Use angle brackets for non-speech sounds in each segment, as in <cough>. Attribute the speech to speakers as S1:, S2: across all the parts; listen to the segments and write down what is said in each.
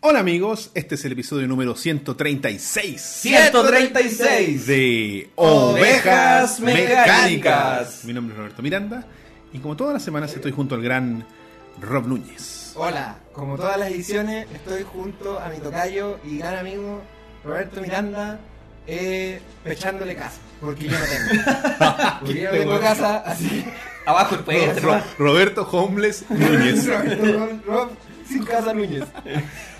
S1: Hola amigos, este es el episodio número 136
S2: 136
S1: de
S2: Ovejas Mecánicas.
S1: Mi nombre es Roberto Miranda y como todas las semanas estoy junto al gran Rob Núñez.
S2: Hola, como todas las ediciones, estoy junto a mi tocayo y gran amigo Roberto Miranda eh, pechándole casa, porque yo
S1: <laughs>
S2: no tengo. Porque yo no tengo casa, así
S3: Abajo pues, el puente.
S1: Ro- Roberto Homeless <laughs> Núñez.
S2: <laughs> Roberto Rob- Rob sin casa Núñez.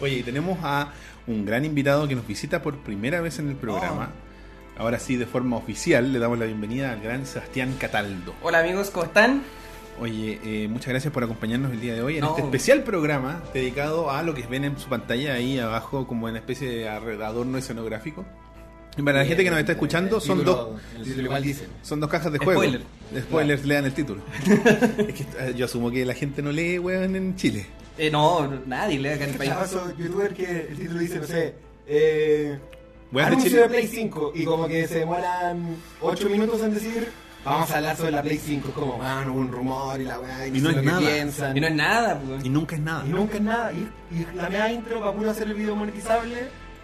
S1: Oye, y tenemos a un gran invitado que nos visita por primera vez en el programa.
S2: Oh.
S1: Ahora sí, de forma oficial, le damos la bienvenida al gran Sebastián Cataldo.
S3: Hola amigos, ¿cómo están?
S1: Oye, eh, muchas gracias por acompañarnos el día de hoy en
S3: No.
S1: este especial programa dedicado a lo que ven en su pantalla ahí abajo como una especie de arre- adorno escenográfico. Y para la gente que nos está escuchando, son dos,
S2: El título igual dicen.
S1: son dos cajas de juego.
S3: Spoiler.
S1: Spoilers, lean el
S2: <laughs>
S1: título. es que eh, yo asumo que la gente no lee, weón, en Chile.
S3: Eh, no, nadie le da acá en el país.
S2: Cachazo, youtuber que el título dice, no sé, eh,
S1: Weón, de
S2: anuncio de
S1: Chile.
S2: Play 5 y como que se demoran 8 minutos en decir, vamos a hablar sobre la Play 5, como, mano, un rumor y la weá,
S1: Y no es
S2: sé lo
S1: nada.
S2: que piensan.
S3: Y no es nada, pues.
S1: Y nunca es nada.
S2: Y nunca es nada. Y, y la media intro para puro hacer el video monetizable.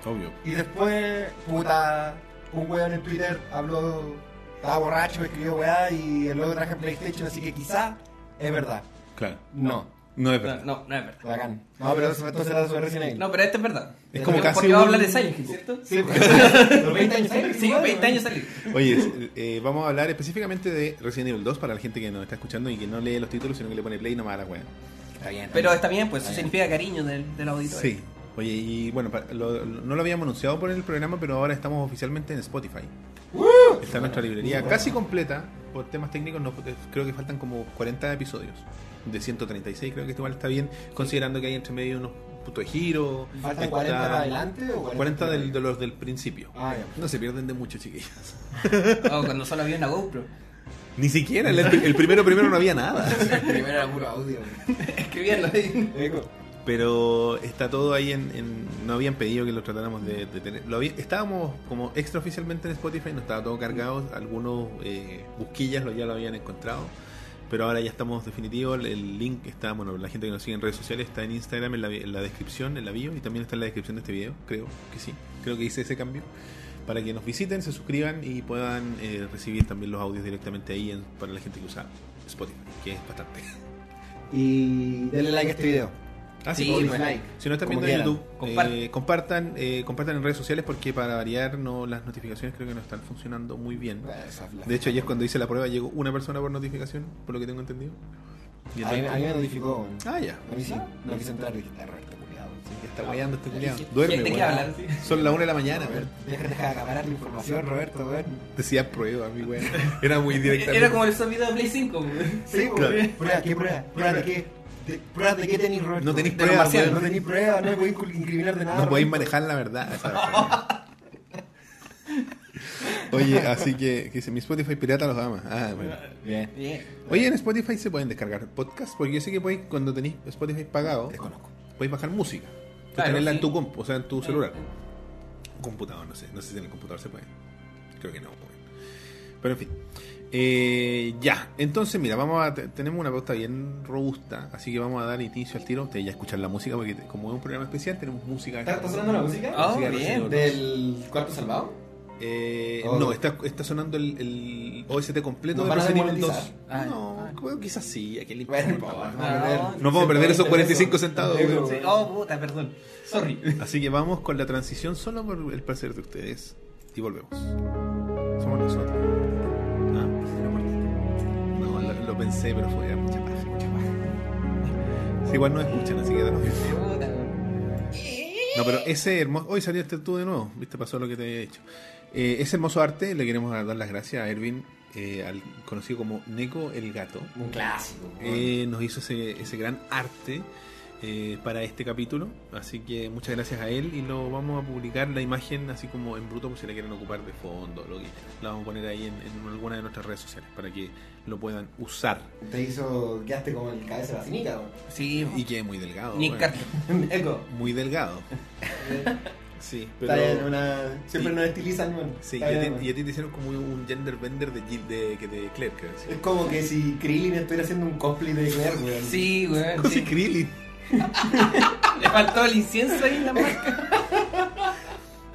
S1: Obvio.
S2: Y después, puta, un weón en Twitter habló, estaba borracho, me escribió weá y el otro traje en PlayStation, así que quizá es verdad.
S1: Claro.
S2: No,
S1: No es
S3: No,
S1: verdad.
S3: no, no es verdad.
S2: bacán. No, pero eso, entonces era su recién ahí.
S3: No, pero esto es verdad.
S1: Es como
S3: Porque-
S1: casi
S3: Porque va a
S1: un-
S3: hablar de Silent, ¿cierto?
S2: Sí, pues.
S3: <laughs>
S2: los 20 años ahí,
S3: Sí,
S2: weón.
S3: 20 años salí.
S1: Oye, es- eh, vamos a hablar específicamente de Resident Evil 2 para la gente que nos está escuchando y que no lee los títulos, sino que le pone play nomás a la weón.
S2: Está bien.
S3: Pero está bien, pues eso significa cariño del, del auditorio.
S1: Sí.
S2: ¿eh?
S1: Oye, y bueno, pa- lo- lo- no lo habíamos anunciado por el programa, pero ahora estamos oficialmente en Spotify. Está nuestra librería casi completa. Por temas técnicos, no, eh, creo que faltan como 40 episodios. De 136, creo que este igual está bien, considerando que hay entre medio unos putos giros.
S2: ¿Faltan
S1: está-
S2: 40 para adelante o 40,
S1: 40 del- de los del principio.
S2: Ah, ya.
S1: No se pierden de mucho, chiquillos.
S3: O Oh, cuando solo había una GoPro.
S1: Ni siquiera, el, el primero primero no había
S2: <laughs>
S1: nada.
S2: Primero era puro audio.
S3: <laughs> Escribiendo ahí.
S1: Pero está todo ahí en, en- no habían pedido que lo tratáramos de, de tener. Lo había- estábamos como extraoficialmente en Spotify, no estaba todo cargado, algunos eh, busquillas lo, ya lo habían encontrado. Pero ahora ya estamos definitivos, el- el link está, bueno, la gente que nos sigue en redes sociales está en Instagram, en la, en la descripción, en la bio, y también está en la descripción de este video, creo que sí, creo que hice ese cambio, para que nos visiten, se suscriban y puedan eh, recibir también los audios directamente ahí en- para la gente que usa Spotify, que es bastante.
S2: Y denle like a este video.
S1: Ah,
S3: Sí,
S1: por
S3: pues.
S1: favor.
S2: like.
S1: Si no están
S2: Como
S1: viendo en
S2: quieran.
S1: YouTube,
S3: Compartan.
S1: eh, compartan, eh, compartan en redes sociales porque para variar no las notificaciones creo que no están funcionando muy bien.
S2: Bueno, esa es la-
S1: De hecho, ayer cuando hice la prueba llegó una persona por notificación, por lo que tengo entendido. Y el
S2: a, mí, a mí
S1: resto-
S2: me notificó. weón.
S1: Ah, ya.
S2: A mí sí. No quise entrar y dije, está Roberto, culiado.
S1: Ya Está guayando este culiao.
S3: Gente
S1: Duerme,
S3: que
S1: weón.
S3: habla, sí.
S1: Son las 1 de la mañana, weón.
S2: Déjate dejar de acaparar la información, Roberto, weón.
S1: Decía prueba, mi weón. Era muy directa.
S3: Era como el sonido de Play 5. weón.
S2: Sí, weón.
S1: Claro.
S2: Prueba, ¿qué prueba? ¿Prueba de qué? De, ¿Prueba de qué tenés, Roberto?
S1: No tenés
S2: De-
S1: prueba,
S3: marcial,
S1: weón.
S2: No tenés prueba, no podéis incul- incriminar de nada.
S1: No podéis
S2: Roberto.
S1: manejar la verdad. ¿sabes? Oye, así que, que dice, mi Spotify pirata los ama. Ah, bueno.
S2: Bien.
S3: Bien.
S1: Oye, en Spotify se pueden descargar podcasts, porque yo sé que podéis, cuando tenéis Spotify pagado,
S2: Desconozco.
S1: podéis bajar música. Puedes
S3: Claro,
S1: tenerla en
S3: sí.
S1: tu compu, o sea, en tu celular. Computador, no sé. No sé si en el computador se puede. Creo que no. bueno. Pero en fin. Eh, ya, entonces mira, vamos a te- tenemos una pauta bien robusta, así que vamos a dar inicio al tiro. Ustedes ya escuchan la música, porque te- como es un programa especial, tenemos música.
S2: sonando la música?
S3: Ah,
S1: Música de
S3: bien.
S1: Resident Evil.
S2: ¿Del cuarto salvado?
S1: Eh,
S2: Oh.
S1: No, está, está sonando el, el OST completo
S2: ¿Nos
S1: de
S2: van a
S1: Resident Evil 2.
S2: desmonetizar?
S3: Ah,
S1: no,
S3: ah.
S1: bueno, quizás sí, a qué le
S2: Bueno,
S1: importa.
S2: vamos
S3: a
S2: a
S3: perder.
S2: perder.
S1: Nos vamos a perder esos 45 centavos,
S2: Sí,
S1: weón.
S3: Sí, Oh, puta, perdón. Sorry.
S1: Así que vamos con la transición solo por el placer de ustedes. Y volvemos. Somos nosotros. Ah, no, lo, lo pensé, pero fue era mucha paja, mucha paja. Sí, igual no escuchan, así que da lo mismo.
S3: <laughs> Puta, weón.
S1: No, pero ese hermoso. Hoy saliste tú de nuevo, viste, pasó lo que te había dicho. Eh, ese hermoso arte le queremos dar las gracias a Ervin, eh, al conocido como Neko el Gato.
S2: Un clásico.
S1: Eh, nos hizo ese, ese gran arte eh, para este capítulo. Así que muchas gracias a él. Y lo vamos a publicar la imagen así como en bruto, por si la quieren ocupar de fondo. Lo que, la vamos a poner ahí en, en alguna de nuestras redes sociales para que lo puedan usar.
S2: Te hizo, quedaste como el cabeza de la cinica, weón.
S3: Sí,
S1: Y que es muy delgado.
S3: Nick
S1: bueno.
S3: Carter. Echo.
S1: Muy delgado. sí, pero.
S2: Está bien, una... Siempre
S1: Sí.
S2: nos estilizan, weón.
S1: Sí, y
S2: Está
S1: a,
S2: bien,
S1: ti, y a ti te hicieron como un gender bender de, Jill- de, que de Claire, creo.
S2: Es como que si Krillin estuviera haciendo un cosplay de Claire, weón.
S3: Sí, weón.
S1: <laughs> Sí,
S3: sí.
S1: Krillin.
S3: Le faltó el incienso ahí en la marca.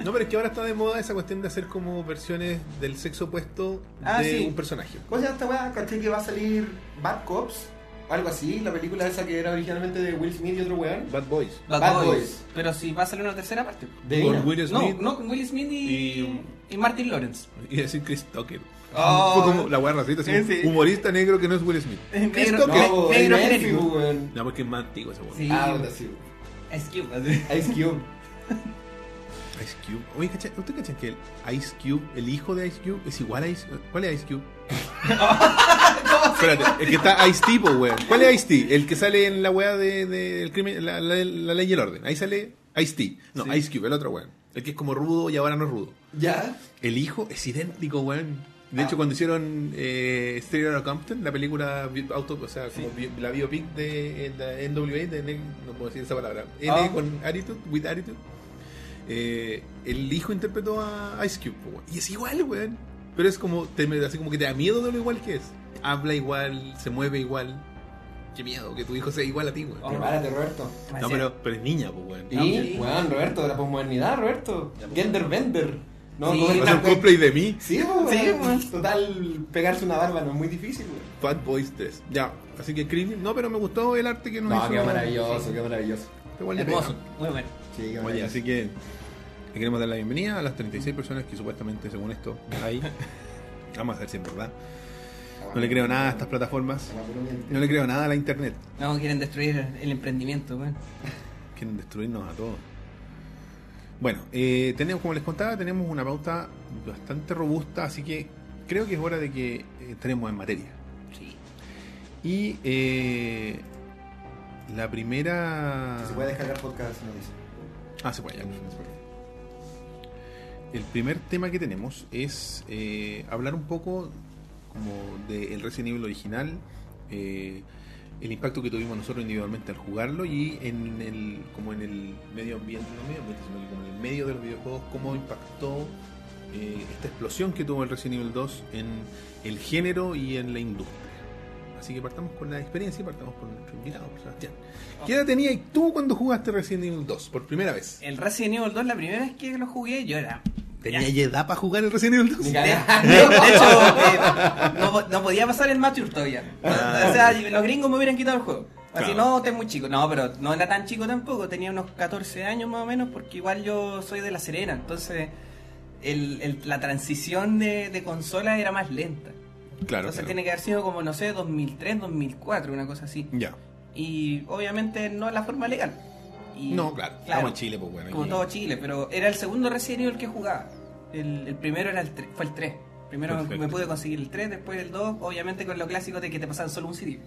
S1: No, pero es que ahora está de moda esa cuestión de hacer como versiones del sexo opuesto
S4: Ah,
S1: de
S4: sí.
S1: un personaje.
S4: ¿Cómo se llama esta weá? Caché que va a salir Bad Cops, algo así, la película esa que era originalmente de Will Smith y otro weón.
S1: Bad Boys.
S3: Bad,
S4: Bad
S3: Boys.
S4: Boys.
S3: Pero si va a salir una tercera parte.
S4: De
S1: Con
S4: Ina.
S1: Will
S3: no,
S1: Smith
S3: no, con Will Smith y,
S1: Y-
S3: y Martin Lawrence.
S1: y decir Chris Tucker.
S3: Oh.
S1: Fue como la guerra así,
S3: Sí, sí.
S1: humorista negro que no es Will Smith. Chris
S3: Negro-
S1: Tucker.
S3: no.
S4: de
S3: Negro
S4: Memphis,
S3: genérico.
S4: weón.
S1: No, porque es más antiguo ese weón.
S3: Sí.
S4: Ah, puta, sí.
S3: Es que. <laughs> así.
S4: Ice Cube.
S1: Ice Cube. Oye, ¿cachan- ¿usted cachan que el Ice Cube, el hijo de Ice Cube, es igual a Ice ¿Cuál es Ice Cube? Espérate, el que está Ice T, po, weón. ¿Cuál es Ice T? El que sale en la weá de, de- el crimen, la, la- la ley y el orden. Ahí sale Ice T. No,
S4: Sí.
S1: Ice Cube, el otro weón. El que es como rudo y ahora no es rudo.
S4: ¿Ya?
S1: El hijo es idéntico, weón. De
S4: Ah.
S1: hecho, cuando hicieron eh, Stereo Out of Compton, la película bi- auto, o sea, como bi- la biopic de, de NWA, de N- no puedo decir esa palabra, N
S3: Ah.
S1: con Attitude, with Attitude, eh, el hijo interpretó a Ice Cube, po, weón. y es igual, weón. Pero es como, te, así como que te da miedo de lo igual que es. Habla igual, se mueve igual. Qué miedo que tu hijo sea igual a ti, weón.
S3: Oh,
S4: Prepárate, Roberto.
S1: no, pero, pero es niña, pues, weón.
S4: Y,
S1: Va
S3: sí.
S4: weón, Roberto, de la posmodernidad, Roberto.
S1: Ya, pues.
S4: Gender Bender. No,
S3: Sí.
S4: no,
S1: a hacer
S4: no,
S1: cosplay de mí.
S4: Sí, weón.
S3: Sí, weón.
S4: Total, pegarse una barba no es muy difícil, weón.
S1: Fat Boys 3. Ya, así que Creed. No, pero me gustó el arte que nos hizo.
S4: qué maravilloso.
S1: Está igual de
S3: Hermoso.
S1: pega.
S3: Muy bueno.
S4: Sí, qué
S1: Oye,
S4: maravilloso.
S1: así que le queremos dar la bienvenida a las 36 personas que supuestamente, según esto,
S4: <laughs>
S1: hay. Vamos a ver si es verdad.
S4: Ah,
S1: No le creo nada a estas plataformas. No le creo nada a la internet.
S3: No, quieren destruir el emprendimiento, weón.
S1: Quieren destruirnos a todos. Bueno, eh, tenemos, como les contaba, tenemos una pauta bastante robusta, así que creo que es hora de que eh, entremos en materia.
S3: Sí.
S1: Y eh, la primera...
S4: Si se puede descargar podcast, no dice.
S1: Ah, se puede. ya. El primer tema que tenemos es eh, hablar un poco como del Resident Evil original, eh, el impacto que tuvimos nosotros individualmente al jugarlo y en el, como en el medio ambiente, no medio ambiente, sino que como en el medio de los videojuegos, cómo impactó eh, esta explosión que tuvo el Resident Evil 2 en el género y en la industria. Así que partamos con la experiencia y partamos con nuestro invitado, Sebastián. ¿Qué edad tenías tú cuando jugaste Resident Evil 2 por primera vez?
S3: El Resident Evil 2, la primera vez que lo jugué, yo era.
S1: ¿Tenía ya edad para jugar el Resident Evil 2?
S4: Ni
S3: De, de <laughs>
S4: cagar.
S1: <laughs>
S3: hecho, eh, no, po- no podía pasar el Mature todavía.
S1: Ah.
S3: O sea, los gringos me hubieran quitado el juego. Así,
S1: Claro.
S3: no, usted es muy chico. No, pero no era tan chico tampoco. Tenía unos 14 años más o menos, porque igual yo soy de La Serena. Entonces, el- el- la transición de, de consola era más lenta.
S1: Claro.
S3: entonces,
S1: claro.
S3: tiene que haber sido como, no sé, 2003, 2004, una cosa así.
S1: Ya.
S3: Y obviamente no la forma legal. Y-
S1: No, claro. Estamos en Chile, pues bueno.
S3: como
S1: aquí-
S3: todo Chile, pero era el segundo Resident Evil que jugaba. El, el primero era el tre- fue el 3. Primero
S1: Perfecto.
S3: me pude conseguir el 3, después el 2, obviamente con lo clásico de que te pasaban solo un CD.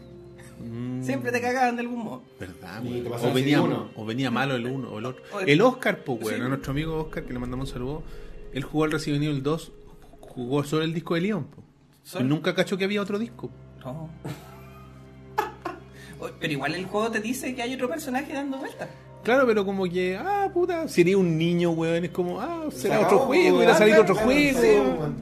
S1: Mm,
S3: Siempre te cagaban de algún modo.
S1: ¿Verdad,
S4: Y
S1: güey?
S4: te
S1: O
S4: pasaron
S1: venía,
S4: sin uno.
S1: o venía malo el uno o el otro.
S3: O el-
S1: El Oscar, pues bueno,
S3: Sí.
S1: nuestro amigo Oscar, que le mandamos un saludo, él jugó el Resident Evil 2, jugó solo el disco de Leon, pues.
S3: Solo.
S1: Nunca cachó que había otro disco.
S3: No. <laughs> O- pero igual el juego te dice que hay otro personaje dando vueltas.
S1: Claro, pero como que, ah, puta, sería un niño, weón, es como, ah, será
S4: Se
S1: otro
S4: acabó, Ah,
S1: juego,
S4: weón.
S1: hubiera
S3: Ah,
S1: salido otro
S4: Claro,
S1: juego.
S4: sí, weón.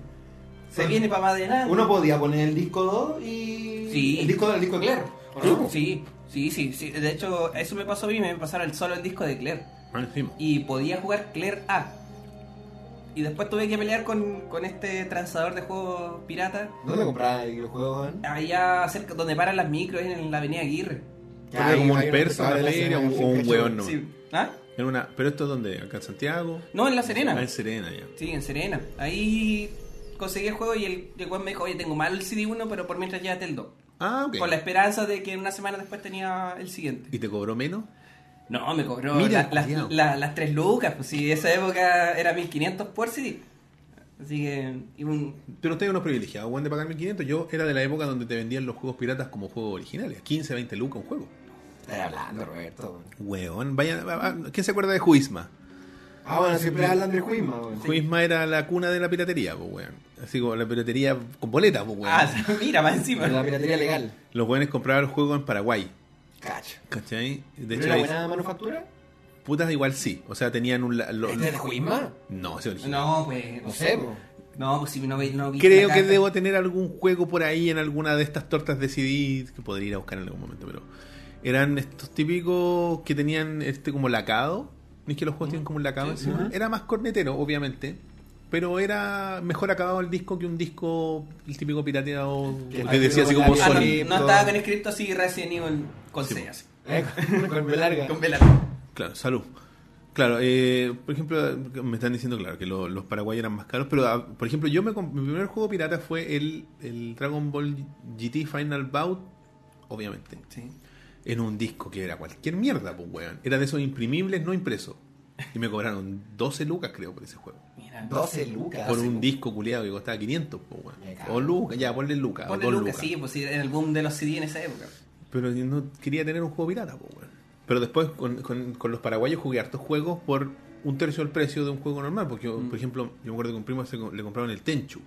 S3: Se
S4: Sí.
S3: viene para más adelante.
S4: Uno podía poner el disco 2 y.
S3: Sí.
S4: El disco, el disco de Claire. ¿o no?
S3: Sí, sí, sí, sí. De hecho, eso me pasó a mí, me pasaron el solo el disco de Claire.
S1: Ah, encima.
S3: y podía jugar Claire A. Y después tuve que pelear con, con este transador de juegos pirata
S4: ¿Dónde compráis los juegos, weón?
S3: allá cerca donde paran las micros en la avenida Aguirre.
S1: Era
S4: Ahí,
S1: como
S4: ahí,
S1: un persa,
S4: ahí,
S1: una
S4: la
S1: feria,
S4: escena,
S1: un-
S4: sí,
S1: o un
S4: cacho.
S1: weón, no.
S3: Sí. ¿Ah?
S1: Era una, pero esto es donde, acá en Santiago.
S3: No, en La Serena.
S1: Ah, en Serena, ya.
S3: Sí, en Serena. Ahí conseguí el juego y el, el weón me dijo, oye, tengo mal el CD1, pero por mientras llévate el 2.
S1: Ah, ok.
S3: Con la esperanza de que una semana después tenía el siguiente.
S1: ¿Y te cobró menos?
S3: No, me cobró
S1: Mira,
S3: la- las-
S1: culiao.
S3: la- las tres lucas, pues sí, esa época era 1500 por CD. Así que, y un,
S1: Pero ustedes unos privilegiados, weón, de pagar 1500. Yo era de la época donde te vendían los juegos piratas como juegos originales. 15, 20 lucas un juego.
S4: Estás hablando, Roberto. weón.
S1: Weón, vaya, ah, ¿quién se acuerda de Juisma?
S4: Ah, bueno, siempre hablan del Juisma, weón.
S1: Juisma era la cuna de la piratería, pues, weón. Así como la piratería con boletas, pues, weón.
S3: <laughs> Ah, mira, más encima.
S4: De La piratería legal.
S1: Los weones compraban el juego en Paraguay.
S4: Cacho.
S1: ¿Cachai? De
S4: ¿Pero
S1: hecho,
S4: era
S1: ahí-
S4: buena manufactura?
S1: putas igual sí. O sea, tenían un... la- lo-
S2: <laughs>
S4: ¿Este es de Juisma?
S1: no, ese original.
S3: No, pues.
S4: No sé,
S3: <laughs>
S4: po.
S3: No, pues si no, vi- no vi
S1: Creo
S3: la
S1: que
S3: carta.
S1: debo tener algún juego por ahí en alguna de estas tortas de CD que podría ir a buscar en algún momento, pero eran estos típicos que tenían este como lacado. No es que los juegos tienen como un lacado
S3: Mm. Sí,
S1: encima.
S2: ujú.
S1: Era más cornetero, obviamente. Pero era mejor acabado el disco que un disco, el típico pirateado.
S2: Que-
S1: Que decía así como
S2: Con
S3: Ah, no,
S1: Sony.
S2: Sony.
S3: no estaba con escrito así Resident Evil con
S1: Sí, pues.
S3: C,
S1: po.
S3: así.
S2: Eh, Con B larga.
S3: Con B larga.
S1: Claro, salud. Claro, eh, por ejemplo, me están diciendo, claro, que lo- los paraguayos eran más caros, pero ah, por ejemplo, yo me comp- mi primer juego pirata fue el, el Dragon Ball GT Final Bout, obviamente,
S3: Sí.
S1: en un disco que era cualquier mierda, pues, weón. Era de esos imprimibles, no impresos. Y me cobraron 12 lucas, creo, por ese juego.
S3: Mira.
S2: 12 lucas.
S3: Ah,
S1: Por
S3: pues.
S1: un disco culiado que costaba 500, pues,
S2: Me
S1: weón.
S2: cago.
S1: O lucas, ya, ponle lucas, o
S3: Ponle
S1: dos
S3: Lucas,
S1: lucas.
S3: sí, pues sí, era el boom de los CD en esa época.
S1: Pero yo no quería tener un juego pirata, po, weón. Pero después con, con- con los paraguayos jugué hartos juegos por un tercio del precio de un juego normal. Porque, yo, por ejemplo, yo me acuerdo que un primo se co- le compraron el Tenchu.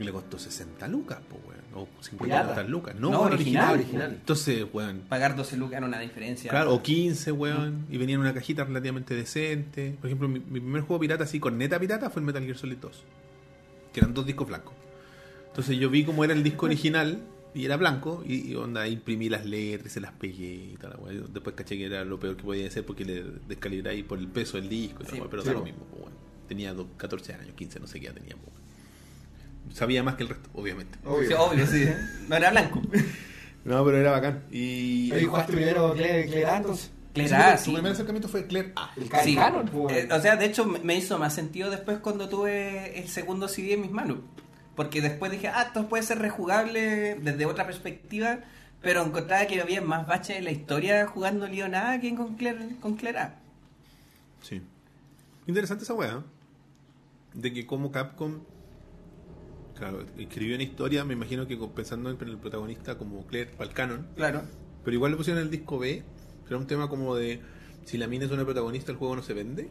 S1: Y le costó 60 lucas, po, weón. O 50
S2: Pirata.
S1: tantas lucas. No,
S3: No,
S1: weón, original.
S2: original,
S1: po.
S2: original.
S1: Entonces, weón.
S3: Pagar 12 lucas era una diferencia.
S1: Claro, o 15, weón. Y venía en una cajita relativamente decente. Por ejemplo, mi, mi primer juego pirata, así, con neta pirata, fue el Metal Gear Solid 2. Que eran dos discos blancos. Entonces yo vi cómo era el disco original y era blanco. Y, y onda, imprimí las letras, se las pegué y tal, la weá. Yo Después caché que era lo peor que podía hacer porque le descalibráis por el peso del disco. Y tal,
S3: Sí,
S1: weá, pero
S2: sí,
S1: da lo
S2: po.
S1: mismo, po, weón. Tenía do- 14 años, 15, no sé qué ya tenía, po, weón. Sabía más que el resto, obviamente.
S3: Sí,
S2: Obvio.
S3: obvio, sí. No era blanco.
S1: No, pero era bacán. Y.
S2: Pero ¿y jugaste primero Claire, Claire A, entonces.
S3: Claire
S1: Sí, pues,
S3: A,
S1: tu-
S3: sí.
S1: Tu primer acercamiento fue Claire A.
S2: El
S3: Sí.
S2: Canon, pues.
S3: Eh, o sea, de hecho me me hizo más sentido después cuando tuve el segundo CD en mis manos. Porque después dije, ah, esto puede ser rejugable desde otra perspectiva. Pero encontraba que había más baches en la historia jugando Leon A que con Claire, con Claire A.
S1: Sí. Interesante esa weá. ¿eh? De que como Capcom. Claro, escribió una historia, me imagino que con- pensando en el protagonista como Claire Palcanon.
S3: Claro.
S1: Pero igual le pusieron el disco B. Era un tema como de. Si la mina es una protagonista, el juego no se vende.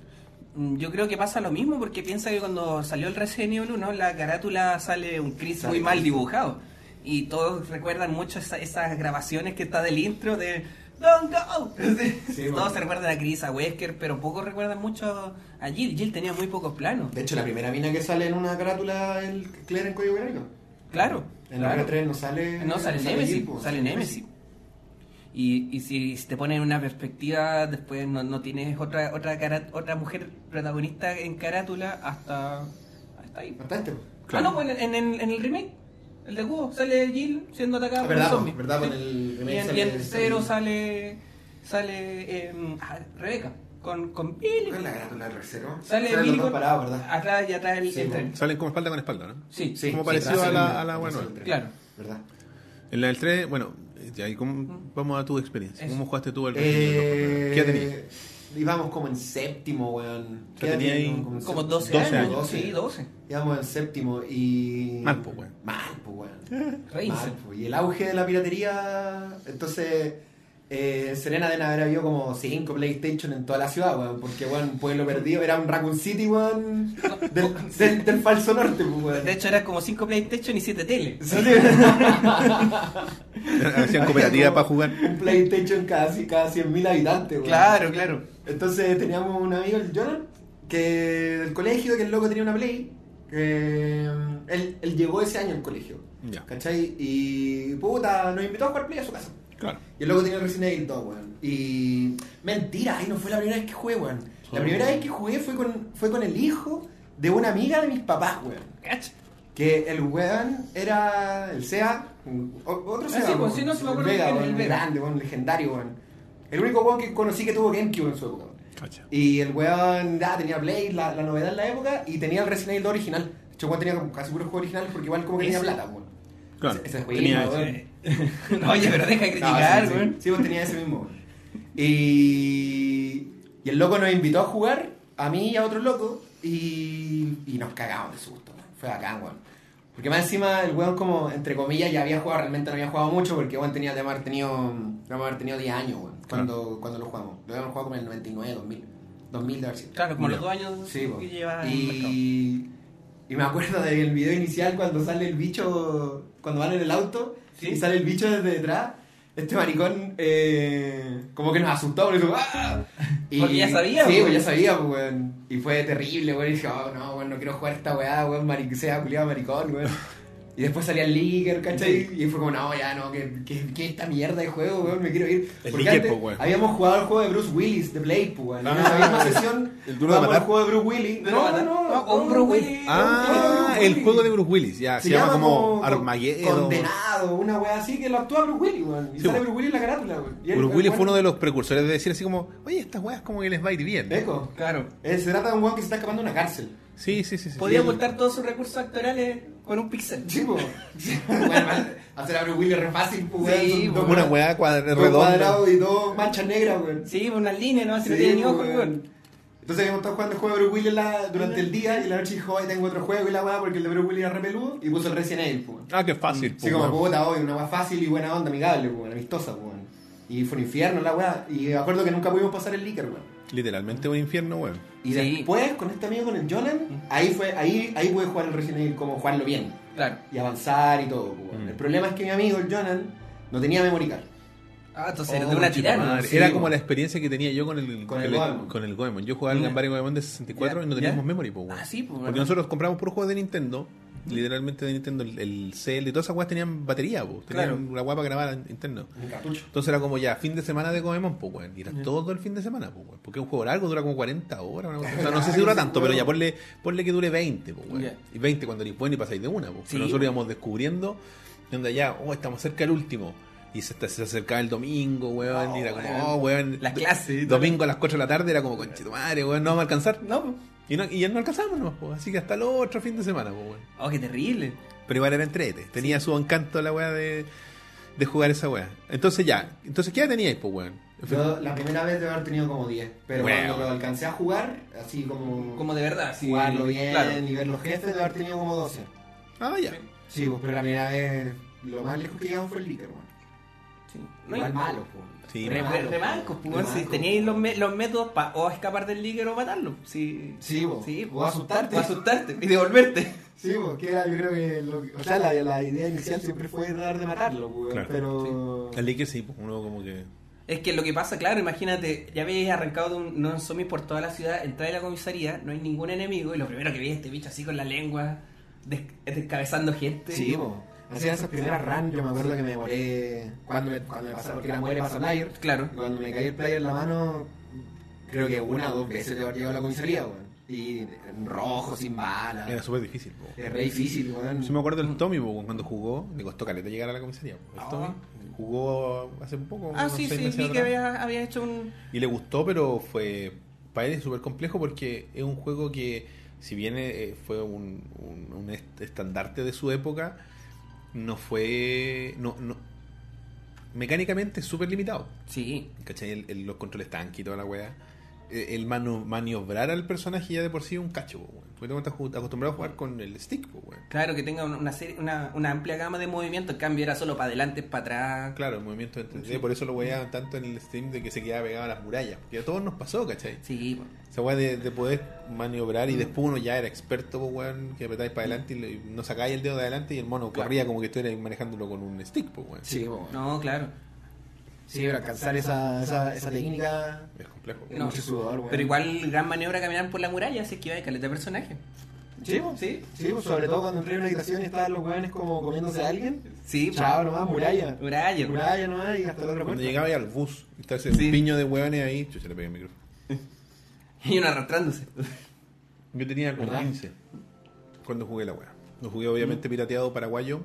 S3: Mm, Yo creo que pasa lo mismo porque piensa que cuando salió el Resident Evil 1, la carátula sale un Chris
S2: Sale
S3: muy
S2: Chris.
S3: mal dibujado. Y todos recuerdan mucho esa- esas grabaciones que está del intro de Don't Go. <laughs>
S2: Sí,
S3: todos
S2: bueno.
S3: se recuerdan a Chris, a Wesker, pero pocos recuerdan mucho a Jill. Jill tenía muy pocos planos.
S2: De hecho, la primera mina que sale en una carátula el Claire en código veránico.
S3: Claro.
S2: En la
S3: claro.
S2: 3 no sale.
S3: No, sale
S2: Jill,
S3: Nemesis.
S2: pues,
S3: Sale Nemesis. Y, y si te ponen una perspectiva, después no, no tienes otra otra cara- otra mujer protagonista en carátula hasta, hasta ahí.
S2: Bastante. pues.
S1: Claro.
S3: Ah, no, pues en, en- en el remake, el de Cubo, sale Jill siendo
S2: Ah,
S3: atacada por
S2: verdad,
S3: un zombie.
S2: verdad,
S3: Sí.
S2: con el remake
S3: Y en,
S2: sale- este
S3: y en cero
S2: sale-
S3: sale. sale. em, ah, Rebeca, con, con Billy.
S2: ¿Cuál es la carátula del tercero?
S3: Sale Ah,
S2: Salen los
S3: Billy
S2: dos
S3: con-
S2: parados, ¿verdad?
S3: atrás y atrás el,
S2: Sí,
S3: el
S2: bueno.
S3: tren.
S1: Salen como espalda con espalda, ¿no?
S3: Sí,
S2: Sí,
S1: como
S2: sí,
S1: parecido
S2: atrás
S1: a la-
S2: salen-
S1: a la
S2: atrás
S1: buena.
S2: salen tres.
S3: Claro.
S2: ¿Verdad?
S1: En la del 3, bueno, ya ahí como, vamos a tu experiencia.
S3: Eso.
S1: ¿Cómo jugaste tú el
S2: Mm. Eh,
S1: ¿Qué tenías?
S2: Íbamos como en séptimo, weón.
S1: O sea, tenía ahí
S2: en
S3: Como
S2: séptimo?
S3: 12,
S1: 12
S3: años.
S1: años.
S3: Sí, 12.
S2: Íbamos en séptimo y.
S1: Mal, po, weón.
S2: Mal, po, weón.
S3: <laughs> Reírse.
S2: Mal, po. Y el auge de la piratería. Entonces, eh, Serena de haber habido como 5 PlayStation en toda la ciudad, weón. Porque, weón, un pueblo perdido era un Raccoon City, weón.
S3: <laughs>
S2: Del, del- del falso norte, po, weón.
S3: De hecho, eran como 5 PlayStation y 7 tele. <laughs>
S2: Sí.
S1: <laughs> Hacían cooperativa
S2: <laughs> Había como
S1: para jugar.
S2: Un PlayStation cada, cada 100.000 habitantes, weón.
S3: Claro, claro.
S2: Entonces teníamos un amigo, el Jonathan, que del colegio, que el loco tenía una Play. que mm, él, él llegó ese año al colegio.
S1: Ya.
S2: ¿Cachai? Y puta, nos invitó a jugar Play a su casa.
S1: Claro.
S2: Y el loco tenía el Resident Evil 2, weón. Y. Mentira, ahí no fue la primera vez que jugué, weón. La
S3: Oh.
S1: Sí.
S2: primera vez que jugué fue con, fue con el hijo de una amiga de mis papás, weón.
S3: Cacha.
S2: Que el weón era el SEA, un- o- otro
S3: Ah,
S2: SEA.
S3: sí,
S2: weón.
S3: pues, sí, no, sí me acuerdo
S2: Vega,
S3: que era el
S2: weón,
S3: Vega.
S2: grande, weón, legendario, weón. El único weón que conocí que tuvo GameCube en su época, weón.
S1: Cacha.
S2: Y el weón ya tenía Blade, la, la novedad en la época, y tenía el Resident Evil 2 original. De hecho, weón tenía como casi puros juegos originales porque igual como que tenía
S3: Ese.
S2: plata, weón.
S1: Claro.
S2: Ese jueguito,
S1: Tenía
S2: weón.
S1: ese.
S3: eh. <laughs> Oye, pero deja de criticar,
S2: Ah, sí, sí.
S3: weón.
S2: Sí, pues tenía ese mismo. weón. Y, y el loco nos invitó a jugar, a mí y a otro loco, y, y nos cagamos de susto. weón. Fue bacán, weón. Porque más encima el weón como, entre comillas, ya había jugado, realmente no había jugado mucho, porque weón tenía, debemos haber tenido, debemos haber tenido 10 años, weón, cuando, cuando lo jugamos. Lo habíamos jugado como en el 99, 2000. 2000 de haber sido.
S3: Claro, como
S1: Mira.
S3: los dos años
S2: Sí, po.
S3: que lleva en el mercado.
S2: y, y me acuerdo del video inicial cuando sale el bicho, cuando van en el auto
S3: Sí.
S2: y sale el bicho desde detrás. Este maricón eh, como que nos asustó, porque dijo,
S1: <laughs>
S2: "¡Ah!". Y-
S3: Porque ya sabía,
S2: Sí,
S3: weón.
S2: pues ya sabía, pues, weón. Y fue terrible, weón. Y dije, oh, no, weón, no quiero jugar esta weá, weón, maric sea culiado maricón, weón. Y después salía el Licker, ¿cachai? Y fue como, no, ya no, que, que, que esta mierda de juego, weón, me quiero ir.
S1: El
S2: Porque
S1: Licker,
S2: antes
S1: po, weón.
S2: habíamos jugado el juego de Bruce Willis, de Blade, po, weón. en
S1: Ah,
S2: esa misma
S1: el-
S2: sesión,
S1: el duro de
S2: jugamos
S1: matar.
S2: el juego de Bruce Willis.
S3: Duro de
S2: No, no,
S3: matar.
S2: no,
S3: No,
S2: con
S3: un
S2: Bruce
S3: Bruce
S2: Willis.
S1: Ah,
S2: Un
S1: el juego de
S2: Willis.
S1: Bruce Willis, ya. Se, llama como Armageddon.
S2: Condenado, una weá así que lo actúa Bruce Willis, weón. Y
S1: Sí,
S2: sale
S1: po.
S2: Bruce Willis en la carátula, weón. Y él,
S1: Bruce Willis
S2: weón,
S1: fue uno de los precursores de decir así como, oye, estas weas como que les va a ir bien.
S2: Eco.
S3: Claro.
S2: Eh, se trata de un weón que se está escapando de una cárcel.
S1: Sí, sí, sí. sí
S3: Podía
S1: Sí,
S3: aportar todos sus recursos actorales con un pixel.
S2: Sí, <laughs> po. bueno, hacer a Bruce Willis re fácil, po, weón.
S3: Sí,
S2: Son
S3: po.
S2: dos
S1: Una
S2: weas-
S1: wea cuadra-
S2: Dos
S1: redonda.
S2: cuadrados y dos manchas negras, weón.
S3: Sí, unas líneas, ¿no? Si no
S2: Sí,
S3: tiene ni
S2: pues,
S3: ojo,
S2: weón.
S3: weón.
S2: Entonces habíamos estado jugando el juego de Bruce Willis la- durante el día y en la noche dijo, ay, tengo otro juego y la weá porque el de Bruce Willis era repeludo y puso el Resident Evil, pues.
S1: Ah, qué fácil.
S2: Así
S1: po,
S2: como
S1: weón.
S2: puta, hoy, una weá fácil y buena onda, amigable, pues, amistosa, pues. Y fue un infierno la weá. Y me acuerdo que nunca pudimos pasar el líquido, weón.
S1: Literalmente un infierno, weón.
S2: Y
S3: Sí.
S2: después, con este amigo, con el Jonan, ahí fue, ahí, ahí pude jugar el Resident Evil, como jugarlo bien.
S3: Claro.
S2: Y avanzar y todo, pues.
S1: Mm.
S2: El problema es que mi amigo, el Jonan, no tenía memory card.
S3: Ah, entonces era
S1: Oh,
S3: de una
S1: conchita
S3: tirana.
S1: madre. Era
S2: Sí,
S1: como
S2: weón.
S1: la experiencia que tenía yo con el,
S2: Con el Goemon.
S1: con el Goemon. Yo jugaba al
S3: Ya.
S1: Gambari Goemon de 64
S3: Ya,
S1: y no teníamos
S3: ya.
S1: memory, po, weón.
S3: Ah, sí, pues,
S1: Porque
S3: ¿verdad?
S1: nosotros compramos puros juegos de Nintendo, literalmente de Nintendo, el, el CL y todas esas weas tenían batería, po. Tenían
S3: Claro.
S1: una guapa para grabar en interno.
S2: En el cartucho.
S1: Entonces era como ya, fin de semana de Goemon, pues, weón. Y era todo el fin de semana, pues, weón. Porque es un juego largo dura como 40 horas. una cosa así. O sea,
S3: <laughs>
S1: no sé si dura tanto, pero ya ponle, ponle que dure 20, pues, weón.
S3: Ya.
S1: Y 20 cuando ni pueden y pasáis de una, pues.
S3: Sí,
S1: Pero nosotros
S3: pues.
S1: íbamos descubriendo, y onda ya, oh, estamos cerca del último. Y se, se acercaba el domingo, weón. y era
S3: weón.
S1: como, oh, weón.
S3: Las clases.
S1: Domingo a las 4 de la tarde era como, conchito madre, weón, no vamos a alcanzar.
S3: No, pues.
S1: Y, no, y ya no alcanzamos, nomás, po. así que hasta el otro fin de semana, po, weón.
S3: Oh, qué terrible.
S1: Pero igual era entrete, tenía su encanto la weá de, de jugar esa weá. Entonces ya, entonces ¿qué edad teníais, po, weón?
S3: Ah.
S2: Yo la primera vez debo haber tenido como 10, pero
S1: Bueno.
S2: cuando lo alcancé a jugar, así como,
S3: Como de verdad, sí.
S2: Oh. jugarlo bien
S3: Claro.
S2: y ver los jefes, debo haber tenido como 12.
S1: Ah, ya.
S2: Sí, pues, pero la primera vez lo más lejos que llegamos fue el líder, weón.
S3: Sí. No
S2: Igual
S3: hay-
S2: malo, pues.
S1: Sí,
S3: Re,
S1: malo.
S3: re, re mancos, pues,
S2: Re
S3: weón. Si
S2: mancos,
S3: teníais los,
S2: weón.
S3: me- los métodos para o escapar del líquido o matarlo. Sí.
S2: Sí, po.
S3: Sí,
S2: O asustarte.
S3: O asustarte y devolverte.
S2: Sí, pues, que era, yo creo que, lo que- o sea, la, la idea inicial siempre fue tratar de matarlo, pues,
S1: Claro.
S2: pero...
S1: El Laker sí, po, uno como que...
S3: Es que lo que pasa, claro, imagínate, ya habéis arrancado de un non zombies por toda la ciudad, entráis a la comisaría, no hay ningún enemigo, y lo primero que veis es este bicho así con la lengua, des- descabezando gente.
S2: Sí, pues. Hacían esas primeras runs, yo me acuerdo que me demoré cuando me, cuando me pasaba, porque era muere pasa player.
S3: Claro.
S2: Y Cuando me caí el player en la mano, creo que una o dos veces te haber llegado a la comisaría, weón. Y en rojo, sin bala.
S1: Era súper difícil, po.
S2: Es re difícil, weón.
S1: Yo me acuerdo del Tommy, po, weón, cuando jugó, le costó caleta llegar a la comisaría. po. El
S3: Ah.
S1: Tommy jugó hace un poco,
S3: Ah,
S1: unos
S3: sí,
S1: seis
S3: sí,
S1: meses
S3: vi que
S1: atrás.
S3: había, había hecho un...
S1: Y le gustó, pero fue. Para él es súper complejo porque es un juego que, si bien eh, fue un, un- un est- estandarte de su época, no fue. No, no, mecánicamente es súper limitado.
S3: Sí,
S1: ¿Cachai? El- el- los controles tanque y toda la weá. Eh, El manu- maniobrar al personaje ya de por sí es un cacho, po, weón. Porque tú estás ju- acostumbrado a jugar con el stick, po, weón.
S3: claro, que tenga una, una serie- una, una amplia gama de movimientos, en cambio era solo para adelante, para atrás.
S1: Claro, el movimiento de 3D,
S3: Sí.
S1: por eso lo weaban tanto en el stream de que se quedaba pegado a las murallas. Porque a todos nos pasó, ¿cachai?
S3: Sí, bueno.
S1: Esa weá de, de poder maniobrar y
S2: Mm.
S1: después uno ya era experto, po, weón, que apretáis para adelante y, lo- y no sacáis el dedo de adelante y el mono
S3: Claro.
S1: corría como que estuvieras manejándolo con un stick, po, weón.
S2: Sí, weón.
S3: No, claro.
S2: Sí, pero alcanzar esa, esa, esa técnica
S1: Es complejo.
S2: es
S3: No,
S2: mucho sudor, weón.
S3: Pero igual gran maniobra caminar por la muralla, así que iba de caleta de personaje.
S2: Sí, weón.
S3: Sí.
S2: Sí, weón, sobre todo cuando entré en una habitación y estaban los weones como comiéndose a alguien.
S3: Sí,
S2: Chao, nomás, pues. muralla.
S3: Muralla.
S2: Muralla nomás y hasta la otra
S1: Cuando
S2: puerta.
S1: llegaba ya al bus, y estaba ese
S3: Sí.
S1: piño de weones ahí, yo se le pegué el micrófono.
S3: Y uno arrastrándose.
S1: Yo tenía como
S2: ¿Verdad? Mm.
S1: 15 cuando jugué la weá. Lo jugué obviamente pirateado paraguayo.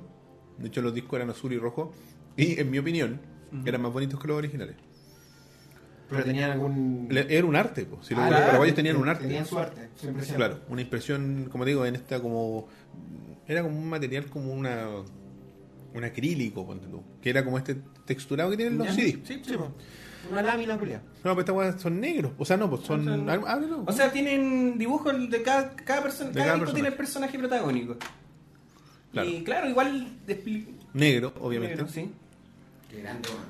S1: De hecho, los discos eran azul y rojo. Y en mi opinión,
S2: Mm.
S1: eran más bonitos que los originales.
S2: Pero tenían algún...
S1: Le- Era un arte, po. Si los
S2: Ah,
S1: los
S2: claro.
S1: paraguayos tenían un arte.
S2: Tenían su arte, su impresión.
S1: Claro, una impresión, como te digo, en esta como. Era como un material como una. Un acrílico, ponte tú, Que era como este texturado que tienen los
S3: Ya.
S1: CDs.
S3: Sí,
S2: Sí, po. Una lámina, culia.
S1: No, pero estas weas son negros. O sea, no, pues son.
S3: Son-
S1: ábrelo, po.
S3: O sea, tienen dibujos de cada, cada persona.
S1: De
S3: Cada,
S1: cada
S3: disco tiene el
S1: personaje.
S3: personaje protagónico.
S1: Claro.
S3: Y claro, igual. despli-
S1: negro, obviamente.
S3: Negro, sí.
S2: Qué grande, weón.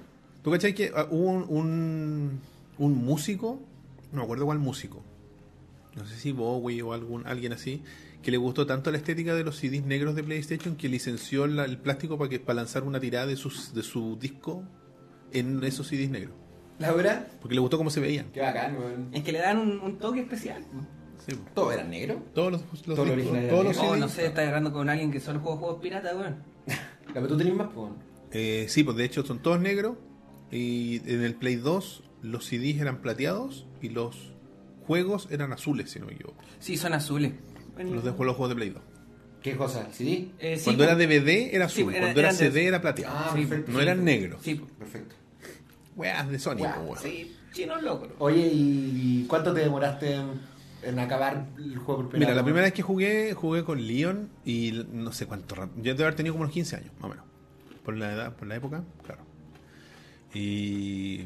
S1: ¿Tú cachai que ah, hubo un, un, un músico, no me acuerdo cuál músico, no sé si Bowie o algún, alguien así, que le gustó tanto la estética de los CDs negros de PlayStation que licenció la- el plástico para, que, para lanzar una tirada de, sus, de su disco en esos CDs negros?
S2: Laura,
S1: Porque le gustó cómo se veían.
S2: qué bacán, weón.
S3: Es que le dan un, un toque especial.
S1: Sí, po.
S2: Todos eran negros.
S1: todos los, los
S2: Todo lo
S1: discos,
S2: original
S1: todos los
S2: era negro.
S3: Oh,
S1: CDs.
S3: no sé, estás hablando con alguien que solo juega juegos pirata, weón.
S2: La que tú tenías más, pues.
S1: Eh, sí, pues de hecho son todos negros. Y en el Play 2 los CDs eran plateados y los juegos eran azules, si no me equivoco.
S3: Sí, son azules.
S1: Los de los juegos de Play 2.
S2: ¿Qué cosa? ¿El CD?
S3: Eh, Mm. sí,
S1: cuando
S3: po.
S1: era DVD era
S3: Sí,
S1: azul,
S3: era-
S1: cuando era
S3: eran de-
S1: CD era plateado.
S2: Ah,
S3: sí,
S2: perfecto.
S1: no eran negros.
S3: Sí, po.
S2: Perfecto.
S1: Weas de Sony,
S2: Weas,
S1: po, weón.
S3: sí, chino locro.
S2: Oye, ¿y cuánto te demoraste en, en acabar el juego por
S1: Mira, la primera vez que jugué, jugué con Leon y l- no sé cuánto rato. Yo debo haber tenido como unos 15 años, más o menos. Por la edad, por la época, claro. Y.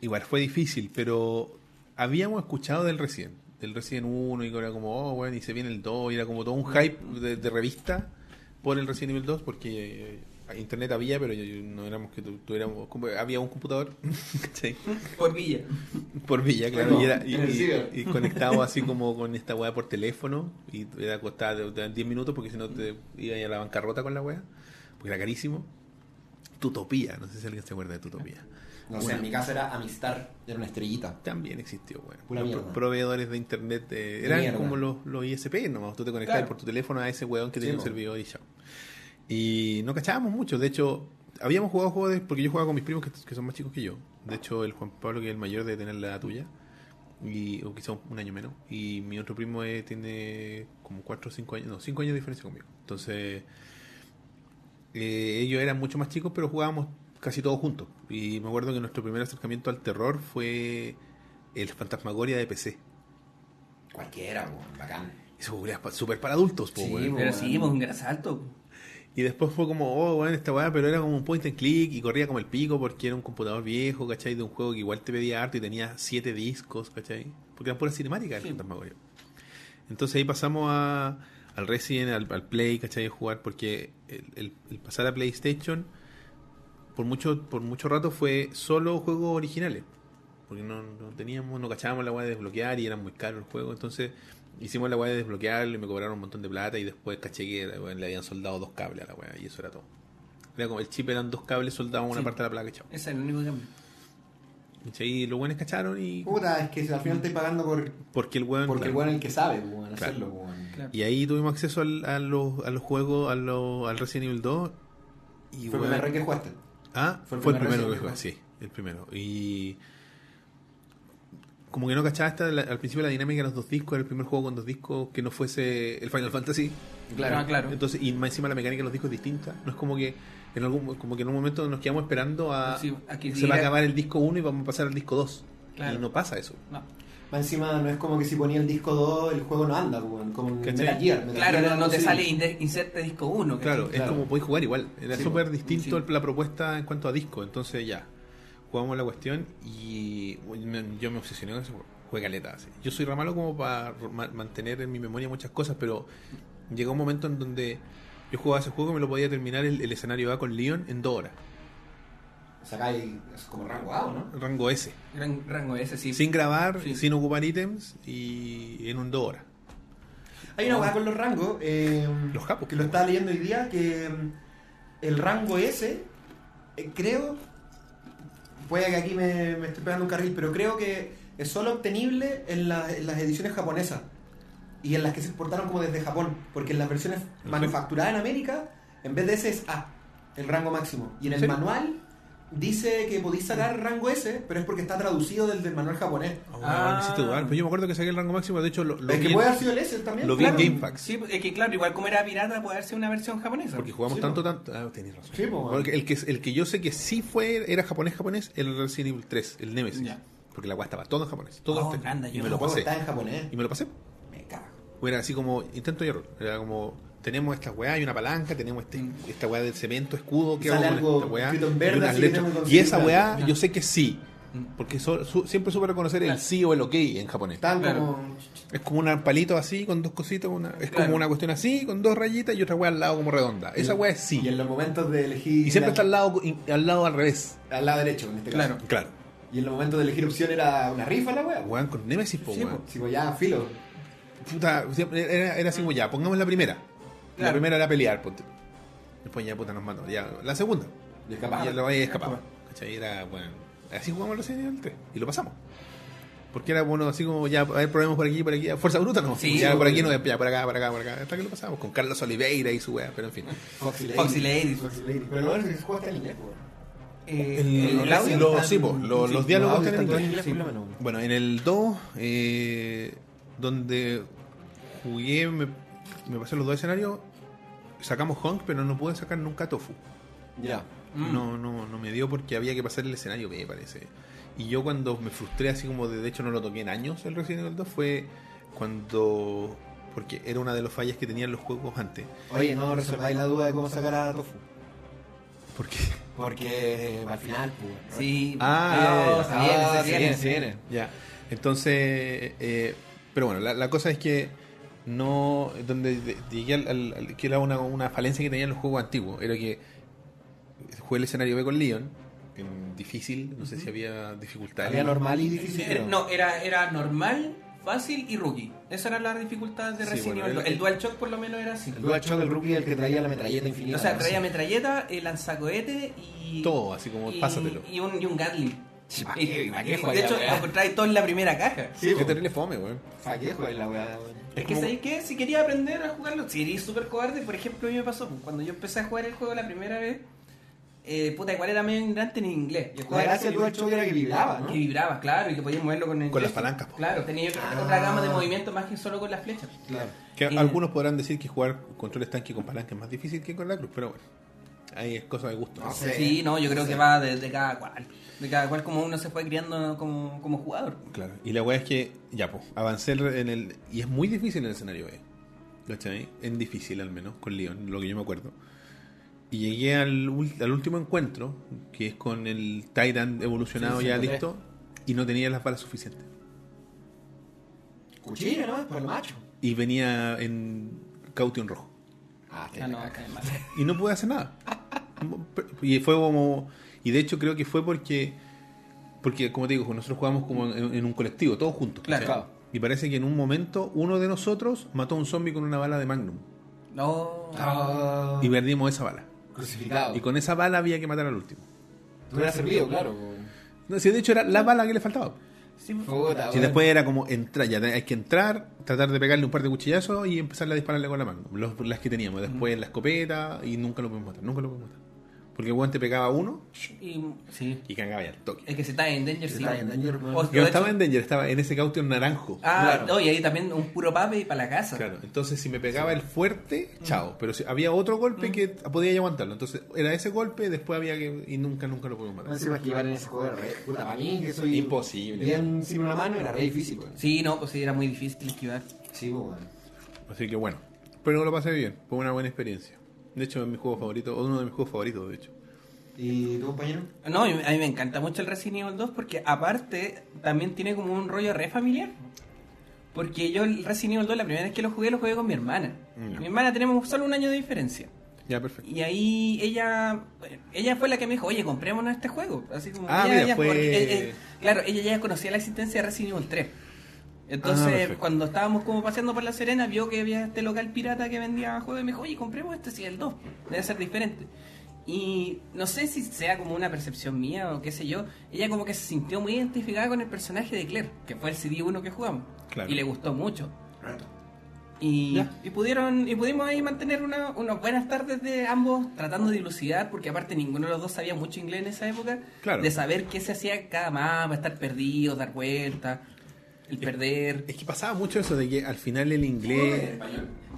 S1: Igual fue difícil, pero habíamos escuchado del recién, del recién 1 y era como, oh, bueno, y se viene el 2, y era como todo un hype de, de revista por el recién nivel 2, porque eh, internet había, pero yo- yo- no éramos que tu- tuviéramos, como había un computador, <laughs> ¿cachai?
S3: Por Villa.
S1: Por Villa, claro. Y, era, y,
S2: En el
S1: y-
S2: ciber.
S1: y conectado
S2: <laughs>
S1: así como con esta weá por teléfono. Y era costaba te daban 10 minutos porque si no te iba a ir a la bancarrota con la weá. Porque era carísimo. Tutopía, no sé si alguien se acuerda de Tutopía.
S2: No sé, en mi caso era Amistar, era una estrellita.
S1: También existió, bueno.
S2: Pura
S1: Los
S2: mierda.
S1: proveedores de internet eh,
S2: De
S1: eran
S2: mierda.
S1: como los, los ISP nomás. Tú te conectabas
S2: Claro.
S1: por tu teléfono a ese weón que
S2: Sí,
S1: tenía un
S2: po.
S1: servidor y chao. Y no cachábamos mucho. De hecho, habíamos jugado juegos de- porque yo jugaba con mis primos que, que son más chicos que yo. De hecho, el Juan Pablo, que es el mayor, debe tener la edad tuya. Y, o quizá un año menos. Y mi otro primo eh, tiene como 4 o 5 años. No, 5 años de diferencia conmigo. Entonces, eh, ellos eran mucho más chicos, pero jugábamos casi todos juntos. Y me acuerdo que nuestro primer acercamiento al terror fue el Fantasmagoria de PC.
S2: Cualquiera, po, bacán.
S1: Eso era pa- súper para adultos, po,
S2: Sí,
S1: weón.
S2: po.
S3: Pero sí, pues, un gran salto.
S1: Y después fue como, oh, bueno, esta weá, pero era como un point and click y corría como el pico porque era un computador viejo, ¿cachai? De un juego que igual te pedía harto y tenía siete discos, ¿cachai? Porque eran puras cinemáticas el
S3: Sí.
S1: Fantasmagoria. Entonces ahí pasamos a, al Resident, al, al Play, ¿cachai? A jugar porque el, el- el pasar a PlayStation por mucho, por mucho rato fue solo juegos originales. Porque no, no teníamos, no cachábamos la weá de desbloquear y eran muy caros los juegos. Entonces hicimos la weá de desbloquearlo y me cobraron un montón de plata. Y después caché que la weá, le habían soldado dos cables a la weá y eso era todo. Era como el chip eran dos cables soldados a una
S3: Sí.
S1: parte de la placa, y chao.
S3: Ese es el único cambio.
S1: ¿Cachai? Y los buenos cacharon y.
S2: Puta, es que al final estoy pagando por,
S1: Porque el weón.
S2: Uh, porque el
S1: claro.
S2: weón es el que sabe, po,
S1: Claro.
S2: weón, hacerlo, po, weón.
S3: Claro.
S1: Y ahí tuvimos acceso al- a, los, a los juegos, a los, al Resident Evil 2. Y
S2: Fue el
S1: weón,
S2: primer rey que jugaste.
S1: Ah,
S2: Fue
S1: fue
S2: el
S1: el,
S2: primero
S1: primero que
S2: recién,
S1: jugué, sí, el primero. Y como que no cachaba hasta la- al principio la dinámica de los dos discos, era el primer juego con dos discos que no fuese el Final Fantasy.
S2: Claro.
S3: Ah, claro.
S1: Entonces, y más encima la mecánica de los discos es distinta. No es como que en algún como que en un momento nos quedamos esperando a
S3: Sí, a que
S1: Ah, se va
S3: diga-
S1: a acabar el disco 1 y vamos a pasar al disco 2.
S3: Claro.
S1: Y no pasa eso.
S3: No.
S2: Más encima no es como que si ponía el disco 2 el juego no anda, po, weón, como en
S1: ¿Cachai?
S2: Metal Gear. Metal
S3: Claro,
S2: Gear
S3: no,
S2: era
S3: no te
S2: así.
S3: sale inde- inserte disco 1.
S1: Claro, es
S2: claro.
S1: como podéis jugar igual. Era
S2: Sí,
S1: súper
S2: po.
S1: distinto
S3: Sí.
S1: el- la propuesta en cuanto a disco. Entonces ya, jugamos la cuestión y uy, me- yo me obsesioné con ese juego. Jugué caleta. así. Yo soy ramalo como para mantener en mi memoria muchas cosas, pero llegó un momento en donde yo jugaba ese juego y me lo podía terminar el, el escenario A con Leon en dos horas.
S2: Sacáis es como rango A, ¿o ¿no?
S1: Rango S.
S3: Gran rango ese, sí.
S1: Sin grabar,
S3: Sí.
S1: sin ocupar ítems y en un dos horas.
S2: Hay una weá con los rangos. eh,
S1: Oh. Los capos.
S2: Que lo estaba leyendo hoy día, que mm, el rango ese, eh, creo. Puede que aquí me, me estoy pegando un carril, pero creo que es solo obtenible en, la- en las ediciones japonesas. Y en las que se exportaron como desde Japón. Porque en las versiones manufacturadas en América, en vez de ese es A, el rango máximo. Y
S1: ¿En
S2: en el
S1: serio?
S2: manual dice que podéis sacar rango S, pero es porque está traducido desde el manual japonés.
S1: Ah, bueno, me hiciste dudar. Pues yo me acuerdo que saqué el rango máximo, de hecho lo, lo
S2: es que
S1: vi en-
S2: puede haber sido el S también.
S1: lo vi en Game Pass. Fax.
S3: Sí, es que claro, igual como era pirata, puede haber sido una versión japonesa.
S1: Porque jugamos
S2: Sí,
S1: tanto,
S2: po.
S1: tanto. Ah, tenés razón.
S2: Sí, po, man.
S1: Porque el que, el que yo sé que sí fue, era japonés, japonés, el Resident Evil 3, el Nemesis.
S3: Ya.
S1: Porque la guay estaba todo en japonés. Todo
S3: Oh,
S1: en japonés.
S3: grande,
S1: y
S3: yo
S1: me
S2: El
S1: lo
S2: juego
S1: pasé.
S2: está en japonés.
S1: Y me lo pasé.
S2: Me cago.
S1: Era así como intento y error. Era como, tenemos esta weá, hay una palanca, tenemos este,
S3: Mm.
S1: esta weá del cemento, escudo, que
S2: Sale algo
S1: esta weá?
S2: escrito en verde,
S1: y, unas
S2: así que
S1: letras.
S2: tenemos que
S1: Y esa
S2: conseguir
S1: weá,
S3: algo.
S1: yo sé que sí.
S3: Mm.
S1: Porque so- su- siempre supe reconocer el
S3: Claro.
S1: sí o el ok en japonés.
S2: Están
S3: Claro.
S2: como.
S1: Es como un palito así, con dos cositas. Una, es
S3: Claro.
S1: como una cuestión así, con dos rayitas y otra weá al lado como redonda. Esa weá es sí.
S2: Y en los momentos de elegir.
S1: Y siempre
S2: la-
S1: está al lado, al lado al revés.
S2: al lado derecho, en este caso.
S3: Claro.
S1: Claro.
S2: Y en los momentos de elegir opción era una rifa la wea.
S1: Juegan con Nemesis, po,
S3: Sí,
S1: weón.
S2: Si pues ya, filo.
S1: Puta, siempre era, era así como ya, pongamos la primera. La
S3: Claro.
S1: primera era pelear, ponte. Después ya, puta, nos mató. Ya, la segunda.
S2: Y escapaba.
S1: y lo vaya a escapar. ¿Cachai? Era, bueno. Así jugamos los Resident Evil 3. Y lo pasamos. Porque era bueno, así como ya, a ver, probemos por aquí, por aquí, a fuerza bruta, no.
S3: Sí,
S1: ya por aquí,
S3: obvio.
S1: no, ya por acá, por acá, por acá. Hasta que lo pasamos con Carlos Oliveira y su wea, pero en fin.
S4: Foxy Lady.
S3: Foxy Lady.
S2: Foxy Lady.
S4: Pero no, ese juego está en inglés, weón.
S3: Eh,
S1: El-
S3: el audio.
S1: lo- sí, po, lo- los diálogos
S2: audios
S1: están en
S2: todos
S1: inglés.
S2: por lo menos.
S1: Bueno, en el 2, eh, donde jugué, me, me pasé los dos escenarios, sacamos Honk, pero no pude sacar nunca Tofu.
S2: Ya.
S3: Mm.
S1: No, no, no me dio porque había que pasar el escenario, me parece. Y yo cuando me frustré, así como de, de hecho no lo toqué en años el Resident Evil 2, fue cuando... Porque era una de las fallas que tenían los juegos antes.
S2: Oye, no resolváis la duda de cómo sacar a Tofu.
S1: Porque...
S2: Porque eh, al final, pues.
S3: Sí.
S1: Ah,
S3: no, se viene, se viene.
S2: viene.
S1: Ya. Entonces, eh, pero bueno, la, la cosa es que no. Donde de- llegué al, al- al- que era una, una falencia que tenían los juegos antiguos. Era que jugué el escenario B con Leon, en difícil, no sé si había dificultad.
S2: Había normal y
S3: Sí,
S2: difícil.
S3: era-
S2: pero-
S3: no, era, era normal, fácil y rookie. Esas eran las dificultades de
S1: Sí,
S3: Resident
S1: bueno,
S3: Evil.
S1: el-
S3: El, Dual Shock por lo menos era así.
S2: El Dual Shock, el rookie, el que traía la metralleta infinita.
S3: O sea,
S2: ¿no?
S3: traía
S2: Sí.
S3: metralleta, eh, lanzacohete y.
S1: Todo, así como
S3: y,
S1: pásatelo.
S3: Y un, y un Gatling.
S2: Sí, pa'
S3: Y-
S2: qué, pa' qué
S3: y
S2: joder,
S3: <laughs> de hecho,
S2: weá.
S3: lo encontráis todo en la primera caja.
S2: Sí,
S1: Qué
S2: po.
S1: terrible fome, weón.
S2: ¿Para qué juega la weá? weón?
S3: Es que,
S1: como-
S3: ¿sabéis qué? Si quería aprender a jugarlo, si eres súper cobarde, por ejemplo, a mí me pasó, pues, cuando yo empecé a jugar el juego la primera vez, eh, puta, igual era medio ignorante en inglés. Yo
S2: La
S3: jugaba
S2: gracia del Dual Shock era que vibraba, ¿no?
S3: que vibraba, claro, y que podías moverlo con el
S1: Con las
S3: gesto.
S1: palancas, po.
S3: Claro, tenía otra,
S2: Ah.
S3: otra gama de movimiento más que solo con las flechas.
S2: Claro.
S1: Que
S3: Eh.
S1: algunos podrán decir que jugar controles tanque con palanca es más difícil que con la cruz, pero bueno. Ahí es cosa de gusto.
S2: No
S1: ¿no?
S2: sé. Sí,
S3: Sí, no, yo creo
S2: sí.
S3: que va de, de cada cual. De cada cual como uno se fue criando como, como jugador.
S1: Claro. Y la weá es que, ya, pues, avancé en el. Y es muy difícil en el escenario B. ¿Cachai? En difícil, al menos, con Leon, lo que yo me acuerdo. Y llegué al, ul- al último encuentro, que es con el Titan evolucionado
S2: Sí,
S1: ya
S2: 103.
S1: listo, y no tenía las balas suficientes.
S2: Cuchillo, ¿no? Por el macho.
S1: Y venía en Caution Rojo.
S2: Ah,
S3: Ah, no,
S2: caca.
S3: está mal.
S1: Y no pude hacer nada. Y fue como. Y de hecho, creo que fue porque. Porque, como te digo, pues, nosotros jugamos como en, en un colectivo, todos juntos.
S3: Claro.
S1: ¿cachai? Y parece que en un momento uno de nosotros mató a un zombie con una bala de Magnum.
S3: No.
S2: Ah,
S1: Y perdimos esa bala.
S2: Crucificado.
S1: Y con esa bala había que matar al último.
S2: Tú hubieras servido, claro.
S1: No, si de hecho era la bala que le faltaba.
S3: Sí, pues.
S2: Puta,
S1: Si
S2: weón.
S1: después era como entrar, ya hay que entrar, tratar de pegarle un par de cuchillazos y empezarle a dispararle con la mano. Los- las que teníamos. Después la escopeta y nunca lo pudimos matar, nunca lo pudimos matar. Porque el weón te pegaba uno
S3: Y, sí.
S1: y cagaba ya el toque.
S3: Es que se está en Danger, sí.
S2: está en Danger,
S3: O-
S2: man.
S3: o
S1: Yo
S3: de
S1: no estaba
S3: hecho-
S1: en Danger, estaba en ese caution naranjo.
S3: Ah,
S2: Claro.
S3: no, y ahí también un puro pape y para la casa.
S1: Claro, entonces si me pegaba el fuerte, chao. Pero si había otro
S3: Mm.
S1: golpe que podía ya aguantarlo. Entonces era ese golpe, después había que. Y nunca, nunca lo pudimos
S2: No
S3: Ah,
S1: matar.
S2: sé para esquivar en ese juego era re. Puta, para mí, que soy.
S1: Imposible.
S2: Bien sin una mano era re difícil, weón.
S3: Sí, no, pues sí, era muy difícil esquivar.
S2: Sí, weón.
S1: Así que bueno. Pero lo pasé bien, fue una buena experiencia. De hecho, es mi juego favorito, uno de mis juegos favoritos, de hecho.
S2: ¿Y tu compañero?
S3: No, a mí a mí me encanta mucho el Resident Evil 2 porque aparte también tiene como un rollo re familiar. Porque yo el Resident Evil 2 la primera vez que lo jugué lo jugué con mi hermana.
S1: Ya.
S3: Mi hermana tenemos solo un año de diferencia.
S1: Ya, perfecto.
S3: Y ahí ella ella fue la que me dijo, oye, comprémonos este juego. Así como
S1: Ah,
S3: ella,
S1: mira,
S3: ella-
S1: fue-
S3: porque, eh, eh, claro, ella ya conocía la existencia de Resident Evil 3.
S1: Ah,
S3: Entonces,
S1: perfecto.
S3: cuando estábamos como paseando por La Serena, vio que había este local pirata que vendía juegos y me dijo, oye, compremos este, si es el 2, debe ser diferente. Y no sé si sea como una percepción mía o qué sé yo, ella como que se sintió muy identificada con el personaje de Claire, que fue el CD1 que jugamos,
S1: Claro.
S3: y le gustó mucho. Y, y pudieron y pudimos ahí mantener una, unas buenas tardes de ambos tratando de dilucidar, porque aparte ninguno de los dos sabía mucho inglés en esa época,
S1: Claro.
S3: de saber qué se hacía en cada mapa, estar perdido, dar vueltas,
S1: Eh,
S3: el perder.
S1: Es que pasaba mucho eso de que al final el inglés.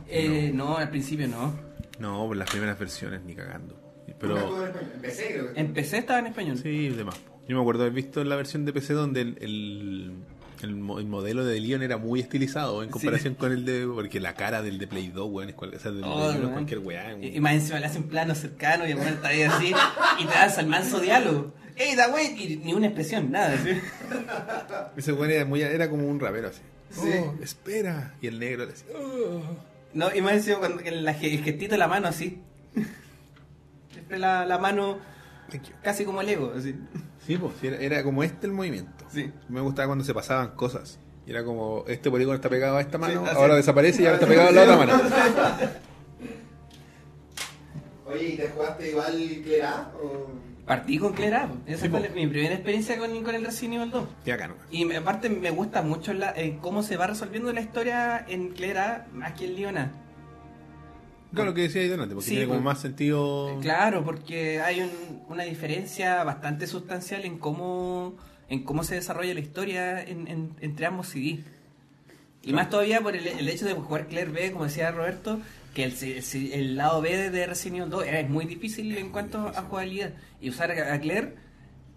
S3: Eh, no. al principio no.
S1: No, por las primeras versiones ni cagando.
S2: Nunca tuve
S1: Pero.
S2: el español. Empecé, creo que.
S3: Empecé estaba en español.
S1: Sí, demás. Yo me acuerdo haber visto la versión de PC donde el, el, el mo- el modelo de Leon era muy estilizado en comparación con el de. Porque la cara del de Play 2, weón, es cual- o sea, del de
S3: Oh,
S1: Leon es
S3: man.
S1: cualquier weá.
S3: Y, y más encima le hacen plano cercano y el weón está ahí así y te das al manso diálogo. ¡Ey, da wey! Y ni una expresión, nada. así.
S1: Ese weón era, muy- era como un rapero así.
S2: Sí.
S1: Oh, espera. Y el negro le decía. "Oh".
S3: No, y más encima cuando el, la- el gestito de la mano así. Siempre la, la mano
S1: Thank you.
S3: casi como el ego, así.
S1: Sí, pues, era, era como este el movimiento.
S3: Sí.
S1: Me gustaba cuando se pasaban cosas. Y era como, este polígono está pegado a esta mano,
S3: así.
S1: ahora desaparece y ahora está pegado a la otra
S3: <laughs>
S1: mano.
S2: Oye, ¿y te jugaste igual que era? ¿O
S3: Partí con Claire Up. Esa
S1: Sí,
S3: fue
S1: po.
S3: la- mi primera experiencia con, con el Resident Evil 2.
S1: Qué bacano.
S3: Y me- aparte me gusta mucho la, eh, cómo se va resolviendo la historia en Claire Up más que en Leona.
S1: Claro, lo que decía ahí delante, porque
S3: Sí,
S1: tiene como
S3: pues.
S1: más sentido.
S3: Claro, porque hay un- una diferencia bastante sustancial en cómo, en cómo se desarrolla la historia en- en- entre ambos CD. Y más todavía por el, el hecho de jugar Claire B, como decía Roberto, que el, C- el C- el lado B de Resident Evil 2 era- es muy difícil en cuanto a jugabilidad. Y usar a a Claire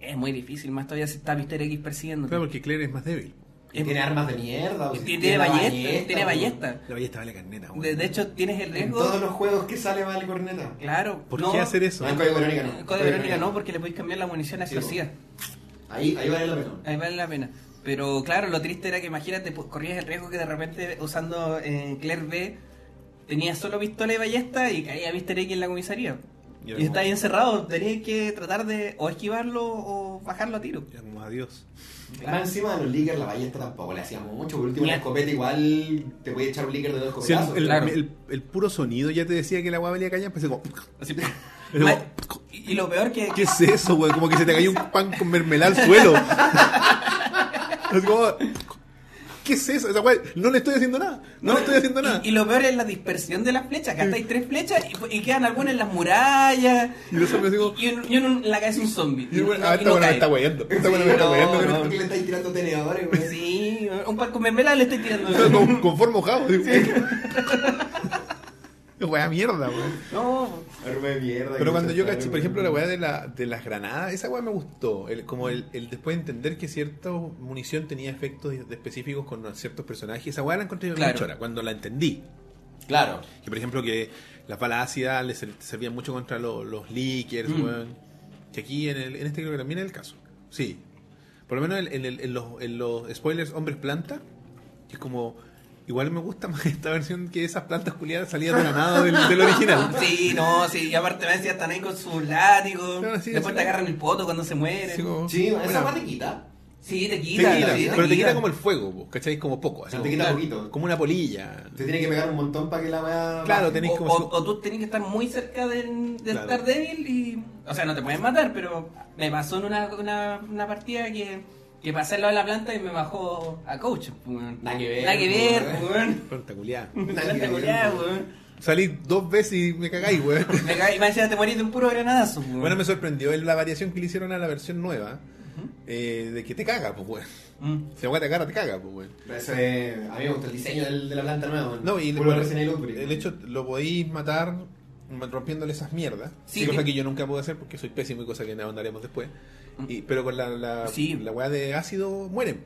S3: es muy difícil, más todavía si está Mr. X persiguiendo.
S1: Claro, porque Claire es más débil.
S3: Es-
S2: Tiene armas de mierda. o si
S3: tiene
S2: la
S3: ballesta, tiene
S2: o-
S3: ballesta.
S1: La ballesta vale carneta, güey.
S3: De, de hecho, tienes el
S2: En
S3: riesgo.
S2: todos los juegos que sale vale corneta.
S3: Claro,
S1: ¿Por
S3: no,
S1: qué hacer eso?
S2: No, en Código Verónica no.
S3: En Code Verónica no, porque le podéis cambiar la munición a
S2: Sí, po.
S3: explosiva.
S2: Ahí, ahí vale la pena.
S3: Ahí vale la pena. Pero claro, lo triste era que imagínate, pues, corrías el riesgo que de repente usando eh, Claire B tenías solo pistola y ballesta y caía Mr. X en la comisaría.
S1: Y
S3: Y,
S1: era
S3: estabas
S1: como-
S3: encerrado, tenías que tratar de o esquivarlo o bajarlo a tiro.
S1: Ya, como adiós.
S2: Más encima de los leakers la ballesta tampoco le hacíamos mucho. Por último,
S3: Ni
S2: la
S3: a-
S2: escopeta igual te puede echar un leaker de dos
S1: Si el,
S2: escopetazos.
S1: el-
S3: claro.
S1: el- el puro sonido ya te decía que la agua valía callar, empecé como. <laughs>
S3: Así-
S1: Pero-
S3: Ma- y y lo peor que...
S1: ¿Qué es eso, güey? Como que se te cayó un pan con mermelada al
S3: <laughs>
S1: suelo. Así como, ¿Qué es eso? Esa güey, no le estoy haciendo nada. No le estoy haciendo nada.
S3: Y, y lo peor es la dispersión de las flechas. Gastáis tres flechas y, y quedan algunas en las murallas.
S1: Y los hombres digo,
S3: Y, en- y en un- en la cabeza un zombie.
S1: y el güey,
S3: no-
S1: ah,
S3: y
S1: esta
S3: no
S1: güey me
S3: cae.
S1: está güeyando. Esta güey me
S3: Sí,
S1: está
S3: no,
S1: güeyando.
S3: no.
S2: Porque le estáis tirando tenedores, güey.
S3: Sí, un pan con mermelada le
S1: <laughs>
S3: estoy tirando.
S1: Pero Con, con forma mojado. Digo, <laughs> Güey, mierda, güey.
S3: No,
S2: Arma de mierda.
S1: Pero cuando yo
S2: caché
S1: caché, por ejemplo, la weá de, la, de las granadas, esa weá me gustó. El, como el, el después de entender que cierta munición tenía efectos de- específicos con ciertos personajes, esa weá la encontré
S3: Claro.
S1: mucho ahora, cuando la entendí.
S2: Claro.
S1: Que por ejemplo que las balas ácidas le ser- servían mucho contra lo- los leakers,
S3: Mm.
S1: weón. Que aquí en, el, en este creo que también es el caso. Sí. Por lo menos en, en el- en los, en los spoilers hombres planta, que es como... Igual me gusta <laughs> más esta versión que esas plantas culiadas salían de la nada del, del
S2: <laughs>
S1: original.
S3: sí, no, sí. Y aparte me decía, están ahí con sus látigos.
S1: Claro, sí,
S3: después
S1: sí.
S3: te agarran el poto cuando se mueren.
S1: Así
S3: Sí,
S1: como-
S2: Sí,
S1: Bueno.
S2: esa parte quita.
S3: te
S1: Te
S3: quitan.
S1: quita,
S3: sí,
S1: pero te quita como el fuego, po, ¿cachai? Como poco, así
S2: Te
S1: como,
S2: quita
S1: claro,
S2: poquito.
S1: como una polilla.
S2: Te tiene que pegar un montón para que la weá.
S1: Claro,
S2: baje.
S1: tenés
S3: o,
S1: como.
S3: o- o tú tenés que estar muy cerca del- de,
S1: Claro.
S3: estar débil y... O sea, no te pueden matar, pero me pasó en una, una, una partida que, que pasé al lado de la planta y me bajó a coach. pues, weón.
S2: Nada que ver,
S3: Nada que ver, pues,
S2: weón.
S3: weón.
S1: Planta culiá.
S2: Nada que
S3: Planta
S2: ver, pues,
S3: culiada,
S2: weón.
S3: weón.
S1: Salí dos veces y me cagáis, <laughs> weón.
S3: Me caí, me decía, te morís de un puro granadazo, weón.
S1: Bueno, me sorprendió la variación que le hicieron a la versión nueva. eh, de que te caga, pues, weón.
S3: Mm.
S1: Si la weá te caga, te caga, pues, weón.
S2: Eso es. A mí me gusta el diseño del- de la planta nueva, weón.
S1: No, y
S2: Puro
S1: bueno,
S2: Resident Evil Outbreak.
S1: el hecho, lo podéis matar rompiéndole esas mierdas.
S3: Sí,
S1: Sí, cosa
S3: que-
S1: que yo nunca pude hacer porque soy pésimo y cosa que ahondaremos después. Y, pero con la, la,
S3: Sí.
S1: la weá de ácido mueren.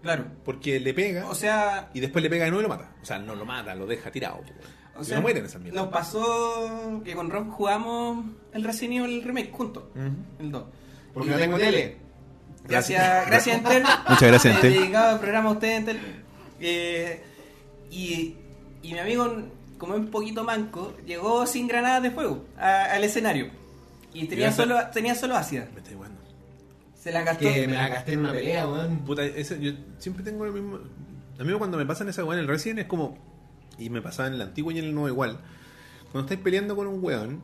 S3: Claro.
S1: Porque le pega.
S3: O sea,
S1: Y después le pega de nuevo y lo mata. O sea, no lo mata, lo deja tirado. po, weón.
S3: O
S1: Y
S3: sea,
S1: no mueren esas mierdas.
S3: Nos pasó que con Rob jugamos el Resident Evil Remake juntos,
S1: Ujú.
S3: el 2.
S2: Porque
S1: Y
S2: no tengo tele.
S3: Gracias, gracias Entel.
S1: <laughs> Muchas gracias, Entel.
S3: Eh, Dedicado al programa a ustedes, Entel. Eh, y, y mi amigo, como es un poquito manco, llegó sin granadas de fuego a- al escenario. Y tenía
S1: Gracias.
S3: solo, tenía solo ácida.
S1: Me estoy jugando.
S3: Se la gastó.
S2: Que me la gasté en una pelea, weón.
S1: Puta, ese- yo siempre tengo lo mismo. A mí cuando me pasan esa weá en el Resident es como. Y me pasaba en el antiguo y en el nuevo igual. Cuando estáis peleando con un weón,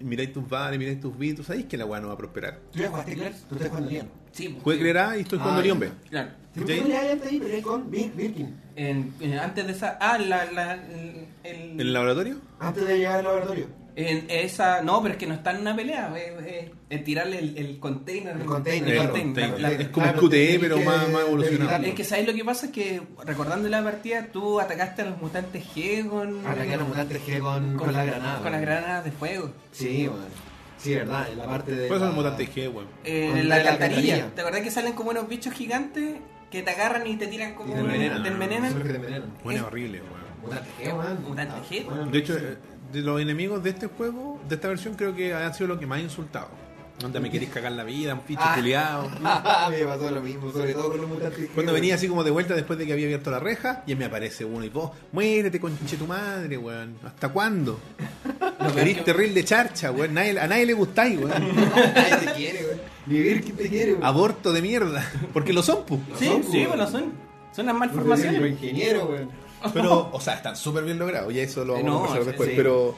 S1: y miráis tus bares, miráis tus bits, sabéis que la weá no va a prosperar.
S2: ¿Tú ya jugaste Clash? Tú estás jugando Leon.
S3: Sí, pues,
S1: Jugué creer A y estoy jugando
S2: Ah,
S1: León B.
S3: Claro.
S2: Pero
S1: ¿Sí?
S2: tú le hayas ahí, pero es con Bir- Birkin.
S3: En- en- antes de esa. Ah, la. la- el-
S1: ¿En el laboratorio?
S2: Antes de llegar al laboratorio.
S3: En esa, no, pero es que no está en una pelea, es, es- es tirarle el, el container.
S2: El container,
S3: el
S2: claro.
S3: container,
S1: El
S3: la-
S1: container.
S3: la-
S1: Es como el QTE, pero más- más evolucionado.
S3: Es que sabes lo que pasa es que recordando la partida tú atacaste a los mutantes G con,
S2: Atacar a los mutantes G Ah, con, con, la granada.
S3: con las
S2: weón.
S3: granadas de fuego.
S2: Sí, weón. Sí, verdad, en la parte de.
S1: Por eso
S2: la-
S1: los mutantes G, weón.
S3: Eh,
S2: Con
S3: en la
S2: la
S3: alcantarilla.
S2: alcantarilla.
S3: ¿Te acordás que salen como unos bichos gigantes que te agarran y te tiran como
S2: Y te
S3: un-
S2: envenenan.
S3: te
S2: Son los
S3: envenenan?
S2: que te envenenan.
S1: Bueno,
S3: Es-
S1: horrible, weón.
S2: Mutante G, weón. Ah,
S3: Mutante G.
S2: Weón.
S1: De hecho, eh, de los enemigos de este juego, de esta versión, creo que han sido los que más he insultado. Onda, me queréis cagar la vida, un pinche
S2: Ah.
S1: culiado.
S2: <laughs> me pasó lo mismo, sobre todo con los mutantes G.
S1: Cuando
S2: weón.
S1: venía así como de vuelta después de que había abierto la reja, y me aparece uno y vos, muérete conche tu madre, weón. ¿Hasta cuándo? Lo
S3: peor <laughs>
S1: querís
S3: que-
S1: terrible charcha, weón. Nadie- a nadie le gustáis, weón.
S2: <laughs> Nadie te quiere, weón. Ni Birkin te quiere, weón.
S1: Aborto de mierda. Porque lo son, pu.
S3: Sí,
S2: Son,
S3: sí,
S2: weón.
S3: bueno, son, son las
S2: No te quiere ni los
S3: malformaciones.
S2: ingenieros, weón.
S1: Pero, o sea, están súper bien logrados. Ya eso lo vamos
S3: No,
S1: a conversar
S3: sí,
S1: después.
S2: sí.
S1: Pero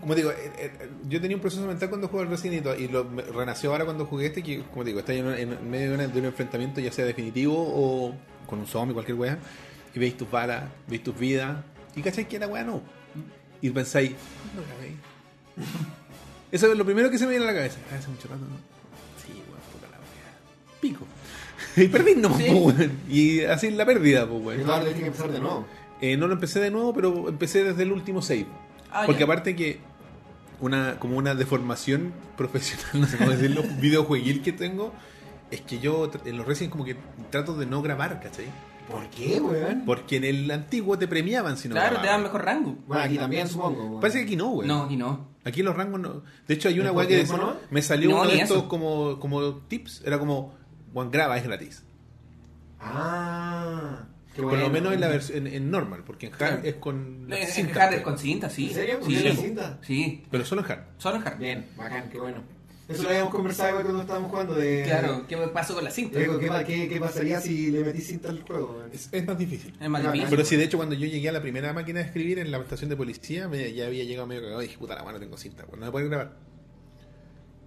S1: como te digo, eh, eh, yo tenía un proceso mental cuando jugaba al Resident Evil y lo me- renació ahora cuando jugué este, que como te digo, está en, en medio de, una- de un enfrentamiento ya sea definitivo o con un zombie, cualquier weá, y veis tus balas, veis tus vidas, y cacháis que la weá no. Y pensáis, no la veis. <laughs> Eso es lo primero que se me viene a la cabeza. Ah, Hace mucho rato, ¿no? Sí, weón, puta la weá. Pico. <laughs> y perdí nomás,
S3: Sí.
S1: po, weón. Y así la pérdida, pues, weón.
S2: Pero ahora tienes que empezar de nuevo.
S1: Eh, no lo empecé de nuevo, pero empecé desde el último save.
S3: Ah,
S1: Porque
S3: ya.
S1: aparte que una como una deformación <laughs> profesional, no sé cómo decirlo, un videojueguil que tengo, es que yo tr- en los Resident como que trato de no grabar, ¿cachai?
S2: ¿Por qué, weón?
S1: Porque en el antiguo te premiaban si no
S3: claro, te
S1: grababas.
S3: dan mejor rango.
S2: Bueno, aquí también supongo, weón.
S1: Parece que aquí no, güey.
S3: No, y no.
S1: Aquí los rangos no. De hecho, hay una
S2: ¿Pero
S1: weá
S2: por
S1: que
S2: tiempo
S1: decía-
S2: no?
S1: me salió
S3: No,
S1: uno de
S3: ni
S1: estos
S3: eso.
S1: como, como tips. Era como, Juan graba, es gratis.
S2: Ah. qué
S1: Por
S2: bueno.
S1: lo menos en, la vers- en, en normal, porque en hard
S3: Claro.
S1: es con. la
S3: Es
S1: cinta,
S3: hard
S1: pero-
S3: con cinta, sí.
S2: ¿En serio?
S3: Sí,
S2: ¿Con
S3: sí.
S2: cinta?
S3: Sí.
S1: Pero solo en hard.
S3: Solo en hard.
S2: Bien, bacán, qué bueno. Eso lo habíamos conversado igual cuando estábamos jugando
S1: Eh,
S2: de...
S3: Claro, ¿qué pasó con la cinta?
S2: Digo, ¿qué, pa- qué, qué pasaría si le metís cinta al juego, weón?
S1: Es, es más difícil.
S3: Es más difícil.
S1: Ah, Pero sí, de hecho, cuando yo llegué a la primera máquina de escribir en la estación de policía, me, ya había llegado medio cagado y dije, puta la mano, tengo cinta, pues, no me pueden grabar.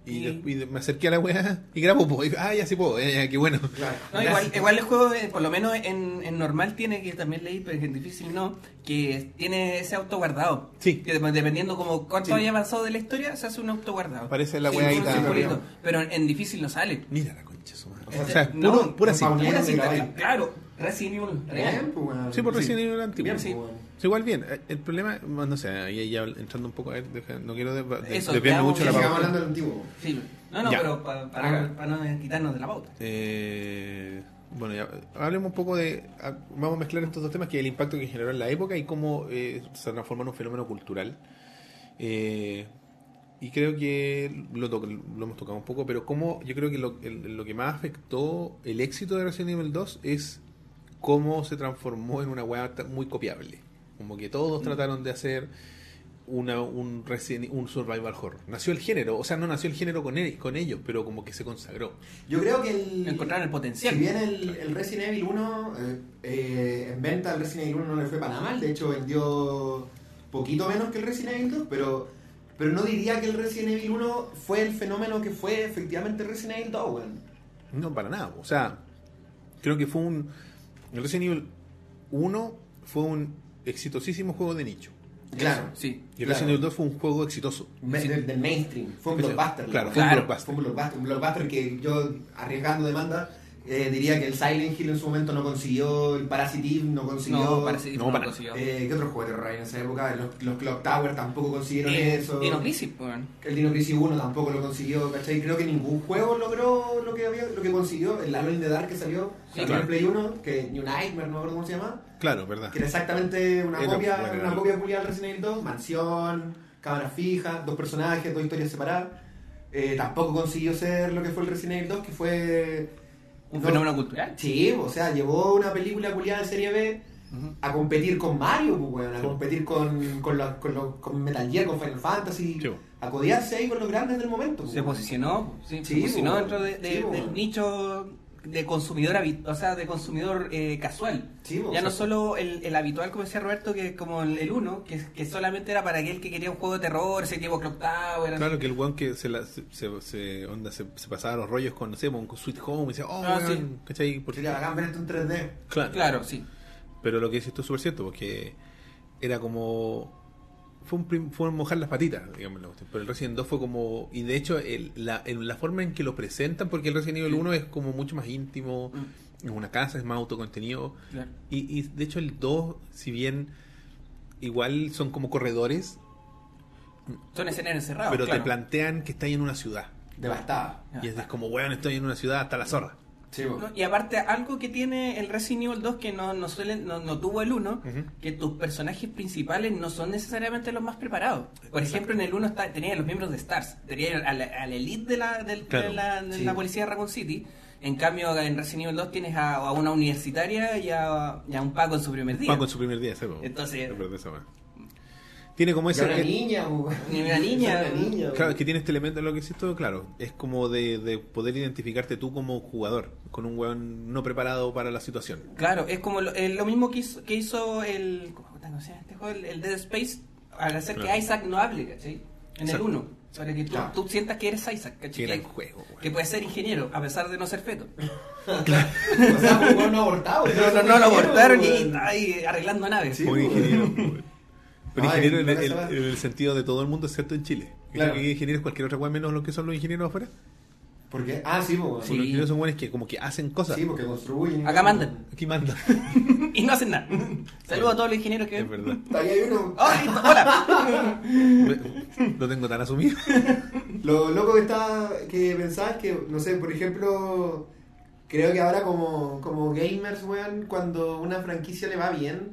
S1: Y,
S3: Y-
S1: de- y de- me acerqué a la weá y grabo, pues, y- ah, ya sí puedo, ya, ya, qué bueno.
S2: Claro.
S3: No, igual, igual el juego, eh, por lo menos en, en normal, tiene que también leí, pero en difícil no, que tiene ese auto guardado.
S1: Sí.
S3: Que dep- dependiendo como cuánto
S1: Sí.
S3: haya avanzado de la historia, se hace un auto guardado.
S1: Aparece la
S3: Sí,
S1: weá ahí,
S3: un
S1: la-
S3: circulito, Pero en, en difícil no sale.
S1: Mira la concha de su madre. O
S3: Este,
S1: sea,
S3: no,
S1: puro- pura
S2: no,
S1: cinta.
S2: Paulina.
S3: Pura cinta,
S2: Real.
S3: claro, Resident Evil
S2: Bien,
S1: ¿Eh?
S3: real.
S2: pues, weón.
S1: Sí, por recién el antiguo. pues,
S3: Bien, sí.
S1: Sí, Igual bien, eh, el problema, bueno, no sé, ahí ya entrando un poco, a ver, deja- no quiero de- de-
S3: Eso,
S1: desviarme
S3: quedamos
S1: mucho la
S2: Sigamos
S3: bien.
S1: pauta.
S2: hablando del antiguo. weón.
S3: Sí. No, no,
S1: Ya.
S3: pero pa-
S2: Ah.
S3: para, para no quitarnos de la pauta.
S1: Eh, bueno, ya, hablemos un poco de. ah, Vamos a mezclar estos dos temas, que es el impacto que generó en la época y cómo eh, se transformó en un fenómeno cultural. Eh, y creo que lo, to- lo hemos tocado un poco, pero cómo, yo creo que lo, el- lo que más afectó el éxito de Resident Evil 2 es cómo se transformó en una weá ta- muy copiable. Como que todos trataron de hacer una, un, Resident- un survival horror. Nació el género, o sea, no nació el género con, él, con ellos, pero como que se consagró.
S2: Yo creo que el...
S3: Encontraron el potencial.
S2: Si bien el, el Resident Evil 1, eh, eh, en venta el Resident Evil 1 no le fue para nada mal, de hecho vendió poquito menos que el Resident Evil 2, pero, pero no diría que el Resident Evil 1 fue el fenómeno que fue efectivamente Resident Evil 2, weón.
S1: No, para nada. O sea, creo que fue un. El Resident Evil 1 fue un exitosísimo juego de nicho.
S2: Claro.
S3: Sí.
S1: Y el
S2: Claro.
S1: Resident Evil 2 fue un juego exitoso.
S2: Me-
S3: Sí.
S2: Del, del mainstream, fue un
S1: Sí, sí.
S2: blockbuster.
S1: Claro,
S2: weón.
S1: fue un
S3: Claro.
S1: blockbuster.
S2: Fue un blockbuster, un blockbuster que yo, arriesgando demanda, eh, diría que el Silent Hill en su momento no consiguió, el Parasite Eve no consiguió.
S3: No, parece que
S1: no,
S3: no
S1: para-
S3: consiguió.
S2: eh, ¿Qué otro juego de terror hay en esa época? Los, los Clock Tower tampoco consiguieron
S3: Eh,
S2: eso.
S3: Dino Crisis, pues, bueno.
S2: El Dino Crisis 1 tampoco lo consiguió, ¿cachai? Creo que ningún juego logró lo que había, lo que consiguió. El Alone in the Dark que salió
S3: Sí,
S2: salió
S1: claro.
S2: en Play 1, que New Nightmare, no me acuerdo cómo se llama,
S1: Claro, ¿verdad?
S2: que era exactamente una
S1: Era
S2: copia,
S1: bueno,
S2: una
S1: era-
S2: copia culiada del Resident Evil 2, mansión, cámara fija, dos personajes, dos historias separadas. Eh, tampoco consiguió ser lo que fue el Resident Evil 2, que fue...
S3: Un
S2: no-
S3: fenómeno cultural.
S2: Sí, o sea, llevó una película culiada de serie B a competir con Mario, pues, weón, a
S1: Sí.
S2: competir con, con, los- con, los- con Metal Gear, con Final Fantasy,
S1: Sí, po.
S2: a codearse ahí con los grandes del momento. pues,
S3: Se
S2: weón.
S3: posicionó, sí, se
S2: Sí,
S3: posicionó
S2: bueno,
S3: dentro de- de-
S2: sí, bueno.
S3: del nicho de consumidor, habi- o sea, de consumidor eh, casual.
S2: Sí, po,
S3: ya no
S2: o sea,
S3: solo el, el habitual, como decía Roberto, que es como el, el uno, que, que solamente era para aquel que quería un juego de terror, ese tipo Clock Tower. así.
S1: Claro que el weón que se, la, se, se- se- onda, se, se pasaba los rollos con, no sé, con Sweet Home y decía, oh,
S3: Ah,
S1: weón, ¿cachai? Porque-
S2: Sería bacán ver esto en 3D.
S1: Claro.
S3: Claro, sí.
S1: Pero lo que dices tú es súper cierto, porque era como. Fue un, prim- fue un mojar las patitas, digamos la cuestión. Pero el Resident 2 fue como. Y de hecho, el- la, el- la forma en que lo presentan, porque el Resident Evil 1 es como mucho más íntimo,
S3: Mm.
S1: es una casa, es más autocontenido.
S3: Claro.
S1: Y, y de hecho, el 2, si bien igual son como corredores,
S3: Son escenarios encerrados.
S1: pero
S3: Ah, claro.
S1: te plantean que estás en una ciudad.
S2: Devastada.
S3: Ya.
S1: Y es como, weón, estoy en una ciudad hasta la zorra.
S2: Sí, pues. po.
S3: No, Y aparte, algo que tiene el Resident Evil 2 que no, no, suele- no, no tuvo el 1,
S1: Ujú.
S3: que tus personajes principales no son necesariamente los más preparados. Por ejemplo, en el 1 está, tenía los miembros de Stars, tenía a la, a la elite de la, del- de
S1: Claro.
S3: la- de
S2: Sí.
S3: la policía de Raccoon City. En cambio, en Resident Evil 2 tienes a, a una universitaria y a, y a un Paco en su primer día.
S1: Juan con su primer día, ¿sabes?
S3: Entonces-
S1: Es verdad esa weá. Tiene como
S2: Y
S1: ese.
S2: una
S1: el-
S2: niña, po, weón. <laughs>
S3: Ni una niña,
S2: Una
S3: weón.
S2: niña,
S1: Claro,
S2: weón.
S1: es que tiene este elemento lo que es esto, claro, es como de, de poder identificarte tú como jugador, con un weón no preparado para la situación.
S3: Claro, es como lo, eh, lo mismo que hizo, que hizo el. ¿Cómo se llama este juego? El, el Dead Space al hacer
S1: Claro.
S3: que Isaac no hable, ¿cachai? En el
S1: Exacto.
S3: 1. Para que tú,
S4: Claro.
S3: tú sientas que eres Isaac, ¿cachai?
S1: Qué
S3: Que,
S1: gran juego, weón.
S3: que puedes ser ingeniero, a pesar de no ser feto.
S2: O sea, un weón no abortado.
S3: No, no, no lo abortaron y Ah.
S2: weón.
S3: está ahí arreglando naves.
S2: Sí,
S1: Un
S2: pues.
S1: ingeniero. weón. Un
S2: Ay,
S1: ingeniero en
S2: no
S1: el,
S2: la sabes.
S1: en el sentido de todo el mundo, excepto en Chile. Creo
S2: Claro.
S1: que ingeniero es cualquier otra weá menos lo que son los ingenieros afuera.
S2: ¿Por qué? Ah, sí, pues.
S1: Porque
S2: Sí.
S1: los ingenieros son buenos que como que hacen cosas.
S2: sí, porque construyen.
S3: Acá mandan.
S1: Aquí
S2: <laughs>
S1: manda.
S3: Y no hacen nada. Saludos a todos los ingenieros que
S1: es
S3: ven.
S1: verdad.
S2: Ahí hay uno.
S3: ¡Oh, listo! ¡Hola!
S1: Me- Lo tengo tan asumido.
S2: Lo loco que está que pensás que, no sé, por ejemplo, creo que ahora como, como gamers, weón, cuando una franquicia le va bien,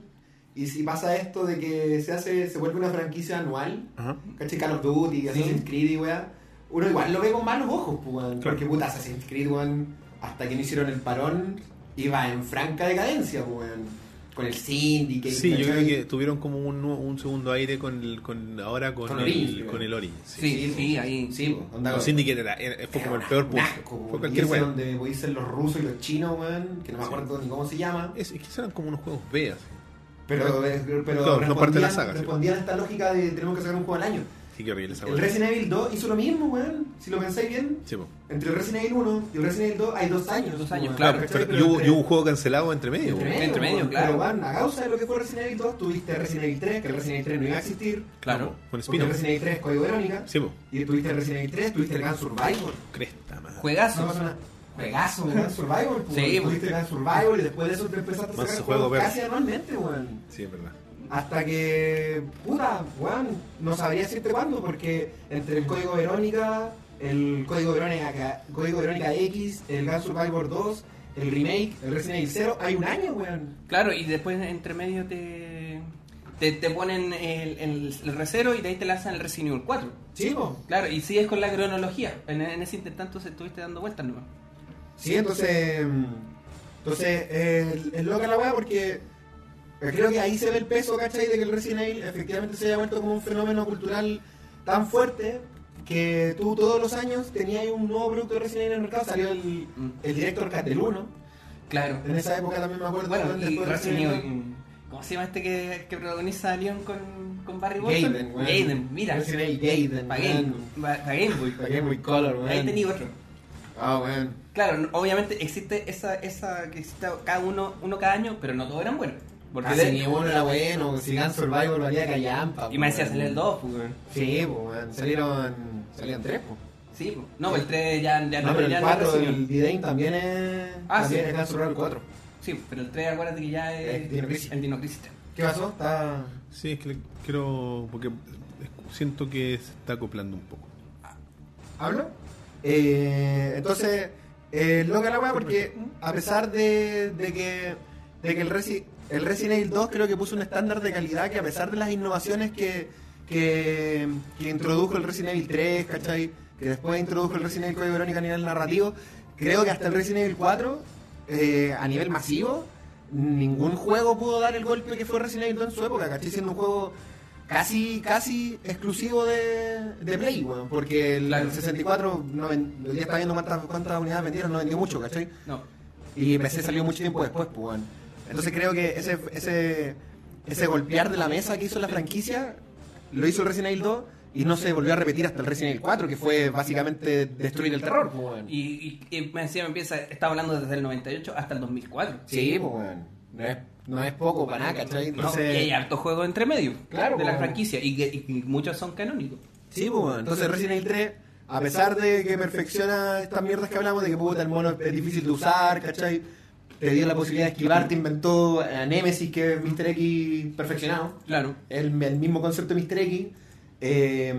S2: y si pasa esto de que se hace, se vuelve una franquicia anual,
S1: Ajá.
S2: ¿cachai? Call of Duty, Assassin's Creed y weá, uno igual lo ve con malos ojos, pues, weón.
S1: Claro.
S2: Porque puta, Assassin's Creed, weón, hasta que no hicieron el parón, iba en franca decadencia, pues, weón. Con el Syndicate,
S1: Sí, yo creo
S2: ¿cachai?
S1: que tuvieron como un, nu- un segundo aire con, el- con ahora con,
S2: Con
S1: el,
S2: Origins, creo.
S1: con el Origins. Sí.
S3: Sí, sí,
S2: pues.
S3: ahí.
S2: Sí, pues, onda,
S1: Con Syndicate era, era- fue como el peor punto. Fue cualquier
S2: pues, weón.
S1: weón.
S2: donde podéis ser los rusos y los chinos, weón, que no me
S1: Sí.
S2: acuerdo ni cómo se llama.
S1: Es, es que eran como unos juegos B. así.
S2: Pero, eh, pero
S1: Claro, son parte de la saga, sí.
S2: respondían a esta lógica de tenemos que sacar un juego al año.
S1: Sí, qué horrible esa
S2: El
S1: weá.
S2: Resident Evil 2 hizo lo mismo, weón. Si lo pensáis bien,
S1: Sí, po.
S2: entre el Resident Evil 1 y el Resident Evil 2 hay dos años.
S3: Dos años,
S2: weón.
S3: claro.
S1: Pero-
S2: ¿Cachai?
S1: pero
S2: Pero
S1: y hubo,
S2: entre-
S1: y hubo un juego cancelado entre medio.
S2: Entre
S1: po.
S2: medio,
S3: Entre medio,
S2: weón.
S3: claro.
S2: Pero, weón, a causa de lo que fue Resident Evil 2, tuviste Resident Evil 3, que el Resident Evil 3 no iba a existir.
S3: Claro.
S1: Con
S2: Porque
S1: Espino.
S2: el Resident Evil 3 es código Verónica.
S1: Sí, po.
S2: Y tuviste Resident Evil 3, tuviste el Gun Survivor.
S1: Cresta, man.
S2: No
S3: Juegazos.
S2: pasa nada. Juegazo, weón. Survivor, pues,
S3: Sí,
S2: weón.
S3: pues.
S2: Tuviste Gran Survivor y después de eso te empezaste a
S1: Más
S2: sacar
S1: juego,
S2: juegos
S1: pero-
S2: casi anualmente, weón.
S1: Sí, es verdad.
S2: Hasta que, puta, weón, no sabría decirte cuándo, porque entre el código Verónica, el código Verónica, código Verónica X, el Gran Survivor 2, el remake, el Resident Evil 0, hay un año, weón.
S3: Claro, y después entre medio te, te, te ponen el, el, el recero y de ahí te lanzan el Resident Evil 4.
S2: Sí, po.
S3: Claro, y sigues con la cronología. En, en ese intertanto se estuviste dando vueltas nomás.
S2: Sí, entonces. mm, Entonces, eh, es loca la weá porque creo que ahí se ve el peso, ¿cachai? De que el Resident Evil efectivamente se haya vuelto como un fenómeno cultural tan fuerte que tú todos los años tenías un nuevo producto de Resident Evil en el mercado. Salió el,
S3: Mm.
S2: el director Cat del 1.
S3: Claro.
S2: En esa época también me acuerdo.
S3: Bueno,
S2: antes
S3: y
S2: fue
S3: Resident
S2: Resident
S3: Evil. ¿Cómo se llama este que, que protagoniza a Leon con, con Barry Wilson?
S2: Gaiden, weón.
S3: Gaiden, mira.
S2: Resident Evil Gaiden,
S3: Pa' Game,
S2: weón.
S3: pa- pa' Game Boy.
S2: Pa' Game Boy Color, weón.
S3: Ahí tenía otro.
S2: Ah, weón.
S3: Claro, no- obviamente existe esa, esa que existe cada uno, uno cada año, pero no todos eran buenos. Porque
S2: Porque si
S3: de-
S2: Ah, ni uno era bueno, si Gun Survivor valía callampa.
S3: y me decía
S2: weón.
S3: salir el 2, pues, weón.
S2: Sí, po, weón. Salieron, salieron tres, po.
S3: Sí, pues. No, el 3 ya, ya
S2: No, pero
S3: ya
S2: el
S3: no
S2: 4
S3: recibió.
S2: del D-Day también es.
S3: Ah,
S2: también
S3: sí.
S2: es Gun Survivor 4.
S3: Sí, pues, pero el 3 acuérdate que ya es
S2: El Dino Crisis.
S3: el Dino Crisis.
S2: ¿Qué pasó? Está.
S1: Sí, es que quiero. Porque siento que se está acoplando un poco.
S2: ¿Hablo? Eh, entonces, eh, loca la weá porque a pesar de, de que, de que el, Resi- el Resident Evil 2 creo que puso un estándar de calidad que a pesar de las innovaciones que, que, que introdujo el Resident Evil 3, ¿cachai? Que después introdujo el Resident Evil Código Verónica a nivel narrativo, creo que hasta el Resident Evil 4, eh, a nivel masivo, ningún juego pudo dar el golpe que fue Resident Evil 2 en su época, ¿cachai? Siendo un juego casi, casi exclusivo de, de Play, weón, porque el,
S3: Claro.
S2: 64 no ven- ya está viendo cuántas, cuántas unidades vendieron, no vendió mucho, ¿cachai?
S3: No,
S2: Y PC salió mucho tiempo después, pues, weón. Entonces creo que ese, ese, ese golpear de la mesa que hizo la franquicia lo hizo el Resident Evil 2 y no se volvió a repetir hasta el Resident Evil 4, que fue básicamente destruir el terror, pues, weón.
S3: y, y, y me decía, me empieza, estaba hablando desde el 98 hasta el 2004.
S2: Sí, pues, weón. No es, no es poco para nada, ¿cachai?
S3: No, y
S2: Entonces,
S3: hay harto juego entre medio
S2: Claro, pues.
S3: de la
S2: po.
S3: franquicia y, que- y muchos son canónicos.
S2: Sí, pues, weón. entonces Resident Evil 3, a pesar de que perfecciona estas mierdas que hablamos, de que puta, el mono es difícil de usar, ¿cachai? Te dio la posibilidad de esquivar, te inventó a Nemesis, que es Mr. X perfeccionado,
S3: Claro.
S2: el, el mismo concepto de Mr. X. Eh,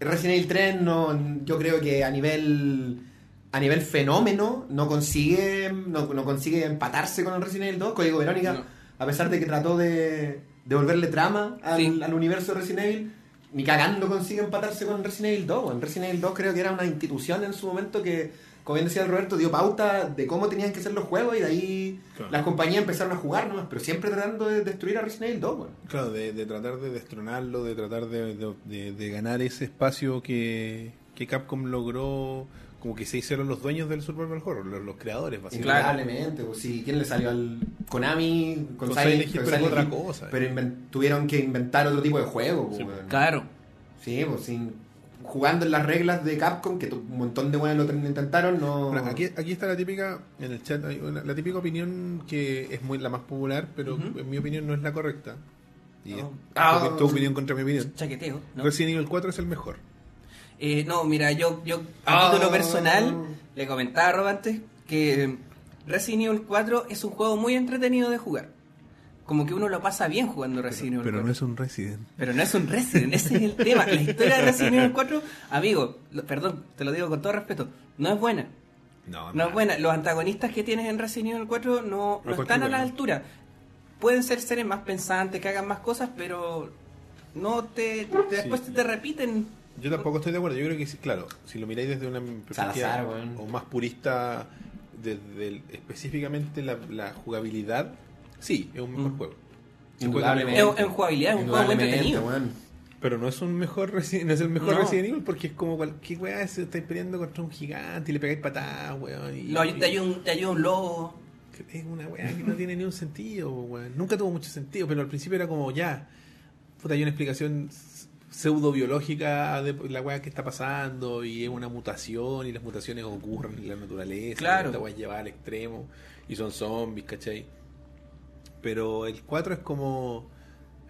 S2: Resident Evil 3, no, yo creo que a nivel a nivel fenómeno, no consigue no, no consigue empatarse con el Resident Evil 2, Código Verónica,
S3: No.
S2: a pesar de que trató de, de volverle trama al,
S3: Sí.
S2: al universo de Resident Evil, ni cagando consigue empatarse con Resident Evil 2. En Resident Evil 2 creo que era una institución en su momento que, como bien decía el Roberto, dio pauta de cómo tenían que ser los juegos y de ahí
S1: Claro.
S2: las compañías empezaron a jugar nomás, pero siempre tratando de destruir a Resident Evil 2. weón.
S1: Claro, de, de tratar de destronarlo, de tratar de, de- de- de ganar ese espacio que, que Capcom logró como que se hicieron los dueños del Survival Horror, los, los creadores, básicamente.
S4: Indudablemente, pues, sí, ¿quién le salió al Konami?
S1: Con Silent Hill, pero
S4: Silent
S1: otra
S4: Hill?
S1: cosa.
S4: Pero inven- tuvieron que inventar otro tipo de juego, pues,
S1: Sí.
S4: weón.
S3: Claro.
S4: Sí, pues sin- jugando en las reglas de Capcom, que tu- un montón de buenos lo intentaron, no.
S1: Ahora, aquí, aquí está la típica, en el chat, hay una- la típica opinión que es muy la más popular, pero
S3: Ujú.
S1: en mi opinión no es la correcta. Y es-
S3: No.
S1: porque
S4: Ah.
S1: es tu opinión contra mi opinión.
S3: Chaqueteo, ¿no?
S1: Resident Evil 4 es el mejor.
S3: Eh, no, mira, yo, yo a
S4: Ah.
S3: título personal le comentaba a Rob antes que Resident Evil 4 es un juego muy entretenido de jugar. Como que uno lo pasa bien jugando Resident Evil 4.
S1: es un Resident.
S3: Pero no es un Resident, ese es el tema. La historia de Resident Evil 4, amigo, lo- perdón, te lo digo con todo respeto, no es buena.
S1: No,
S3: No es buena. Los antagonistas que tienes en Resident Evil 4 no, no
S1: No
S3: están a la
S1: continúan.
S3: altura. Pueden ser seres más pensantes, que hagan más cosas, pero no te, te- después
S1: Sí.
S3: te repiten.
S1: Yo tampoco estoy de acuerdo. Yo creo que, sí, claro, si lo miráis desde una perspectiva
S4: Salazar, weón.
S1: o más purista, desde el- específicamente la, la jugabilidad, sí, es un mejor
S3: Mm.
S1: juego.
S4: Indudablemente.
S3: En, en jugabilidad es un juego muy
S4: Indudablemente,
S3: entretenido.
S4: weón.
S1: Pero no es un mejor Resi- no es el mejor
S3: No.
S1: Resident Evil porque es como cual, qué weá si estáis peleando contra un gigante y le pegáis patadas, weón. Y,
S3: No, te ayuda un, te ayuda un lobo.
S1: Es una weá que no tiene ni un sentido, weón. Nunca tuvo mucho sentido, pero al principio era como ya. Puta, hay una explicación pseudo biológica de la weá que está pasando y es una mutación y las mutaciones ocurren en la naturaleza. y
S3: Claro.
S1: Esta weá lleva al extremo y son zombies, ¿cachai? Pero el 4 es como.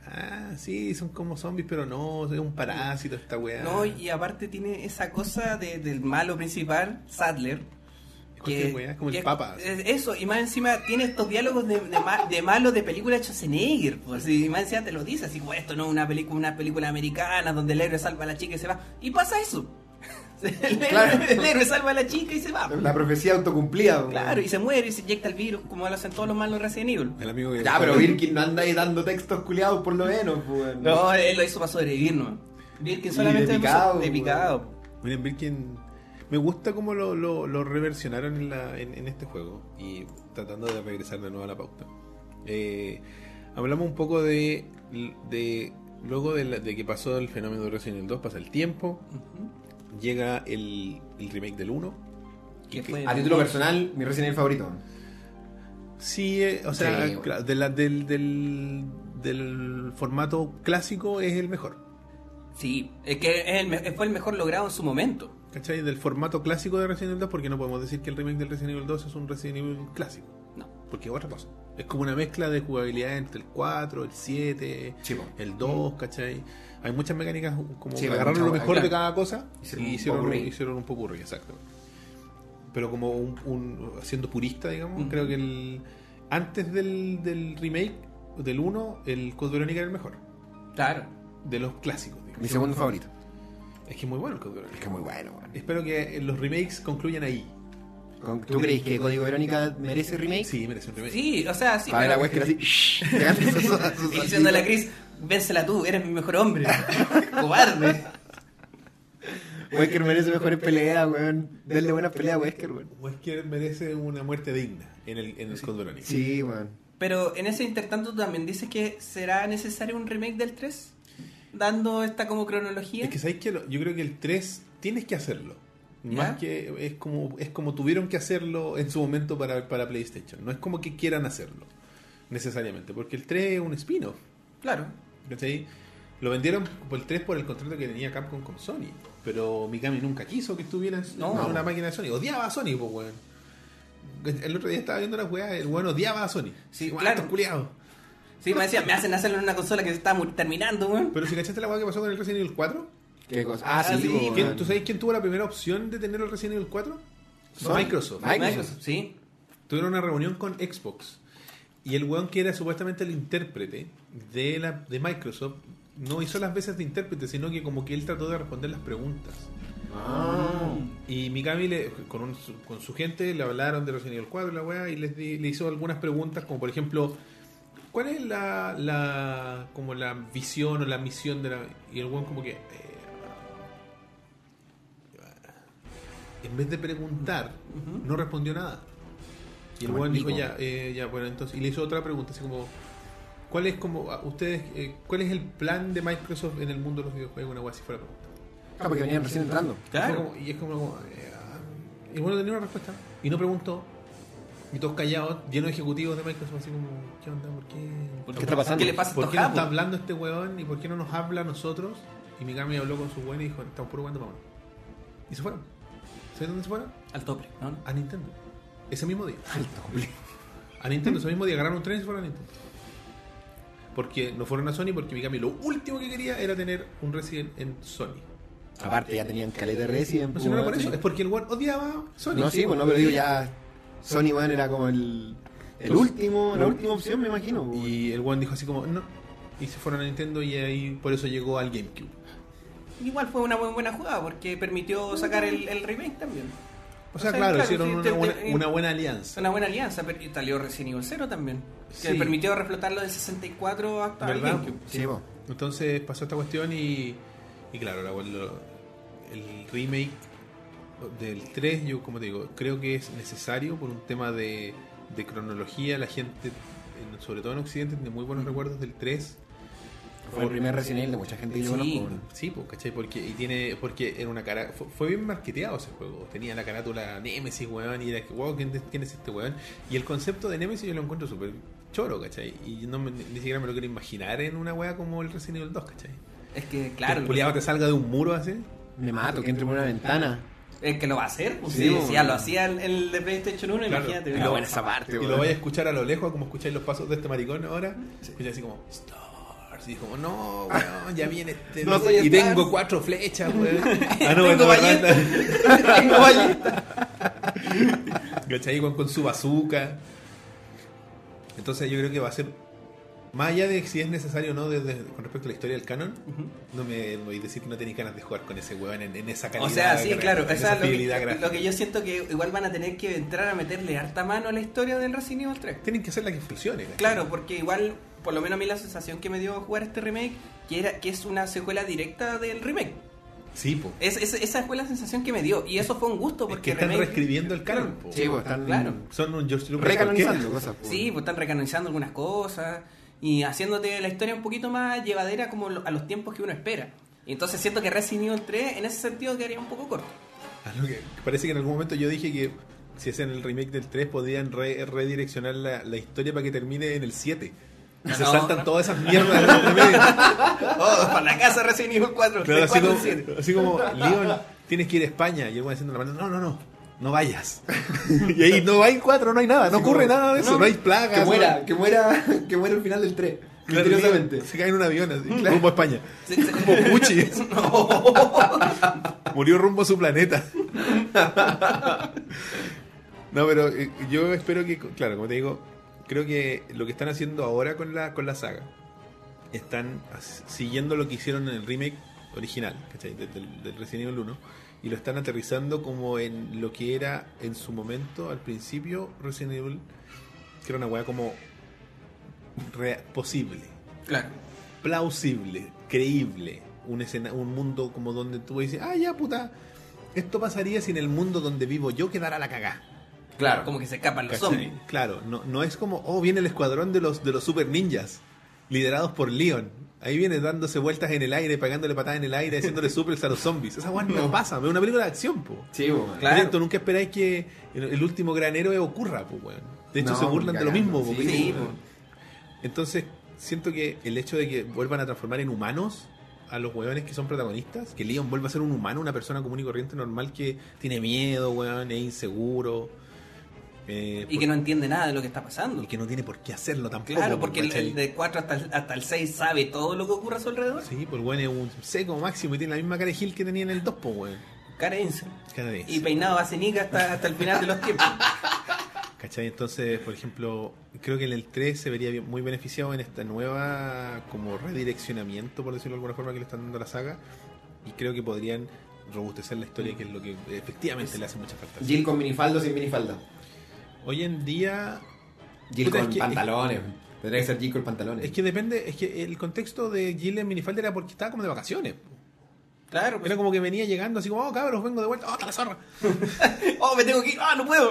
S1: Ah, sí, son como zombies, pero no, es un parásito esta weá.
S3: No, y aparte tiene esa cosa de- del malo principal, Sadler.
S1: Es cualquier weá, es como
S3: que
S1: el papa.
S3: es- Eso, y más encima tiene estos diálogos de, de, ma- de malo de película de Schwarzenegger. Pues, y más encima te lo dice así, "Bueno, esto no es una película, una película americana donde el héroe salva a la chica y se va. Y pasa eso. <laughs> el,
S4: Claro.
S3: héroe, el héroe salva a la chica y se va.
S4: La profecía autocumplida, weón.
S3: Claro, y se muere y se inyecta el virus como lo hacen todos los malos Resident Evil.
S1: El amigo que <laughs>
S4: Ya, pero Birkin no anda ahí dando textos culiados por lo menos, pues, weón.
S3: No, él lo hizo para sobrevivir, ¿no? Birkin
S4: Y
S3: solamente
S4: de
S3: lo puso-
S4: picado,
S3: de
S4: weón.
S3: picado.
S1: William Birkin. Me gusta cómo lo, lo, lo reversionaron en, la, en, en este juego. Y tratando de regresar de nuevo a la pauta. Eh, hablamos un poco de. de luego de, la- de que pasó el fenómeno de Resident Evil 2, pasa el tiempo.
S3: Ujú.
S1: Llega el, el remake del 1.
S3: Que
S1: que- ah,
S3: fue-
S4: A título personal, mi Resident Evil favorito.
S1: Sí, eh, o sea,
S4: Sí, bueno.
S1: claro, de la- del, del, del formato clásico es el mejor.
S3: Sí, es que es el me- fue el mejor logrado en su momento.
S1: ¿Cachai? Del formato clásico de Resident Evil 2, porque no podemos decir que el remake del Resident Evil 2 es un Resident Evil clásico.
S3: No.
S1: Porque es otra cosa. Es como una mezcla de jugabilidad entre el 4, el 7,
S4: Chivo.
S1: el 2, ¿cachai? Hay muchas mecánicas como
S4: Mm. Sí,
S1: que
S4: hay
S1: agarraron lo
S4: mucha-
S1: mejor de
S3: claro.
S1: cada cosa
S4: Hicieron
S1: y
S4: un
S1: hicieron, un-
S4: popurrí.
S1: hicieron un poco exacto. Pero como un, un- siendo purista, digamos,
S3: Ujú.
S1: creo que el antes del, del remake, del 1, el Code Verónica era el mejor.
S3: Claro.
S1: De los clásicos, digamos.
S4: Mi segundo favorito.
S1: Es que es muy bueno el Code Verónica.
S4: Es que muy bueno, weón.
S1: Espero que los remakes concluyan ahí.
S4: Con- ¿Tú crees que Código Verónica merece remake?
S1: Sí, merece un remake.
S3: Sí, o sea, sí.
S4: A ver, la
S3: pero-
S4: wea es que era así. shh,
S2: <laughs>
S3: <laughs>
S4: pegando sus- sus- sus-
S3: Y diciéndole a la Cris, vénsela tú, eres mi mejor hombre. Cobarde.
S4: Wesker merece mejores peleas, weón. Denle buenas peleas a Wesker, weón.
S1: Wesker merece una muerte digna en el, en el Code Verónica.
S4: Sí, weón.
S3: Pero en ese intertanto tú también dices que será necesario un remake del 3, dando esta como cronología.
S1: Es que sabéis que yo creo que el 3 tienes que hacerlo.
S3: ¿Ya?
S1: Más que es como es como tuvieron que hacerlo en su momento para, para PlayStation. No es como que quieran hacerlo necesariamente, porque el 3 es un spin-off.
S3: Claro.
S1: ¿cachai? Lo vendieron por el 3 por el contrato que tenía Capcom con Sony, pero Mikami nunca quiso que estuviera en
S3: No.
S1: en una máquina de Sony. Odiaba a Sony, pues weón. El otro día estaba viendo una jugada, el weón odiaba a Sony.
S3: Sí,
S1: Weón,
S3: claro.
S1: estos culiados.
S3: Sí, me decían, me hacen hacerlo en una consola que se está mu- terminando, weón.
S1: Pero si cachaste la hueá que pasó con el Resident Evil 4,
S4: ¿Qué cosa? Ah,
S3: Ah,
S4: sí,
S3: sí,
S4: weón.
S1: ¿Quién- ¿tú sabes quién tuvo la primera opción de tener el Resident Evil 4?
S4: Sony.
S1: Microsoft.
S4: Microsoft.
S3: Sí.
S1: Tuvieron una reunión con Xbox. Y el weón que era supuestamente el intérprete de, la, de Microsoft no hizo las veces de intérprete, sino que como que él trató de responder las preguntas.
S4: Ah.
S1: Y Mikami le- con, un- su- con su gente le hablaron de Resident Evil 4 y la weá, y les di- le hizo algunas preguntas, como por ejemplo, ¿cuál es la, la- como la visión o la misión de la. Y el weón como que. eh, en vez de preguntar,
S3: Ujú.
S1: no respondió nada. Y el
S4: Como
S1: weón
S4: el
S1: dijo
S4: pico.
S1: ya, eh, ya, bueno, entonces. Y le hizo otra pregunta, así como. ¿Cuál es como a ustedes eh, cuál es el plan de Microsoft en el mundo de los videojuegos? Una weá así fue la pregunta.
S4: Ah, porque venían recién entrando.
S1: Y fue
S3: Claro.
S1: como- y es como. eh, ah, Y bueno, tenía una respuesta. Y no preguntó. Y todos callados, llenos de ejecutivos de Microsoft, así como, ¿qué onda? ¿Por qué?
S3: ¿Por
S1: ¿Por
S4: ¿Qué está pasando?
S3: ¿Qué le pasa a
S1: ¿Por
S3: estos
S1: qué no está
S3: capos?
S1: hablando este weón? ¿Y por qué no nos habla a nosotros? Y Mikami habló con su weón y dijo, estamos puro jugando, vámonos. Y se fueron. ¿Sabes dónde se fueron?
S3: Al tope, ¿no?
S1: A Nintendo. Ese mismo día. A Nintendo, ese mismo día agarraron un tren y se fueron a Nintendo. Porque no fueron a Sony porque Mikami lo último que quería era tener un Resident en Sony.
S2: Aparte, ya tenían caleta de Resident.
S1: No, si no era por
S2: pues,
S1: eso, es porque el weón odiaba Sony.
S2: No, sí, bueno, pero digo ya. Sony, weón, era como el. El último, la
S1: no.
S2: última opción, me imagino. weón.
S1: Y el weón dijo así como, no. Y se fueron a Nintendo y ahí por eso llegó al GameCube.
S3: Igual fue una muy buena jugada porque permitió sacar el, el remake también.
S1: O sea,
S3: O sea,
S1: claro,
S3: claro,
S1: hicieron
S3: sí,
S1: una,
S3: te- te-
S1: buena,
S3: eh,
S1: una buena
S3: Es
S1: alianza.
S3: una buena alianza, pero y salió Resident Evil 0 también. Que
S1: Sí.
S3: permitió reflotarlo del 64 hasta el
S1: ¿Verdad?
S3: GameCube.
S2: Sí, po.
S1: Entonces pasó esta cuestión y, y claro, la- lo- el remake del 3, yo como te digo, creo que es necesario por un tema de, de cronología. La gente, en- sobre todo en Occidente, tiene muy buenos recuerdos del 3.
S2: Fue el primer Resident Evil de mucha gente que yo
S3: Sí.
S2: conozco. weón.
S1: Sí, pues, ¿cachai? Porque, y tiene, porque era una cara, fue, fue bien marketeado ese juego. Tenía la carátula Nemesis, weón, y era que, wow, ¿quién, quién es este weón? Y el concepto de Nemesis yo lo encuentro súper choro, ¿cachai? Y no me- ni siquiera me lo quiero imaginar en una weá como el Resident Evil 2, ¿cachai?
S3: Es que,
S1: Claro.
S3: claro,
S1: El culiado te salga de un muro así.
S2: Me mato, que entre por una ventana.
S3: el que lo va a hacer, pues,
S2: Sí,
S3: sí,
S2: bueno.
S3: si ya lo hacía el, el de PlayStation 1,
S1: Claro.
S3: imagínate.
S1: Era
S3: ¿no?
S1: buena
S2: esa parte,
S1: Y
S2: weón.
S1: lo vaya a escuchar a lo lejos, como escucháis los pasos de este maricón ahora. Escucháis así como, Stars. Y como, no, weón, ya viene <laughs> este.
S2: No soy
S1: y
S2: Stars.
S1: tengo cuatro flechas, weón. <laughs> ah,
S3: Tengo
S1: bueno,
S3: ballesta.
S1: ¿verdad?
S3: <laughs>
S1: tengo ballesta. ¿Cachai? Con, con su bazooka. Entonces yo creo que va a ser. Más allá de si es necesario o no desde, con respecto a la historia del canon, no me voy a decir que no tenéis ganas de jugar con ese weón en, en esa calidad.
S3: O sea, sí,
S1: gráfica,
S3: claro.
S1: en
S3: o sea,
S1: esa
S3: lo,
S1: fidelidad
S3: que,
S1: gráfica.
S3: lo que yo siento que igual van a tener que entrar a meterle harta mano a la historia del Resident Evil 3.
S1: Tienen que hacerla que funcione. ¿cachai?
S3: Claro, porque igual, por lo menos a mí la sensación que me dio jugar este remake, que era que es una secuela directa del remake.
S1: Sí, po.
S3: Es, es- esa fue la sensación que me dio. Y eso fue un gusto
S1: Es que
S3: porque
S1: están
S3: remake-
S1: reescribiendo el canon, po.
S2: Sí, pues, están
S3: Claro.
S1: Son un George Lucas.
S2: recanonizando
S1: cualquiera.
S2: cosas. po.
S3: Sí, pues están recanonizando algunas cosas y haciéndote la historia un poquito más llevadera como lo- a los tiempos que uno espera. Y entonces siento que Resident Evil 3 en ese sentido quedaría un poco corto.
S1: Algo que- Parece que en algún momento yo dije que si hacen el remake del 3 podrían re- redireccionar la, la historia para que termine en el 7. Y se
S3: Ah, No,
S1: saltan
S3: no.
S1: todas esas mierdas. del otro medio.
S3: Oh, para la casa Resident Evil 4,
S1: Claro, así,
S3: 4
S1: como, <laughs> así
S2: <laughs>
S1: como, Leon, tienes que ir a España. Y el güey haciendo la mano, no, no, no, no vayas. <laughs> y ahí no hay cuatro, no hay nada, no ocurre nada de eso, no, hay plagas.
S2: Que
S1: no-
S2: muera, que muera, <laughs> que muera el final del 3.
S1: Claro,
S2: misteriosamente. Mm.
S1: Se cae en un avión así, rumbo a España. Como
S3: Como
S1: Pucci. Murió rumbo a su planeta. No, pero eh, yo espero que, claro, como te digo, creo que lo que están haciendo ahora con la, con la saga, están as- siguiendo lo que hicieron en el remake original, ¿cachai? De- Del, del Resident Evil 1, y lo están aterrizando como en lo que era en su momento, al principio, Resident Evil, que era una weá como re- posible
S3: Claro.
S1: plausible, creíble, un, escena, un mundo como donde tú dices, ah, ya puta, esto pasaría si en el mundo donde vivo yo quedara la cagá.
S3: Claro, como que se escapan los
S1: ¿Cachai?
S3: zombies.
S1: Claro, no, no es como, oh, viene el escuadrón de los, de los super ninjas, liderados por Leon. Ahí viene dándose vueltas en el aire, pagándole patadas en el aire, haciéndole supers a los zombies. Esa guay no pasa, es una película de acción, po.
S2: Sí, po, man.
S3: Claro.
S1: Entonces, nunca esperáis que el- el último gran héroe ocurra, po, weón. De hecho,
S2: No,
S1: se burlan de lo
S2: cagando,
S1: mismo, po,
S2: sí,
S1: porque-
S3: Sí,
S2: po.
S1: entonces, siento que el hecho de que vuelvan a transformar en humanos a los hueones que son protagonistas, que Leon vuelva a ser un humano, una persona común y corriente normal que tiene miedo, hueón, es inseguro. eh,
S3: y
S1: por-
S3: que no entiende nada de lo que está pasando.
S1: y que no tiene por qué hacerlo tampoco.
S3: Claro,
S1: po,
S3: porque el,
S1: ¿cachai?
S3: el de 4 hasta el, hasta el 6 sabe todo lo que ocurre a su alrededor.
S1: Sí, pues bueno, es un seco máximo y tiene la misma cara de Gil que tenía en el 2, po, weón.
S3: Carencia.
S1: Cara de
S3: Y peinado a cenica hasta, hasta el final de los tiempos.
S1: ¿Cachai? Entonces, por ejemplo, creo que en el 3 se vería bien- muy beneficiado en esta nueva como redireccionamiento, por decirlo de alguna forma, que le están dando a la saga. Y creo que podrían robustecer la historia, que es lo que efectivamente le hace mucha falta.
S2: Jill con minifalda o sin minifalda.
S1: Hoy en día
S2: Jill
S1: Puta,
S2: con
S1: es que-
S2: pantalones. Tendría que ser Jill con pantalones.
S1: es que depende, es que el contexto de Jill en minifalda era porque estaba como de vacaciones.
S3: Claro,
S1: Era
S3: pues.
S1: como que venía llegando así como, oh cabros, vengo de vuelta, oh, está la zorra.
S3: Oh, me tengo que ir. Ah, no puedo.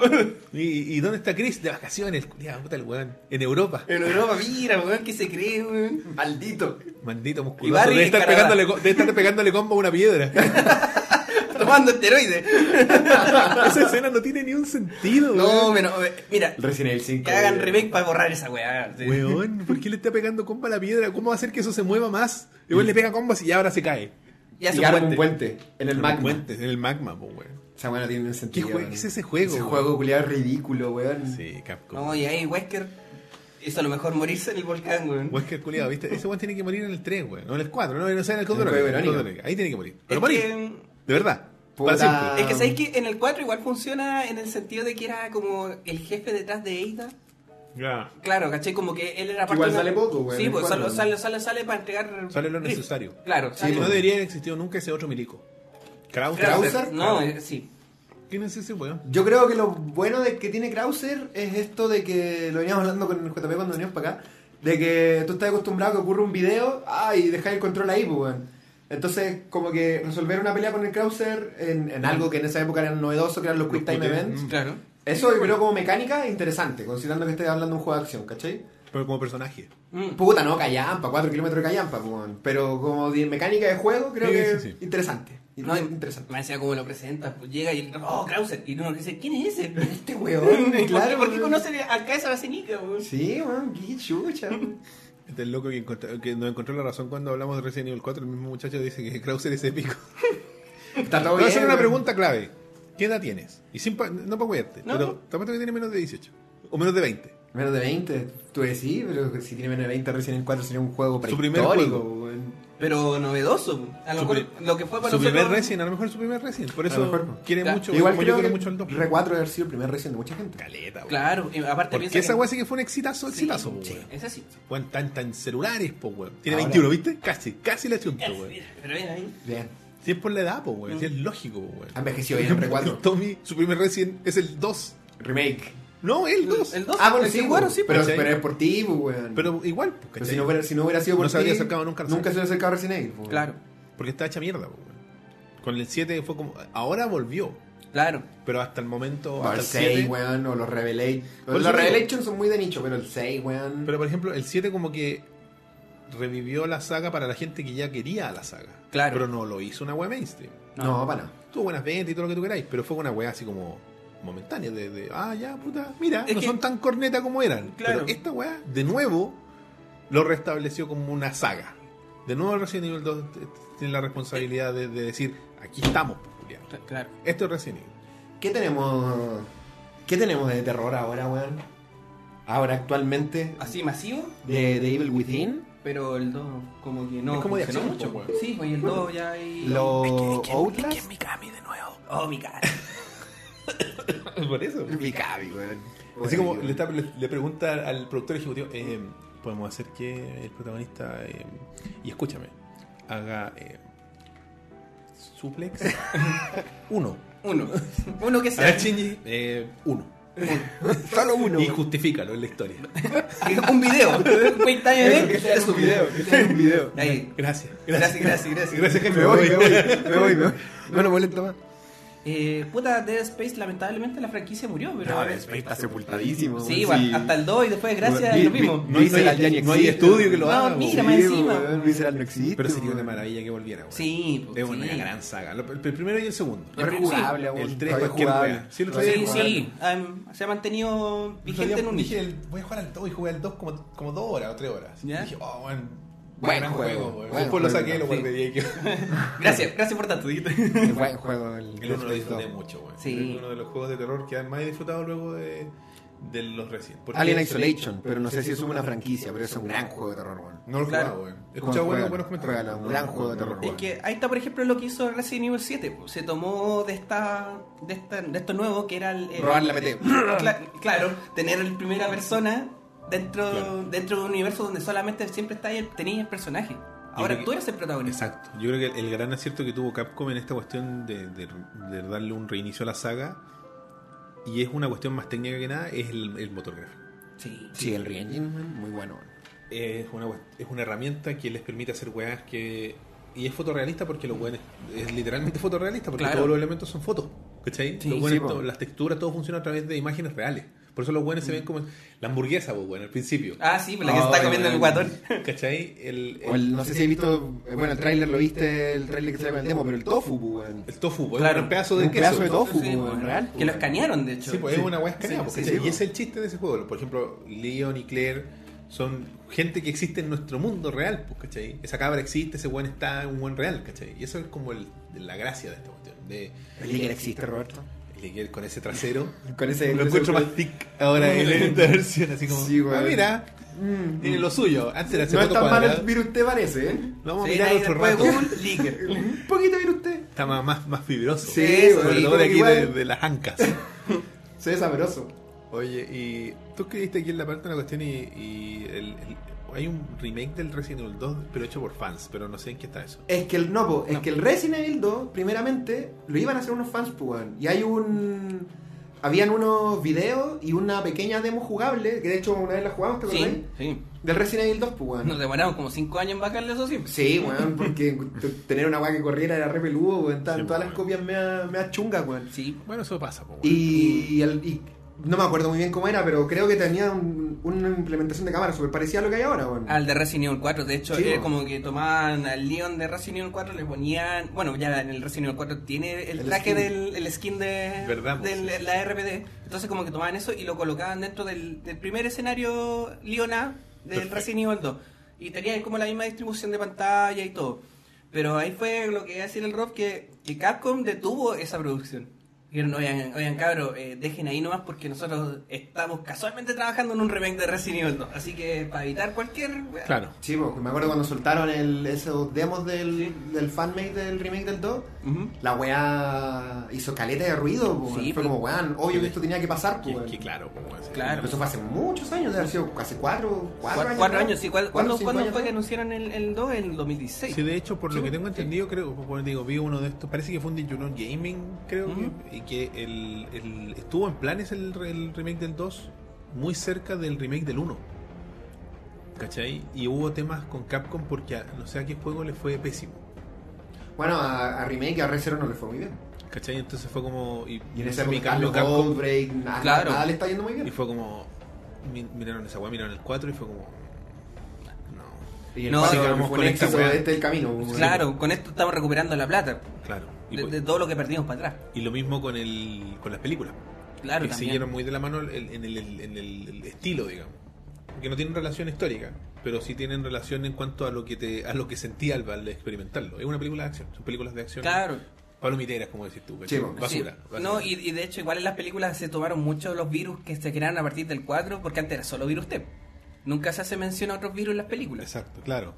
S1: ¿Y, y dónde está Chris? De vacaciones, culiao, puta el weón. En Europa.
S3: En Europa, mira, weón, que se cree, weón.
S2: Maldito.
S1: Maldito
S3: Y
S1: musculoso.
S3: Barry
S1: Debe estar,
S3: encaradá. <laughs>
S1: pegándole, co- debe estar pegándole combo a una piedra.
S3: tomando esteroides.
S1: <laughs> Esa escena no tiene ni un sentido,
S3: No,
S1: weón.
S3: pero eh, mira,
S2: Resident Evil 5.
S3: que hagan
S2: weón.
S3: remake para borrar esa weá. sí.
S1: Weón, ¿por qué le está pegando comba a la piedra? ¿Cómo va a hacer que eso se mueva más? Igual le pega combas y ahora se cae.
S3: Y hace
S2: Y
S3: un
S2: arma
S3: puente.
S2: un puente. En el
S1: En
S2: magma.
S1: puente, En el magma, po, weón.
S2: O sea, bueno, tiene
S1: ¿Qué
S2: sentido.
S1: jue-
S2: weón.
S1: qué es ese juego,
S2: Ese
S1: weón?
S2: juego culiado ridículo, weón.
S1: Sí, Capcom.
S3: No, y ahí Wesker hizo lo mejor morirse en el volcán, weón.
S1: Wesker culiado, ¿viste? Ese weón tiene que morir en el 3, weón. No en el 4, no, no sé, en el Code
S2: En
S1: Verónica,
S2: el
S1: en
S2: Code
S1: el Code
S2: Verónica.
S1: Verónica. Ahí tiene que morir.
S3: Es
S1: Pero morir. Ah.
S3: que-
S1: De verdad.
S2: Puta.
S1: Para siempre.
S3: Es que sabéis que en el 4 igual funciona en el sentido de que era como el jefe detrás de Ada.
S1: Ya.
S3: Claro, caché como que él era
S2: Que igual
S3: de una-
S2: sale poco, weón,
S3: Sí,
S2: el
S3: pues
S2: cuatro,
S3: sale,
S2: ¿no?
S3: sale, sale, sale para entregar.
S1: Sale lo
S3: Rift.
S1: necesario. Sí,
S3: Claro,
S1: pues.
S3: sale.
S1: no debería haber existido nunca ese otro milico. Krauser.
S3: Krauser.
S2: Krauser,
S3: No,
S2: claro.
S3: eh, sí.
S1: ¿Quién es ese weón?
S2: Yo creo que lo bueno de que tiene Krauser es esto de que lo veníamos hablando con el JP cuando veníamos para acá, de que tú estás acostumbrado a que ocurra un video, ah, y dejar el control ahí, pues, weón. Entonces, como que resolver una pelea con el Krauser en, en algo que en esa época era novedoso, que eran los
S1: Los
S2: Quick Time
S1: putes,
S2: Events,
S1: mm.
S3: Claro.
S2: eso yo creo como mecánica interesante, considerando que estés hablando de un juego de acción, ¿cachai?
S1: Pero como personaje.
S3: Mm.
S2: Puta, no, Callampa, 4 kilómetros de Callampa, pues, weón. pero como de mecánica de juego, creo
S1: Sí,
S2: que
S1: sí, sí.
S2: interesante.
S3: No, y-
S2: interesante.
S3: Me decía como lo presenta, pues llega y oh, Krauser. Y uno dice, ¿quién es ese?
S2: Este
S1: <laughs>
S2: weón,
S3: ¿Por qué-
S2: claro,
S3: ¿Por qué
S2: weón.
S3: conoce a Kaiser Asenica, weón?
S2: Sí, weón,
S1: <laughs>
S2: qué chucha. weón.
S1: Este es el loco que, encontró- que nos encontró la razón cuando hablamos de Resident Evil 4. El mismo muchacho dice que Krauser es épico.
S2: Está
S1: Te
S2: todo
S1: voy a
S2: bien,
S1: hacer una
S2: weón.
S1: pregunta clave. ¿Qué edad tienes? Y sin pa- no para cuidarte,
S3: No.
S1: pero te apuesto que tiene menos de 18. O menos de 20.
S2: Menos de 20, tú decís, pero si tiene menos de 20 Resident Evil 4 sería un juego
S1: Su primer
S2: prehistórico.
S1: juego.
S2: weón.
S3: Pero novedoso. po. A lo
S1: Su
S3: mejor
S1: pri-
S3: lo que
S2: Pues,
S3: fue para
S1: Su primer
S3: nosotros-
S1: Resident, a lo mejor su primer Resident. Por
S2: A
S1: eso
S2: lo mejor.
S1: quiere
S3: Claro.
S1: mucho.
S2: Igual
S1: como
S2: creo
S1: yo quiero
S2: que
S1: mucho el 2.
S2: Re 4 debe haber sido el primer Resident de mucha gente.
S1: Caleta, weón.
S3: Claro, y aparte
S1: Porque
S3: piensa
S1: esa
S3: que-
S1: weá sí que fue un exitazo, exitazo, po,
S3: Sí,
S1: weón.
S3: es así.
S1: Weón, está en- está en celulares, po, weón. Tiene
S2: Ahora-
S1: 21, ¿viste? Casi, casi la chunta,
S3: Pero
S1: weón.
S3: bien ahí.
S2: Bien.
S1: Si es por la edad, po, weón. Si es lógico, po,
S2: Ha
S1: weón.
S2: envejecido bien Re 4.
S1: <laughs> Tommy, su primer Resident es el 2.
S2: Remake.
S1: No, el 2.
S3: El 2.
S2: Ah, bueno, sí,
S3: bueno,
S2: weón,
S3: sí.
S2: pero,
S1: pues,
S2: pero
S1: sí.
S2: es por ti, pues, weón.
S1: Pero igual, po,
S2: Pero
S1: ¿cachai?
S2: si, no hubiera, si no hubiera sido por
S1: No
S2: ti.
S1: se habría acercado nunca a Resident
S2: Nunca se hubiera acercado a Resident Evil. pues,
S3: Claro,
S1: Porque está hecha mierda, po, weón. Con el 7 fue como. Ahora volvió.
S3: claro.
S1: Pero hasta el momento.
S2: weón. O
S1: hasta
S2: el
S1: el
S2: 6,
S1: 7,
S2: weón, o los Revelation.
S1: Por
S2: Los,
S1: eso digo-
S2: Revelations son muy de nicho, pero el 6, weón.
S1: Pero por ejemplo, el 7 como que revivió la saga para la gente que ya quería la saga.
S3: Claro.
S1: Pero no lo hizo una wea mainstream.
S2: no, para nada.
S1: Tuvo buenas ventas y todo lo que tú queráis, pero fue una wea así como momentánea de, de, ah, ya, puta, mira,
S3: Es
S1: no
S3: que-
S1: son tan corneta como eran.
S3: Claro.
S1: Pero esta wea, de nuevo, lo restableció como una saga. De nuevo Resident Evil 2 t- t- tiene la responsabilidad de, de decir, aquí estamos, pues, culiao.
S3: Cl- Claro.
S1: Esto es Resident Evil.
S2: ¿Qué tenemos? ¿Qué tenemos de terror ahora, weón? Ahora actualmente.
S3: Así masivo,
S2: De, de Evil Within.
S3: pero el 2 como que no.
S1: Es como de
S3: funcionó
S1: acción, po,
S3: mucho. Sí, pues y el 2 ya hay.
S2: Lo Outlast.
S3: Es Mikami de nuevo. Oh, Mikami.
S1: <laughs> Por eso.
S2: Mikami, weón.
S1: Así como le, está- le- le pregunta al productor ejecutivo, eh, podemos hacer que el protagonista, eh, y escúchame, haga eh, suplex uno. <laughs>
S3: Uno. Uno que
S1: A ver,
S3: sea.
S1: Shinji, eh, uno.
S2: Solo uno.
S1: Y justifícalo en la historia.
S3: <laughs> un video. 20
S2: Eh,
S1: <laughs>
S3: años de
S2: Que sea
S3: Eh, este es
S2: un este video. Que sea un
S3: <laughs>
S2: video.
S3: Ahí.
S1: Gracias.
S3: Gracias, gracias, gracias.
S1: Gracias, jefe.
S2: Me voy, me voy, me voy, me <laughs> voy. No lo molesto más.
S3: Eh, puta, Dead Space, lamentablemente la franquicia murió, pero.
S2: está sepultadísimo.
S3: Sí, va, hasta el 2 y después gracias
S2: Vi-
S3: lo
S2: vi-
S3: mismo.
S1: No hay,
S2: Visceral
S1: no
S2: ya
S1: hay-
S2: ni
S1: no hay
S2: existe,
S1: estudio que lo
S3: no,
S1: haga.
S3: mira,
S1: weón.
S3: más encima.
S2: Visceral no existe.
S1: Pero sería una
S2: weón.
S1: maravilla que volviera. weón.
S3: Sí, pues,
S1: es una
S3: sí.
S1: gran saga. Lo- El, el primero y el segundo.
S2: No es jugable, weón.
S1: El 3
S2: Todavía
S1: cualquier
S2: jugable.
S1: wea. Sí, lo
S2: Todavía
S3: Sí,
S2: jugable.
S3: sí, am, se ha mantenido vigente
S1: Dije,
S3: en un nicho.
S1: dije, el- voy a jugar al 2 y jugué al 2 como, como 2 horas o 3 horas. Y
S3: ¿Ya?
S1: dije, oh, bueno,
S2: Buen
S1: gran
S2: juego,
S1: juego. weón.
S2: buen
S1: Después lo
S2: juego.
S1: saqué y lo
S2: Sí.
S1: guardé. y <laughs> dije,
S3: Gracias, gracias por tanto. dijiste.
S2: <laughs> <laughs> Es buen juego el
S1: El 1 lo
S2: Dead Space
S1: disfruté
S2: 2.
S1: mucho, weón.
S3: Sí.
S1: Es uno de los juegos de terror que más he disfrutado luego de, de los recientes. Porque
S2: Alien
S1: es-
S2: Isolation, pero no sé si es una franquicia, pero es un gran juego de terror, weón.
S1: No lo he
S3: Claro.
S1: jugado, weón. He escuchado buenos,
S2: Juegalo,
S1: buenos comentarios.
S2: juegalo, un
S1: No,
S2: gran
S1: no,
S2: juego de
S1: no,
S2: terror,
S1: no.
S3: Es que ahí está, por ejemplo, lo que hizo Resident Evil 7. pues, Se tomó de esta, de esta, de esto nuevo que era el, el-
S2: Robar la PT.
S3: <coughs> Cla- claro, tener el primera persona dentro,
S1: Claro.
S3: dentro de un universo donde solamente siempre está el, tenías el personaje.
S1: creo
S3: Ahora
S1: que-
S3: tú eres el protagonista.
S1: Exacto. Yo creo que el gran acierto que tuvo Capcom en esta cuestión de, de- de darle un reinicio a la saga, y es una cuestión más técnica que nada, es el, el motor gráfico.
S3: Sí.
S2: <laughs> Sí, el Re-Engine, weón, muy bueno, weón.
S1: es una, cuest- es una herramienta que les permite hacer weas que. Y es fotorrealista porque los weones. Es literalmente fotorrealista porque
S3: Claro.
S1: todos los elementos son fotos. ¿Cachai?
S3: Sí,
S1: Los weones
S2: sí, po.
S1: to- las texturas, todo funciona a través de imágenes reales. Por eso los buenos se ven como la hamburguesa, pues, bueno, al principio.
S3: Mm. Ah, sí, por la que se está
S2: Ay,
S3: comiendo
S2: man.
S3: el guatón.
S1: ¿Cachai? El,
S2: O el- no sé si has visto, eh, bueno, el tráiler lo viste, el tráiler que se llama el demo, pero el tofu, pues, weón.
S1: el tofu, pues,
S3: Claro.
S1: un pedazo de
S2: Un
S1: queso.
S2: pedazo de tofu,
S3: Sí,
S2: weón,
S3: bueno,
S2: real.
S3: que lo escanearon, de hecho.
S1: Sí, pues es una weá escaneada,
S2: Sí,
S1: pues,
S2: sí,
S1: ¿cachai?
S2: sí,
S1: y
S2: pues.
S1: ese es el chiste de ese juego. Por ejemplo, Leon y Claire son gente que existe en nuestro mundo real, pues, ¿cachai? Esa cabra existe, ese buen está, un buen real, ¿cachai? Y eso es como el- la gracia de esta cuestión. De,
S2: El líder existe, Roberto.
S1: de que con ese <laughs> trasero.
S2: Con ese...
S1: lo
S2: con ese-
S1: encuentro más thick ahora en la esta versión, así como.
S2: Sí, weón.
S1: ah, mira,
S2: Mm,
S1: tiene lo suyo. Antes era
S2: No es
S1: foto
S2: tan malo
S1: cuadrada.
S2: el virus, te parece, ¿eh?
S1: Lo vamos a
S3: Sí,
S1: mirar
S3: ahí
S1: otro
S3: después
S1: rato.
S3: Google
S1: <laughs>
S3: Leaker.
S2: Un poquito virus, usted.
S1: Está más, más, más fibroso.
S2: Sí,
S1: sobre
S2: sí,
S1: todo de aquí de,
S2: igual.
S1: de las ancas.
S2: Se ve sabroso.
S1: Oye, y tú escribiste aquí en la parte de la cuestión y, y el- el- hay un remake del Resident Evil 2, pero hecho por fans, pero no sé en qué está eso.
S2: Es que el no, po, es
S3: No.
S2: que el Resident Evil 2, primeramente, lo iban a hacer unos fans, pues, weón. Y hay un. Habían unos videos y una pequeña demo jugable, que de hecho una vez la jugamos, ¿te acordás?
S3: Sí, sí.
S2: Del Resident Evil 2, pues, weón.
S3: Nos demoramos como 5 años en bajarle eso sí.
S2: Sí, weón, porque t- tener una weá que corriera era re peludo, weón. Estaban
S1: Sí,
S2: todas
S1: weón.
S2: las copias mea, mea chungas, weón.
S3: Sí.
S1: Bueno, eso pasa. po, weón.
S2: Y, el- y no me acuerdo muy bien cómo era, pero creo que tenía un- una implementación de cámara súper parecida a lo que hay ahora, weón.
S3: Al de Resident Evil 4, de hecho,
S2: Sí,
S3: era
S2: bueno.
S3: como que tomaban al Leon de Resident Evil 4, le ponían. Bueno, ya en el Resident Evil 4 tiene el,
S2: El
S3: traje
S2: skin.
S3: del el skin de
S1: Verdad, pues,
S3: del-
S1: sí.
S3: la RPD. Entonces, como que tomaban eso y lo colocaban dentro del, del primer escenario Leon A del
S1: Perfecto.
S3: Resident Evil 2. Y tenían como la misma distribución de pantalla y todo. Pero ahí fue lo que iba a decir el Rob, que, que Capcom detuvo esa producción. Dijeron, oigan, oigan cabros, eh, dejen ahí nomás porque nosotros estamos casualmente trabajando en un remake de Resident Evil 2. Así que para evitar cualquier... wea,
S1: Claro.
S2: Sí, po, me acuerdo cuando soltaron el, esos demos del, del fanmade del remake del 2.
S3: Ujú.
S2: La weá hizo caleta de ruido, po,
S3: Sí,
S2: fue
S3: pero-
S2: como weón, obvio que esto tenía que pasar, po,
S1: Que,
S2: weón.
S1: que claro, po, weón, sí.
S3: Claro.
S2: Pero eso fue hace muchos años, debe haber sido hace cuatro, cuatro
S3: Cuatro,
S2: años.
S3: cuatro
S2: ¿no?
S3: años, sí. ¿Cuál-
S2: Cuatro,
S3: ¿Cuándo,
S2: cinco
S3: cuándo
S2: años,
S3: fue que
S2: ¿no?
S3: anunciaron el, el 2? En el 2016.
S1: Sí, de hecho, por
S2: Sí,
S1: lo que
S2: po,
S1: tengo
S2: sí.
S1: entendido, creo, como digo, vi uno de estos, parece que fue un de Juno Gaming, creo,
S3: Ujú.
S1: que, y que el, el- estuvo en planes el, re- el remake del 2 muy cerca del remake del 1. ¿Cachai? Y hubo temas con Capcom porque a- no sé a qué juego le fue pésimo.
S2: Bueno, a, a remake y a Re Zero no le fue muy bien.
S1: ¿Cachai? Entonces fue como... Y,
S2: Y en
S1: no
S2: ese
S1: sé, mi
S2: época
S1: Carlos
S2: los
S1: Capcom-
S2: Outbreak, nada,
S3: Claro.
S2: nada le está yendo muy
S1: Y
S2: bien.
S1: fue como. mi- Miraron esa weá, miraron el 4 y fue como. No.
S2: Y el
S3: No,
S2: cuatro
S1: sí,
S2: fue
S1: vamos
S2: un
S1: con esta
S2: éxito,
S1: weá.
S2: este es el camino. po, weón.
S3: Claro, con esto estamos recuperando la plata
S1: Claro. Y,
S3: de,
S1: pues-
S3: de todo lo que perdimos para atrás.
S1: y lo mismo con el con las películas.
S3: Claro,
S1: que
S3: también.
S1: siguieron muy de la mano el- en el, el- en el- el estilo, digamos. Porque no tienen relación histórica, pero sí tienen relación en cuanto a lo que te a lo que sentí al, al experimentarlo. Es una película de acción, son películas de acción.
S3: Claro.
S1: Palomiteras, como decís tú, ¿cachai?
S2: Sí, bueno,
S1: basura.
S3: Sí.
S1: basura.
S3: No, y, y de hecho, igual en las películas se tomaron mucho los virus que se crearon a partir del 4, porque antes era solo virus T. Nunca se hace mención a otros virus en las películas.
S1: Exacto, claro.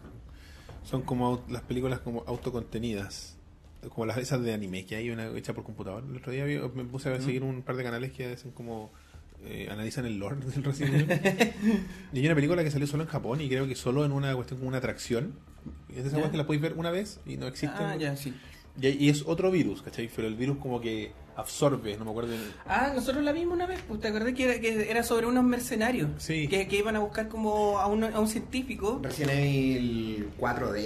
S1: Son como au- las películas como autocontenidas. Como las esas de anime, que hay una hecha por computador. El otro día vi- me puse a seguir un par de canales que hacen como... eh, analizan el lore del Resident Evil. y hay una película que salió solo en Japón y creo que solo en una cuestión como una atracción. Es de esas
S3: Ya.
S1: cosas que la podéis ver una vez y no existe.
S3: Ah, ya, sí.
S1: y, hay- y es otro virus, ¿cachai? Pero el virus como que absorbe, no me acuerdo. el-
S3: Ah, nosotros la vimos una vez, pues, ¿te acordás que era, que era sobre unos mercenarios?
S1: Sí.
S3: Que, que iban a buscar como a un, a un científico.
S2: Resident Evil 4D,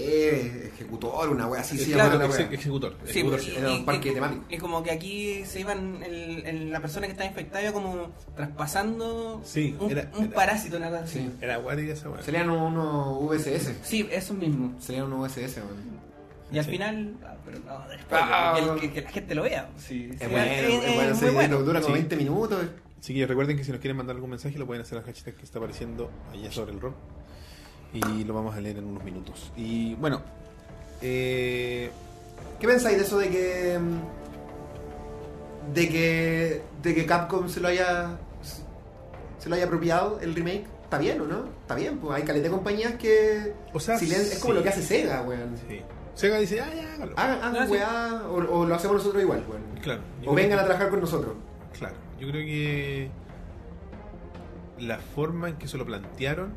S2: Ejecutor, una wea así se
S1: Claro,
S2: llama la
S1: exe-
S2: wea.
S1: ejecutor.
S3: Sí,
S1: ejecutor,
S3: pues,
S1: sí.
S3: y-
S2: Era un
S3: y-
S2: parque
S3: y-
S2: temático.
S3: Y como que aquí se iban, el, el- la persona que estaba infectada iba como traspasando
S1: Sí,
S3: un,
S1: era-
S3: un
S1: era-
S3: parásito, una cosa así.
S2: Sí.
S1: Era guardia esa weá.
S2: Serían unos VSS.
S3: Sí, eso mismo.
S2: Serían unos VSS, weón.
S3: Y al
S1: Sí.
S3: final, ah, pero no, después,
S2: Ah.
S3: el- que, que la gente lo vea. Sí, sí,
S2: Es bueno,
S3: es-
S2: eh, es,
S3: es
S2: bueno,
S3: muy
S2: sí,
S3: bueno.
S2: dura como
S1: Sí.
S2: 20 minutos.
S1: Así que recuerden que si nos quieren mandar algún mensaje lo pueden hacer al hashtag que está apareciendo allá sobre el rock. Y lo vamos a leer en unos minutos. Y bueno, eh,
S2: ¿Qué pensáis de eso de que. mm, de que. de que Capcom se lo haya. se lo haya apropiado el remake? ¿Está bien o no? Está bien, pues hay caleta de compañías que.
S1: O sea,
S2: si le- es como
S1: sí.
S2: lo que hace Sega, weón.
S1: sí. Sega dice, ah, ya, hágalo.
S2: Hagan, hagan
S3: No, sí.
S2: weá, o, o lo hacemos nosotros igual, weón.
S1: claro. Yo
S2: O
S1: creo
S2: vengan
S1: que-
S2: a trabajar con nosotros.
S1: Claro, yo creo que la forma en que se lo plantearon,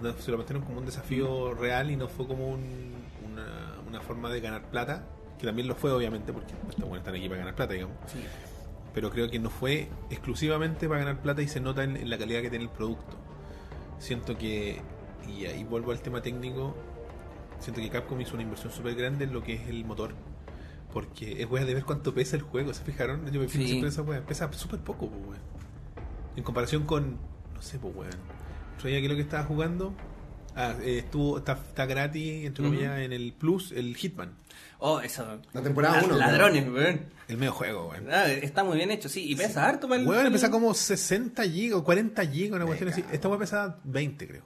S1: donde se lo plantearon como un desafío real y no fue como un- una, una forma de ganar plata, que también lo fue obviamente, porque está bueno, están aquí para ganar plata, digamos.
S3: Sí.
S1: pero creo que no fue exclusivamente para ganar plata y se nota en, en la calidad que tiene el producto. Siento que, y ahí vuelvo al tema técnico, siento que Capcom hizo una inversión súper grande en lo que es el motor. Porque es wea de ver cuánto pesa el juego, ¿se fijaron? Yo me fijo
S3: Sí.
S1: siempre en esa wea, pesa súper poco, pues, wea. En comparación con. No sé, pues, weón. Otro día, ¿qué es lo que estaba jugando? Ah, eh, estuvo, está, está gratis, entre
S3: Ujú.
S1: comillas, en el Plus, el Hitman.
S3: Oh, eso.
S2: La temporada
S3: Ah,
S2: uno,
S3: Ladrones, weón.
S1: El medio juego, weón.
S3: Ah, está muy bien hecho, sí. Y pesa harto para el.
S1: Weón, empezaba como 60 gigas o 40 gigas, una cuestión así.
S2: cago.
S1: Esta weón pesaba 20, creo.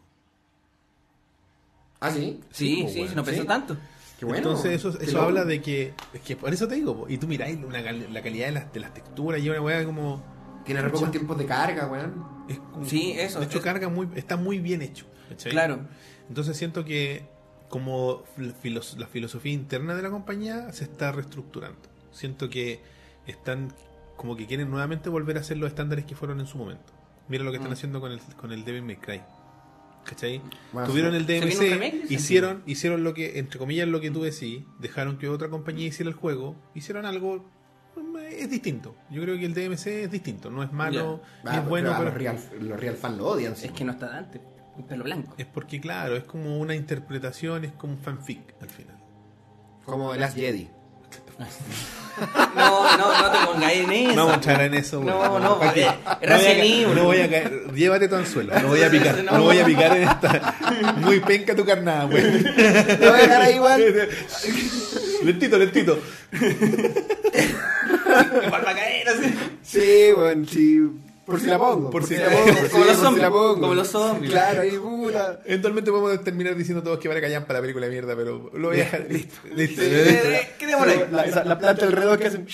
S2: Ah, sí.
S1: Sí,
S3: Sí,
S1: pues,
S3: sí,
S1: weón.
S3: no pesó
S2: Sí.
S3: tanto.
S2: Qué bueno.
S1: Entonces eso,
S2: Qué
S1: eso
S2: loco.
S1: habla de que, es que por eso te digo, po, y tú miráis una cal- la calidad de las, de las texturas y una weá como,
S2: Tiene re pocos tiempos de carga, weón.
S1: es como-
S3: Sí, eso,
S1: de hecho
S3: es-
S1: carga muy, está muy bien hecho. ¿cachai?
S3: Claro.
S1: Entonces siento que como fil- filos- la filosofía interna de la compañía se está reestructurando. Siento que están como que quieren nuevamente volver a hacer los estándares que fueron en su momento. Mira lo que
S3: Mm.
S1: están haciendo con el, con el Devil May Cry. ¿Cachai?
S2: Bueno,
S1: Tuvieron
S2: sí.
S1: el
S3: viene un remake,
S1: DMC,
S3: dicen.
S1: hicieron, hicieron lo que, entre comillas, lo que tú decís, dejaron que otra compañía hiciera el juego, hicieron algo, mm, es distinto. Yo creo que el DMC es distinto, no es malo, ni
S2: Ah,
S1: es bueno,
S2: pero a
S1: pero,
S2: los, real, los real fans lo odian. sí.
S3: Es que no está Dante. Un pelo
S1: <laughs>
S3: blanco.
S1: es porque, claro, es como una interpretación, es como un fanfic al final.
S2: Como el Last Jedi. <laughs>
S3: No, no, no te pongáis en eso.
S1: No vamos a entrar en eso.
S3: No,
S1: güey.
S3: no,
S1: ¿para qué?
S3: eh,
S1: No voy a
S3: Resident
S1: ca-
S3: Evil.
S1: No voy a caer. Llévate tu anzuelo. No
S3: <laughs>
S1: voy a picar.
S3: No.
S1: No voy a picar en esta. Muy penca tu carnada, güey.
S2: Lo voy a dejar ahí, weón.
S1: <laughs> Lentito, lentito.
S3: Igual va a
S1: <laughs>
S3: caer, así.
S2: Sí, weón, sí. Por si la pongo.
S1: Por si la
S3: pongo. Como
S2: sí,
S3: los
S2: por si la
S3: zombies,
S2: pongo.
S3: como los zombies.
S2: Claro, ahí, puta.
S1: Eventualmente podemos terminar diciendo todos que vale callar para la película de mierda, pero lo voy a dejar. Listo. Listo.
S3: Eh, Quedémoslo ahí.
S2: La, esa- la planta alrededor que hacen.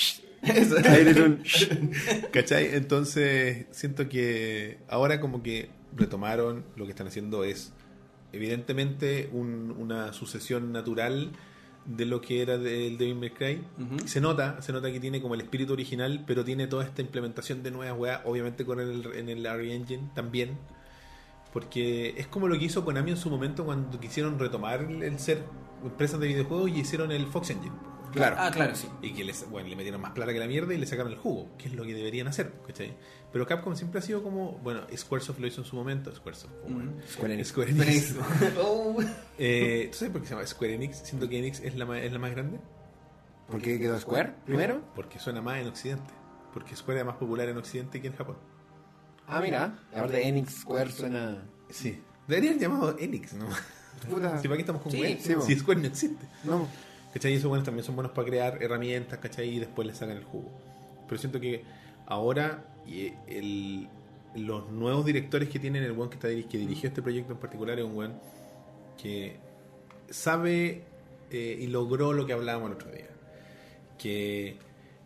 S2: Ahí le
S3: <laughs>
S2: son.
S1: ¿Cachai? Entonces, siento que ahora como que retomaron lo que están haciendo es evidentemente un- una sucesión natural de lo que era del Devil May Cry.
S3: Ujú.
S1: Se nota, se nota que tiene como el espíritu original, pero tiene toda esta implementación de nuevas weas, obviamente con el, en el RE Engine también. Porque es como lo que hizo Konami en su momento cuando quisieron retomar el ser empresas de videojuegos y hicieron el Fox Engine.
S2: Claro.
S3: Ah, claro, sí.
S1: Y que les, bueno, le metieron más plata que la mierda y le sacaron el jugo, que es lo que deberían hacer, ¿cachai? Pero Capcom siempre ha sido como, bueno, Squaresoft lo hizo en su momento, Squaresoft. pues, bueno.
S2: Square Enix.
S1: Square Enix. <laughs>
S3: Oh,
S1: Eh, ¿Tú sabes por qué se llama Square Enix? Siento que Enix es la, ma- es la más grande.
S2: ¿Por qué quedó Square primero?
S1: Porque suena más en Occidente. Porque Square es más popular en Occidente que en Japón.
S2: Ah, mira. Aparte, Enix Square suena.
S1: Sí. Deberían llamado Enix, ¿no?
S2: Puta.
S1: Si para qué estamos con
S3: Sí,
S1: weas?
S2: sí, po.
S1: Si Square no existe.
S2: No.
S1: ¿Cachai? Y esos buenos también son buenos para crear herramientas, ¿cachai? Y después le sacan el jugo. Pero siento que ahora y eh, el- los nuevos directores que tienen, el buen que, está, diri- que dirigió este proyecto en particular es un buen que sabe eh, y logró lo que hablábamos el otro día. Que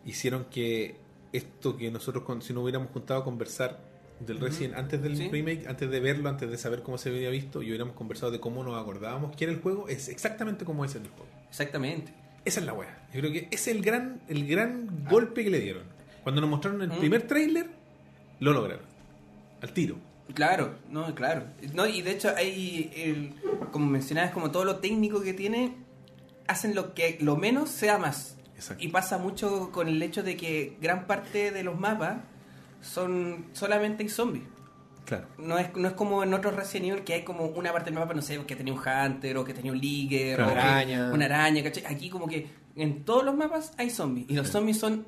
S1: hicieron que esto que nosotros, con- si no hubiéramos juntado a conversar del recién antes del
S3: Sí.
S1: remake, antes de verlo, antes de saber cómo se había visto y hubiéramos conversado de cómo nos acordábamos que era el juego, es exactamente como es en el juego.
S3: Exactamente.
S1: Esa es la wea. Yo creo que ese es el gran, el gran golpe que le dieron. Cuando nos mostraron el
S3: ¿Mm?
S1: primer tráiler, lo lograron. Al tiro.
S3: Claro, no, claro. No, y de hecho hay, el- como mencionabas, como todo lo técnico que tiene, hacen lo que lo menos sea más.
S1: Exacto.
S3: Y pasa mucho con el hecho de que gran parte de los mapas son solamente hay zombies.
S1: Claro.
S3: No es, no es como en otros Resident Evil que hay como una parte del mapa, no sé, que tenía un Hunter o que tenía un Ligger
S1: Claro.
S3: o que-
S2: Araña.
S3: una araña, ¿cachai? Aquí como que en todos los mapas hay zombies y los zombies son,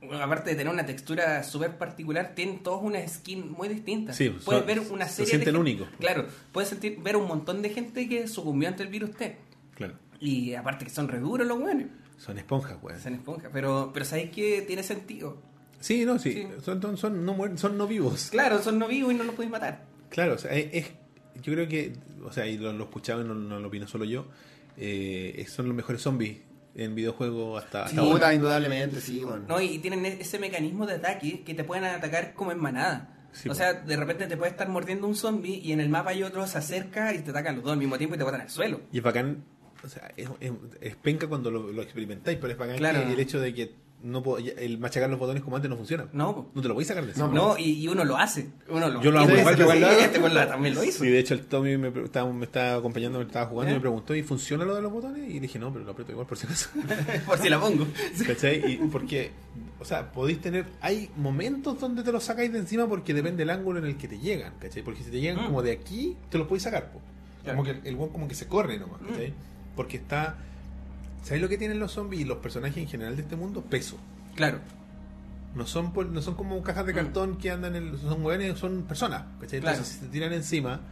S3: bueno, aparte de tener una textura súper particular, tienen todos una skin muy distinta.
S1: Sí,
S3: puedes
S1: son-
S3: ver una
S1: se
S3: serie de
S1: sienten
S3: gen-
S1: únicos.
S3: Claro, puedes sentir, ver un montón de gente que sucumbió ante el virus T.
S1: Claro.
S3: Y aparte que son re duros los buenos,
S1: Son esponjas, weón.
S3: se esponja, pero, pero sabéis que tiene sentido.
S1: Sí, no, sí.
S3: Sí.
S1: Son, son, son no, muer- son no vivos.
S3: Claro, son no vivos y no los podéis matar.
S1: Claro, o sea, eh, es, es- yo creo que, o sea, y lo, lo escuchaba y no, no lo opino solo yo, eh, es- son los mejores zombies en videojuego hasta, hasta ahora.
S2: Puta, indudablemente, sí, weón.
S3: ¿no? Y tienen e- ese mecanismo de ataque que te pueden atacar como en manada.
S1: Sí,
S3: o
S1: po.
S3: sea, de repente te puede estar mordiendo un zombie y en el mapa hay otro, se acerca y te atacan los dos al mismo tiempo y te botan al suelo.
S1: Y es bacán, o sea, es, es- es penca cuando lo, lo experimentáis, pero es bacán
S3: Claro.
S1: que el hecho de que no puedo- ya- el machacar los botones como antes no funciona.
S3: No, po.
S1: No te lo podéis sacar de encima.
S3: no, y, y uno lo hace. Uno lo
S1: Yo lo hago
S3: este
S1: igual, yo
S3: güey <laughs>
S1: igual lo hago.
S3: Este güey lo- también lo hizo.
S1: Sí, de hecho el Tommy me, pre- estaba, me estaba acompañando, me estaba jugando
S3: ¿Eh?
S1: y me preguntó, ¿y funciona lo de los botones? Y dije, no, pero lo aprieto igual por si acaso.
S3: <laughs> Por si la pongo.
S1: ¿Cachai? Y porque, o sea, podéis tener, hay momentos donde te los sacáis de encima porque depende del ángulo en el que te llegan, ¿cachai? Porque si te llegan
S3: Mm.
S1: como de aquí, te los podéis sacar, po.
S3: Claro.
S1: Como que el- el weón como que se corre nomás, ¿cachai? Porque está... ¿Sabéis lo que tienen los zombies y los personajes en general de este mundo? Peso.
S3: Claro.
S1: No son, pol- no son como cajas de cartón que andan en el, son hueones, son personas, ¿cachai?
S3: Mm. Claro.
S1: Entonces si te tiran encima,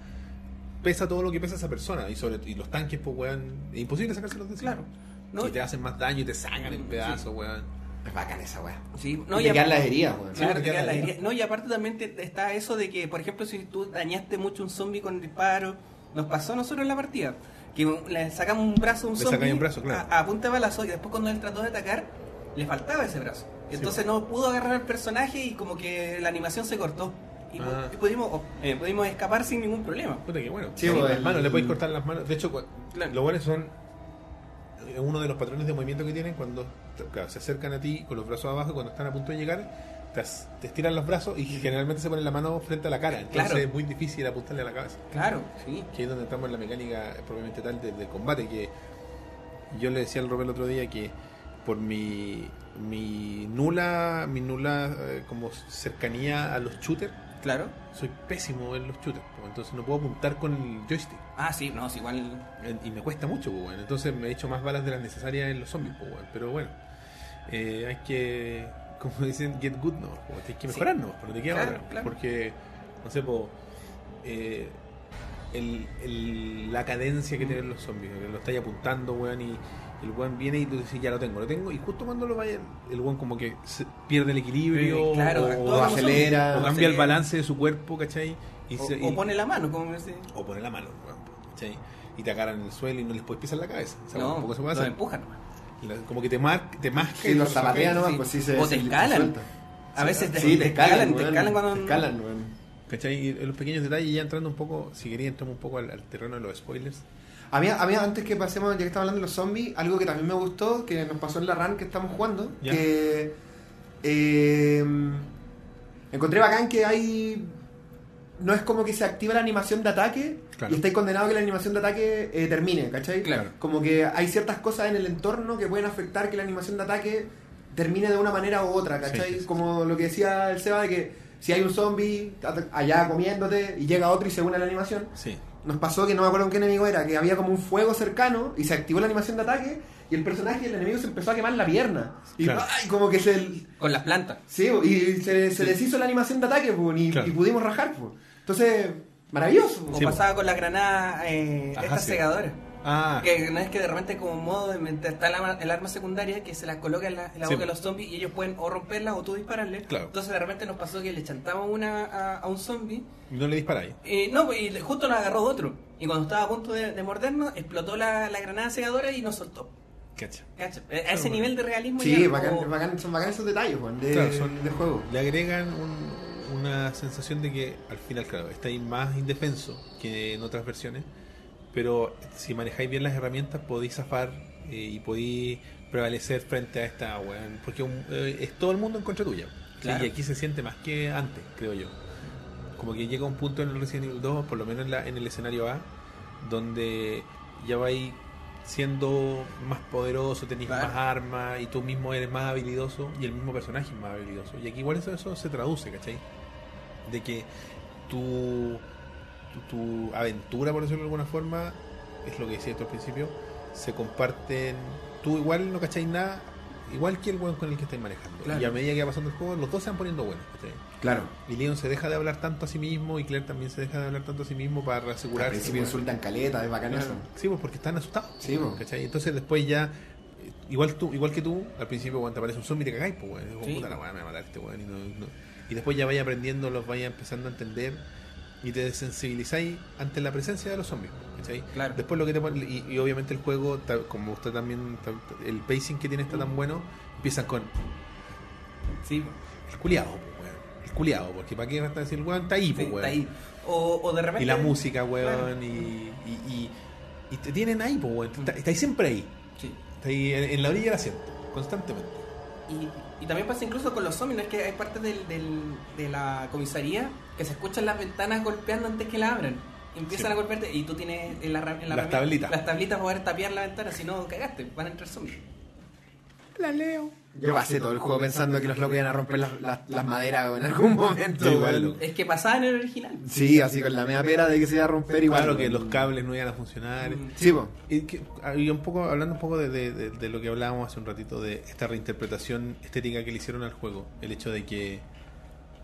S1: pesa todo lo que pesa esa persona, y sobre y los tanques, pues weón, es imposible sacárselos de encima.
S3: Claro. No, Mm,
S1: y te hacen más daño y te sacan en
S3: Sí.
S1: pedazos, weón.
S2: Es bacán esa weá.
S3: sí,
S2: No,
S3: no,
S2: y te
S3: y
S2: quedan
S3: aparte-
S2: las heridas, weón.
S1: Sí.
S3: Claro, te
S1: queda
S3: queda
S1: la
S3: la
S1: herida.
S3: herida. No, y aparte también te- está eso de que, por ejemplo, si tú dañaste mucho un zombie con disparo, nos pasó a nosotros en la partida, que un- le sacamos un brazo a un
S1: Le
S3: zombie
S1: sacáis un brazo, claro.
S3: a, a punta de balazo y después cuando él trató de atacar, le faltaba ese brazo. Entonces no pudo agarrar al personaje y como que la animación se cortó. Y, pu-
S1: Ah.
S3: y pudimos, o- eh, pudimos escapar sin ningún problema.
S1: Puta que bueno.
S2: Sí,
S1: las
S2: el-
S1: manos, le podéis cortar las manos. De hecho, cua-
S3: Claro.
S1: los buenos son eh, uno de los patrones de movimiento que tienen cuando t- claro, se acercan a ti con los brazos abajo, cuando están a punto de llegar, te, as- te estiran los brazos y generalmente se ponen la mano frente a la cara. Entonces
S3: Claro.
S1: es muy difícil apuntarle a la cabeza.
S3: Claro, sí.
S1: Que es donde estamos en la mecánica eh, propiamente tal de- del combate. Que yo le decía al Robert el otro día que por mi, mi nula, mi nula eh, como cercanía a los shooters,
S3: Claro.
S1: soy pésimo en los shooters. pues, Entonces no puedo apuntar con el joystick.
S3: Ah, sí, no, es igual.
S1: En- Y me cuesta mucho, pues, weón. Entonces me he hecho más balas de las necesarias en los zombies, pues, weón. Pero bueno, eh, hay que, <laughs> como dicen, get good, no. pues, Tienes que
S3: Sí.
S1: mejorar, no. Pero te queda
S3: Claro,
S1: otra.
S3: claro.
S1: Porque, no sé, pues, eh, el- el- la cadencia
S3: Mm.
S1: que tienen los zombies, que lo estáis apuntando, weón, y el weón viene y tú dices, ya lo tengo, lo tengo. Y justo cuando lo vaya, el weón como que se- pierde el equilibrio,
S3: Eh, claro,
S1: o,
S3: actúa
S1: o
S3: como zombie.
S1: acelera, o
S3: O
S1: cambia el
S3: acelera.
S1: balance de su cuerpo, ¿cachai? Y
S3: o,
S1: se- y-
S3: o pone la mano, como ese-
S1: o poner la mano, weón, ¿cachai? Y te agarran en el suelo y no les puedes pisar la cabeza. O sea,
S3: No,
S1: tampoco se puede
S3: lo
S1: hacer.
S3: empujan nomás.
S1: La- Como que te, mar te masca
S2: Sí, los zapatean nomás,
S3: Sí.
S2: pues sí se.
S3: O te
S2: se- se
S3: escalan.
S2: suelta.
S3: A veces te,
S2: Sí,
S3: te
S2: te escalan,
S3: te
S2: weón.
S3: escalan cuando...
S2: Te escalan, weón.
S1: ¿Cachai? Y los pequeños detalles, ya entrando un poco, si quería entramos un poco al, al terreno de los spoilers.
S2: A mí, a mí, antes que pasemos, ya que estamos hablando de los zombies, algo que también me gustó, que nos pasó en la run que estamos jugando,
S1: Ya.
S2: que eh, encontré bacán que hay... No es como que se activa la animación de ataque
S1: Claro.
S2: y estáis condenado a que la animación de ataque eh, termine, ¿cachai?
S3: Claro.
S2: Como que hay ciertas cosas en el entorno que pueden afectar que la animación de ataque termine de una manera u otra, ¿cachai?
S1: Sí, sí.
S2: Como lo que decía el Seba de que si hay un zombie ata- allá comiéndote y llega otro y se une a la animación,
S1: Sí.
S2: nos pasó que no me acuerdo en qué enemigo era, que había como un fuego cercano y se activó la animación de ataque y el personaje, el enemigo se empezó a quemar la pierna. Y
S1: Claro.
S2: ¡ay! como que se,
S3: Con las plantas.
S2: sí, y se, se deshizo la animación de ataque pues, y,
S1: Claro.
S2: y pudimos rajar. pues. Entonces, maravilloso.
S3: O
S1: Sí,
S3: pasaba con la granada, eh,
S1: Ajá,
S3: estas
S1: sí.
S3: segadoras.
S1: Ah,
S3: Que no es que de repente como modo de mientras está el arma, el arma secundaria que se las coloca en la, en la
S1: Sí.
S3: boca de los zombies y ellos pueden o romperla o tú dispararle.
S1: Claro.
S3: Entonces de repente nos pasó que le chantamos una a, a un zombie
S1: no le disparáis.
S3: y no, pues, y le- justo nos agarró otro. Y cuando estaba a punto de, de mordernos, explotó la, la granada segadora y nos soltó.
S1: Cacha.
S3: Cacha. Eh, A ese nivel de realismo
S2: Sí,
S3: ya
S2: bacán-
S3: como-
S2: bacán- son bacán esos detalles weón, de,
S1: Claro, son-
S2: de juego.
S1: Le agregan un- una sensación de que al final, claro, estáis más indefenso que en otras versiones, pero si manejáis bien las herramientas podéis zafar eh, y podéis prevalecer frente a esta, weón, porque un- eh, es todo el mundo en contra tuya.
S3: Claro.
S1: Y aquí se siente más que antes, creo yo. Como que llega un punto en el Resident Evil 2, por lo menos en, la- en el escenario A, donde ya vais siendo más poderoso, tenéis
S3: Claro.
S1: más armas y tú mismo eres más habilidoso y el mismo personaje es más habilidoso. Y aquí igual eso, eso se traduce, ¿cachai? De que tu, tu, tu aventura, por decirlo de alguna forma, es lo que decía esto al principio, se comparten, tú igual no cacháis nada, igual que el weón con el que estáis manejando.
S3: Claro.
S1: Y a medida que va pasando el juego, los dos se van poniendo buenos, ¿cachai?
S2: Claro.
S1: Y Leon se deja de hablar tanto a sí mismo y Claire también se deja de hablar tanto a sí mismo para
S2: Al
S1: asegurarse.
S2: principio
S1: weón.
S2: insultan caleta, es bacán eso.
S1: Sí, pues porque están asustados.
S2: Sí, pues.
S1: ¿cachai? Entonces después ya, eh, igual tú, igual que tú, al principio cuando te aparece un zombie te cagáis, pues weón. Digo,
S3: Sí.
S1: puta la weá, me va a matar este weón. Y, no- no- y después ya vaya aprendiendo, los vaya empezando a entender y te desensibilizáis ante la presencia de los zombies, ¿cachai?
S3: Claro.
S1: Después lo que te pone- y, y obviamente el juego, tal- como usted también, tal- el pacing que tiene está tan bueno, empiezan con
S3: Sí.
S1: el culiado, El culiado, porque para qué vas a decir, weón, está ahí,
S3: Sí,
S1: pues
S3: está
S1: weón.
S3: ahí. O, o de repente...
S1: Y la música, weón,
S3: Claro.
S1: y, y, y- y te tienen ahí, pues, weón. Está, está ahí siempre ahí.
S3: Sí.
S1: Está ahí en, en la orilla del asiento, constantemente.
S3: Y, y también pasa incluso con los zombies, ¿no? es que hay partes del, del- de la comisaría que se escuchan las ventanas golpeando antes que la abran. Y Empiezan
S1: Sí.
S3: a golpearte y tú tienes en la, ra- en la
S1: Las
S3: herramienta-
S1: tablitas.
S3: Las tablitas para poder tapiar la ventana, si no cagaste, van a entrar zombies.
S1: La leo.
S4: Yo pasé todo el juego pensando que los locos iban a romper las, las- las maderas weón, en algún momento.
S1: Yo igual,
S4: weón.
S1: loco.
S3: Es que pasaba en el original.
S4: Sí, así con la media pera de que se iba a romper igual.
S1: Claro que
S2: mm.
S4: weón.
S1: los cables no iban a funcionar.
S4: Sí, po.
S1: Y que- y un poco, hablando un poco de, de- de- de lo que hablábamos hace un ratito, de esta reinterpretación estética que le hicieron al juego, el hecho de que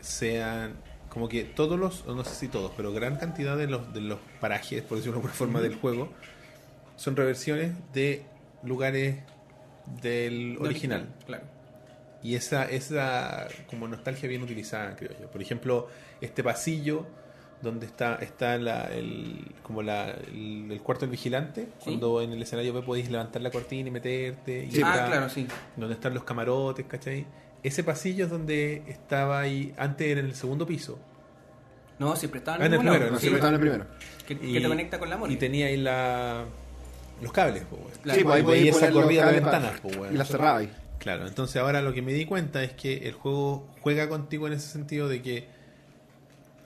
S1: sean como que todos los, o no sé si todos, pero gran cantidad de los, de los parajes, por decirlo de alguna forma, del juego, son reversiones de lugares del
S3: Lo
S1: original.
S3: Claro.
S1: Y esa, esa como nostalgia bien utilizada, creo yo. Por ejemplo, este pasillo donde está, está la, el, como la, el, el cuarto del vigilante, cuando en el escenario B podéis levantar la cortina y meterte. Y
S4: Sí,
S1: está
S3: ah, claro, sí.
S1: Donde están los camarotes, ¿cachai? Ese pasillo es donde estaba ahí, antes era en el segundo piso.
S3: No, siempre estaban
S1: Ah, en el
S3: ningún lado,
S1: primero, no,
S4: Sí,
S3: sí,
S4: pues, estaban en el primero.
S3: que, que
S1: Y-
S3: te conecta con la mole.
S1: Y tenía ahí la, los cables, po, weón.
S3: Claro.
S4: sí, pues ahí
S1: Y
S4: podías
S1: esa
S4: poner los
S1: corrida de
S4: cables pa-
S1: ventanas, po, pues, weón.
S4: Y las cerraba ahí.
S1: Claro, entonces ahora lo que me di cuenta es que el juego juega contigo en ese sentido de que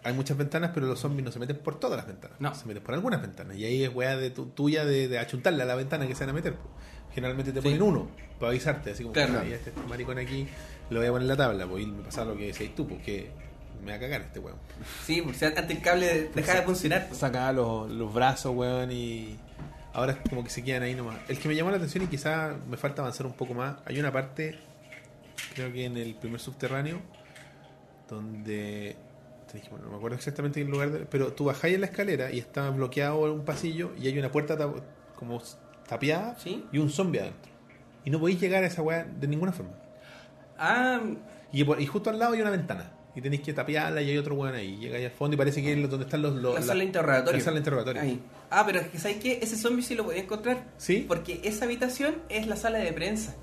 S1: hay muchas ventanas, pero los zombies no se meten por todas las ventanas.
S3: No.
S1: Se meten por algunas ventanas. Y ahí es weá de tu- tuya de, de achuntarle a la ventana que se van a meter. po. Generalmente te
S3: Sí.
S1: ponen uno para avisarte, así como
S3: Claro.
S1: "Ah, ya este maricón aquí le voy a poner la tabla, po", y me pasa lo que decís tú, porque me va a cagar este weón.
S3: Sí, pues, o sea, antes el cable dejaba de funcionar. pues.
S1: Sacaba los, los brazos, weón, y ahora es como que se quedan ahí nomás. El que me llamó la atención y quizá me falta avanzar un poco más, hay una parte, creo que en el primer subterráneo, donde... te dije, bueno, no me acuerdo exactamente el lugar, de- pero tú bajáis en la escalera y está bloqueado un pasillo y hay una puerta tap- como tapiada
S3: Sí.
S1: y un zombie adentro. Y no podéis llegar a esa weá de ninguna forma.
S3: Ah,
S1: Y, por- y justo al lado hay una ventana. Y tenéis que tapiarla y hay otro weón ahí. Llegáis al fondo y parece que es donde están los... los
S3: la
S1: las-
S3: sala de interrogatorio.
S1: la sala de interrogatorio.
S3: Ahí. Ah, pero es que ¿sabes qué? Ese zombie sí lo podía encontrar.
S1: ¿Sí?
S3: Porque esa habitación es la sala de prensa.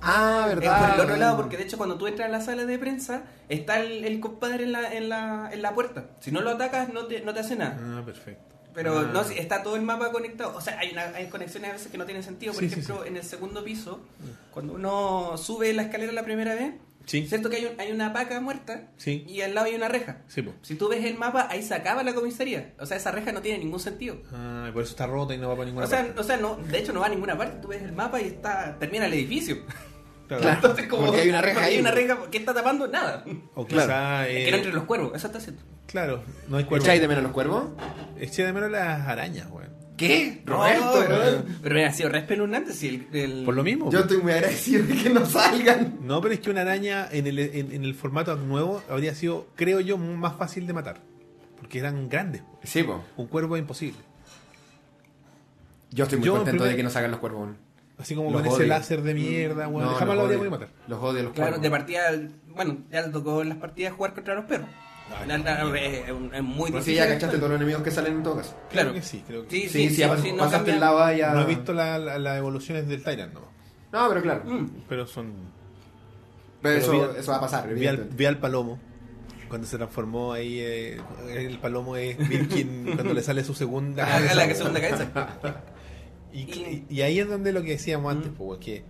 S4: Ah,
S3: Es
S4: verdad.
S3: por el otro lado,
S4: weón.
S3: porque de hecho cuando tú entras a la sala de prensa, está el, el compadre en la, en, la, en la puerta. Si no lo atacas, no te, no te hace nada.
S1: Ah, perfecto.
S3: Pero
S1: Ah.
S3: no, si está todo el mapa conectado. O sea, hay, una- hay conexiones a veces que no tienen sentido. Por
S1: Sí, sí,
S3: ejemplo, en el segundo piso, cuando uno sube la escalera la primera vez,
S1: Sí.
S3: ¿cierto que hay, un- hay una paca muerta
S1: Sí.
S3: y al lado hay una reja?
S1: Sí, po.
S3: Si tú ves el mapa, ahí se acaba la comisaría. O sea, esa reja no tiene ningún sentido.
S1: Ah, y por eso está rota y no va para ninguna
S3: O sea,
S1: parte.
S3: o sea no, de hecho no va a ninguna parte. Tú ves el mapa y está termina el edificio. <laughs>
S1: Claro.
S4: Claro.
S3: Entonces, como
S4: Porque hay una reja
S3: porque hay
S4: ahí.
S3: una reja que está tapando nada.
S4: Claro.
S1: O quizá... eh,
S3: que no entre los cuervos, eso está haciendo.
S1: Claro, no hay cuerpo.
S4: ¿Echáis de menos los cuervos?
S1: Eché de menos las arañas, weón.
S4: ¿Qué?
S3: No,
S4: Roberto,
S3: pero,
S4: weón.
S3: pero hubiera sido re espeluznante si el, el-
S1: Por lo mismo.
S2: Yo estoy muy agradecido de que no salgan.
S1: No, pero es que una araña en el, en, en el formato nuevo habría sido, creo yo, más fácil de matar. Porque eran grandes.
S4: Sí, po.
S1: Un cuervo es imposible.
S4: Yo estoy muy
S1: Yo, en
S4: contento de
S1: primer-
S4: que no salgan los cuervos. weón.
S1: Así como
S4: Los
S1: con ese
S4: odio.
S1: láser de mierda, weón.
S4: No,
S1: Jamás lo
S4: odio.
S1: habría podido matar.
S4: Los odio a los
S3: Claro,
S4: cuervos.
S3: de partida, bueno, ya te tocó en las partidas jugar contra los perros. La- la- es, es muy
S4: Pero sí,
S3: difícil.
S4: ya cachaste todos los enemigos que salen en todo caso.
S1: Creo
S3: Claro.
S1: que sí, creo que sí.
S3: Sí, sí,
S4: Sí, sí,
S3: sí,
S4: ya
S3: sí, no
S4: pasaste
S3: cambia-
S4: el lava ya.
S1: No he visto la- la- las evoluciones del Tyrant, no.
S4: No, pero claro. Pero,
S3: Mm.
S1: Pero son
S4: eso,
S1: vi-
S4: eso va a pasar.
S1: Vi al,
S4: evidentemente.
S1: vi al palomo cuando se transformó ahí. eh, el palomo es Birkin cuando le sale su segunda.
S3: Ah,
S1: cabeza,
S3: la que
S1: po.
S3: segunda cabeza.
S1: Y, y- y ahí es donde lo que decíamos antes, po, que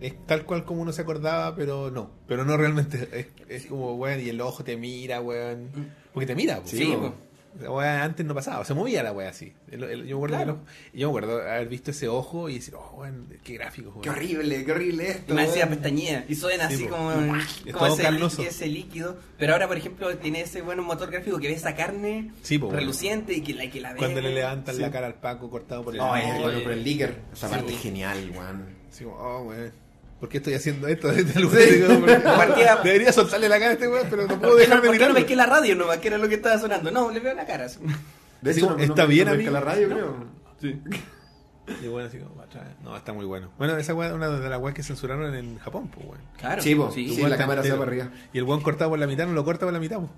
S1: es tal cual como uno se acordaba, pero no. Pero no realmente. Es, es como, weón, y el ojo te mira, weón. Porque te mira, po.
S3: Sí,
S4: po.
S3: po.
S1: La weá antes no pasaba, se movía la weá así. El- el- yo, me acuerdo que el
S3: Claro.
S1: ojo- yo me acuerdo haber visto ese ojo y decir, oh, weón, qué gráfico, weón.
S4: Qué horrible, qué horrible
S3: Y
S4: esto.
S3: me hacía
S4: weón.
S3: pestañía. Y suena
S1: Sí,
S3: así
S1: po.
S3: como,
S1: Es
S3: como
S1: todo
S3: ese,
S1: carnoso.
S3: líquido, ese líquido. Pero ahora, por ejemplo, tiene ese buen motor gráfico que ve esa carne
S1: Sí, po, bueno.
S3: reluciente y que la, que la ve.
S1: Cuando le levantan
S4: Sí.
S1: la cara al Paco cortado por el
S4: No,
S1: ojo,
S4: es bueno,
S3: Oye.
S4: pero el Licker. Esa
S1: Sí,
S4: parte
S1: po.
S4: es genial, weón.
S1: Así como, oh, weón, ¿por qué estoy haciendo esto? en este lugar?
S4: Sí.
S1: Digo,
S4: <laughs>
S1: porque-
S3: Partida-
S1: Debería soltarle la cara a este weón, pero no puedo
S3: ¿Por qué no-
S1: dejar de
S3: por qué no
S1: mirarlo.
S3: ves que la radio nomás, que era lo que estaba sonando? No, le veo la cara. así.
S4: De
S1: Sí,
S4: hecho,
S1: como,
S4: no-
S1: está
S4: no-
S1: bien,
S4: no pesca
S1: amigo.
S4: la radio, creo.
S1: Y bueno, así como, "Macha, no, está muy bueno. Bueno, esa weá es una de las weas que censuraron en Japón, pues, weón.
S3: Claro.
S4: Sí, po.
S1: El
S4: Sí,
S1: weón
S4: la
S1: está
S4: cámara se va
S1: entero.
S4: para arriba.
S1: Y el weón cortado por la mitad no lo corta por la mitad, pues.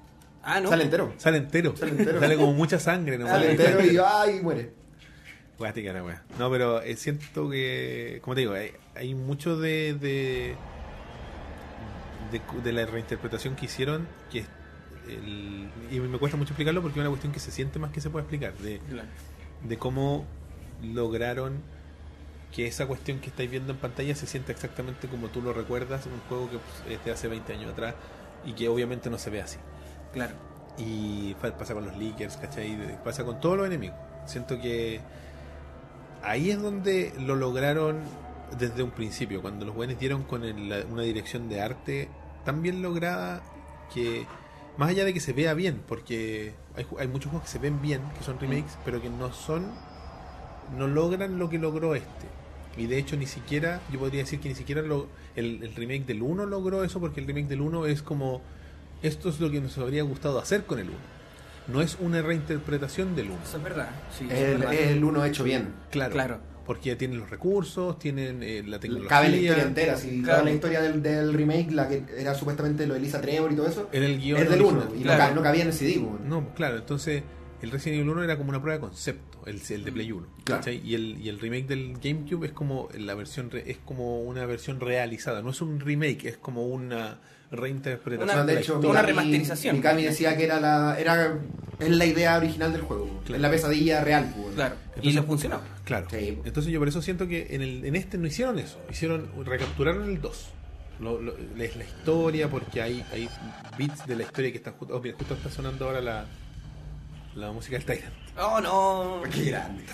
S3: Ah, no.
S4: Sale entero.
S1: Sale entero.
S4: Sale entero.
S1: Sale como mucha sangre, nomás.
S4: Sale entero y ay, muere.
S1: Guástica la wea. No, pero eh, siento que, como te digo, hay, hay mucho de de, de cu- de la reinterpretación que hicieron que es el- y me cuesta mucho explicarlo porque es una cuestión que se siente más que se puede explicar de,
S3: Claro.
S1: de cómo lograron que esa cuestión que estáis viendo en pantalla se sienta exactamente como tú lo recuerdas en un juego que pues, es de hace 20 años atrás y que obviamente no se ve así.
S3: Claro.
S1: Y fa- pasa con los leakers, ¿cachai? De- Pasa con todos los enemigos. Siento que ahí es donde lo lograron desde un principio, cuando los buenos dieron con el- la- una dirección de arte tan bien lograda que, más allá de que se vea bien, porque hay, ju- hay muchos juegos que se ven bien, que son remakes, pero que no son, no logran lo que logró este. Y de hecho ni siquiera, yo podría decir que ni siquiera lo- el, el remake del 1 logró eso, porque el remake del 1 es como, esto es lo que nos habría gustado hacer con el 1. No es una reinterpretación del 1.
S3: Eso es verdad. Sí, eso es
S2: El,
S3: verdad.
S2: el uno hecho bien.
S1: Claro.
S3: Claro.
S1: Porque tienen los recursos, tienen eh, la tecnología.
S2: Cabe la historia entera. Si
S3: Claro.
S2: toda la historia del, del remake, la que era supuestamente lo de Elisa Trevor y todo eso,
S1: En el guión.
S2: es del
S1: original.
S2: 1. Y no
S3: Claro.
S2: ca- no cabía en el CD. weón.
S1: No, pues, claro, entonces el Resident Evil 1 era como una prueba de concepto, el, el de Play 1.
S2: Claro.
S1: ¿cachai? Y, el, y el remake del GameCube es como la versión re- es como una versión realizada, no es un remake, es como una
S2: O
S1: reinterpretación
S2: sea,
S3: Una-
S1: de
S2: de
S1: la
S2: hecho,
S1: historia.
S3: una
S2: Mikami-
S3: remasterización.
S2: Mikami decía que era la, era, es la idea original del juego. weón.
S1: Claro.
S2: Es la pesadilla real. weón.
S3: Claro. y
S1: Entonces-
S3: le funcionó.
S1: Claro.
S2: Sí.
S1: Entonces yo por eso siento que en, el, en este no hicieron eso. Hicieron, recapturaron el 2. Lo- lo- es la historia, porque hay, hay bits de la historia que están justo. oh, mira, justo está sonando ahora la, la música del Tyrant.
S3: Oh,
S2: <laughs>
S3: no.
S2: Qué grande.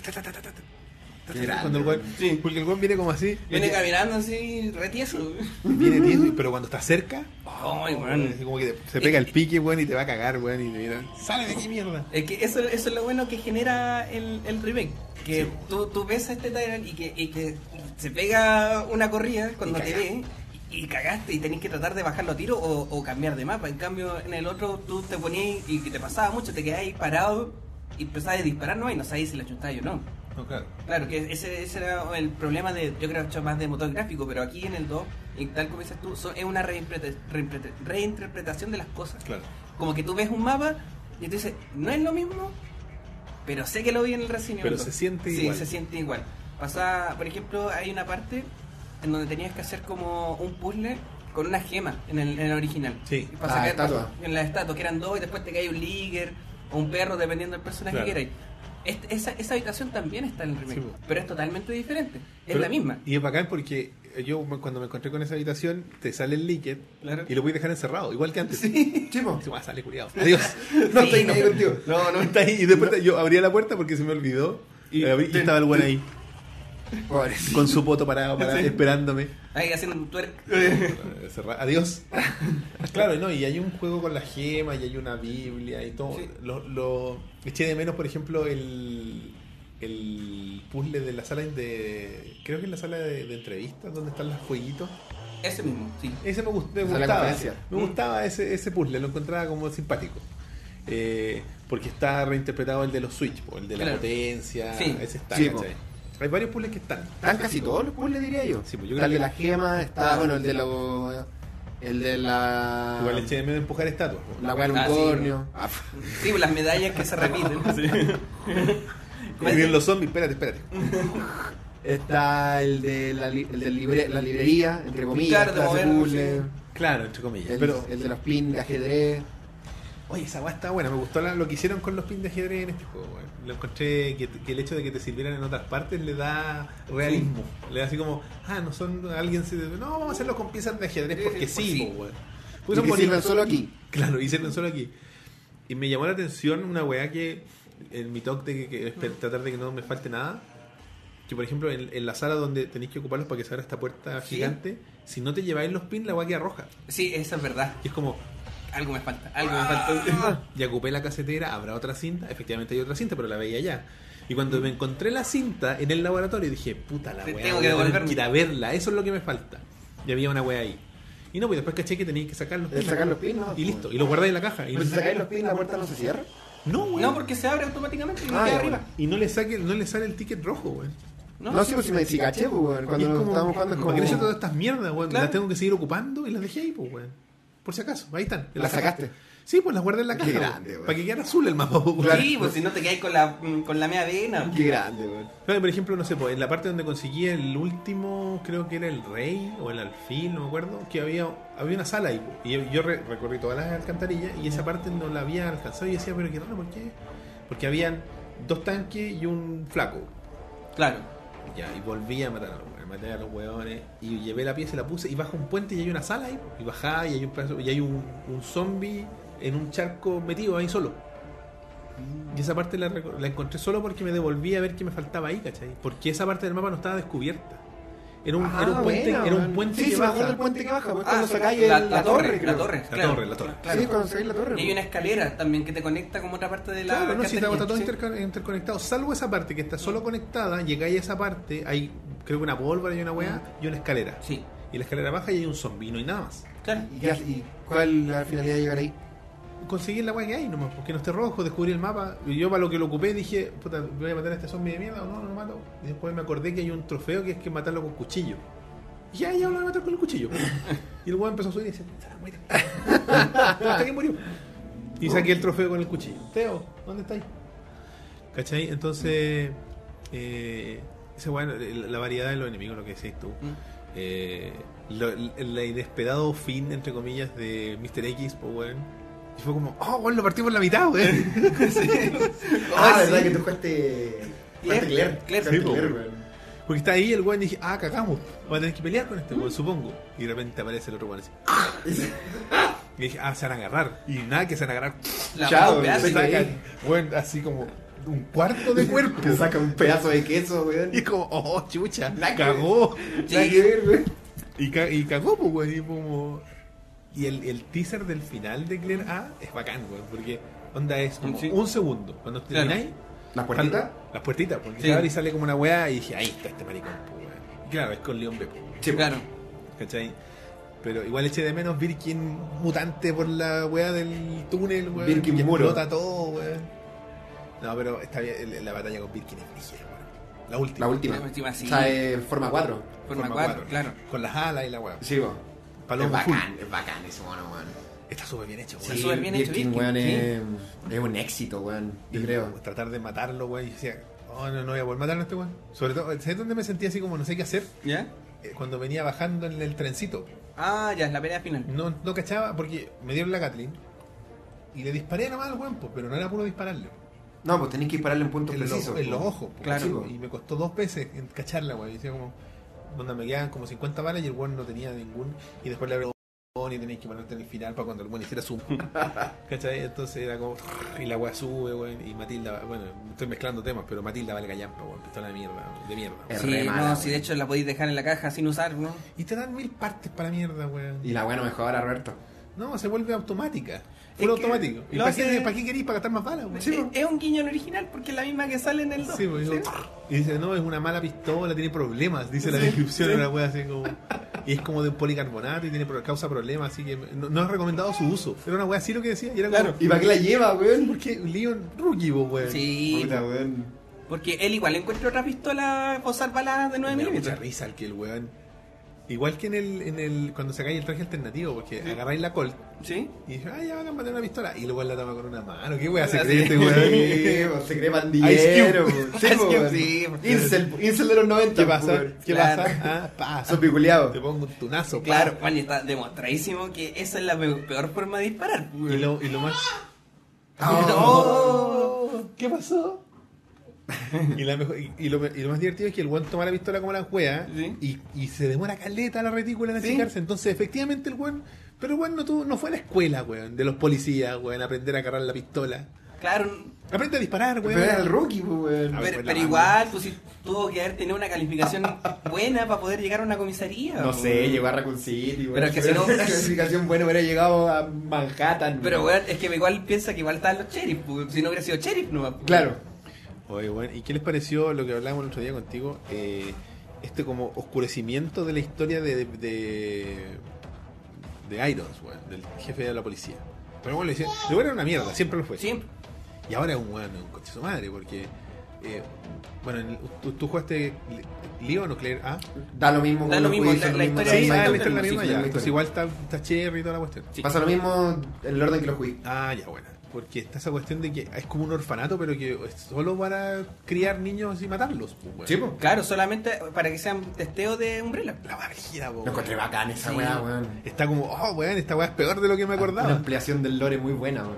S2: Qué grande.
S1: Cuando el weón-
S3: Sí.
S1: Porque el weón viene como así.
S3: Viene
S1: viene-
S3: caminando así, retieso.
S1: viene tieso, pero cuando está cerca,
S3: Ay,
S1: es como que te- se pega el pique, weón, y te va a cagar, weón, y te mira. ¡Sale de aquí, mierda!
S3: Es que eso, eso es lo bueno que genera el, el remake. Que
S1: Sí.
S3: tú, tú ves a este Tyrant y que, y que se pega una corrida cuando
S2: Y
S3: te
S2: cagaste.
S3: ve y cagaste y tenés que tratar de bajarlo a tiro o, o cambiar de mapa. En cambio, en el otro tú te ponías y que te pasaba mucho, te quedabas ahí parado y empezabas a disparar ¿no? y no sabías si la chuntabas o no.
S1: No, claro.
S3: Claro, que ese, ese era el problema de, yo creo, hecho más de motor gráfico, pero aquí en el 2, y tal como dices tú, son- es una reinterpreta- reinterpreta- reinterpretación de las cosas.
S1: Claro.
S3: Como que tú ves un mapa y tú dices, no es lo mismo, pero sé que lo vi en el Resident Evil
S1: Pero
S3: 2".
S1: se siente
S3: Sí,
S1: igual.
S3: se siente igual. Pasaba, por ejemplo, hay una parte en donde tenías que hacer como un puzzle con una gema en el, en el original.
S1: Sí.
S3: Y
S2: Ah, estatua.
S3: pa- En la estatua, que eran dos y después te cae un Liger o un perro, dependiendo del personaje
S1: Claro.
S3: que erais. Este- esa, esa habitación también está en el remake,
S1: Sí, po.
S3: pero es totalmente diferente. Es
S1: Pero-
S3: la misma.
S1: Y es bacán porque yo me- cuando me encontré con esa habitación, te sale el líquido
S3: Claro.
S1: y lo voy a dejar encerrado, igual que antes.
S2: Chivo,
S1: Sí, bueno, sale culiado. <laughs> Adiós.
S2: no estoy ni ahí contigo.
S1: No, no está ahí. Y después yo abría la puerta porque se me olvidó. Y, abrí- y estaba el buen ahí, <laughs>
S2: Pobre.
S1: con su poto parado, parado, esperándome.
S3: Ahí haciendo
S1: <laughs>
S3: un twerk.
S1: Eh, cerra- Adiós. <laughs> claro, no, y hay un juego con la gema y hay una Biblia y todo.
S3: Sí.
S1: Lo, lo- eché de menos, por ejemplo, el, el puzzle de la sala de. Creo que es la sala de, de entrevistas donde están los jueguitos.
S3: Ese mismo, sí.
S1: Ese me, gust- me
S2: Sala de
S1: gustaba.
S2: conferencia.
S1: Me gustaba ese, ese puzzle, lo encontraba como simpático. Eh, porque está reinterpretado el de los Switch, po, el de la
S3: Claro.
S1: potencia.
S3: Sí.
S1: Ese está,
S2: Sí,
S1: ¿cachai? Hay varios puzzles que están.
S2: Están casi todos los puzzles, diría yo.
S1: Sí, pues yo
S2: Está
S1: creo
S2: el de
S1: que- Ah,
S2: la gema, está, bueno, el de la. El de la.
S1: Igual eché de menos empujar estatuas. po.
S2: La hueá del
S3: Ah, sí.
S2: unicornio. Ah,
S3: Sí, las medallas que se repiten.
S1: <laughs> Y vienen los zombies, espérate, espérate.
S2: Está el de la, li- el de libre- la librería, entre comillas.
S3: Claro, de
S2: está ese
S3: mover,
S2: puzzle,
S1: Claro, entre comillas.
S2: el,
S1: pero
S2: el de los pins de ajedrez.
S1: Oye, esa weá está buena, me gustó la- lo que hicieron con los pins de ajedrez en este juego, weón. Lo encontré que, que el hecho de que te sirvieran en otras partes le da realismo. Le da así como, ah, no son. Alguien se. No, vamos a hacerlo con piezas de ajedrez
S3: Sí,
S1: porque
S3: sí,
S1: sí,
S3: sí.
S1: po, weón.
S2: Eh, Y
S1: Pues son
S2: que sirven
S1: bonitos.
S2: solo aquí.
S1: <laughs> Claro, y sirven solo aquí. Y me llamó la atención una weá que. En mi toque de que, que es
S2: Mm.
S1: tratar de que no me falte nada. Que por ejemplo, en, en la sala donde tenéis que ocuparlos para que se abra esta puerta
S3: Sí.
S1: gigante, si no te lleváis los pins, la weá queda roja.
S3: Sí, eso es verdad.
S1: Y es como,
S3: Algo me falta, algo me
S1: Ah.
S3: falta.
S1: ya ocupé la casetera, habrá otra cinta. Efectivamente hay otra cinta, pero la veía ya. Y cuando me encontré la cinta en el laboratorio, dije, puta la
S3: Te
S1: weá,
S3: tengo
S1: voy
S3: que
S1: a tener
S3: devolverme.
S1: que ir a verla, eso es lo que me falta. Y había una weá ahí. Y no, pues después caché que tenía que sacarlos.
S2: El Eh, sacar los Pues, pins, ¿no?
S1: Y listo, y los guardé en la caja. Y
S2: Pero
S1: no,
S2: si sacáis los pins, la puerta no se cierra.
S1: no, weón.
S3: No, porque se abre automáticamente y no
S2: Ah,
S3: queda
S2: ya,
S3: arriba.
S2: bueno.
S1: Y no le, saque, no le sale el ticket rojo, weón.
S3: No,
S2: No, sí, pues si me si caché, pues, weón,
S1: Y
S2: cuando
S1: es
S2: nos
S1: como,
S2: estábamos jugando es
S1: ¿Para qué le echo todas
S2: como.
S1: estas mierdas, weón?
S3: Claro.
S1: Las tengo que seguir ocupando y las dejé ahí, pues, weón. Por si acaso, ahí están.
S2: La sacaste.
S1: Sí, pues las guardé en la
S2: Qué
S1: caja. weón.
S2: grande, weón.
S1: Para que quedara azul el mapa, weón.
S3: Sí, pues si no te quedas con la, mm, con la media vena.
S2: Qué grande, weón.
S1: Claro, por ejemplo, no sé, pues, en la parte donde conseguí el último, creo que era el rey o el alfil, no me acuerdo, que había, había una sala ahí. pues, Y yo, yo re- recorrí todas las alcantarillas y esa parte no la había alcanzado y decía, pero qué raro, ¿por qué? Porque habían dos tanques y un flaco.
S3: Claro.
S1: Ya, y volví a matar a los hueones, maté a los hueones y llevé la pieza y la puse y bajo un puente y hay una sala ahí. Y bajaba y hay un pedazo, y hay un, un zombie en un charco metido ahí solo.
S2: Mm.
S1: Y esa parte la, reco- la encontré solo porque me devolví a ver qué me faltaba ahí, ¿cachai? Porque esa parte del mapa no estaba descubierta. Era un,
S2: Ah,
S1: era un puente,
S2: buena,
S1: era un
S2: weón.
S1: puente
S2: sí,
S1: que
S2: sí, me acuerdo
S1: baja.
S2: del puente que baja. Pues,
S3: Ah,
S2: cuando
S3: sí,
S2: sacáis
S3: la,
S2: el-
S3: la torre, la
S2: creo.
S3: torre,
S1: La
S3: claro.
S1: torre, la torre.
S3: Claro.
S2: Sí, cuando sacáis la torre.
S3: Y hay
S2: pues.
S3: una escalera también que te conecta con otra parte de la.
S1: Claro, no, si está, está todo
S3: sí.
S1: intercon- interconectado, salvo esa parte que está solo conectada, llegáis a esa parte, hay creo que una pólvora y una weá
S2: Mm.
S1: y una escalera.
S3: Sí,
S1: Y la escalera baja y hay un zombi, no hay nada más.
S3: claro.
S2: ¿Y, qué hace- y cuál la finalidad de llegar ahí?
S1: Conseguir la weá que hay nomás, porque no esté rojo, descubrí el mapa. Y yo para lo que lo ocupé dije, puta, voy a matar a este zombie de mierda o no, no lo mato. Y después me acordé que hay un trofeo que es que matarlo con cuchillo. Y ya, ya lo voy a matar con el cuchillo. y el weón empezó a subir y dice, "Ah, muere". Hasta que murió. Y saqué el trofeo con el cuchillo. Teo, ¿dónde estáis? ¿Cachai? Entonces, eh, ese weón, el- la variedad de los enemigos, lo que decís tú.
S3: Mm.
S1: Eh, lo- el el inesperado fin, entre comillas, de Mr. X, pues, weón. Y fue como, oh, weón, lo partimos en la mitad, weón.
S2: Ah,
S3: sí.
S2: verdad que tú jugaste. jugaste
S3: Claire,
S2: Claire.
S3: Claire.
S2: Jugaste
S1: Sí, po.
S2: Claire, weón.
S1: Porque está ahí el weón y dije, ah, cagamos. Voy a tener que pelear con este weón, supongo. Y de repente aparece el otro weón así. Y dije, ah, se van a agarrar. Y nada, que se van a agarrar.
S3: La
S2: Chao,
S3: propia,
S2: Ah,
S1: Se
S2: sí.
S1: sacan, weón, así como un cuarto de
S2: <laughs>
S1: cuerpo.
S2: Te saca un pedazo de queso, weón.
S1: Y es como, oh, chucha,
S2: Nada que
S1: cagó.
S2: Nada que ver, weón.
S1: Y, ca- y cagó, pues, weón. Y como. Y el, el teaser del final de Clear A es bacán, weón. Porque onda es como
S3: Sí.
S1: un segundo. Cuando
S3: Claro.
S1: termináis.
S2: ¿La puertita?
S1: Las puertitas, porque
S3: Sí.
S1: se abre y sale como una weá. Y dije, ahí está este maricón, pues, weón. Y claro, es con León B, pues,
S3: Claro.
S1: ¿cachai? Pero igual eché de menos Birkin mutante por la weá del túnel, weón.
S2: Birkin
S1: que
S2: muro.
S1: explota todo, weón. No, pero está bien, el- la batalla con Birkin es brígida, weón. La última.
S2: La última.
S3: La última, sí.
S2: O sea, eh, forma 4.
S3: Forma
S1: cuatro,
S3: 4, claro.
S1: Con las alas y la weá.
S2: Sí, weón.
S1: Paloma
S2: es
S1: azul.
S2: bacán, es bacán ese mono, weón.
S1: Está súper bien hecho, weón.
S3: Está súper bien hecho,
S2: Birkin,
S3: Birkin,
S2: weón,
S3: sí.
S2: es, es un éxito, weón. Yo
S1: Y
S2: creo.
S1: como Tratar de matarlo, güey. Y decía, oh, no, no voy a poder matarlo a este güey. Sobre todo, ¿sabes dónde me sentía así como no sé qué hacer?
S3: ¿Ya?
S1: Eh, Cuando venía bajando en el trencito.
S3: Ah, ya, es la pelea final.
S1: No, no cachaba porque me dieron la Kathleen y le disparé nomás al güey, pues, pero no era puro dispararle.
S2: No, pues tenés que dispararle en puntos
S1: En los,
S2: precisos.
S1: en los
S2: po.
S1: ojos, pues,
S3: Claro.
S1: sí, pues. Y me costó dos veces en cacharla, güey. Y decía como, donde me quedaban como 50 balas y el güey no tenía ningún. Y después le abrió y tenías que ponerte en el final para cuando el güey hiciera
S3: <laughs>
S1: su. ¿Cachai? Entonces era como. Y la weá sube, güey. Y Matilda, bueno, estoy mezclando temas, pero Matilda vale callampa, güey. Pistola de mierda, de mierda. güey.
S2: Es
S3: Sí,
S2: re mala,
S3: no,
S2: weón.
S3: si de hecho la podéis dejar en la caja sin usar, ¿no?
S1: Y te dan mil partes para mierda, weón.
S2: Y la weón mejora, Roberto.
S1: No, se vuelve automática. Full
S3: que
S1: automático. ¿Y
S3: lo
S1: para,
S3: hace-
S1: qué, para qué querís? ¿Para gastar más balas, weón?
S3: Eh, es un guiñón original porque es la misma que sale en el 2.
S1: Sí, pues, digo, y dice, no, es una mala pistola, tiene problemas, dice la descripción de una wea así como. Y es como de un policarbonato y tiene pro- causa problemas, así que no, no es recomendado su uso. Era una wea así lo que decía, y era
S3: Claro.
S1: como,
S2: ¿Y para qué la lleva, weón?
S1: ¿por qué Leon pues, Rookie, vos, weón?
S3: Sí,
S2: Puta, weón.
S3: porque él igual encuentra otra pistola o balas de
S1: Me da
S3: 9
S1: mucha
S3: milímetros.
S1: risa el que el weón. Igual que en el, en el cuando sacáis el traje alternativo, porque agarráis la Colt
S3: ¿Sí?
S1: y dices, ah, ya van a matar una pistola. Y luego la toma con una mano, qué wea se
S3: Así.
S1: cree este <laughs> weón.
S2: Sí, po, eh, pues, Se cree
S1: Ice
S2: pandillero,
S1: Cube.
S2: po. Sí,
S3: Ice
S2: po,
S3: Cube,
S2: weón.
S3: sí, po.
S2: Incel, incel de los 90.
S1: ¿Qué
S2: po,
S1: pasa?
S2: weón.
S1: ¿Qué
S3: Claro.
S1: pasa? Ah, pa,
S2: Son piculeados.
S3: <laughs>
S1: Te pongo un tunazo, pa.
S3: Claro, Juan, y está demostradísimo que esa es la pe- peor forma de disparar.
S1: Y lo, y lo más. ¿Qué pasó? y, la mejor- y- y lo, y lo más divertido es que el weón toma la pistola como la juega
S3: Sí.
S1: y, y se demora caleta la retícula en
S3: Sí.
S1: acercarse. Entonces, efectivamente, el weón. Pero el weón no, tuvo- no fue a la escuela, weón, de los policías, weón, aprender a agarrar la pistola.
S3: Claro,
S1: Aprende a disparar, weón.
S2: Pero era el rookie, po,
S1: A
S2: weón.
S1: ver,
S3: pero,
S1: pues, la
S3: pero
S1: mano.
S3: igual, pues sí, tuvo que haber tenido una calificación
S1: <laughs>
S3: buena para poder llegar a una comisaría.
S2: No
S3: po.
S2: sé, llegó a Raccoon City, weón.
S3: pues, Pero es que si no- <laughs>
S2: Una clasificación buena hubiera llegado a Manhattan.
S3: Pero weón, es que igual piensa que igual estaban los sheriff, po, si no hubiera sido sheriff no pues.
S2: Claro.
S1: Oye, weón, ¿y qué les pareció lo que hablábamos el otro día contigo? Eh, este como oscurecimiento de la historia de. de, de Irons, weón, del jefe de la policía. Pero bueno, le decía, el weón era una mierda, siempre lo fue.
S3: Siempre.
S1: Y ahora es un weón, un coche su madre, porque. eh, bueno, en el- tú, tú jugaste Leon o Claire ah, A.
S2: Da lo mismo con
S3: Da lo
S2: los
S3: mismo,
S2: juicios,
S3: la-
S2: lo
S3: la
S2: mismo,
S3: historia
S2: da
S3: es
S1: Sí,
S2: lo
S1: ah,
S3: igual,
S1: la historia es la
S2: mismo,
S1: misma
S2: sí,
S1: ya.
S2: la
S1: Entonces
S2: misma
S1: igual está, está Cherry y toda la cuestión.
S3: Sí.
S2: Pasa lo mismo en el orden que los juicios.
S1: Ah, ya, bueno. Porque está esa cuestión de que es como un orfanato, pero que es solo para criar niños y matarlos. pues, weón.
S2: Sí, po.
S3: Claro, solamente para que sean testeo de umbrella.
S1: La magia, po,
S2: Lo encontré
S1: weón.
S2: bacán esa
S3: Sí.
S2: weá, weón.
S1: Está como, oh, weón, esta weá es peor de lo que me
S2: Una
S1: acordaba.
S2: ampliación del lore muy buena, weón.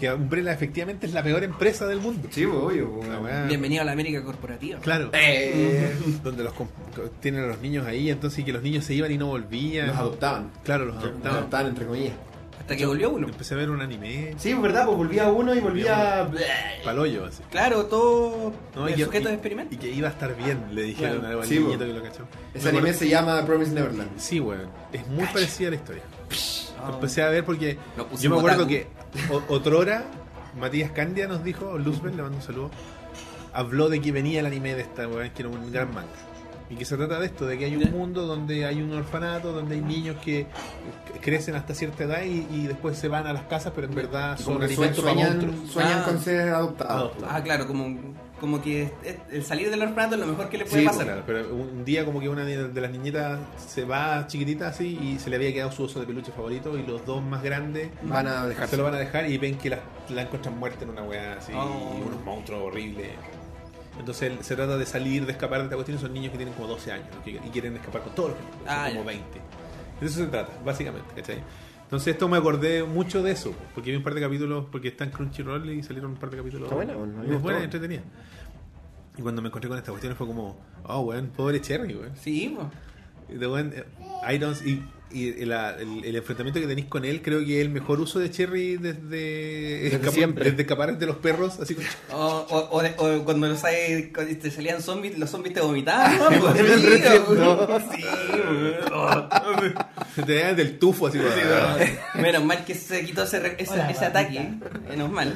S1: Que Umbrella efectivamente es la peor empresa del mundo.
S2: Sí, po, obvio, po,
S1: La
S2: weón.
S1: weá-
S3: Bienvenido a la América Corporativa.
S1: Ah. Claro.
S2: Eh,
S1: Donde los com- tienen a los niños ahí, entonces y que los niños se iban y no volvían.
S2: los adoptaban.
S1: Claro, los
S2: Los
S1: adoptaban.
S2: adoptaban, entre comillas.
S3: Hasta que volvió uno.
S1: Empecé a ver un anime.
S2: Sí, ¿verdad? Pues volvía uno y volvía.
S1: Paloyo, así.
S3: Claro, todo
S1: No,
S3: el
S1: que-
S3: sujeto de experimento.
S1: y que iba a estar bien, le dijeron
S3: Claro.
S1: al
S2: Sí,
S1: niñito
S2: bo.
S1: que lo cachó.
S2: Ese
S1: Me
S2: anime
S1: acuerdo-
S2: se llama Promised Neverland.
S1: Sí, weón. Es muy parecida a la historia. Lo empecé a ver porque
S3: Nos pusimos
S1: yo me acuerdo
S3: otaku.
S1: que o- otrora Matías Candia nos dijo, Luzbel, le mando un saludo, habló de que venía el anime de esta weón, que era un
S3: Mm.
S1: gran manga. Y que se trata de esto, de que hay un mundo donde hay un orfanato, donde hay niños que crecen hasta cierta edad y, y después se van a las casas, pero en verdad
S2: Y como
S1: son
S2: que sue-
S1: alimento para monstruos.
S2: sueñan, sueñan
S3: Ah.
S2: con ser adoptados.
S1: Adoptados.
S3: Ah, claro, como, como que es- es- el salir del orfanato es lo mejor que le puede
S1: Sí, pues,
S3: pasar.
S1: claro, pero un día como que una de de las niñitas se va chiquitita así y se le había quedado su oso de peluche favorito y los dos más grandes
S2: Van a dejar.
S1: se lo van a dejar y ven que la, la encuentran muerta en una weá así
S3: Oh.
S1: y unos monstruos horribles. Entonces él- se trata de salir, de escapar de esta cuestión. y Son niños que tienen como 12 años ¿no? que- y quieren escapar con todos los que son
S3: Ah,
S1: como
S3: ya.
S1: 20. De eso se trata, básicamente, ¿cachai? Entonces esto me acordé mucho de eso, porque vi un par de capítulos, porque está en Crunchyroll y salieron un par de capítulos.
S2: Está buena, bueno, a mí me
S1: es buena,
S2: gustó.
S1: entretenida. Y cuando me encontré con esta cuestión fue como, oh, weón, pobre Cherry, weón.
S3: Sí, pues. po.
S1: The one, eh, I don't- y, y la- el, el enfrentamiento que tenéis con él creo que es el mejor uso de Cherry desde,
S2: Desde siempre.
S1: desde escapar de los perros, así <laughs> como-
S3: O, o- o de- o cuando los hay- cuando te salían zombies, los zombies te vomitaban. ¿no? Pues,
S2: el
S3: sí,
S2: receptor.
S3: o- sí, pues. Oh, o-
S1: te dan del tufo así. como- ah.
S3: Menos mal que se quitó ese, re- ese,
S4: Hola,
S3: ese ataque. Menos mal.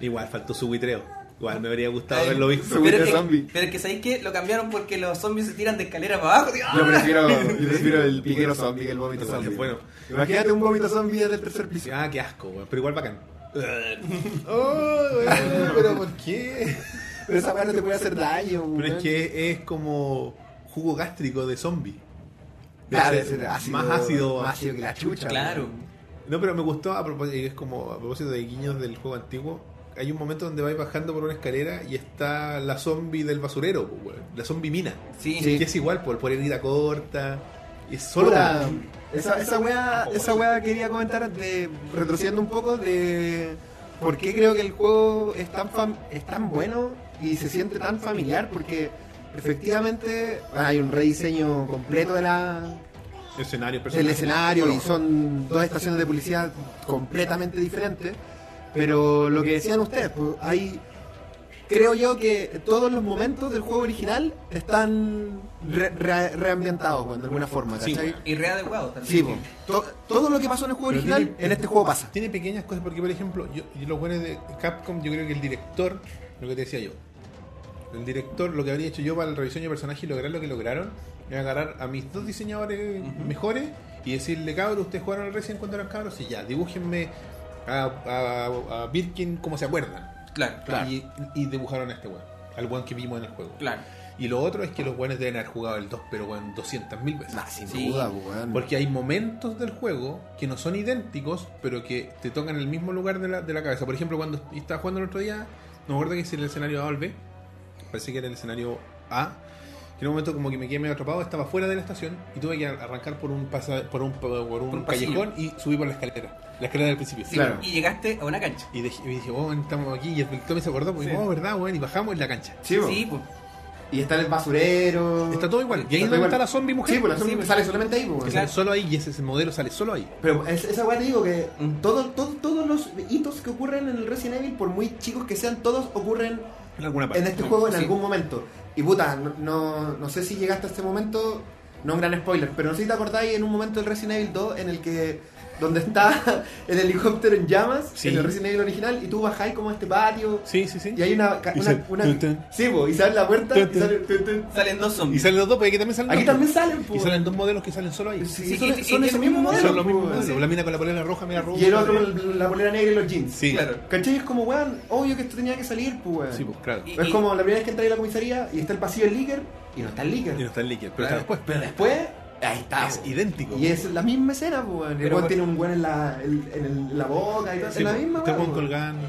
S1: Igual faltó su buitreo. Igual me habría gustado
S3: Ay,
S1: verlo visto.
S2: Su buitreo
S3: Pero es que,
S2: zombie.
S3: pero es que sabéis que lo cambiaron porque los zombies se tiran de escalera para abajo. "Ah, tío.
S2: Yo
S1: <laughs>
S2: prefiero, yo prefiero el piquero zombie que el vómito
S1: Igual es
S2: zombie.
S1: bueno.
S2: Imagínate un vómito zombie desde el tercer piso.
S1: Ah, qué asco, weón, pero igual
S2: <laughs>
S1: bacán. Oh, weón, pero ¿por qué?
S2: Pero esa weá no te puede hacer daño,
S1: Pero
S2: weón.
S1: es que es como jugo gástrico de zombie. Debe
S2: Claro,
S1: ser
S2: ese Ah, ácido-
S1: más ácido.
S2: Más ácido que la chucha.
S3: Claro.
S1: No, pero me gustó, a propósito, y es como a propósito de guiños del juego antiguo, hay un momento donde vais bajando por una escalera y está la zombie del basurero, pues, weón, la zombie mina.
S3: Sí.
S1: Que es igual, pues, por, por herida corta. y Es solo...
S2: Puta, esa, esa weá, esa weá quería comentar de, retrocediendo un poco de por qué creo que el juego es tan fam- es tan bueno y se siente tan familiar porque efectivamente hay un rediseño completo de la
S1: escenario
S2: del
S1: personaje.
S2: escenario y son dos estaciones de policía completamente diferentes pero lo que decían ustedes pues, hay creo yo que todos los momentos del juego original están re- re- reambientados bueno, de alguna forma
S1: Sí,
S2: ¿cachai?
S1: bueno.
S3: Y readecuado también.
S2: Sí, pues. po. To- todo lo que pasó en el juego
S1: Pero
S2: original
S1: tiene-
S2: en este juego pasa.
S1: Tiene pequeñas cosas, porque por ejemplo, yo, yo los buenos de Capcom, yo creo que el director, lo que te decía yo, el director, lo que habría hecho yo para el rediseño de personaje y lograr lo que lograron, era agarrar a mis dos diseñadores mejores y decirle, cabros, ustedes jugaron al Resident cuando eran cabros, y ya, dibújenme a, a, a Birkin como se acuerdan.
S3: Claro, claro.
S1: Y, y dibujaron a este weón, al weón que vimos en el juego.
S3: claro.
S1: Y lo otro es que los weones deben haber jugado el 2, pero weón, 200.000 veces.
S2: Ah, sin pues,
S3: Sí. duda,
S2: Mm.
S1: Porque hay momentos del juego que no son idénticos, pero que te tocan en el mismo lugar de la, de la cabeza. Por ejemplo, cuando estaba jugando el otro día, no me acuerdo que si era el escenario A o el B, parece que era el escenario A, que en un momento como que me quedé medio atrapado, estaba fuera de la estación y tuve que ar- arrancar por un, pasa- por un, por un,
S3: un
S1: callejón y subí por la escalera, la escalera del principio.
S3: Sí, Y llegaste a una cancha.
S1: Y, dej- y dije, oh, estamos aquí, y el Tommy se acordó, pues,
S3: Sí.
S1: oh, verdad, weón, y bajamos en la cancha.
S2: Sí, po.
S3: Sí, pues.
S2: Y está en el basurero.
S1: Está todo igual. Y ahí
S2: Está
S1: es donde
S2: igual.
S1: está la zombie mujer. pues.
S2: Sí, pues, po, la zona
S3: Sí, po.
S2: sale solamente ahí, pues, po.
S1: Que
S3: Claro.
S1: sale solo ahí, y ese, ese modelo sale solo ahí.
S2: Pero es- esa weá te digo que
S3: Mm.
S2: todo- todo- todos los hitos que ocurren en el Resident Evil, por muy chicos que sean, todos ocurren
S1: En alguna parte.
S2: en este juego en
S3: Sí.
S2: algún momento. Y puta, no, no, no sé si llegaste a este momento, no un gran spoiler, pero no sé si te acordáis en un momento del Resident Evil 2 en el que. donde está <laughs> el helicóptero en llamas,
S1: Sí.
S2: en el Resident Evil original, y tú bajáis como a este patio.
S1: Sí, sí, sí.
S2: Y hay una. ca-
S1: Y
S2: una,
S1: sale-
S2: una-
S1: tun, tun.
S2: sí, po, y sale la puerta.
S1: Tun,
S2: Y
S1: tun.
S2: sale, tun, tun.
S3: Salen dos
S1: Y
S3: zombies.
S1: salen los dos, porque aquí también salen
S2: Aquí
S1: dos.
S2: también salen, po.
S1: Y salen dos modelos que salen solo ahí.
S2: Sí,
S3: Sí,
S2: son,
S3: y-
S2: son
S3: y-
S2: esos
S3: y-
S2: mismos
S3: y-
S2: modelos.
S1: Son los
S2: po,
S1: mismos
S2: weón.
S1: modelos. La mina con la polera roja, media rubia.
S2: Y el otro con la polera negra y los jeans.
S1: Sí,
S3: Claro.
S2: ¿Cachai? Es como, weón, obvio que esto tenía que salir, pues, weón.
S1: Sí, pues claro. Y,
S3: Y-
S2: es como la primera vez que entré a la comisaría y está el pasillo del líquer y no está el líquer.
S1: no está el líquido. Pero
S3: Claro.
S1: está después.
S2: Pero después, ahí está.
S1: es
S2: po.
S1: idéntico.
S2: Ah, Y es la misma escena, pues, weón. El
S3: Pero
S2: weón
S3: por-
S2: tiene un weón en la, en, en el- la boca y todo.
S1: Sí,
S2: es la
S1: pues,
S2: misma,
S1: Está
S2: weón,
S1: con
S2: weón.
S1: colgando.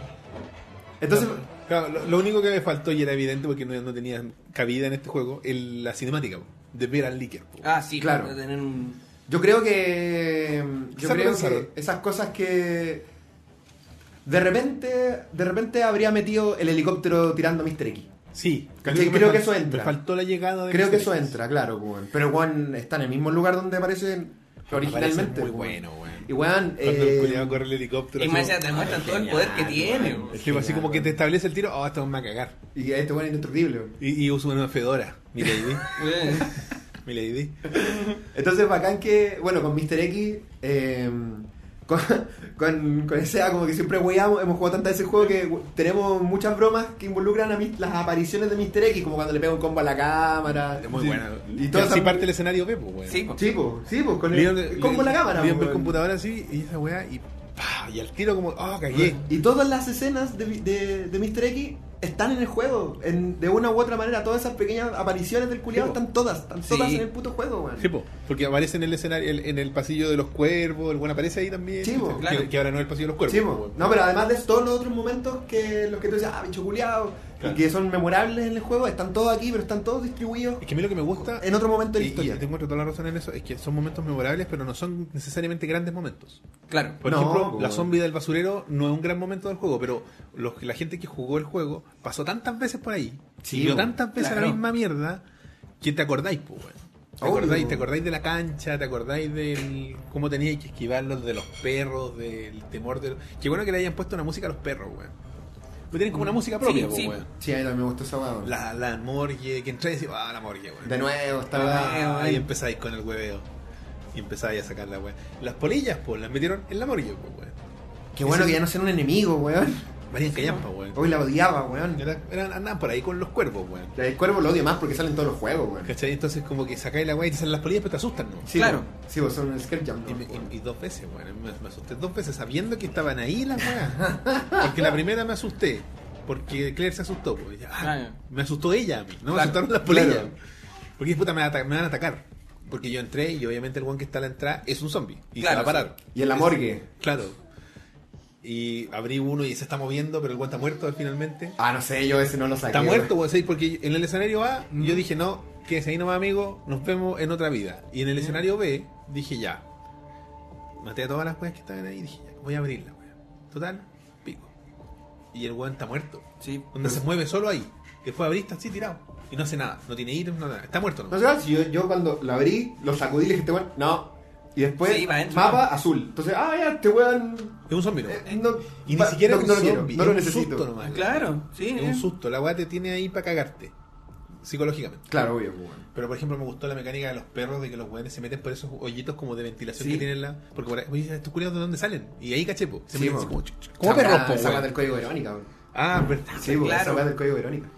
S2: Entonces,
S1: Claro, lo, lo único que me faltó y era evidente porque no, no tenía cabida en este juego, el, la cinemática po, de ver al líquido. po.
S3: Ah, sí,
S2: Claro.
S3: de Tener un...
S2: Yo creo que. Yo
S1: Quizá
S2: creo
S1: pensaron.
S2: que esas cosas que. De repente. De repente habría metido el helicóptero tirando a Mr. X.
S1: Sí,
S2: Creo
S1: me
S2: creo
S1: fal-
S2: que eso entra.
S1: Me faltó la llegada de
S2: Creo que
S1: Mr.
S2: eso
S1: X.
S2: entra, claro, weón. Pero Juan está en el mismo lugar donde aparece originalmente.
S1: Muy bueno, weón.
S2: Y weón,
S1: Cuando el
S2: eh,
S1: culiao corre el helicóptero.
S3: Y
S1: así
S3: más
S1: como-
S3: ya te muestran
S2: Ah,
S3: todo el
S2: genial,
S3: poder que tiene. pues.
S2: weón.
S1: Es que así como que te establece el tiro, oh, esto me va a cagar.
S2: y este weón es indestructible. weón.
S1: Y, y uso una fedora, mi lady.
S3: Eh,
S1: mi lady.
S2: Entonces, bacán que, bueno, con Mr. X, eh, con, <laughs> con, con SEA, como que siempre weamos, hemos jugado tantas veces el juego que we- tenemos muchas bromas que involucran a mis- las apariciones de Mr. X, como cuando le pega un combo a la cámara.
S1: Es muy
S2: Sí.
S1: buena.
S2: Y
S1: Y
S2: todo
S1: así parte el escenario Pepo, weón.
S3: Sí, po.
S2: Sí, pues, sí, pues, con el,
S1: Leon-
S2: el combo a la cámara.
S1: Leon
S2: pues,
S1: ve el
S2: weón.
S1: computador así y esa weá y pa, y al tiro como, oh, cagué.
S2: Y todas las escenas de, de, de Mr. X están en el juego, en- de una u otra manera. Todas esas pequeñas apariciones del culiado
S1: Sí, po.
S2: están todas, están
S3: Sí.
S2: todas en el puto juego, weón.
S1: Sí, po, porque aparece en el escenario, el- en el pasillo de los cuervos, el weón aparece ahí también.
S2: Sí, po,
S1: que,
S3: claro.
S1: que ahora no es el pasillo de los cuervos.
S2: Sí,
S1: po,
S2: po.
S1: weón.
S2: no, pero además de eso, todos los otros momentos que los que tú dices, ah, bicho culiado,
S1: Claro.
S2: y que son memorables en el juego, están todos aquí, pero están todos distribuidos
S1: Es que a mí lo que me gusta.
S2: en otro momento
S1: y,
S2: de la historia.
S1: y te encuentro toda la razón en eso, es que son momentos memorables, pero no son necesariamente grandes momentos.
S3: Claro.
S1: Por
S2: No,
S1: ejemplo,
S2: po,
S1: la
S2: weón.
S1: zombie del basurero no es un gran momento del juego, pero los, la gente que jugó el juego pasó tantas veces por ahí,
S2: Sí,
S1: y vio
S2: po,
S1: tantas veces
S3: claro.
S1: la misma mierda, que te acordáis, pues, Te
S2: Obvio,
S1: acordáis,
S2: po.
S1: te acordáis de la cancha, te acordáis del cómo teníais que esquivarlos, de los perros, del temor de... Qué bueno que le hayan puesto una música a los perros, weón. Pues tienen como una música propia,
S3: Sí,
S1: po,
S3: sí.
S1: weón.
S2: Mm, Sí, a mí también me gustó esa weá, weón.
S1: La, la morgue, que entra y decís, ah, la morgue, weón.
S2: De nuevo,
S1: Ah,
S2: estaba.
S1: y empezáis con el hueveo. Y empezáis a sacar la weá. Las polillas, pues, las metieron en la morgue, po, weón.
S2: Qué bueno
S1: Ese-
S2: que ya no sean un enemigo, weón.
S1: Marían Callampa, weón.
S2: Hoy la odiaba, weón.
S1: Era- eran- andaban por ahí con los cuervos, weón.
S2: El cuervo lo odio más porque salen todos los juegos, weón.
S1: ¿Cachai? Entonces, como que sacáis la weá y te salen las polillas, pero te asustan, ¿no?
S2: Sí,
S3: Claro.
S2: po. Sí, vos son un scare jump. ¿no?
S1: Y, me- y- y dos veces, weón. Me, me asusté dos veces sabiendo que estaban ahí las weas. Porque la primera me asusté. Porque Claire se asustó, po. Y ya, ah,
S3: Ah, ya.
S1: Me asustó ella a mí. No me
S3: Claro,
S1: asustaron las polillas.
S2: claro.
S1: Porque puta, me, van a ata- me van a atacar. Porque yo entré y obviamente el weón que está a la entrada es un zombie. Y
S3: Claro,
S1: se va a parar.
S2: Y en la morgue.
S1: Claro. Y abrí uno y se está moviendo, pero el weón está muerto finalmente.
S2: Ah, no sé, yo ese no lo saqué.
S1: Está
S2: weón.
S1: muerto, weón, ¿sí? porque en el escenario A
S2: Mm.
S1: yo dije, no, quédese ahí nomás, amigo, nos vemos en otra vida. Y
S2: Mm.
S1: en el escenario B dije, ya, maté a todas las weas que estaban ahí y dije, ya, voy a abrirla, weón. Total, pico. Y el weón está muerto.
S3: Sí.
S1: Donde
S2: Mm.
S1: se mueve solo ahí. Después abrí, está así tirado. Y no hace nada, no tiene ítems, no nada. Está muerto, ¿no?
S2: No sé, si yo, yo cuando lo abrí, lo sacudí y le dije, este weón, no. Y después,
S3: Sí, va adentro.
S2: mapa azul. Entonces, ah, ya, este weón.
S1: Es un zombie, ¿no?
S2: eh, no-
S1: Y ni
S2: va-
S1: siquiera
S2: no,
S1: es un
S2: no lo quiero,
S1: zombie,
S2: no lo
S1: es un
S2: necesito. eh.
S1: susto nomás.
S3: Claro, sí. eh.
S1: Es un susto, la wea te tiene ahí para cagarte. Psicológicamente.
S2: Claro, obvio, pues, weón.
S1: Pero por ejemplo me gustó la mecánica de los perros de que los weones se meten por esos hoyitos como de ventilación
S3: Sí.
S1: que tienen la. Porque por ahí, oye, estos culiados de dónde salen. Y ahí cachepo. Se
S2: Sí,
S1: meten
S2: po.
S1: así como, chuc, chuc, como
S2: Esa
S1: perros,
S2: weá-
S1: po,
S2: Esa weá
S1: weón.
S2: del código Verónica, weón.
S1: Ah, verdad.
S2: Sí, weón,
S3: Claro.
S2: esa weá del código Verónica.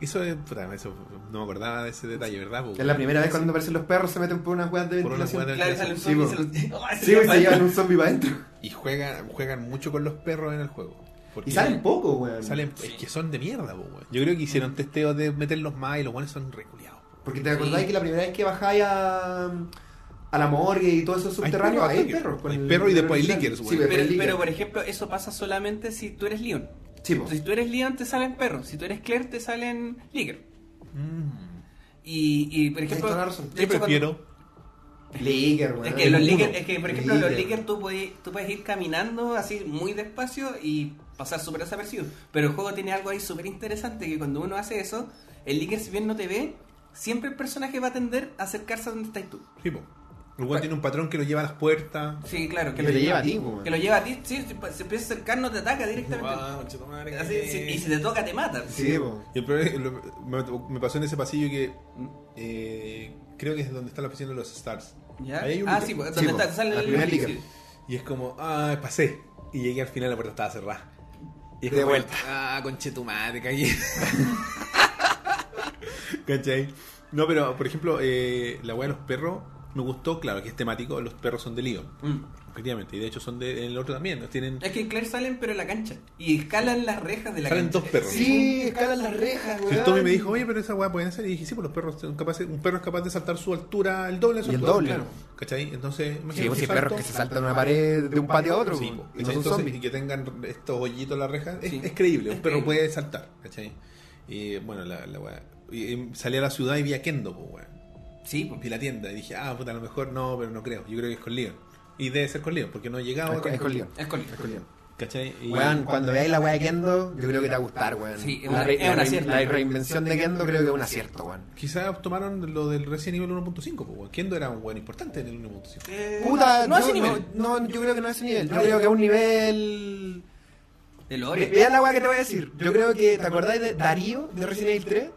S1: Eso es. puta, eso no me acordaba de ese detalle, ¿verdad? po?
S2: Es la primera vez cuando aparecen los perros, se meten por unas weas de
S1: Por unas
S2: ventilación.
S1: weas
S3: Claro, sale un
S2: Sí,
S3: zombie y
S2: po.
S3: se <laughs> los- Oh,
S2: Sí,
S3: ese
S2: pues, weón,
S3: día
S2: se
S3: fue-
S2: llevan un zombie para adentro.
S1: Y juegan, juegan mucho con los perros en el juego. Porque
S2: Y salen poco, weón.
S1: salen- es que son de mierda, po, weón. Yo creo que hicieron testeos de meterlos más y los weones son reculeados.
S2: Porque te acordáis
S3: Sí.
S2: que la primera vez que bajáis a, a la morgue y todo eso subterráneo,
S1: perros,
S2: hay
S1: tío.
S2: perros. con
S1: Hay
S2: el-
S1: perros y después hay
S2: original.
S1: lickers, weón.
S2: Sí, pues, después hay
S3: Pero, pero, por
S2: lickers.
S3: ejemplo, eso pasa solamente si tú eres Leon.
S2: Sí, pues. po.
S3: Si tú eres Leon, te salen perros. Si tú eres Claire, te salen Liger. Y, y, por ejemplo.
S2: toda la razón.
S3: de
S1: Yo
S3: hecho, cuando-
S1: prefiero.
S2: Licker, weón.
S3: Es que, los
S2: Uno.
S3: Liger, es que, por ejemplo, los
S2: Licker.
S3: Liger tú puedes, tú puedes ir caminando así muy despacio y pasar súper desapercibido. Pero el juego tiene algo ahí súper interesante que cuando uno hace eso, el Liger, si bien no te ve, siempre el personaje va a tender a acercarse a donde estás tú.
S1: Sí, po. El weón tiene un patrón que lo lleva a las puertas.
S3: Sí, claro, que
S2: Que
S3: lo
S2: te
S3: lleva.
S2: lleva a ti, pues, weón.
S3: Que lo lleva a ti, sí, se empieza a acercar, no te ataca directamente.
S1: Ah, conchetumare.
S3: Así, sí, y si te toca, te mata.
S2: Sí, pues. weón.
S1: Y el problema es que lo- me, me pasó en ese pasillo que eh, creo que es donde está la oficina de los Stars.
S3: ¿Ya?
S1: Ahí hay un
S3: ah,
S1: líder.
S3: sí, pues,
S2: Sí,
S3: ¿dónde
S2: pues,
S3: está? Sale
S2: la
S3: el
S2: primera
S3: líder,
S2: liga.
S3: sí.
S1: Y es como, ah, pasé. Y llegué al final, la puerta estaba cerrada. Y es
S2: De
S1: como,
S2: vuelta.
S1: Ah, conche tu madre, cagué. <laughs> ¿Cachai? No, pero por ejemplo, eh, la weá de los perros me gustó, claro, que es temático, los perros son de Leon.
S3: Mm.
S1: Efectivamente, y de hecho son de, en el otro también, los tienen...
S3: Es que en Claire salen, pero en la cancha. Y escalan las rejas de la
S1: Salen
S3: cancha.
S1: dos perros.
S2: Sí, escalan las rejas, weón.
S1: El Tommy me dijo, oye, pero esa weá pueden hacer. Y dije, sí, pues los perros son capaces, un perro es capaz de saltar su altura, el doble de su
S2: Y el
S1: altura,
S2: doble.
S1: ¿Cachai? Entonces,
S2: Sí, pues, si hay
S1: salto-
S2: perros que se saltan de una pared de un patio a otro,
S1: Sí,
S2: weón.
S1: po,
S2: y no
S1: ¿cachai?
S2: son
S1: Entonces,
S2: zombies.
S1: y que tengan estos hoyitos en la reja, es,
S3: Sí.
S1: es creíble,
S3: Es
S1: un perro
S3: creíble.
S1: puede saltar, ¿cachai? Y bueno, la, la weá. Y, y salí a la ciudad y vi a Kendo, pues weón.
S3: Sí, pues.
S1: Vi la tienda y dije, ah, puta, a lo mejor no, pero no creo. Yo creo que es con Leon. Y debe ser con Leon, porque no he llegado
S2: Es con-
S1: a-
S2: es con Leon.
S3: Es con
S2: Es con Leon.
S1: ¿Cachai? Y-
S2: Weón, cuando veáis la weá de Kendo, yo creo que te va a gustar, weón.
S3: Sí, es
S2: La
S3: una-
S2: re-
S3: es un
S2: la-
S3: acierto.
S2: La reinvención de Kendo creo que es un acierto, weón.
S1: Quizás tomaron lo del Resident Evil 1.5, pues, weón. Kendo era un weón importante en el 1.5.
S3: Eh,
S2: Puta,
S3: no, no a
S2: yo,
S3: ese nivel.
S2: No, no, yo creo que no es ese nivel. Yo creo que es un nivel.
S3: De
S2: Ve-
S3: lore.
S2: Vean la weá que te voy a decir. Yo creo que. ¿Te acordáis de Darío de Resident Evil 3?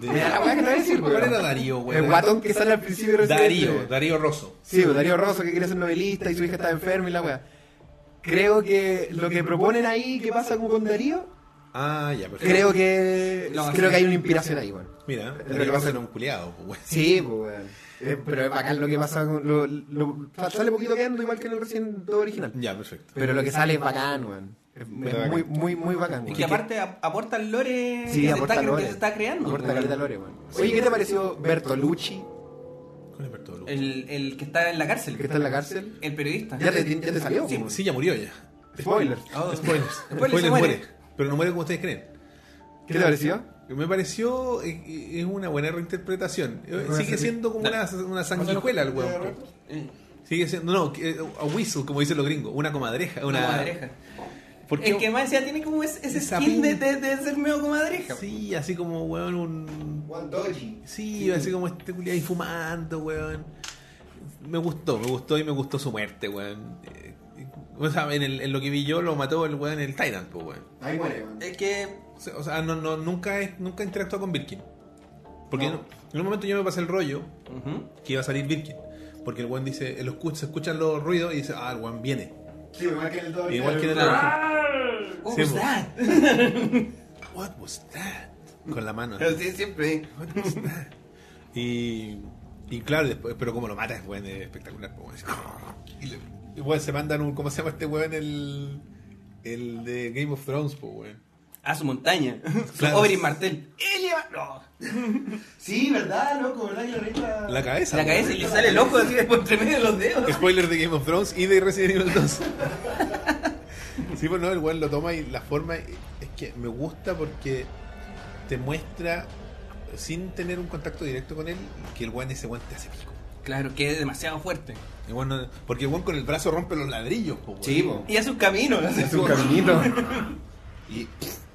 S1: De-
S2: Vean la weá que te voy a decir, weón.
S1: ¿Cuál era Darío,
S2: El
S1: weón?
S2: guatón que sale al principio de Resident Evil.
S1: Darío,
S2: 3.
S1: Darío Rosso.
S2: Sí, pues, Darío Rosso que quiere ser novelista y su hija está enferma y la weá. Creo que lo que proponen ahí, que pasa como con Darío,
S1: Ah, ya, perfecto.
S2: creo que.
S3: Lo
S2: Creo que hay una inspiración ahí, weón.
S1: Mira,
S2: Lo
S1: Darío
S2: que
S1: Rosso
S2: pasa-
S1: era un culiado, pues, weón.
S2: Sí, pues, weón. Eh, Pero es bacán lo que pasa con. Lo, lo- sale poquito quedando igual que en el recién todo original.
S1: Ya, perfecto.
S2: Pero lo que sale es bacán, weón. Es, es
S1: Bacán.
S2: muy, muy, muy bacán.
S3: Y
S2: weón.
S3: que aparte ap- aporta el lore
S2: Sí,
S3: que, se
S2: aporta
S3: está, que
S2: lore.
S3: se está creando.
S2: Aporta
S3: weón.
S2: caleta lore, weón. Oye, ¿qué te pareció Bertolucci,
S1: ¿Cuál es Bertolucci?
S3: El, el que está en la cárcel.
S2: el que está en la cárcel?
S3: El periodista.
S2: Ya te, ya te salió,
S3: Sí,
S2: weón.
S1: Sí, ya murió ya.
S2: Spoilers.
S3: Oh.
S1: Spoilers.
S3: Spoilers,
S1: Spoilers
S3: se
S1: muere.
S3: muere.
S1: Pero no muere como ustedes creen.
S2: ¿Qué te pareció?
S1: Me pareció eh, eh, es una buena reinterpretación. Eh,
S2: Buena
S1: Sigue
S2: serie.
S1: siendo como una, una sanguijuela el weón.
S3: Eh,
S1: Sigue siendo, no, que- eh, a whistle, como dicen los gringos, una comadreja. Una
S3: Una comadreja.
S1: Porque,
S3: Es que más encima tiene como ese, ese
S1: Esa
S3: skin de,
S1: pinta.
S3: de, de ser medio comadreja.
S1: Sí, así como, weón, un.
S2: Juan Doji.
S1: Sí,
S2: pues.
S1: así como este culiado ahí fumando, weón. Me gustó, me gustó y me gustó su muerte, weón. Eh, eh, o sea, en, el- en lo que vi yo lo mató el weón el Titan, pues, weón.
S2: Ahí muere, weón.
S3: Es que
S1: O sea, o sea, no, no, nunca, he- nunca he interactuado con Birkin. Porque en- en un momento yo me pasé el rollo
S3: ujú,
S1: que iba a salir Birkin. Porque el weón dice, el escu- se escuchan los ruidos y dice, ah, el weón viene.
S2: Sí, igual que en el Ah. Doji.
S1: Igual que en el otro.
S3: what
S1: Sí,
S3: was
S1: po.
S3: that?
S1: What was that? Con la mano.
S3: Pero sí, siempre.
S1: <laughs> Y, y claro, después, pero como lo matas, weón, es espectacular. po, weón. Y le- y weón, se mandan un, ¿cómo se llama este weón? El, el de Game of Thrones, po, weón.
S3: A su montaña.
S1: Claro.
S3: Su Oberyn Martel. Elia- no.
S2: Sí, verdad, loco, verdad que la reina.
S1: La cabeza. pues,
S3: La
S1: weón.
S3: cabeza y le sale el ojo así de por entre medio de los dedos.
S1: Spoiler de Game of Thrones y de Resident Evil 2. <laughs> sí, pues no, el weón lo toma y la forma es que me gusta porque te muestra, sin tener un contacto directo con él, que el weón ese weón te hace pico.
S3: Claro, que es demasiado fuerte.
S1: El weón no- porque el weón con el brazo rompe los ladrillos, po, weón.
S2: Sí, po.
S3: Y hace un camino. ¿no?
S2: Es un caminito.
S1: Y,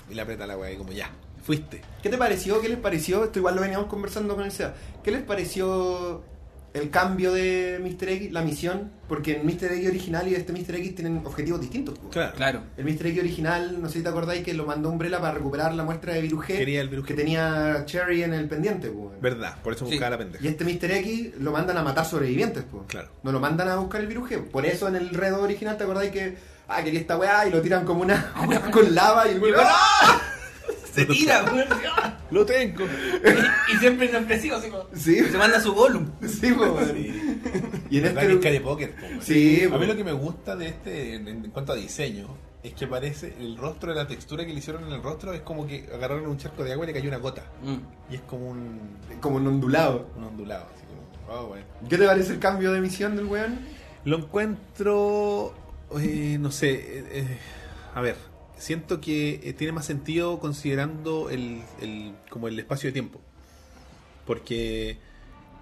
S1: y le aprieta la weá y como ya, fuiste.
S2: <laughs> ¿Qué te pareció? ¿Qué les pareció? Esto igual lo veníamos conversando con el SEA. ¿Qué les pareció el cambio de Mr. X, la misión? Porque en Mr. X original y este Mr. X tienen objetivos distintos. po.
S1: Claro.
S3: Claro.
S2: El Mr. X original, no sé si te acordáis, que lo mandó Umbrella para recuperar la muestra de virus G
S1: Quería el virus G.
S2: que tenía Cherry en el pendiente. po.
S1: Verdad, por eso
S3: Sí.
S1: buscaba la
S2: Y
S1: pendeja.
S2: este Mr. X lo mandan a matar sobrevivientes. po.
S1: Claro.
S2: No lo mandan a buscar el virus G. Por eso en el redo original te acordáis que, ah, quería esta weá y lo tiran como una
S3: Ah,
S2: weá <laughs> con lava y el
S3: <laughs>
S2: weón, ¡ah!
S3: Se tira, weón.
S1: Lo tengo.
S3: Y, y siempre es expresivo, así como.
S2: ¡Ah! Sí.
S3: Se manda su Gollum.
S2: Sí,
S3: <laughs>
S2: po. Y
S1: ¿Verdad que
S2: en
S1: es cara de
S2: este...
S1: póker, po, weón?
S2: Sí,
S1: A mí
S2: po.
S1: lo que me gusta de este, en, en cuanto a diseño, es que parece el rostro, la textura que le hicieron en el rostro, es como que agarraron un charco de agua y le cayó una gota. Y es como un,
S2: como un ondulado.
S1: un ondulado. Así como, oh, bueno.
S2: ¿Qué te parece el cambio de misión del weón?
S1: Lo encuentro, eh, no sé, eh, eh, a ver, siento que eh, tiene más sentido considerando el, el- como el espacio de tiempo. Porque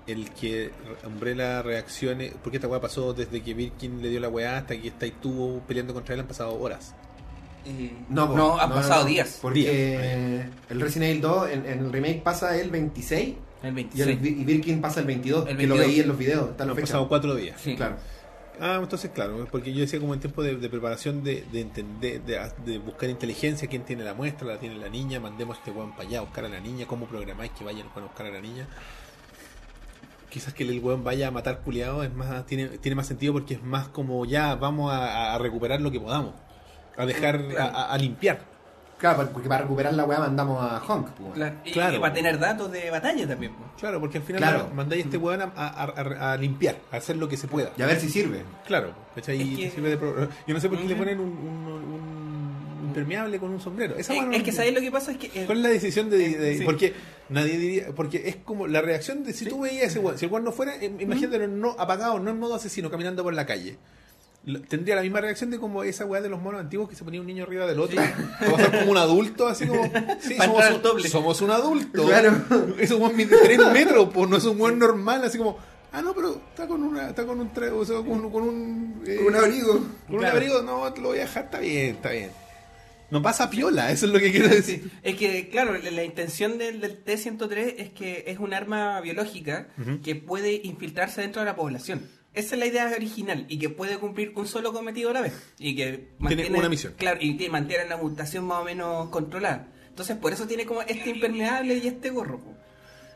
S1: el que Umbrella reaccione, porque esta weá pasó desde que Birkin le dio la weá hasta que está y estuvo peleando contra él, han pasado horas.
S2: po.
S3: no, han pasado días.
S2: Porque
S1: Días.
S2: eh, el Resident Evil 2 en, en el remake pasa el 26 y,
S3: El
S2: el,
S3: 26.
S2: Vi- y Birkin pasa el 22,
S3: El
S2: que lo
S3: 22.
S2: veí en los videos. Está la
S1: Han
S2: fecha.
S1: pasado cuatro días.
S3: Sí.
S2: Claro.
S1: Ah, entonces claro, porque yo decía como en tiempo de, de preparación de, de entender, de, de buscar inteligencia, quién tiene la muestra, la tiene la niña, mandemos a este weón para allá a buscar a la niña, cómo programáis que vaya el weón a buscar a la niña. Quizás que el weón vaya a matar culiado es más, tiene, tiene más sentido porque es más como ya vamos a, a recuperar lo que podamos, a dejar, a, a- a limpiar.
S2: Claro, pa- porque para recuperar la weá mandamos a Honk. po, weón.
S3: Claro. Y,
S1: Claro.
S3: y para tener datos de batalla también. po.
S1: Claro, porque al final
S2: Claro.
S1: mandáis a este weón a, a- a- a limpiar, a hacer lo que se pueda.
S2: Y a ver si sirve.
S1: Claro, ¿cachai?
S3: Es
S1: Y
S3: que-
S1: te sirve de pro- Yo no sé por qué le
S3: Ujú.
S1: ponen un, un- un impermeable con un sombrero. Esa
S3: Eh,
S1: mano
S3: es
S1: no-
S3: que sabéis lo que pasa es que. eh,
S1: ¿Cuál es la decisión de.? de-
S3: Sí.
S1: Porque nadie diría. Porque es como la reacción de si tú veías a ese weón. Si el weón no fuera, em, imagínatelo no apagado, no en modo asesino, caminando por la calle. Lo- Tendría la misma reacción de como esa weá de los monos antiguos que se ponía un niño arriba del otro. O ser <laughs> como un adulto, así
S3: <laughs>
S1: como. Sí, somos
S3: Para entrar
S1: un,
S3: al doble.
S1: somos un adulto.
S2: Claro.
S3: <laughs>
S1: Es un weón de 3 metros, pues no es un weón normal, así como. Ah, no, pero está con una, está con un tra- o sea, con, con un eh,
S2: Con un abrigo.
S1: con un
S3: Claro.
S1: abrigo, no, te lo voy a dejar, está bien, está bien. No pasa piola, eso es lo que quiero decir.
S3: Es que, claro, la, la intención del, del T-103 es que es un arma biológica
S1: Ujú.
S3: que puede infiltrarse dentro de la población. Esa es la idea original y que puede cumplir un solo cometido a la vez. Y que
S1: una misión.
S3: Claro, y que mantiene la mutación más o menos controlada. Entonces, por eso tiene como este impermeable y este gorro. po.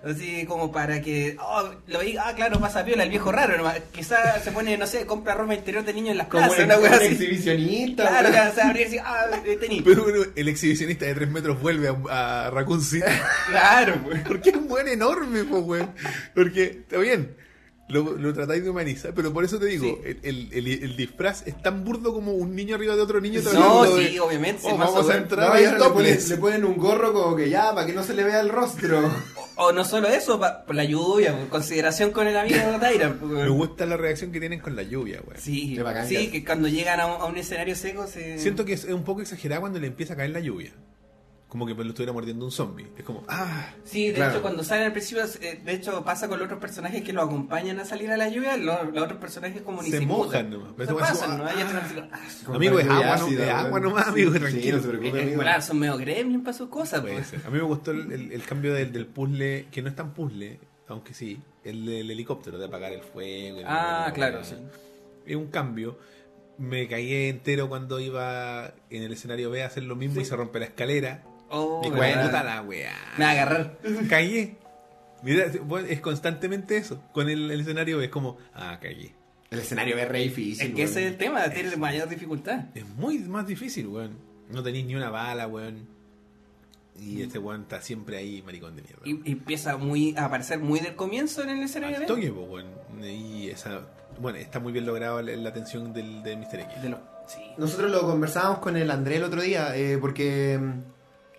S3: Así como para que oh, lo diga, ah, claro, pasa piola, el viejo raro. nomás. Quizás se pone, no sé, compra ropa interior de niño en las
S2: Como
S3: plazas,
S2: en-
S3: una wea
S2: como un
S3: así.
S2: exhibicionista.
S3: Claro,
S2: weón.
S3: claro, o sea, habría sido, ah, eh, tenis.
S1: Pero bueno, el exhibicionista de 3 metros vuelve a, a Raccoon
S3: <laughs>
S1: City.
S3: Claro, pues. po.
S1: Porque es un buen enorme, pues, weón. Porque, está bien, lo, lo tratáis de humanizar, pero por eso te digo,
S3: Sí.
S1: el, el- el- el disfraz es tan burdo como un niño arriba de otro niño.
S3: No,
S1: tratando de-
S3: sí, obviamente.
S1: Oh,
S3: se pasa,
S1: vamos a
S3: weón.
S1: entrar
S2: No,
S1: ahí
S2: y
S1: a
S2: ahora le,
S1: topless.
S2: ponen, le ponen un gorro como que ya, para que no se le vea el rostro.
S3: O no solo eso, pa- por la lluvia, por consideración con el amigo de Tyra. pues,
S1: Me
S3: weón.
S1: gusta la reacción que tienen con la lluvia, weón.
S3: Sí,
S2: Qué bacán,
S3: sí,
S2: claro.
S3: que cuando llegan a un, a un escenario seco se...
S1: Siento que es un poco exagerado cuando le empieza a caer la lluvia. Como que pues, lo estuviera mordiendo un zombie. Es como, ah,
S3: Sí, de
S2: Claro.
S3: hecho cuando salen al principio, eh, de hecho pasa con los otros personajes que lo acompañan a salir a la lluvia, lo- los, otros personajes como ni
S1: Se mojan
S3: mutan.
S1: nomás,
S3: Se
S1: pero es como-
S3: pasan, ¿no? Ellos están así como,
S1: <laughs>
S3: ah,
S1: Amigo, es
S2: Como
S1: agua,
S2: ácido,
S1: no- es
S2: weón.
S1: agua nomás, amigo,
S2: Sí,
S1: tranquilo.
S2: no se preocupe,
S3: eh,
S2: amigo.
S3: bueno, son medio gremlin para sus cosas,
S1: puede
S3: pues.
S1: ser. A mí me gustó el, el- el cambio del, del puzzle, que no es tan puzzle, aunque sí, el del helicóptero, de apagar el fuego. y
S3: Ah,
S1: la-
S3: claro, sí.
S1: Es un cambio. Me caí entero cuando iba en el escenario B a hacer lo mismo y se rompe la escalera.
S3: Oh,
S1: y
S3: verdad.
S1: puta la weá.
S3: Me va a agarrar.
S1: Caí. Mira, bueno, es constantemente eso. Con el, el escenario B es como, ah, caí.
S2: El escenario es re difícil.
S3: Es que ese es
S2: weón.
S3: el tema, tiene mayor dificultad.
S1: Es muy más difícil, weón. No tenéis ni una bala, weón. Y este weón está siempre ahí, maricón de mierda.
S3: Mm. Y y empieza muy a aparecer muy del comienzo en el escenario.
S1: Al
S3: ¿ves?
S1: toque, pues, weón. Y esa. Bueno, está muy bien logrado la, la tensión del, de Mr. X.
S3: De los- sí.
S2: Nosotros lo conversábamos con el André el otro día, eh, porque mm,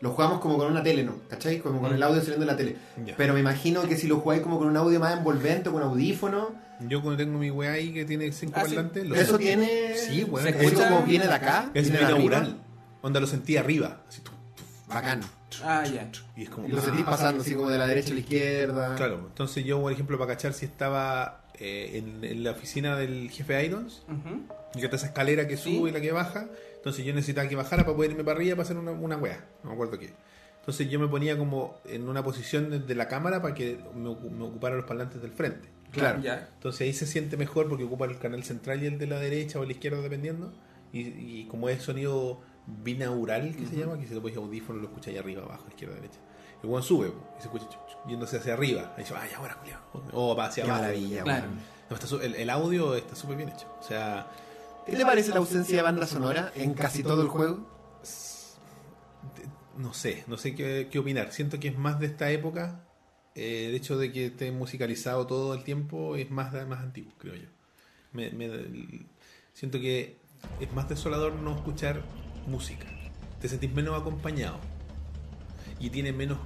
S2: lo jugamos como con una tele, ¿no? ¿Cachai? Como
S3: Mm.
S2: con el audio saliendo de la tele.
S1: Ya.
S2: Pero me imagino que si lo jugáis como con un audio más envolvente, con audífono,
S1: Yo cuando tengo mi weá ahí que tiene cinco
S3: Ah, sí.
S1: parlantes, lo
S2: eso
S1: sentí.
S2: tiene.
S1: Sí, weón.
S3: Se
S2: Eso
S3: escucha
S2: como viene de acá.
S1: Es
S2: viene de
S1: binaural.
S2: arriba.
S1: Onda lo sentí arriba. Así, tu, tu,
S2: Bacán.
S3: Ah, ya.
S1: y es como.
S2: Y lo
S1: ah,
S2: sentís pasando así como de la derecha a la izquierda.
S1: Claro, entonces yo, por ejemplo, para cachar si estaba eh, en, en la oficina del jefe Irons,
S3: Ujú.
S1: y que está esa escalera que sube
S3: Sí.
S1: y la que baja, entonces yo necesitaba que bajara para poder irme para arriba para hacer una, una wea, no me acuerdo qué. Entonces yo me ponía como en una posición de- de la cámara para que me, ocu- me ocupara los parlantes del frente.
S3: Ya.
S1: Entonces ahí se siente mejor porque ocupa el canal central y el de la derecha o la izquierda, dependiendo. Y, y como es sonido binaural, que se llama, que si te pones audífono lo escuchas ahí arriba, abajo, izquierda, derecha. El weón sube po, y se escucha chuc, chuc, yéndose hacia arriba. Ahí dice, ay, ahora, Julián. O va hacia
S2: Qué
S1: abajo.
S2: maravilla,
S3: Claro.
S2: weón.
S1: No, está su- el, el audio está súper bien hecho. O sea,
S2: ¿Qué te parece la ausencia de banda sonora en casi todo el juego?
S1: te- no sé, no sé qué, qué opinar. Siento que es más de esta época. eh, el hecho de que esté musicalizado todo el tiempo es más, más antiguo, creo yo. Me- me- el- siento que es más desolador no escuchar música. Te sentís menos acompañado. Y tiene menos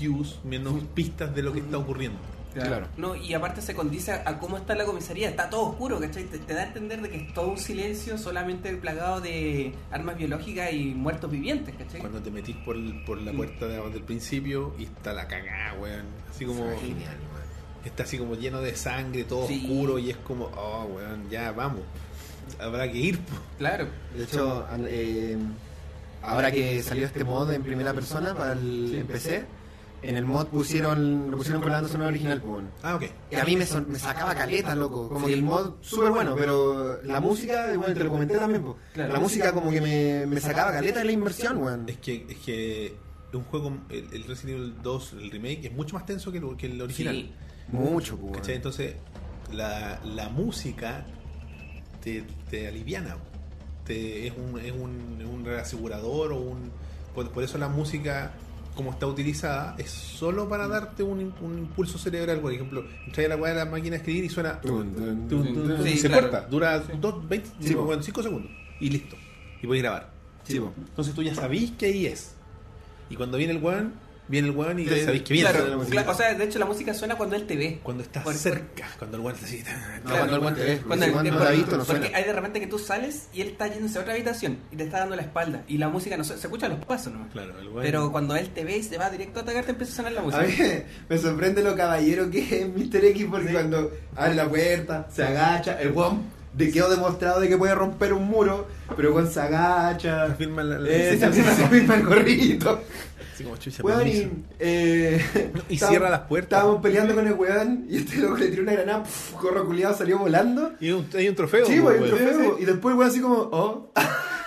S1: cues, menos pistas de lo que está ocurriendo.
S2: Claro.
S3: No, y aparte se condice a, a cómo está la comisaría, está todo oscuro, ¿cachai? Te, te da a entender de que es todo un silencio solamente plagado de armas biológicas y muertos vivientes, ¿cachai?
S1: Cuando te metís por, el- por la puerta de- del principio y está la cagada, weón. Así como...
S2: Genial, weón.
S1: está así como lleno de sangre, todo
S3: Sí.
S1: oscuro y es como, oh, weón, ya vamos. Habrá que ir. po".
S3: Claro.
S2: De hecho, an- eh, ahora que salió este mod en primera persona para el en PC, en el mod pusieron, lo pusieron con la banda sonora original, pues, bueno.
S1: Ah, ok.
S2: Que a mí me, son- me sacaba caleta, loco. Como que el mod, súper bueno, pero la música, bueno, te lo comenté también, po.
S3: Claro.
S2: La música como que me, me sacaba caleta de la inversión, weón.
S1: Es que es que un juego, el, el Resident Evil 2, el remake, es mucho más tenso que el, que el original.
S3: Sí.
S2: Mucho, po, weón.
S1: ¿Cachai? Entonces, la, la música te, te aliviana. Te, es, un, es, un, es un reasegurador o un... Por, por eso la música, como está utilizada, es solo
S2: Mm.
S1: para darte un, im- un impulso cerebral. Por ejemplo, trae la weá de la máquina a escribir y suena...
S2: Tun,
S1: Tun,
S2: tun, tun,
S1: tun,
S2: tun.
S1: tun.
S3: Sí,
S1: se
S3: claro.
S1: corta, dura 2, 20,
S2: Sí, po.
S1: bueno, 5 segundos y listo. Y podéis grabar.
S2: Sí, po.
S1: Entonces tú ya sabís que ahí es. Y cuando viene el weón, Viene el weón y
S2: Sí,
S1: sabéis que viene.
S2: claro,
S1: la música.
S3: Cla- o sea, de hecho la música suena cuando él te ve.
S1: cuando estás
S3: Por-
S1: cerca, cuando el weón está así. <laughs>
S2: No,
S3: Claro, Eh.
S2: cuando el guante es,
S3: Cuando
S2: si
S3: el-
S2: Juan no
S3: por-
S2: la ha visto, no
S3: porque
S2: suena.
S3: hay de repente que tú sales y él está yéndose a otra habitación y te está dando la espalda y la música no suena, se escuchan los pasos nomás.
S1: Claro, el weón.
S3: Pero cuando él te ve y se va directo a atacarte empieza a sonar la
S2: A
S3: música.
S2: mí <laughs> me sorprende lo caballero que es <laughs> Mr. X porque cuando abre la puerta, se agacha, el guam de quedó demostrado de que puede romper un muro, pero cuando se agacha,
S1: <laughs> Afirma la- la-
S2: eh,
S1: sí,
S2: se afirma se afirma el gorrito.
S1: así como chucha.
S2: Weón, y,
S1: permiso.
S2: eh,
S1: <laughs> Y
S2: estábamos-
S1: cierra las puertas.
S2: Estábamos peleando con el weón y este loco le tiró una granada, pf, corro culiado, salió volando.
S1: Y un- hay un trofeo.
S2: Sí,
S1: weón.
S2: güey, y después el weón así como, oh. <laughs>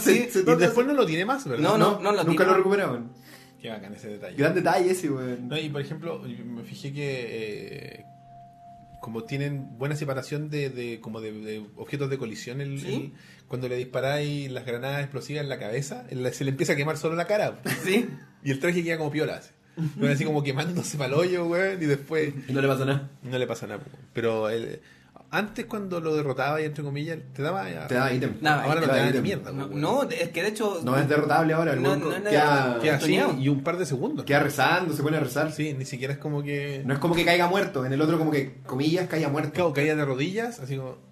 S3: Sí,
S1: Y después no lo tiene más, ¿verdad?
S3: No, no, no lo
S2: Nunca
S3: tiene.
S2: lo recuperaban.
S1: Qué bacán ese detalle.
S2: Gran detalle ese, weón.
S1: No, y por ejemplo, me fijé que eh, como tienen buena separación de, de- como de, de objetos de colisión, el- el-
S3: ¿Sí?
S1: cuando le disparáis las granadas explosivas en la cabeza, el- se le empieza a quemar solo la cara.
S3: Sí.
S1: Y el traje queda como piola. Así, Bueno, así como quemándose para hoyo, weón, y después
S2: Y no le pasa nada.
S1: no le pasa nada. po. Pero el- antes cuando lo derrotaba y entre comillas, te daba... eh,
S2: Te da ítem.
S3: Nada,
S1: ahora
S2: te
S1: no te
S2: da
S1: da ni
S2: ítem.
S1: mierda. po,
S3: No,
S1: weón.
S3: no, es que de hecho
S2: No es derrotable ahora, el
S3: No,
S2: weón
S3: no,
S2: co-
S3: no,
S2: queda,
S3: no.
S1: Queda así
S3: Tuneado.
S1: y un par de segundos.
S2: queda rezando, se pone a rezar.
S1: Sí, ni siquiera es como que...
S2: No es como que caiga muerto, en el otro como que, comillas, caiga muerto.
S1: Claro, caía de rodillas, así como...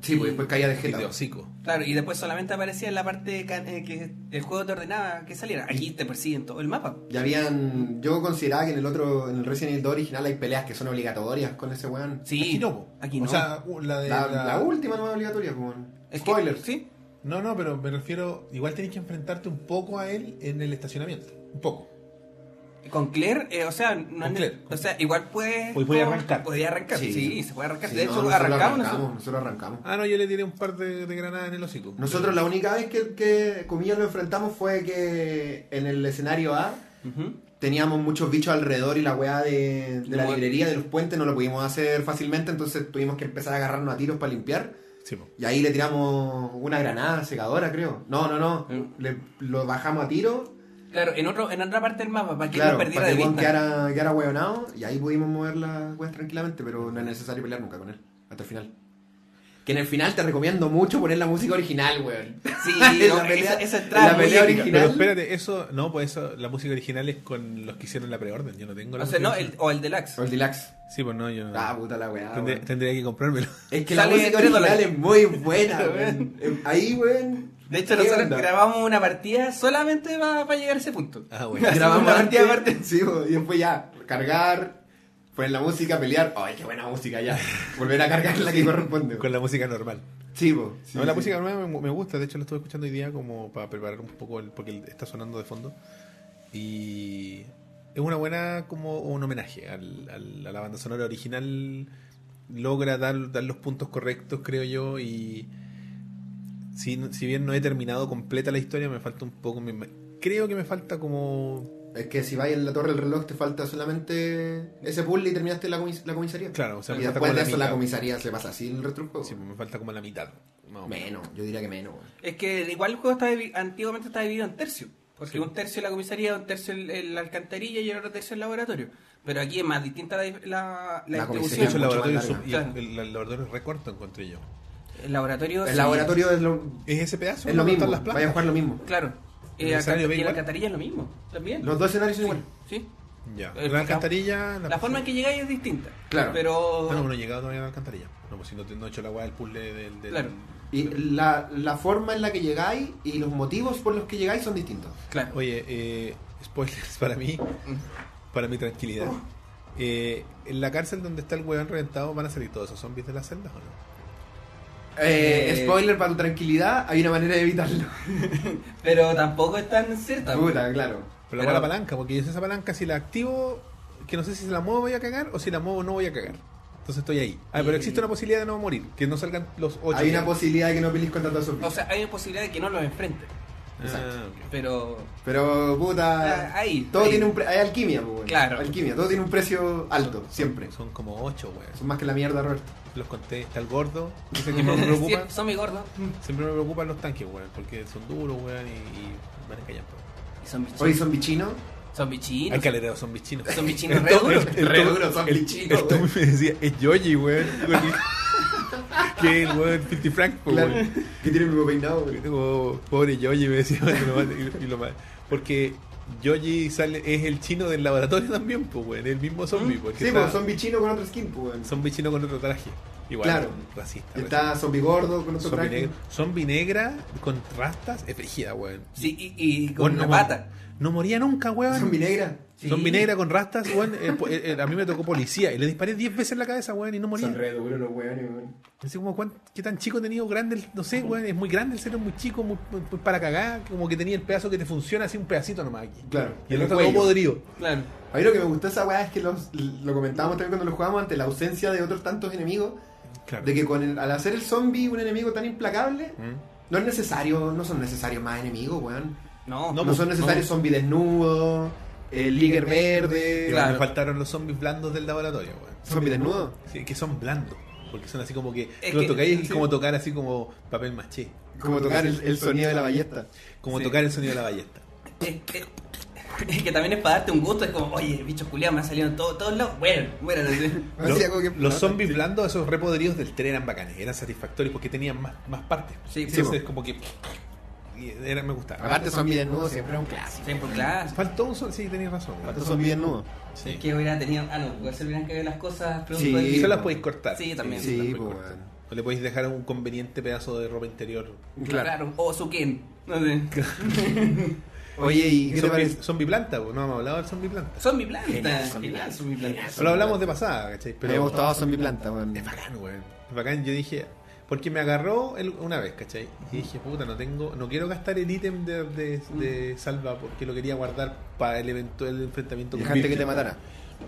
S2: Sí, pues después caía de
S1: Y de
S2: jeta.
S1: hocico.
S3: Claro, y después solamente aparecía en la parte ca- eh, que el juego te ordenaba que saliera. Aquí te persiguen todo el mapa.
S2: Ya habían... Yo consideraba que en el otro, en el Resident Evil 2 original hay peleas que son obligatorias con ese weón.
S3: Sí.
S1: Aquí no. po.
S3: Aquí no.
S1: O sea, u- la de.
S2: La,
S1: la-
S2: la última no es obligatoria, pues, weón.
S3: Es que-
S2: Spoilers.
S3: sí.
S1: No, no, pero me refiero. Igual tenés que enfrentarte un poco a él en el estacionamiento. Un poco.
S3: Con Claire, eh, o sea, no
S1: Con Claire.
S3: o sea, igual puede
S1: Pues puede arrancar.
S3: Podía arrancar, sí,
S2: Sí.
S3: se puede arrancar.
S2: Sí,
S3: de
S2: no,
S3: hecho,
S2: nosotros
S3: arrancamos
S2: arrancamos.
S3: nosotros.
S2: Nosotros arrancamos.
S1: Ah, no, yo le tiré un par de, de granadas en el hocico.
S2: Nosotros la única vez que, que comillas lo enfrentamos fue que en el escenario A
S3: Ujú.
S2: teníamos muchos bichos alrededor y la weá de, de la
S3: Bueno.
S2: librería de los puentes no lo pudimos hacer fácilmente, entonces tuvimos que empezar a agarrarnos a tiros para limpiar.
S1: Sí, po.
S2: Y ahí le tiramos una granada secadora, creo. No, no, no.
S3: Mm.
S2: Le- lo bajamos a tiro.
S3: Claro, en, otro, en otra parte del mapa, para que
S2: claro,
S3: no
S2: para
S3: perdiera
S2: que
S3: de
S2: el weón
S3: vista.
S2: quedara, quedara hueonado. Y ahí pudimos mover las weas tranquilamente, pero no es necesario pelear nunca con él. Hasta el final. Que en el final te recomiendo mucho poner la música original, weón.
S3: Sí,
S2: En <laughs>
S3: no,
S2: la pelea-
S3: esa, esa
S2: en
S3: entrada
S2: la
S3: es muy
S2: pelea
S3: épica.
S2: original.
S1: Pero espérate, eso. No, pues eso. La música original es con los que hicieron la preorden. Yo no tengo la
S3: O sea, no,
S1: música
S3: el,
S1: original.
S3: o el deluxe.
S2: O el deluxe.
S1: Sí, pues no, yo no.
S2: Ah, puta la weá.
S1: Tendré-
S2: weón.
S1: tendría que
S2: <laughs>
S1: comprármelo.
S2: Es que la
S3: Sale
S2: música
S3: tres
S2: original
S3: dólares.
S2: es muy buena, weón. Eh, Ahí, weón.
S3: De hecho,
S2: ¿qué
S3: nosotros
S2: onda?
S3: grabamos <laughs> una partida solamente para llegar a ese punto.
S1: Ah, <laughs> bueno.
S2: <laughs> Grabamos
S3: Una
S2: la partida
S3: partida
S2: aparte. Sí, bo, y después ya, cargar, poner la música, pelear. ¡Ay, qué buena música ya! Volver a cargar la que corresponde. bo.
S1: Con la música normal.
S2: Sí, bo, sí,
S1: no, la
S2: sí.
S1: música normal me, me gusta. De hecho, la estuve escuchando hoy día como para preparar un poco el, porque el- está sonando de fondo. Y es una buena, como un homenaje al- al- a la banda sonora original. Logra dar, dar los puntos correctos, creo yo. Y si, si bien no he terminado completa la historia, me falta un poco. me- me- creo que me falta como.
S2: Es que si vais en la torre del reloj, te falta solamente ese puzzle y terminaste la, comis- la comisaría.
S1: Claro, o sea,
S2: y
S1: me falta
S2: después
S1: como
S2: de
S1: la
S2: eso, la
S1: mitad.
S2: comisaría se pasa así el resto del juego.
S1: sí, me falta como la mitad. más o menos.
S2: menos, yo diría que menos. bo.
S3: Es que igual el juego está divi- antiguamente estaba dividido en tercios. Porque
S1: Sí.
S3: un tercio en la comisaría, un tercio en- en la alcantarilla y el otro tercio en el laboratorio. Pero aquí es más distinta la, la, la
S2: La
S1: De hecho,
S2: comisaría
S3: distribución.
S1: el
S2: mucho más
S1: laboratorio, es
S2: larga.
S1: su- y el, el- el laboratorio es re corto, encontré yo.
S3: El laboratorio.
S2: El
S3: sí.
S2: laboratorio es lo,
S1: Es ese pedazo.
S2: es lo
S1: donde
S2: mismo,
S1: están las
S2: vaya a
S1: plantas.
S2: jugar lo mismo.
S3: Claro.
S1: El
S3: Eh,
S1: escenario
S3: alcan-
S1: ve
S3: y la
S1: igual.
S3: alcantarilla es lo mismo. También.
S2: Los dos escenarios son iguales.
S3: Sí.
S1: Ya.
S3: Eh,
S1: la
S3: la-
S1: alcantarilla.
S3: La forma en que llegáis es distinta.
S2: Claro.
S3: Pero.
S1: Ah, no, no he llegado todavía a la alcantarilla. No, pues si no, te- no he hecho la weá del puzzle del. del-
S3: Claro.
S2: Y la, la forma en la que llegáis y los motivos por los que llegáis son distintos.
S3: Claro.
S1: Oye, eh, spoilers <laughs> para mí, para mi tranquilidad. Eh, en la cárcel donde está el weón reventado van a salir todos esos zombies de las celdas, ¿o no?
S2: Eh,
S3: Eh,
S2: spoiler para tu tranquilidad, hay una manera de evitarlo.
S3: Pero tampoco es tan cierta.
S2: Puta, claro.
S1: Pero la
S3: Pero-
S1: weá de la palanca, porque yo sé esa palanca, si la activo, que no sé si se la muevo voy a cagar o si la muevo no voy a cagar. Entonces estoy ahí. Ah, pero
S3: Y-
S1: existe una posibilidad de no morir, que no salgan los ocho.
S2: Hay una posibilidad de que no pelees con tantos zombies.
S3: O sea, hay una posibilidad de que no los enfrente.
S1: Ah,
S2: Exacto.
S1: ok.
S3: Pero.
S2: Pero puta,
S3: Ah, ahí,
S2: todo
S3: ahí.
S2: tiene un pre- hay alquimia, pues, bueno.
S3: Claro.
S2: Alquimia, todo tiene un precio alto, siempre.
S1: Son como ocho, weón.
S2: Son más que la mierda, Roberto.
S1: Los conté. Está el gordo. Dice
S2: <laughs>
S1: que no me preocupa.
S3: <laughs> Sí, son mi gordo.
S1: Siempre me preocupan los tanques, weón, porque son duros, weón, y, y van a callar. po.
S3: Y son
S2: Hoy
S3: bichinos.
S2: son bichinos.
S3: Son bichinos.
S1: Hay calereos, son bichinos.
S3: Son
S1: <laughs>
S3: bichinos re duros.
S2: Re duros, son
S1: el-
S2: bichinos,
S1: El Tommy <laughs>
S2: weón.
S1: me decía, es Yoji,
S2: <laughs>
S1: weón. Porque- que el weón, 50 Frank, po,
S2: <laughs> Claro,
S1: weón.
S2: que tienen el mismo peinado, güey.
S1: <laughs> Como, Pobre Yoji, me decía, cuando lo mate, y, y lo mate. Porque Yoji sale, es el chino del laboratorio también, pues, weón. El mismo zombie, porque
S2: Sí,
S1: está-
S2: pues zombie chino con otro skin, pues. weón.
S1: zombie chino con otro traje. Igual,
S2: Claro.
S1: racista.
S2: Y Está zombie gordo con otro
S1: Zombie,
S2: traje.
S1: negro- zombie negra con rastas es frígida, weón.
S3: Sí, y, y con
S1: Weón,
S3: una
S1: no,
S3: pata.
S1: No moría nunca, weón.
S2: Ah, Zombie negra.
S3: Sí.
S1: Zombie negra con rastas, weón. eh, po- eh, eh, a mí me tocó policía y le disparé 10 veces en la cabeza, weón, y no moría.
S2: Son re duros los weones, weón.
S1: Así como, ¿cuán- ¿qué tan chico tenía? o Grande, el- no sé, weón. Es muy grande el cero, muy chico, muy, muy- muy para cagar. Como que tenía el pedazo que te funciona así un pedacito nomás aquí.
S2: Claro.
S1: Y el
S2: en
S1: otro todo
S2: cuello.
S1: podrido.
S3: Claro.
S2: A mí lo que me gustó de esa weá es que los- lo comentábamos también cuando lo jugábamos ante la ausencia de otros tantos enemigos.
S1: Claro.
S2: De que con el- al hacer el zombie un enemigo tan implacable,
S1: Mm.
S2: no es necesario, no son necesarios más enemigos, weón.
S3: No,
S2: No,
S1: pues,
S2: son necesarios zombie desnudo, el líder verde,
S1: Igual
S3: Claro.
S1: Me faltaron los zombies blandos del laboratorio, weón.
S2: zombie desnudo.
S1: Sí, que son blandos. Porque son así como que.
S3: Es
S1: lo
S3: que-
S1: tocáis es
S3: sí.
S1: como tocar así como papel maché.
S2: Como tocar el, el sonido de la ballesta.
S1: Como
S3: Sí.
S1: tocar el sonido de la ballesta.
S3: Es que, <laughs> es que también es para darte un gusto. Es como, oye, bicho culiado, me ha salido en todo- todos lados. Bueno, bueno,
S2: Ah,
S1: Lo-
S2: sí, algo que-
S1: los zombies blandos, esos repoderíos del tren eran bacanes, eran satisfactorios porque tenían más, más partes.
S3: Sí,
S1: Entonces,
S2: sí,
S1: es como que. y era- me gustaba.
S2: Aparte, zombie desnudo siempre es un clásico.
S3: siempre claro.
S1: Faltó un sol, sí, tenías razón.
S2: Aparte, zombie desnudo.
S1: Sí.
S3: Que hubiera tenido. Ah, no, igual se hubieran caído las cosas. producto
S2: Sí.
S1: Y
S3: de-
S1: se las podéis cortar.
S3: Sí, también.
S1: se las
S2: Sí,
S1: podéis
S2: pues,
S1: cortar.
S2: bueno.
S1: O le podéis dejar un conveniente pedazo de ropa interior.
S3: Claro. O su Ken. No sé.
S2: Oye, ¿y qué te
S1: Zombie,
S2: parece?
S1: zombie planta, pues, no hemos hablado del zombie planta.
S3: Son mi planta.
S2: Genial,
S3: Genial,
S2: son mi planta.
S3: son mi planta.
S1: Lo hablamos de pasada, ¿cachai?
S2: Pero me ha gustado zombie planta, weón.
S1: Es bacán, weón. Es bacán, yo dije. Porque me agarró el- una vez, ¿cachai? Y dije, puta, no tengo. No quiero gastar el ítem de, de- de salva porque lo quería guardar para el eventual enfrentamiento
S2: Dejaste que
S1: Virgil.
S2: te matara.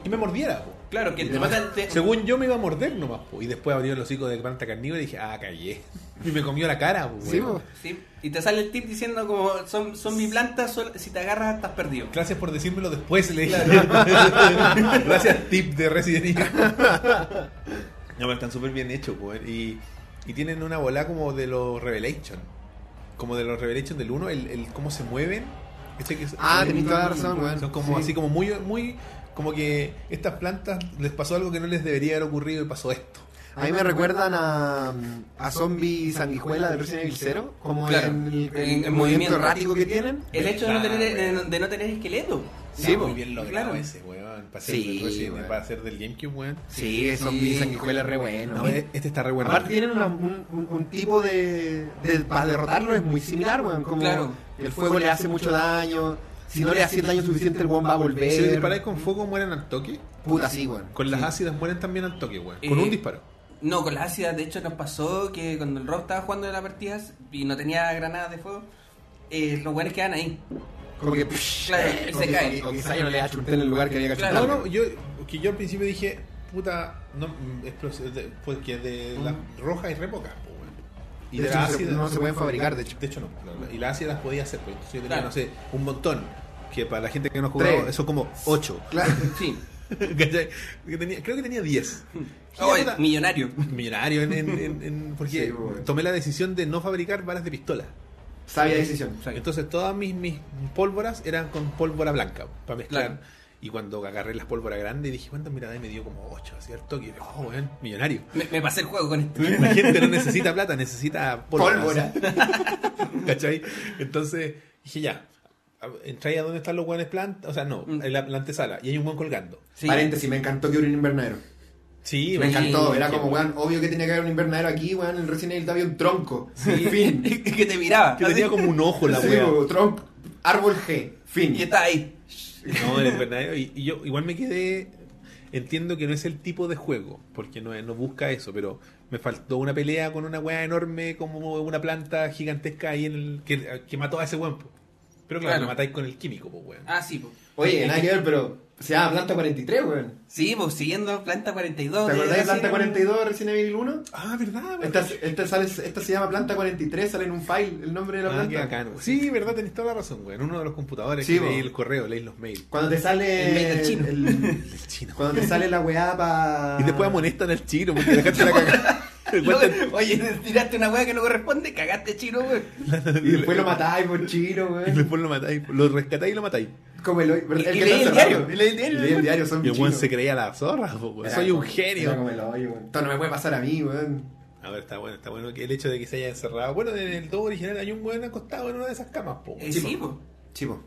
S1: Y me mordiera, po.
S3: Claro, que te matan. te-
S1: Según yo me iba a morder nomás, po. Y después abrió el hocico de planta carnívora y dije, ah, callé. <laughs> Y me comió la cara, po,
S2: Sí, pues.
S1: weón.
S2: po.
S3: Sí, y te sale el tip diciendo como son, son mi planta, sol- si te agarras estás perdido.
S1: Gracias por decírmelo después, le dije. <laughs> Gracias, tip de Resident Evil. No, pero están súper bien hechos, pues. Y, y tienen una bola como de los Revelation. Como de los Revelation del 1, el, el cómo se mueven. ¿Cachai? Que es-
S2: Ah,
S1: son-
S2: tenés toda la razón, weón.
S1: Son como
S2: Sí.
S1: así como muy, muy. Como que estas plantas les pasó algo que no les debería haber ocurrido y pasó esto.
S2: A mí me recuerdan a, a Zombie Sanguijuela de Resident Evil 0, como
S3: Claro.
S2: en el,
S3: En-
S2: el
S3: en movimiento.
S2: movimiento errático que tienen.
S3: El hecho de no tener, e- de, de no tener esqueleto.
S2: Sí,
S1: muy
S2: po.
S1: bien logrado
S3: Claro.
S1: ese, weón. Para ser,
S2: Sí,
S1: del Resident-
S2: weón.
S1: para ser del GameCube, weón.
S2: Sí, es Zombie
S3: Sí.
S2: Sanguijuela re bueno.
S1: No, este está re bueno.
S2: Aparte tienen una- un, un- un tipo de, de- Para derrotarlo es muy similar, weón. Como
S3: Claro.
S2: el fuego le hace mucho daño. Si no le hace el daño suficiente, el weón va a volver.
S1: Si le disparáis con fuego, mueren al toque.
S2: Puta, sí, weón.
S1: Con las ácidas mueren también al toque, weón. Con
S3: Eh,
S1: un disparo.
S3: No, con las ácidas, de hecho, nos pasó que cuando el Rob estaba jugando de las partidas y no tenía granadas de fuego, eh, los buenos quedan ahí.
S2: Como que. psh,
S3: Claro,
S2: eh,
S3: y
S2: o
S3: se
S2: que-
S3: cae.
S2: O quizá yo no le achunté en el lugar que había que
S3: Claro.
S1: No,
S2: achuntarle.
S1: no, yo, que yo al principio dije, puta, no, mm, explos- de- porque de la roja y re pocas, po, weón. Y
S2: Mm. De
S1: de,
S2: hecho,
S1: las
S2: no se-
S1: ácidas.
S2: no se pueden fabricar, de hecho.
S1: De hecho, no. la- la- Y las ácidas las podía hacer, pues. Entonces yo tenía,
S3: Claro.
S1: no sé, un montón. Que para la gente que no jugaba,
S2: Tres.
S1: eso como <laughs> 8.
S2: Claro. <laughs>
S3: Sí.
S1: creo que tenía 10.
S3: Oye, millonario.
S1: Millonario, en, en- en- en- porque
S2: Sí, weón.
S1: tomé la decisión de no fabricar balas de pistola.
S2: Sabia decisión.
S3: Sí.
S1: Entonces todas mis, mis pólvoras eran con pólvora blanca para mezclar.
S3: Claro.
S1: Y cuando agarré las pólvoras grandes dije, ¿cuántas miradas? Y me dio como 8, ¿cierto? Y dije, oh, weón, millonario.
S3: Me, me pasé el juego con esto.
S1: La gente no necesita plata, necesita pólvora.
S2: Pólvora.
S1: <laughs> ¿Cachai? Entonces dije, ya, entráis a donde están los guanes plantas, o sea, no,
S3: Mm.
S1: en la, la antesala, y hay un guan colgando.
S3: Sí.
S2: Paréntesis, me encantó que hubiera un invernadero.
S1: Sí,
S2: Me
S1: weón.
S2: encantó,
S3: Sí,
S2: era
S1: qué
S2: como,
S1: bueno.
S2: weón, obvio que tenía que haber un invernadero aquí, weón, en Resident Evil había un tronco.
S1: <laughs>
S2: <laughs>
S3: <laughs>
S2: Fin.
S3: que te miraba.
S1: que tenía como un ojo la
S2: Sí,
S1: wea.
S2: weón, tronco, árbol G, fin.
S3: Y está ahí.
S1: No, el invernadero. Y, y yo igual me quedé. Entiendo que no es el tipo de juego, porque no, es- no busca eso, pero me faltó una pelea con una weá enorme, como una planta gigantesca ahí en el, que, que mató a ese weón. po. Pero claro,
S3: Claro.
S1: lo matáis con el químico, pues weón.
S3: Ah, sí, pues.
S2: Oye, nada que ver, pero se llama Planta 43, weón.
S3: Sí, pues siguiendo Planta 42.
S2: ¿Te acordás de Planta
S3: Resident
S2: 42 de Resident Evil 1?
S1: Ah, verdad,
S2: Esta, esta sale, esta se llama Planta 43, sale en un file el nombre de la
S1: Ah, qué
S2: planta.
S1: bacán, weón. Sí, verdad, tenés toda la razón, weón. Uno de los computadores
S2: Sí,
S1: que leí
S2: po.
S1: el correo, leí los mails.
S2: Cuando te
S3: El mail
S2: sale.
S3: del chino.
S2: el-
S1: El chino. <laughs>
S2: cuando te sale la weá para.
S1: Y después amonestan al chino porque dejaste la cagada.
S3: Luego, Oye, <laughs> tiraste una weá que no corresponde, cagaste chino, weón.
S2: Y después lo matáis por chino,
S1: <laughs> Y
S2: weón.
S1: después lo matáis, lo rescatáis y lo matáis.
S2: Como el, el,
S3: Y- y
S2: que está
S3: leí el
S2: cerrado.
S3: diario, y leí el diario.
S2: Leí el diario, son
S1: Y el weón
S2: chinos.
S1: se creía la zorra, po, weón. Pues
S2: Era
S1: Soy un
S2: como- era
S1: genio.
S2: como el hoyo, weón. Esto no me puede pasar a mí, weón.
S1: A ver, está bueno, está bueno que el hecho de que se haya encerrado. Bueno, en el todo original hay un weón acostado en una de esas camas, po.
S3: Eh,
S1: Sí,
S3: sí,
S1: po.
S3: pues.
S2: Chivo.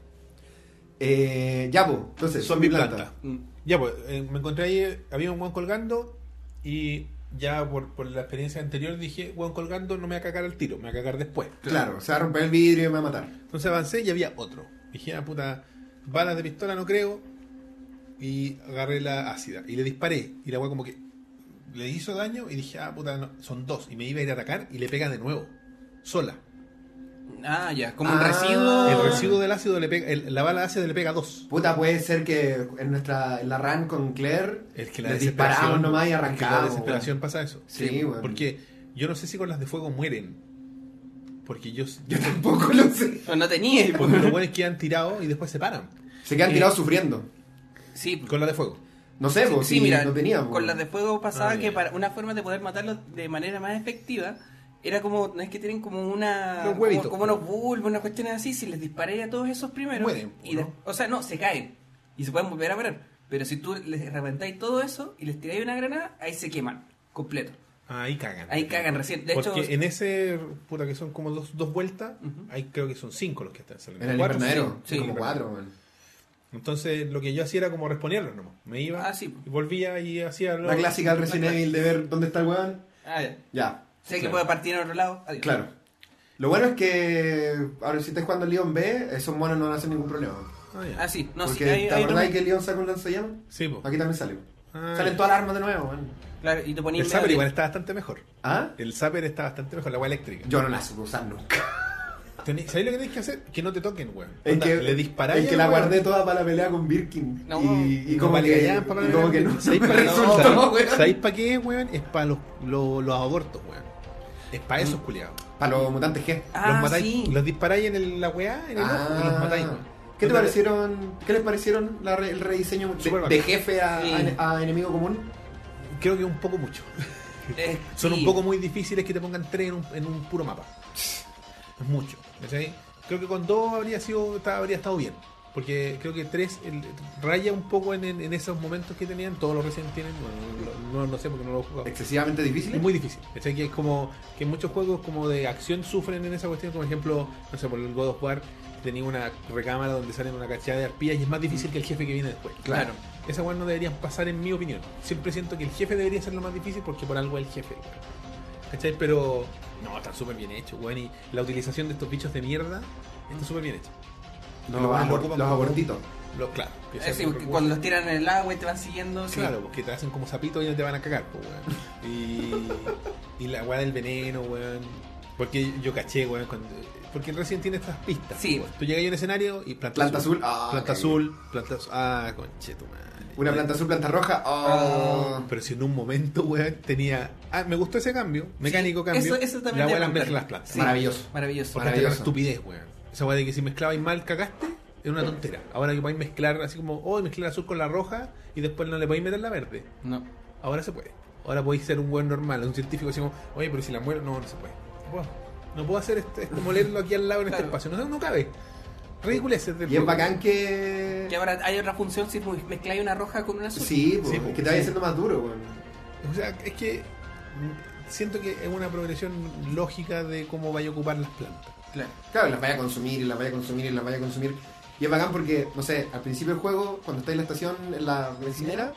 S2: Eh, ya, pues, entonces,
S1: Zombie planta.
S3: Mm.
S1: Ya, pues, eh, me encontré ahí, había un weón colgando y ya por, por la experiencia anterior dije, weón colgando no me va a cagar al tiro, me va a cagar después.
S2: Claro, se va a romper el vidrio y me va a matar.
S1: Entonces avancé y había otro. Dije, ah, puta, balas de pistola no creo. Y agarré la ácida y le disparé. Y la weá como que le hizo daño y dije, ah, puta, no, son dos. Y me iba a ir a atacar y le pega de nuevo. Sola.
S3: Ah, ya, como un
S2: Ah,
S3: residuo.
S1: El residuo del ácido le pega, el- la bala ácida le pega dos.
S2: Puta, puede ser que en nuestra en la run con Claire
S1: Es que la
S2: le
S1: desesperación-
S2: disparamos nomás y
S1: es que
S2: arrancamos.
S1: la desesperación pasa eso.
S2: Sí, weón.
S1: Porque yo no sé si con las de fuego mueren. Porque yo,
S2: <laughs> Yo tampoco lo sé.
S3: No, no tenía.
S1: porque los buenos quedan tirados y después se paran.
S2: Se quedan
S1: Eh,
S2: tirados sufriendo.
S3: Sí,
S1: Con las de fuego.
S2: No sé, porque
S3: sí, mira,
S2: no teníamos.
S3: con las de fuego pasaba
S1: Ah,
S3: que
S1: ya.
S3: para una forma de poder matarlos de manera más efectiva era como, no es que tienen como una...
S1: Los huevitos.
S3: Como, como unos bulbos, unas cuestiones así, si les disparáis a todos esos primeros...
S1: Mueren,
S3: y
S1: ¿no?
S3: de- O sea, no, se caen y se pueden volver a parar. Pero si tú les reventáis todo eso y les tiráis una granada, ahí se queman, completo.
S1: Ahí cagan.
S3: Ahí cagan recién. De
S1: Porque
S3: hecho,
S1: en ese, puta, que son como dos, dos vueltas,
S3: Ujú.
S1: ahí creo que son cinco los que están saliendo.
S2: En el
S1: Cuatro,
S2: invernadero,
S3: sí, sí.
S2: como cuatro, weón.
S1: Entonces, lo que yo hacía era como respondían nomás. Me iba,
S3: Ah, sí.
S1: y volvía y hacía lo-
S2: La clásica del Resident
S3: La clásica.
S2: Evil de ver dónde está el weón.
S3: ah, ya.
S2: Ya,
S3: sé que
S1: Claro.
S3: puede partir a otro lado. Adiós.
S2: claro. Lo bueno es que ahora si estás jugando Leon B, esos monos no van a hacer ningún problema.
S1: Ah, ya.
S3: Ah, sí. No, sí,
S2: porque
S3: hay-
S2: ¿te
S3: hay
S2: acordás
S3: otro-
S2: que Leon saca un lanzallamas?
S1: Sí, po.
S2: Aquí también sale.
S1: Ah,
S2: Salen
S1: ya.
S2: todas las armas de nuevo, weón.
S3: Claro, y te ponís
S1: El
S3: medio
S1: Zapper
S3: de-
S1: igual está bastante mejor.
S2: ¿Ah?
S1: El Zapper está bastante mejor, la agua eléctrica.
S2: Yo no las supe usar nunca.
S1: Tenéis- ¿Sabéis lo que tenéis que hacer? Que no te toquen, weón.
S2: El
S1: Onda,
S2: que,
S1: le disparáis.
S2: el que
S1: al
S2: la
S1: weón.
S2: guardé toda para la pelea con Birkin.
S3: No.
S2: y, y
S1: No,
S2: como
S1: vale,
S2: que,
S1: ya, para-
S2: y como que no.
S1: ¿Sabéis
S2: <laughs> me
S1: para-
S2: resultó,
S1: no,
S2: weón.
S1: ¿Sabéis para qué, weón? Es para los, los, los abortos, weón. Es para
S2: Mm.
S1: esos culiados.
S2: Para los mutantes G.
S3: Ah,
S1: los matáis,
S3: sí.
S1: los disparáis en el- la weá, en el
S2: Ah.
S1: ojo, y los matáis. weón.
S2: ¿Qué te
S1: No
S2: parecieron? ¿Qué les parecieron la re- el rediseño de,
S1: Súper
S2: de
S1: bacán.
S2: jefe a,
S3: Sí.
S2: a- a enemigo común?
S1: Creo que un poco mucho. <laughs>
S3: Eh,
S1: Son
S3: sí.
S1: un poco muy difíciles que te pongan tres en un, en un puro mapa. Es mucho. ¿cachai? Creo que con dos habría sido ta- habría estado bien. Porque creo que tres el- raya un poco en, en- en esos momentos que tenían. Todos los recién tienen. Bueno, no, no- no sé porque no lo he jugado.
S2: Excesivamente difícil.
S1: Es muy difícil. ¿cachai? Que es como que muchos juegos como de acción sufren en esa cuestión. Como ejemplo, no sé, por el God of War tenía una recámara donde salen una cachada de arpillas y es más difícil que el jefe que viene después.
S3: Mm. Claro.
S1: Esa weá no deberían pasar en mi opinión. Siempre siento que el jefe debería ser lo más difícil porque por algo es el jefe. weón. ¿Cachai? Pero no, está súper bien hecho, weón. Y la utilización de estos bichos de mierda está
S3: Mm.
S1: súper bien hecha.
S2: Los,
S1: Lo-
S2: abor-
S1: lo ocupan
S2: los
S1: como-
S2: abortitos.
S1: Los, claro. que
S3: Eh,
S1: son
S3: sí,
S1: los
S3: porque
S1: recursos.
S3: cuando los tiran en el agua y te van siguiendo. sí.
S1: Claro, porque te hacen como sapito y no te van a cagar, po, weón. Y, y la weá del veneno, weón. Porque yo caché, weón. cuando- porque recién tiene estas pistas. pues,
S3: Sí.
S1: weón. Tú llegas a un escenario y planta,
S2: Planta azul. Ah,
S1: planta
S2: cagué.
S1: azul. Planta azul. Ah, concheto,
S2: Una planta azul, planta roja. Oh.
S3: Ah.
S1: Pero si en un momento, weón, tenía. Ah, me gustó ese cambio. Mecánico
S3: Sí,
S1: cambio.
S3: eso- eso también
S1: La
S3: te
S1: weá
S3: iba a
S1: las mezclas
S3: contar.
S1: las plantas.
S3: Sí.
S2: Maravilloso.
S3: Maravilloso.
S1: Porque antes era una
S2: Maravilloso.
S1: estupidez, weón. Esa weá de que si mezclabais mal cagaste, era una tontera. Ahora que podéis mezclar así como, oh, mezclar azul con la roja y después no le podéis meter la verde.
S3: No.
S1: Ahora se puede. Ahora podéis ser un buen normal, un científico decimos, oye, pero si la muero, no, no se puede. No puedo, no puedo hacer esto, es como leerlo aquí al lado en este
S3: Claro.
S1: espacio. No, no cabe. Ridiculeces del
S2: Y es
S1: juego.
S2: bacán pues. que.
S3: Que ahora hay otra función si mezcláis una roja con una azul.
S2: Sí, po,
S1: Sí, po.
S2: que te vaya siendo más duro, pues. weón.
S1: O sea, es que mm, siento que es una progresión lógica de cómo vaya a ocupar las plantas.
S3: Claro.
S2: Claro, las vaya a consumir y las vaya a consumir y las vaya a consumir. Y es bacán porque, no sé, al principio del juego, cuando estáis en la estación, en la bencinera,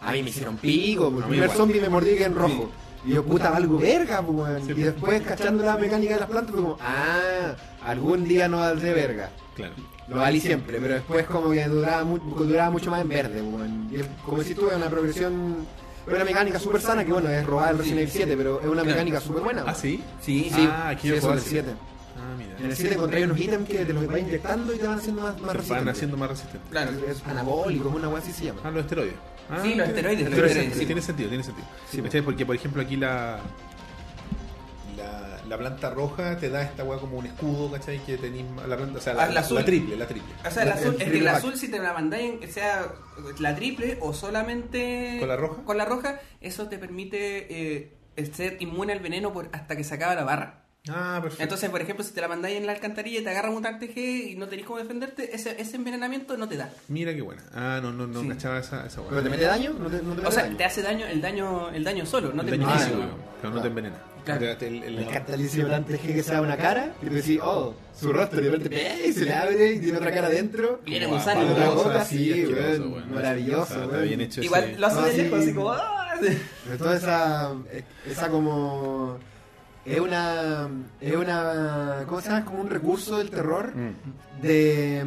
S2: A mí me hicieron pico, porque
S1: A mí
S2: el primer
S1: igual.
S2: zombie me mordí que en rojo. Y yo, puta, valgo verga, pues, weón.
S1: Sí,
S2: Y
S1: pues.
S2: después, cachando la mecánica de las plantas, fue como, ah, algún día no valdré verga.
S1: Claro.
S2: Lo valí siempre, pero después como que duraba, mu- duraba mucho más en verde, pues, weón. Y es- como si tuve una progresión, es una mecánica súper sana, que bueno, es robar el Resident Evil 7, pero es una mecánica súper buena.
S1: ¿Ah, sí?
S3: Sí,
S2: Sí,
S1: Ah, aquí
S2: sí,
S1: yo
S2: eso en
S1: jugaba
S2: el 7.
S1: Ah, mira.
S2: En el 7 encontré unos ítems que te los vas inyectando y te van haciendo más, más
S1: Se van
S2: resistente.
S1: haciendo más resistentes.
S3: Claro.
S2: Es anabólico, es una weá así se llama.
S1: Ah, los esteroides. Ah,
S3: Sí, los esteroides, los
S1: Tiene,
S3: esteroides, pues.
S1: sentido,
S3: sí.
S1: tiene sentido, tiene sentido.
S2: Sí,
S1: ¿Cachai? Porque, por ejemplo, aquí la, la, la planta roja te da esta weá como un escudo, ¿cachai? Que tenís la planta, o sea, la,
S3: Ah, la azul.
S1: la triple, la triple.
S3: O sea, el
S2: La-
S3: azul,
S2: el
S3: es que
S2: triple
S3: el
S2: pack.
S3: azul si te la mandáis, en- sea la triple o solamente.
S1: ¿Con la roja?
S3: Con la roja, eso te permite eh, ser inmune al veneno por, hasta que se acaba la barra.
S1: Ah, perfecto.
S3: Entonces, por ejemplo, si te la mandáis en la alcantarilla y te agarra un G y no tenés cómo defenderte, ese, ese envenenamiento no te da.
S1: Mira qué buena. Ah, no, no, no
S3: Sí.
S1: cachaba esa, esa weá.
S2: ¿Pero te mete daño? ¿No te, no te
S3: O
S2: mete
S3: sea,
S2: daño?
S3: te hace daño el daño, el daño solo, no
S1: El
S3: te
S1: daño
S2: envenena.
S1: físico,
S2: Ah,
S1: weón, pero no te envenena.
S3: Claro.
S1: Te- te- el- el-
S2: Me encanta el diseño tan teje que sea una cara y te decís, oh, su rostro, y de repente, ¡eh! y se le abre y tiene otra cara adentro.
S3: Viene
S1: Guau,
S3: gusano.
S1: guau,
S3: otra
S1: guau,
S2: cosa,
S1: así,
S2: sí,
S1: asqueroso,
S2: weón, maravilloso,
S1: Está- Está
S2: weón.
S1: bien hecho ese-
S3: Igual lo hace
S2: No,
S3: de
S2: sí.
S3: lejos, así como. ¡ah! <laughs>
S2: Pero toda esa. eh, Esa como. Es una. Es una. ¿Cómo se llama? Es como un recurso del terror.
S1: Mm.
S2: De.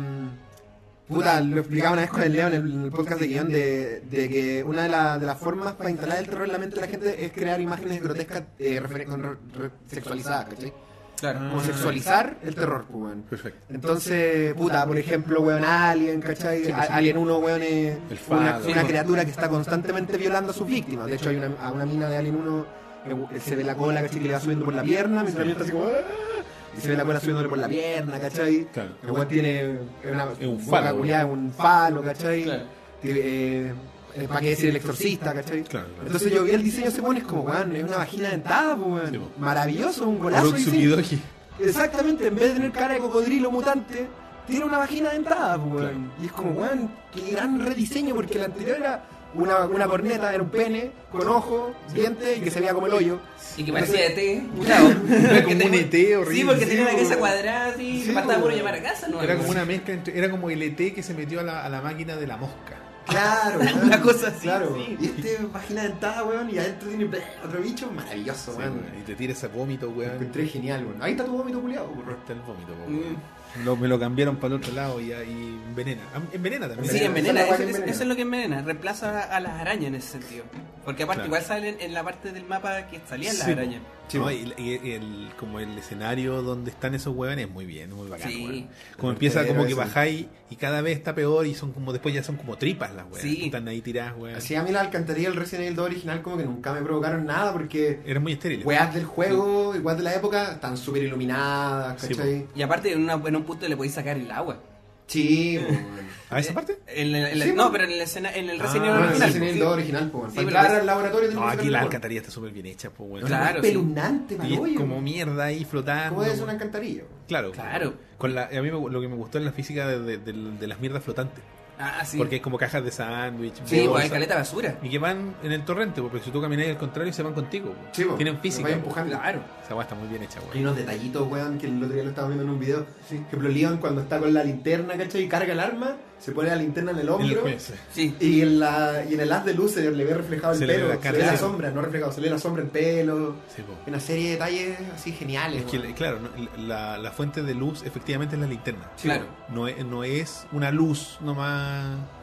S2: mm, Puta, lo explicaba una vez con el Leo en el, en el podcast de guión. De, de que una de, la- de las formas para instalar el terror en la mente de la gente es crear imágenes grotescas eh, refer- con re- re- sexualizadas, ¿cachai?
S3: Claro.
S2: Como sexualizar el terror, pues, weón.
S1: Perfecto.
S2: Entonces, puta, por ejemplo, weón, Alien, ¿cachai? A- Alien 1, weón, es
S1: El
S2: una,
S1: faro.
S2: una criatura que está constantemente violando a sus víctimas. De hecho, hay una, a una mina de Alien 1 que se ve la cola, ¿cachai? Que le va subiendo por la pierna, mientras la mina está así como... "Ah", Y se ve la cola subiéndole por la pierna, ¿cachai?
S1: Claro.
S2: El weón tiene es una,
S1: Es un
S2: boca
S1: falo,
S2: culiada, un falo, ¿cachai?
S3: Claro.
S2: Tiene, eh, ¿Para qué decir el exorcista, cachai?
S1: Claro, claro.
S2: Entonces yo vi el diseño se pone es como, weón, es una vagina dentada, pues, weón.
S1: Sí, po.
S2: Maravilloso, un golazo. de diseño.
S1: Uruxukidoki.
S2: Exactamente, en vez de tener cara de cocodrilo mutante, tiene una vagina dentada, pues, weón. Y es como, weón, qué gran rediseño, porque la anterior era una, una corneta, era un pene, con ojo, diente y que se veía como el hoyo.
S3: Y que parecía de té,
S1: <laughs>
S3: <laughs> mutado. Era
S1: como un ET horrible.
S3: Sí, porque tenía la
S1: Sí,
S3: cabeza
S1: bo.
S3: cuadrada así,
S2: Sí,
S3: que faltaba
S2: bo.
S3: puro llamar a casa, ¿no?
S1: Era como una mezcla entre. Era como el ET que se metió a la, a la máquina de la mosca.
S2: <laughs> Claro,
S3: Una cosa así,
S2: Claro.
S3: sí.
S2: Y este vagina dentada, weón, y adentro tiene otro bicho maravilloso,
S1: Sí,
S2: weón. Este
S1: weón, y te tira ese vómito,
S2: Lo
S1: weón.
S2: encontré genial, weón. Ahí está tu vómito culiado, weón.
S1: Está el vómito, po, weón. Lo- me lo cambiaron para el otro lado y, y envenena. Ah, Envenena también.
S3: Sí,
S2: Envenena.
S3: envenena,
S2: Esa es la guay
S3: eso,
S2: que
S3: eso-
S2: envenena.
S3: eso es lo que envenena, reemplaza a, a las arañas en ese sentido. Porque aparte
S1: Claro.
S3: igual salen en la parte del mapa que salían las
S1: Sí, po.
S3: arañas.
S1: Sí, no, y, y el, como el escenario donde están esos huevones es muy bien, muy bacán.
S3: Sí.
S1: weón. Como empieza
S2: vertedero
S1: como que
S2: ese.
S1: bajáis y cada vez está peor y son como después ya son como tripas las weas.
S3: Sí.
S1: que Están ahí tiradas, weón.
S2: Así a mí la alcantarilla del Resident Evil 2 original como que nunca me provocaron nada porque
S1: Eran muy estériles.
S2: weas del juego, igual de la época, están súper iluminadas,
S1: Sí,
S2: ¿cachai?
S3: Y aparte en, una- en un punto le podéis sacar el agua.
S2: Sí, po, weón.
S1: ¿A esa parte?
S3: En el- en el-
S2: Sí,
S3: no,
S2: po.
S3: pero en el, escena, en el
S1: Ah,
S3: Resident
S2: No,
S3: Evil
S2: no,
S3: original,
S2: es en el
S3: sí.
S2: 2 original, pues.
S3: Sí,
S2: para
S3: pero
S2: entrar
S3: es-
S2: al laboratorio
S1: No,
S2: tenemos que
S1: aquí
S2: sacar
S1: la
S2: el
S1: alcantarilla está súper bien hecha, pues, weón.
S2: cuerpo.
S3: Claro,
S2: Es
S3: sí.
S2: espeluznante,
S1: Y
S2: para
S1: es
S2: hoyo.
S1: como mierda ahí flotando.
S2: ¿Cómo es
S1: weón.
S2: una alcantarilla?
S1: Claro.
S3: Claro.
S1: Con la, a mí me- lo que me gustó es la física de, de- de- de las mierdas flotantes.
S3: Ah, sí.
S1: Porque es como cajas de sándwich.
S3: sí, pues
S1: bolsas.
S3: hay caleta basura.
S1: Y que van en el torrente, pues, porque si tú caminas al contrario se van contigo. po.
S2: Sí, po.
S1: Tienen
S2: Los
S1: física.
S2: vais
S1: po.
S2: empujando.
S1: Claro. Esa weá está muy bien hecha,
S2: Hay
S1: weón.
S2: unos detallitos, weón, que el otro día lo estaba viendo en un video. Por ejemplo, Leon cuando está con la linterna, ¿cachai? Y carga el arma, se pone la linterna en
S1: En
S2: el
S1: el
S2: hombro.
S1: juez.
S3: Sí.
S2: y en, la, y en el haz de luz se le ve reflejado el
S1: Se le ve
S2: pelo,
S1: la
S2: se
S1: cara,
S2: le ve la
S1: sí.
S2: sombra, no reflejado, se le ve la sombra, el pelo.
S1: Sí, po.
S2: Una serie de detalles así geniales.
S1: Es que,
S2: weón.
S1: claro, no- la, la fuente de luz efectivamente es la linterna.
S3: Claro.
S1: No es, no es una luz nomás.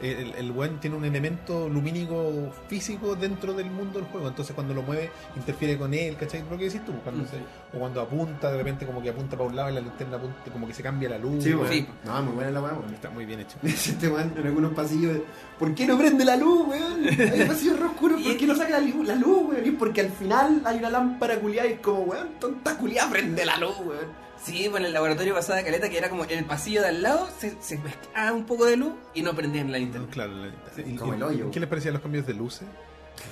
S1: El, el weón tiene un elemento lumínico físico dentro del mundo del juego. Entonces cuando lo mueve, interfiere con él, ¿cachai? Lo que decís tú. Cuando
S3: Mm.
S1: se- o cuando apunta, de repente como que apunta para un lado y la linterna apunta, como que se cambia la luz.
S2: Sí,
S1: weón.
S2: weón.
S3: sí.
S2: No, muy buena la weá, weón.
S1: Está muy bien
S3: <laughs>
S1: hecho.
S2: <laughs> Este weón en algunos pasillos. ¿Por qué no prende la luz, weón? Hay pasillos re oscuros, ¿por qué no saca la, li- la luz, weón? Y es porque al final hay una lámpara culiada y es como, weón, tonta culiada, prende la luz, weón.
S3: Sí, bueno, en el laboratorio pasada caleta que era como en el pasillo de al lado se, se mezclaba un poco de luz y no prendían la
S1: No,
S3: linterna.
S1: claro, la-
S2: Sí,
S1: y-
S2: como
S1: y-
S2: el hoyo.
S1: ¿Qué les parecían los cambios de luces?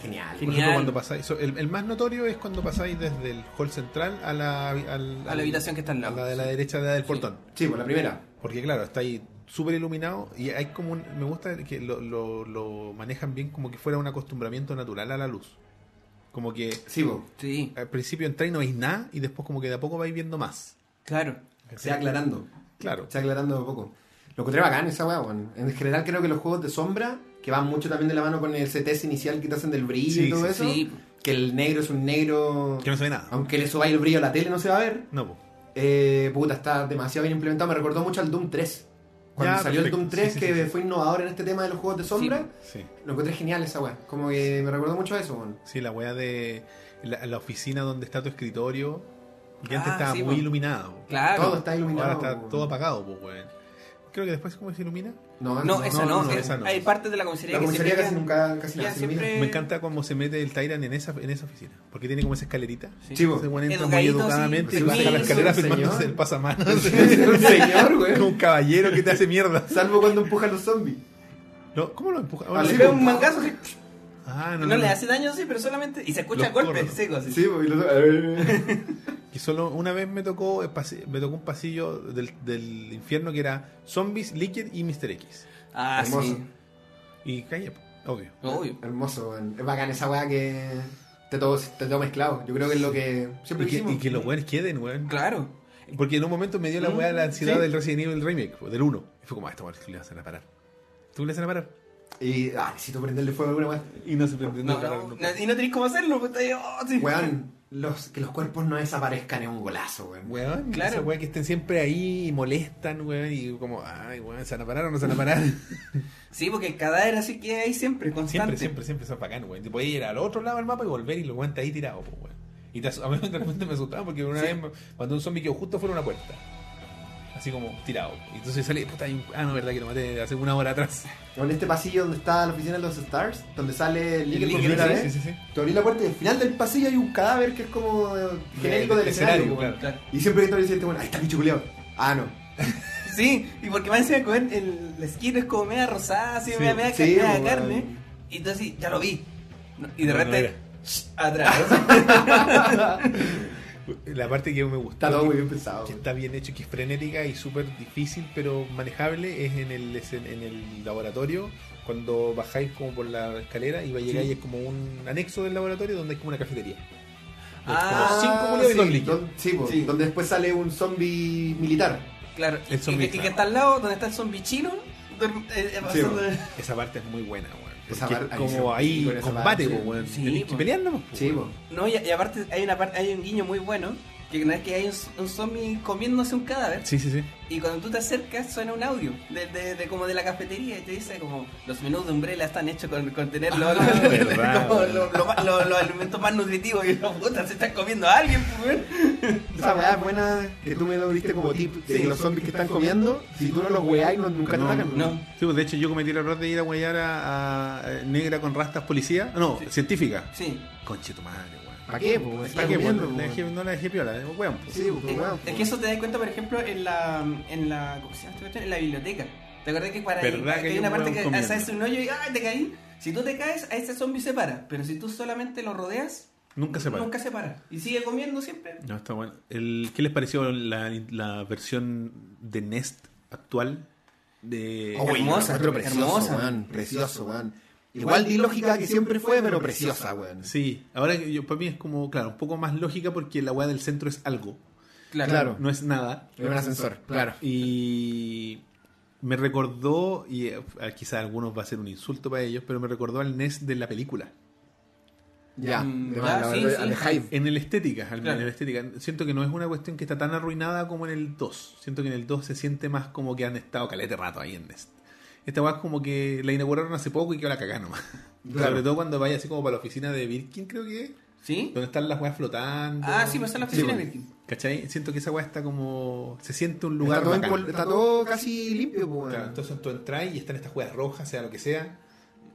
S2: Genial.
S1: Por
S3: Genial.
S1: ejemplo, cuando pasáis, so- el, el más notorio es cuando pasáis desde el hall central a la, al-
S3: A la habitación que está al
S1: a
S3: lado.
S1: la de la derecha de la del portón.
S2: Sí, pues la primera.
S1: Porque claro, está ahí súper iluminado y hay como un, me gusta que lo, lo- lo manejan bien como que fuera un acostumbramiento natural a la luz. Como que
S2: Sí, pues.
S3: Sí,
S1: al principio entráis y no veis nada y después como que de a poco vais viendo más.
S3: claro.
S2: Se va aclarando.
S1: Claro.
S2: Se va aclarando de a poco. Lo encontré bacán esa weá, weón. En general creo que los juegos de sombra, que van mucho también de la mano con el CTS inicial que te hacen del brillo
S1: Sí,
S2: y todo
S1: sí,
S2: eso.
S3: sí.
S2: Que el negro es un negro.
S1: Que no se ve nada.
S2: Aunque le subáis el brillo a la tele no se va a ver.
S1: No, po.
S2: Eh, puta, está demasiado bien implementado. Me recordó mucho al Doom 3. Cuando
S1: Ya,
S2: salió el
S1: perfecto.
S2: Doom 3,
S1: Sí, sí,
S2: que
S1: sí, sí.
S2: fue innovador en este tema de los juegos de sombra,
S1: Sí.
S2: lo encontré genial esa weá. Como que me recordó mucho a eso, weón.
S1: Sí, la weá de la, la oficina donde está tu escritorio, que antes
S3: Ah,
S1: estaba
S3: sí,
S1: muy
S3: po.
S1: iluminado. po.
S3: Claro.
S2: Todo está iluminado.
S1: Ahora está
S2: weón.
S1: todo apagado, pues, weón. Creo que después, ¿cómo se ilumina?
S2: No,
S3: No, esa no.
S1: no,
S3: eh,
S1: esa no.
S3: Hay partes de la comisaría
S2: La
S3: que se
S2: comisaría casi
S3: pegan.
S2: nunca casi nada
S3: Ya
S2: se ilumina.
S3: siempre-
S1: Me encanta cómo se mete el Tyrant en esa, en esa oficina. Porque tiene como esa escalerita.
S3: Sí.
S2: Chivo.
S1: Se pone entra muy
S3: Educadito,
S1: educadamente y
S2: sí.
S1: baja
S2: Sí,
S1: la escalera
S2: es un
S1: firmándose
S2: señor.
S1: el pasamanos.
S2: <laughs> un señor,
S1: Es <laughs>
S2: weón.
S1: un caballero que te hace mierda.
S2: Salvo cuando empujan los zombies.
S1: No, ¿Cómo lo empuja?
S2: Así,
S1: Bueno,
S3: Le pega
S2: po.
S3: un mangazo así,
S1: ah,
S3: no, le hace daño, sí, pero solamente. Y se escucha
S1: Los
S3: golpes
S1: corre.
S3: secos. así.
S2: Sí, pues, y los-
S3: <laughs>
S1: Que solo una vez me tocó, eh, pase- me tocó un pasillo del, del infierno que era Zombies, Licker y Mr. X.
S3: Ah,
S2: Hermoso.
S3: sí.
S1: Y calla, po, obvio.
S3: Obvio.
S2: Hermoso, weón. Es bacán esa weá que. Está todo, está todo mezclado. Yo creo que es lo que
S1: Y
S2: siempre
S1: que,
S2: quisimos.
S1: y que los weones queden, weón.
S3: Claro.
S1: Porque en un momento me dio la
S2: Mm,
S1: weá la ansiedad
S2: sí.
S1: del Resident Evil Remake, pues, del 1. Y fue como, ah, esta weá le hacen a parar. Tú le hacen a parar.
S2: Y, ah, necesito prenderle fuego a alguna weá.
S1: Y no se prendió
S3: No, no, no, y no tenéis cómo hacerlo, pues, está ahí, oh, sí.
S2: Weón, los, que los cuerpos no desaparezcan es un golazo, weón.
S1: Weón,
S3: Claro.
S1: claro. weón que estén siempre ahí y molestan, weón. Y como, ay, weón, ¿se van a parar o no se van a parar? <laughs>
S3: Sí, porque el cadáver así queda ahí siempre,
S1: siempre,
S3: constante.
S1: siempre, siempre son bacán, weón. Te podías ir al otro lado del mapa y volver y lo weón está ahí tirado, pues, weón. Y te asu- <laughs> a mí de repente me asustaba porque una vez me- mandó un zombie que justo fuera una puerta. Así como tirado. Y entonces sale, puta, hay un- ah, no, verdad que lo maté hace una hora atrás.
S2: En este pasillo donde está la oficina de los Stars, donde sale el líder por
S1: Líquido,
S2: primera
S1: sí,
S2: vez,
S1: sí, sí, sí.
S2: tú abrís la puerta y al final del pasillo hay un cadáver que es como eh, genérico
S1: de-
S2: del
S1: de
S2: escenario,
S1: escenario,
S2: weón.
S3: claro.
S2: Y siempre que te dices, bueno, ahí está bicho culiao. Ah, no.
S3: Sí, y porque más encima weón, el, la skin es como media rosada, así,
S1: Sí,
S3: media, media
S2: sí,
S3: carne de
S2: weón.
S3: carne. Y entonces, ya lo vi. No, Y de
S1: No, no
S3: repente,
S1: era.
S3: shh, atrás.
S1: La parte que me gustó.
S2: Está todo
S1: que-
S2: muy bien pensado.
S1: que
S2: weón.
S1: está bien hecho, que es frenética y súper difícil, pero manejable, es en el, es en, en el laboratorio, cuando bajáis como por la escalera y va a llegar y es como un anexo del laboratorio donde hay como una cafetería. Es como
S3: Ah,
S1: cinco culiados y dos
S2: sí,
S1: líquidos.
S2: don- sí, po,
S3: Sí.
S2: donde después sale un zombie militar.
S3: claro,
S1: El
S3: el
S1: zombie,
S3: zombie, que,
S1: claro.
S3: está al lado, donde está el zombie chino. duerm- eh, eh,
S2: Sí,
S3: pasando-
S1: Esa parte es muy buena, weón.
S2: Esa
S1: Porque
S2: parte- ahí
S1: como
S2: se-
S1: ahí
S2: sí, con esa
S1: combate,
S2: parte,
S1: po, weón.
S3: sí.
S1: Tenéis que pues,
S3: Sí,
S1: pelearnos, po,
S2: Sí,
S1: weón.
S2: po.
S3: No, y, y aparte hay una parte, hay un guiño muy bueno, que una vez que hay un, un zombie comiéndose un cadáver,
S1: Sí, sí, sí.
S3: y cuando tú te acercas suena un audio, de, de- de como de la cafetería, y te dice como, los menús de Umbrella están hechos con, con tener lo- lo-
S1: Ah, verdad,
S3: <laughs> como
S1: weón.
S3: lo- lo más- lo- los alimentos más nutritivos, y los putas se están comiendo a alguien, pues, weón.
S2: Esa weá es buena que tú me lo diste como tip de
S3: Sí.
S2: que los zombies que están comiendo, si tú no los weás, no, nunca
S1: No,
S2: te atacan.
S3: No,
S1: Sí, pues, de hecho yo cometí el error de ir a huellar a, a- a negra con rastas policía. No, científica.
S3: sí.
S1: Conche tu madre, weón.
S2: ¿Para qué, po, weón?
S1: ¿Para
S2: Están
S1: qué,
S2: comiendo,
S1: weón?
S2: po,
S1: La dejé-
S2: weón.
S1: No la dejé piola, eh, weón. po.
S2: Sí, po,
S3: Eh,
S2: weón,
S3: Es
S2: po.
S3: que eso te das cuenta, por ejemplo, en la, en la, ¿cómo se llama esta cuestión? En la biblioteca. ¿Te acordás que para
S1: ¿Verdad que
S3: hay
S1: hay
S3: una
S1: un
S3: parte
S1: hueón
S3: que
S1: comiendo?
S3: haces un hoyo y ¡ay, te caí? Si tú te caes, a ese zombie se para. Pero si tú solamente lo rodeas,
S1: Nunca se para.
S3: nunca se para. Y sigue comiendo siempre.
S1: No, está bueno. El, ¿Qué les pareció la, la versión de Nest actual? De...
S2: Oh, weón,
S3: Hermosa,
S2: lo encuentro precioso,
S3: hermosa.
S2: weón, precioso, weón. Igual de ilógica que siempre fue, pero preciosa, weón.
S1: Sí, ahora que yo, para mí es como, claro, un poco más lógica porque la weá del centro es algo,
S2: Claro.
S1: no es nada.
S2: Era un ascensor, claro.
S1: Y me recordó, y eh, quizá a algunos va a ser un insulto para ellos, pero me recordó al Nest de la película.
S2: Ya,
S3: Mm,
S2: de
S3: ya,
S2: más, la
S3: sí,
S2: verdad,
S3: sí.
S2: al Hive.
S1: En el estética, al-
S3: Claro.
S1: en el estética. Siento que no es una cuestión que está tan arruinada como en el 2. Siento que en el 2 se siente más como que han estado calete rato ahí en Nest. Esta weá es como que la inauguraron hace poco y que la cagá nomás.
S2: Claro.
S1: Sobre todo cuando vaya así como para la oficina de Birkin, creo que es,
S3: ¿Sí?
S1: donde están las weas flotando.
S3: Ah, sí, pues son las oficinas
S1: Sí,
S3: de Birkin.
S1: ¿Cachai? Siento que esa weá está como. Se siente un
S2: Está
S1: lugar.
S2: todo,
S1: bacán.
S2: encol- está todo casi limpio, po, weón.
S1: Claro, entonces tú entras y están estas weas rojas, sea lo que sea.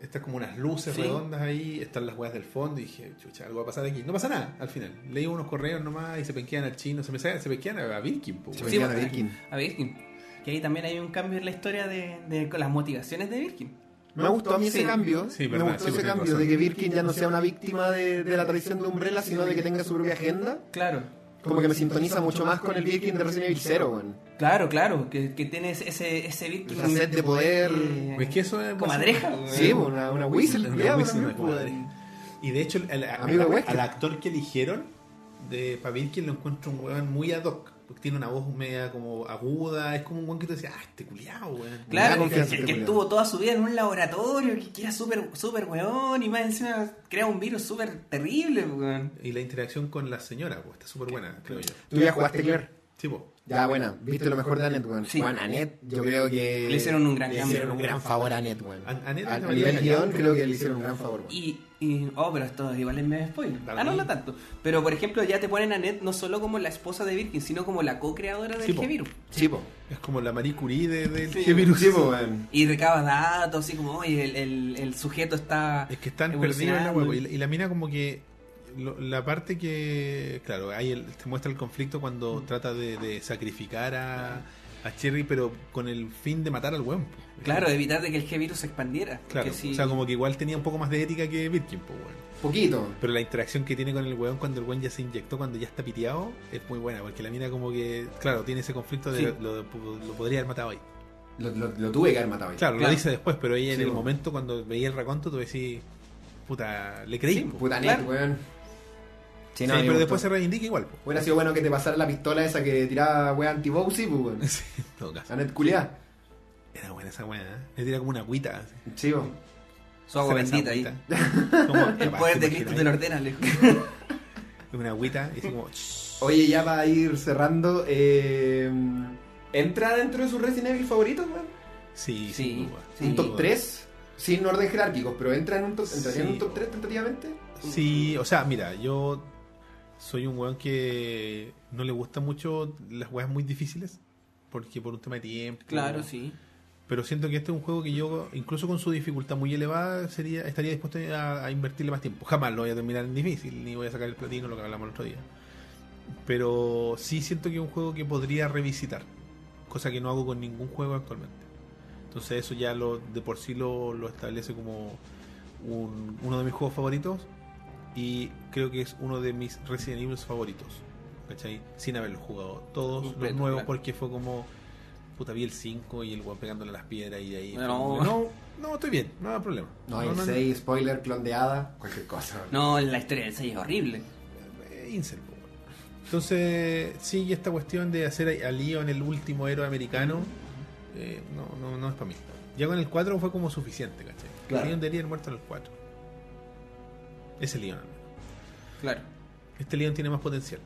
S1: Estas como unas luces
S3: Sí.
S1: redondas ahí, están las weas del fondo y dije, chucha, algo va a pasar aquí. No pasa nada, al final. Leí unos correos nomás y se penquean al chino, se, me, se penquean a Birkin, po,
S2: Se
S1: weón.
S3: Sí,
S2: venía de
S3: pues,
S2: Birkin.
S3: A Birkin. Que ahí también hay un cambio en la historia de, de- con las motivaciones de Birkin.
S2: Me gustó a mí
S3: Sí.
S2: ese cambio.
S1: Sí,
S2: me
S1: verdad,
S2: gustó
S1: sí,
S2: ese
S1: tienes
S2: cambio
S1: razón.
S2: de que Birkin ya no sea una víctima de, de la traición de Umbrella, sino de que tenga su propia agenda.
S3: Claro.
S2: Como que me sintoniza mucho más con el Birkin de Resident Evil 0, weón.
S3: Claro, claro. Que, que tiene ese, ese, ese Birkin.
S2: Esa sed de poder.
S3: eh,
S1: Pues Es que eso es.
S3: Comadreja, weón.
S2: Sí, po, una, una whistle,
S1: Una
S2: culiao,
S1: whistle,
S2: también, po,
S1: una
S2: weón.
S1: comadreja. Y de hecho, al, al-
S2: Amigo de Wesker.
S1: al actor que eligieron de para Birkin lo encuentro un weón muy ad hoc. Porque tiene una voz media como aguda, es como un weón que te decía, ah, este culiao, weón.
S2: Me da
S3: Claro,
S2: confianza
S3: que,
S2: este
S3: que
S2: culiao.
S3: estuvo toda su vida en un laboratorio, que, que era súper super weón, y más encima crea un virus súper terrible, weón.
S1: Y la interacción con la señora, pues, está súper buena, creo yo.
S2: Tú ya jugaste Claire.
S1: Sí, po.
S2: Ya, buena. Viste lo mejor de Anet, weón.
S3: Sí.
S2: Bueno, Anet, yo creo que.
S3: Le hicieron un gran
S2: le
S3: cambio.
S2: hicieron un gran favor a Anet, weón.
S1: A- Annette
S2: a,
S1: es
S2: a
S1: una
S2: nivel
S1: maravilla.
S2: guión, creo que le hicieron un gran favor, weón.
S3: Y, y- oh, pero esto es igual es medio spoiler.
S1: Da lo
S3: Ah, no, no
S1: mismo.
S3: tanto. Pero por ejemplo, ya te ponen a Ned no solo como la esposa de Birkin, sino como la co-creadora este del
S1: Sí, po.
S3: G-Virus.
S2: Chipo.
S1: Es como la Marie Curie de- del
S3: Sí.
S1: G-Virus.
S2: Chipo, weón.
S3: Y recaba datos, así como, oye, el, el, el sujeto está.
S1: Es que están perdidos
S3: evolucionando.
S1: en la huevo. Y, la- y la mina como que... lo- la parte que... Claro, ahí el- te muestra el conflicto cuando
S3: Mm.
S1: trata de, de sacrificar a, a Cherry, pero con el fin de matar al hueón. po.
S3: Claro, de evitar de que el G-Virus se expandiera.
S1: Claro,
S3: Porque si-
S1: o sea, como que igual tenía un poco más de ética que Birkin, po, weón.
S2: Poquito.
S1: Pero la interacción que tiene con el weón cuando el weón ya se inyectó, cuando ya está piteado, es muy buena, porque la mina como que, claro, tiene ese conflicto de
S3: Sí.
S1: lo, lo podría haber matado ahí.
S2: Lo, lo- lo tuve que haber matado ahí.
S1: Claro, lo
S3: Claro.
S1: dice después, pero ella en
S2: Sí,
S1: el
S2: po.
S1: momento cuando veía el raconto, tú decís, puta, le creí. po.
S2: Puta Anet,
S3: Claro.
S2: weón.
S1: Sí,
S5: a mí
S1: pero
S5: me
S1: después
S5: gustó.
S1: se reivindica igual. po. <laughs>
S5: Hubiera sido bueno que te pasara la pistola esa que tiraba wea anti Bowsy, pues,
S1: <laughs>
S5: weón.
S1: Sí, en todo caso.
S5: Anet culiá.
S1: Era buena esa weá, ¿eh? Le tira como una agüita. así.
S5: Chivo.
S3: Su agua
S1: Saca esa
S3: bendita ahí.
S1: agüita. <laughs> Como-
S3: <laughs> El
S1: capaz,
S3: poder
S1: imagina
S3: de Cristo
S1: ahí.
S3: te lo ordena, Alejo.
S1: <laughs> Una agüita y así
S3: <laughs>
S1: como. "Shh".
S5: Oye, ya va a ir cerrando. eh, ¿Entra dentro de sus Resident Evil favoritos, weón?
S1: Sí,
S3: Sí,
S1: sin duda.
S3: sí.
S1: Sin
S5: ¿Un top
S1: duda.
S5: 3? Sin orden jerárquicos, pero entra en un top, ¿entraría en
S1: Sí.
S5: un top 3 tentativamente?
S1: Sí, o sea, mira, yo soy un weón que no le gusta mucho las weas muy difíciles, porque por un tema de tiempo.
S3: Claro, sí.
S1: Pero siento que este es un juego que yo, incluso con su dificultad muy elevada, sería estaría dispuesto a, a invertirle más tiempo. Jamás lo voy a terminar en difícil, ni voy a sacar el platino, lo que hablamos el otro día. Pero sí siento que es un juego que podría revisitar, cosa que no hago con ningún juego actualmente. Entonces eso ya lo de por sí lo, lo establece como un- uno de mis juegos favoritos y creo que es uno de mis Resident Evil favoritos. ¿Cachai? Sin haberlo jugado todos los
S3: Completo,
S1: nuevos
S3: claro.
S1: porque fue como... Puta, vi el 5 y el weón pegándole a las piedras y de ahí...
S3: No.
S1: no, no, estoy bien, no hay problema.
S5: No, hay 6, spoiler, clondeada.
S2: Cualquier cosa.
S3: No, la historia del 6 es horrible.
S1: eh, incel, po, weón. Entonces, sí, y esta cuestión de hacer a Leon el último héroe americano, eh, no, no, no es para mí. Ya con el 4 fue como suficiente, ¿cachai?
S5: Claro.
S1: Leon debería haber muerto en el 4. Ese Leon, al menos.
S3: Claro.
S1: Este Leon tiene más potencial.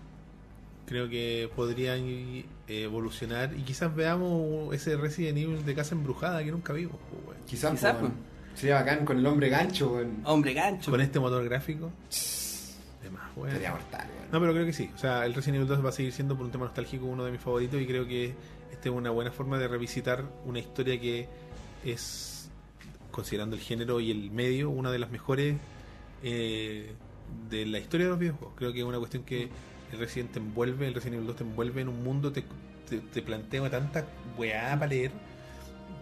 S1: Creo que podrían eh, evolucionar y quizás veamos ese Resident Evil de casa embrujada que nunca vimos, po, weón.
S5: Quizás,
S3: Quizás,
S5: po, weón. Sería bacán con el hombre gancho, weón.
S3: Hombre gancho.
S1: Con este motor gráfico, de más, weón.
S5: Sería mortal, weón.
S1: No, pero creo que sí. O sea, el Resident Evil 2 va a seguir siendo por un tema nostálgico uno de mis favoritos y creo que esta es una buena forma de revisitar una historia que es, considerando el género y el medio, una de las mejores eh, de la historia de los videojuegos. Creo que es una cuestión que el Resident te envuelve, el Resident Evil 2 te envuelve en un mundo, te, te, te plantea tanta weá para leer.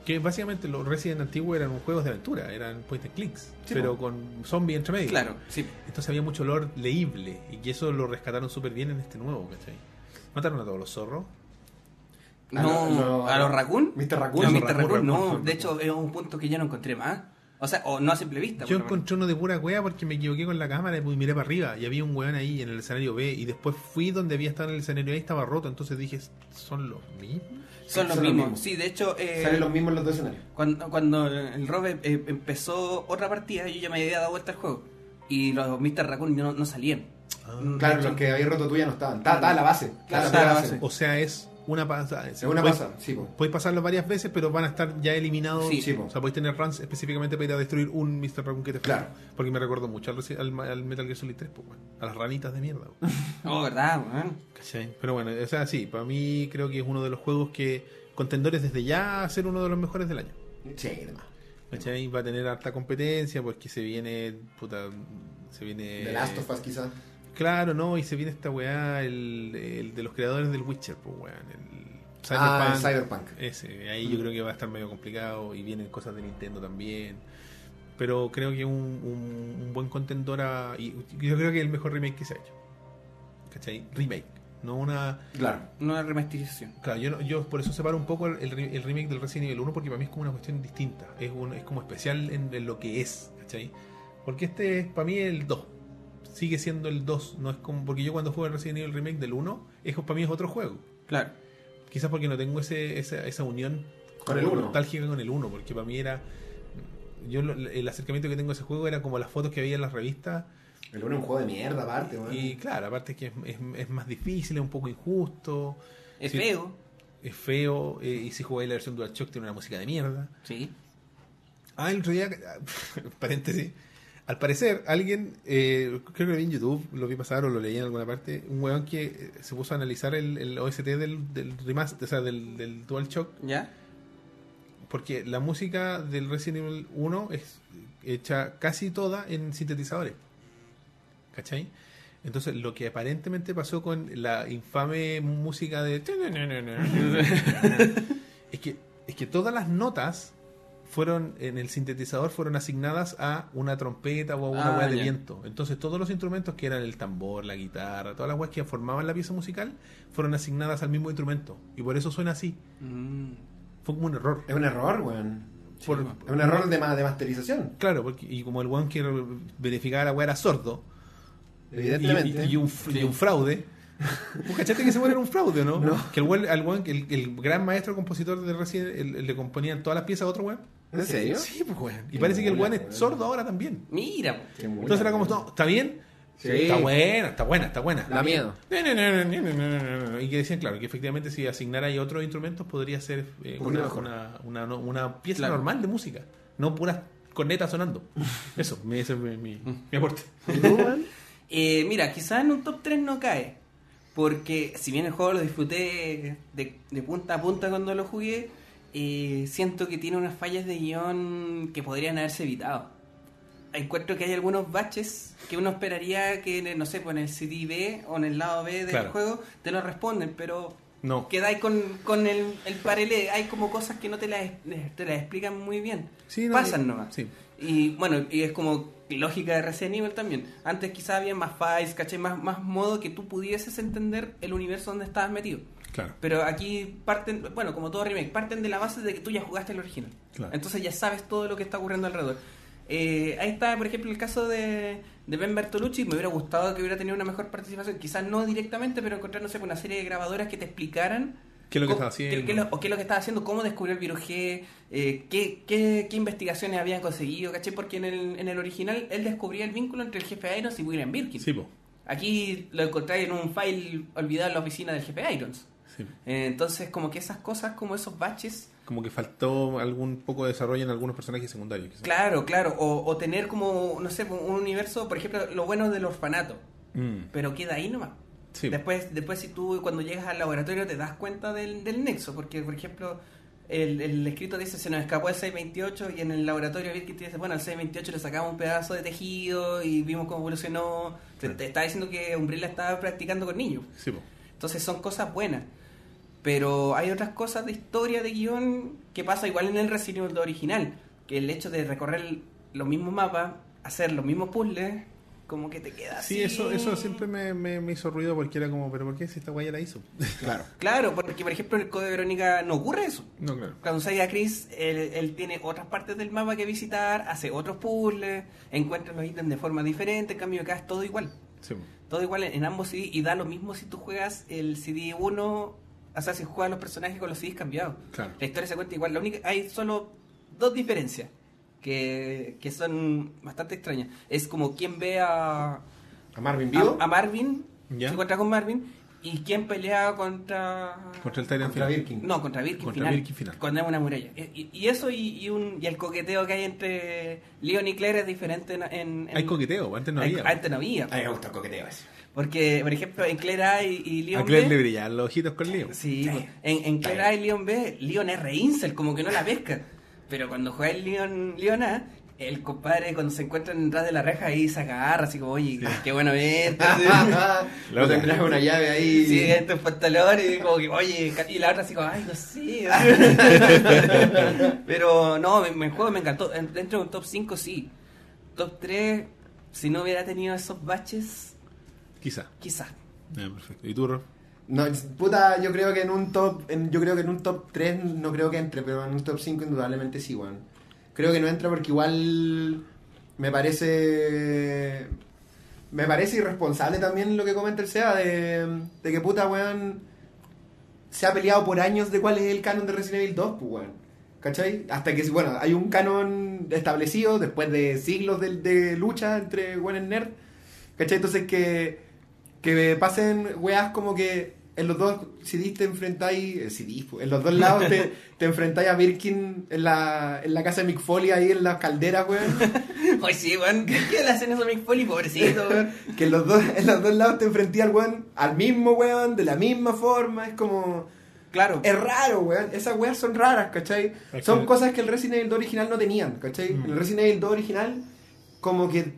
S1: Que básicamente los Resident antiguos eran juegos de aventura, eran point and clicks, pero con zombies entre medio.
S3: Claro, sí.
S1: Entonces había mucho olor leíble y que eso lo rescataron súper bien en este nuevo, ¿cachai? Mataron a todos los zorros.
S5: A
S3: No,
S5: lo- lo-
S3: a los raccoon.
S5: Mr. Raccoon.
S3: No,
S1: Raccoon,
S3: Mr. Raccoon,
S1: Raccoon,
S3: no.
S1: Raccoon.
S3: De hecho, es un punto que yo no encontré más. O sea, o no a simple vista.
S1: Yo
S3: por lo menos.
S1: encontré uno de pura cueva porque me equivoqué con la cámara y pues miré para arriba y había un weón ahí en el escenario B y después fui donde había estado en el escenario A y estaba roto, entonces dije, ¿son los mismos?
S3: Son los
S5: son los
S3: mismos.
S5: mismos.
S3: Sí, de hecho, eh,
S5: Salen los mismos los dos escenarios.
S3: cuando, cuando el Robe eh, empezó otra partida, yo ya me había dado vuelta al juego. Y los Mr. Raccoon no, no salían. Mm,
S5: Claro,
S3: de hecho,
S5: los que habéis roto tú ya no estaban. Está, está la base. Está
S3: Claro,
S5: la,
S3: está la
S5: base.
S3: base.
S1: O sea, es una pasada.
S5: Es una
S1: Puedes-
S5: pasa, sí, po.
S1: Podéis pasarlo varias veces, pero van a estar ya eliminados.
S3: Sí. Sí,
S5: po.
S1: o sea, podéis tener runs específicamente para ir a destruir un Mr. Raccoon que te falta.
S5: Claro.
S1: Porque me recordó mucho al, reci- al- al Metal Gear Solid 3, pues, weón. a las ranitas de mierda. weón.
S3: No, oh, ¿verdad, weón?
S1: ¿Cachai? Pero bueno, o sea, sí, para mí creo que es uno de los juegos que contendores desde ya a ser uno de los mejores del año.
S5: Sí, hermano.
S1: ¿Cachai? Va a tener harta competencia porque se viene, puta, se viene...
S5: The Last of Us, quizás.
S1: Claro, no, y se viene esta weá, el, el de los creadores del Witcher, pues weón, el
S5: Ah, el Mm.
S1: Cyberpunk. Eh.
S5: Cyberpunk.
S1: Ese, ahí yo creo que va a estar medio complicado y vienen cosas de Nintendo también. Pero creo que un, un- un buen contendor a- y yo creo que es el mejor remake que se ha hecho. ¿Cachai? Remake. No una
S5: Claro.
S3: Una remasterización.
S1: Claro, yo, no- yo por eso separo un poco el, el re- el remake del Resident Evil 1 porque para mí es como una cuestión distinta, es, un- es como especial en, en lo que es, ¿cachai? Porque este es para mí el 2, sigue siendo el 2, no es como, porque yo cuando juego el Resident Evil remake del 1, es, para mí es otro juego,
S3: Claro.
S1: quizás porque no tengo ese, esa, esa unión
S5: Con el
S1: como
S5: 1.
S1: nostálgica con el 1, porque para mí era, yo lo- el acercamiento que tengo a ese juego era como las fotos que veía en las revistas
S5: El uno es un juego de mierda, aparte, weón.
S1: y claro, aparte que es, es- es más difícil, es un poco injusto,
S3: Es
S1: Sí.
S3: feo.
S1: es feo, eh, y si jugáis la versión DualShock tiene una música de mierda.
S3: Sí.
S1: Ah, el otro día, <laughs> paréntesis. Al parecer, alguien, eh, creo que lo vi en YouTube, lo vi pasar o lo leí en alguna parte, un weón que eh, se puso a analizar el, el OST del, del remaster, o sea, del, del DualShock,
S3: ¿Ya?
S1: porque la música del Resident Evil 1 es hecha casi toda en sintetizadores. ¿Cachai? Entonces, lo que aparentemente pasó con la infame música de... <laughs> es, que, es que todas las notas fueron en el sintetizador fueron asignadas a una trompeta o a una
S3: Ah,
S1: hueá de
S3: ya.
S1: viento. Entonces, todos los instrumentos que eran el tambor, la guitarra, todas las weas que formaban la pieza musical, fueron asignadas al mismo instrumento. Y por eso suena así.
S3: Mm,
S1: Fue como un error. eh,
S5: Es un error, weón.
S1: Por-
S3: bueno.
S5: Es un error de, ma- de masterización.
S1: Claro, porque, y como el weón que verificaba la weá era sordo, Evidentemente. Y, y un, y un fraude. ¿Vos cachaste que ese weón era un fraude o no?
S5: No.
S1: Que el, weón- al weón- el, el gran maestro compositor de Resident el- el- le componían todas las piezas a otro weón.
S5: ¿En serio?
S1: Sí, pues weón. Y parece que el weón es sordo ahora también.
S3: Mira, po.
S5: Qué mula,
S1: Entonces era como,
S5: weón.
S1: no, ¿está bien?
S5: Sí.
S1: Está buena, está buena, está buena.
S5: Da miedo.
S1: No, no, no, no, no, no, no, no, no. Y que decían, claro, que efectivamente si asignara ahí otros instrumentos podría ser eh,
S5: Poquito
S1: una,
S5: mejor.
S1: una, una, no- una pieza
S3: Claro.
S1: normal de música, no puras cornetas
S3: <laughs>
S1: sonando. Eso, mi- ese es mi, mi-
S3: Mm.
S1: mi aporte.
S5: ¿Y tú, weón?
S3: Eh, mira, quizás en un top 3 no cae. Porque si bien el juego lo disfruté de, de punta a punta cuando lo jugué, eh, siento que tiene unas fallas de guión que podrían haberse evitado. Encuentro que hay algunos baches que uno esperaría que, en el, no sé, pues en el CD B o en el lado B del
S1: Claro.
S3: juego te lo responden, pero
S1: <laughs> No.
S3: quedáis con, con el, el paralé. Hay como cosas que no te las, te las explican muy bien.
S1: Sí, no,
S3: Pasan
S1: eh,
S3: nomás.
S1: sí.
S3: Y bueno, y es como lógica de Resident Evil también. Antes quizás había más fights, caché, más, más modo que tú pudieses entender el universo donde estabas metido.
S1: Claro.
S3: Pero aquí parten, bueno, como todo remake, parten de la base de que tú ya jugaste el original.
S1: Claro.
S3: Entonces ya sabes todo lo que está ocurriendo alrededor. Eh, ahí está, por ejemplo, el caso de, de Ben Bertolucci. Me hubiera gustado que hubiera tenido una mejor participación. Quizás no directamente, pero encontrar, no sé, una serie de grabadoras que te explicaran
S1: ¿Qué es lo que
S3: Co-
S1: estaba haciendo?
S3: qué- qué es lo- o qué es lo que estaba haciendo? ¿Cómo descubrió el virus G? Eh, ¿qué, qué, qué investigaciones habían conseguido? ¿Caché? Porque en el, en el original él descubría el vínculo entre el jefe Irons y William Birkin.
S1: Sí, po.
S3: Aquí lo encontré en un file olvidado en la oficina del jefe Irons.
S1: Sí.
S3: Eh, entonces, como que esas cosas, como esos baches,
S1: Como que faltó algún poco de desarrollo en algunos personajes secundarios. quizás.
S3: claro, claro. O, o tener como, no sé, un universo, por ejemplo, lo bueno del orfanato.
S1: Mm,
S3: Pero queda ahí nomás.
S1: sí.
S3: Después, después si tú cuando llegas al laboratorio te das cuenta del, del nexo, porque por ejemplo el, el escrito dice se nos escapó el 628 y en el laboratorio Birkin te dice, bueno, al 628 le sacamos un pedazo de tejido y vimos cómo evolucionó. Te, te está diciendo que Umbrella estaba practicando con niños.
S1: Sí, po.
S3: Entonces son cosas buenas. Pero hay otras cosas de historia, de guión, que pasa igual en el Resident Evil original. Que el hecho de recorrer los mismos mapas, hacer los mismos puzzles, como que te queda así.
S1: Sí, eso, eso siempre me, me- me hizo ruido porque era como, pero ¿por qué si esta guay ya la hizo? <laughs>
S5: Claro.
S3: Claro, porque por ejemplo en el Código de Verónica no ocurre eso.
S1: No, claro.
S3: Cuando sale a Chris, él, él tiene otras partes del mapa que visitar, hace otros puzzles, encuentra los ítems de forma diferente, en cambio acá es todo igual.
S1: Sí, po.
S3: Todo igual en, en ambos CD y da lo mismo si tú juegas el CD 1, o sea, si juegas los personajes con los CDs cambiados.
S1: Claro.
S3: La historia se cuenta igual, la única, hay solo dos diferencias que, que son bastante extrañas. Es como quien ve a,
S2: ¿A Marvin
S3: a, a Marvin,
S1: Ya.
S3: se encuentra con Marvin, y quien pelea contra...
S1: Contra el Tyrant
S2: Contra
S1: Final.
S2: Birkin.
S3: No, contra Birkin
S1: Contra
S3: final.
S1: Birkin final.
S3: Contra una muralla. Y, y eso y, y un, y el coqueteo que hay entre Leon y Claire es diferente en... en- Ah, en-
S1: Hay coqueteo, antes no
S3: Hay-
S1: había.
S3: Antes no había.
S2: A mí me gusta el coqueteo ese.
S3: Porque, por ejemplo, en Claire A y, y Leon
S1: A Claire le
S3: B...
S1: brillaban los ojitos con Leo.
S3: Sí, pues, en, en Claire A y Leon B, Leon es re incel, como que no la pesca. Pero cuando juega el Leon, Leon A, el compadre cuando se encuentran detrás de la reja ahí se agarra, así como, oye, qué bueno
S1: <laughs>
S3: verte.
S2: <laughs> Lo tendrás una llave ahí.
S3: Sí, estos pantalones, y como que, oye, y la otra así como, ay,
S2: <laughs>
S3: no sé. Pero no, me, me- el juego me encantó. En- Dentro de un top 5 sí. Top 3, si no hubiera tenido esos baches,
S1: Quizá.
S3: quizás. <laughs>
S1: Ah, perfecto. ¿Y tú, Rob?
S2: No, es- puta, yo creo que en un top, en- yo creo que en un top 3 no creo que entre, pero en un top 5 indudablemente sí, weón. Creo que no entra porque igual me parece me parece irresponsable también lo que comenta el SEA de, de que puta, weón, se ha peleado por años de cuál es el canon de Resident Evil 2, pues, weón. ¿Cachai? Hasta que, bueno, hay un canon establecido después de siglos de, de lucha entre weón y nerd. ¿Cachai? Entonces que, que pasen weas como que en los dos CDs te enfrentáis, eh, CDs, po, en los dos lados te, te enfrentáis a Birkin en la, en la casa de Mick Foley ahí en las calderas, weón.
S3: Oye, sí, weón, ¿qué qué le hacen eso a Mick Foley, pobrecito, weón?
S2: que en los dos, en los dos lados te enfrenté al weón, al mismo weón, de la misma forma, es como.
S3: Claro.
S2: Es raro, weón. Esas weas son raras, ¿cachai?
S1: Es
S2: son
S1: que-
S2: cosas que el Resident Evil 2 original no tenían, ¿cachai?
S1: Mm.
S2: El Resident Evil 2 original, como que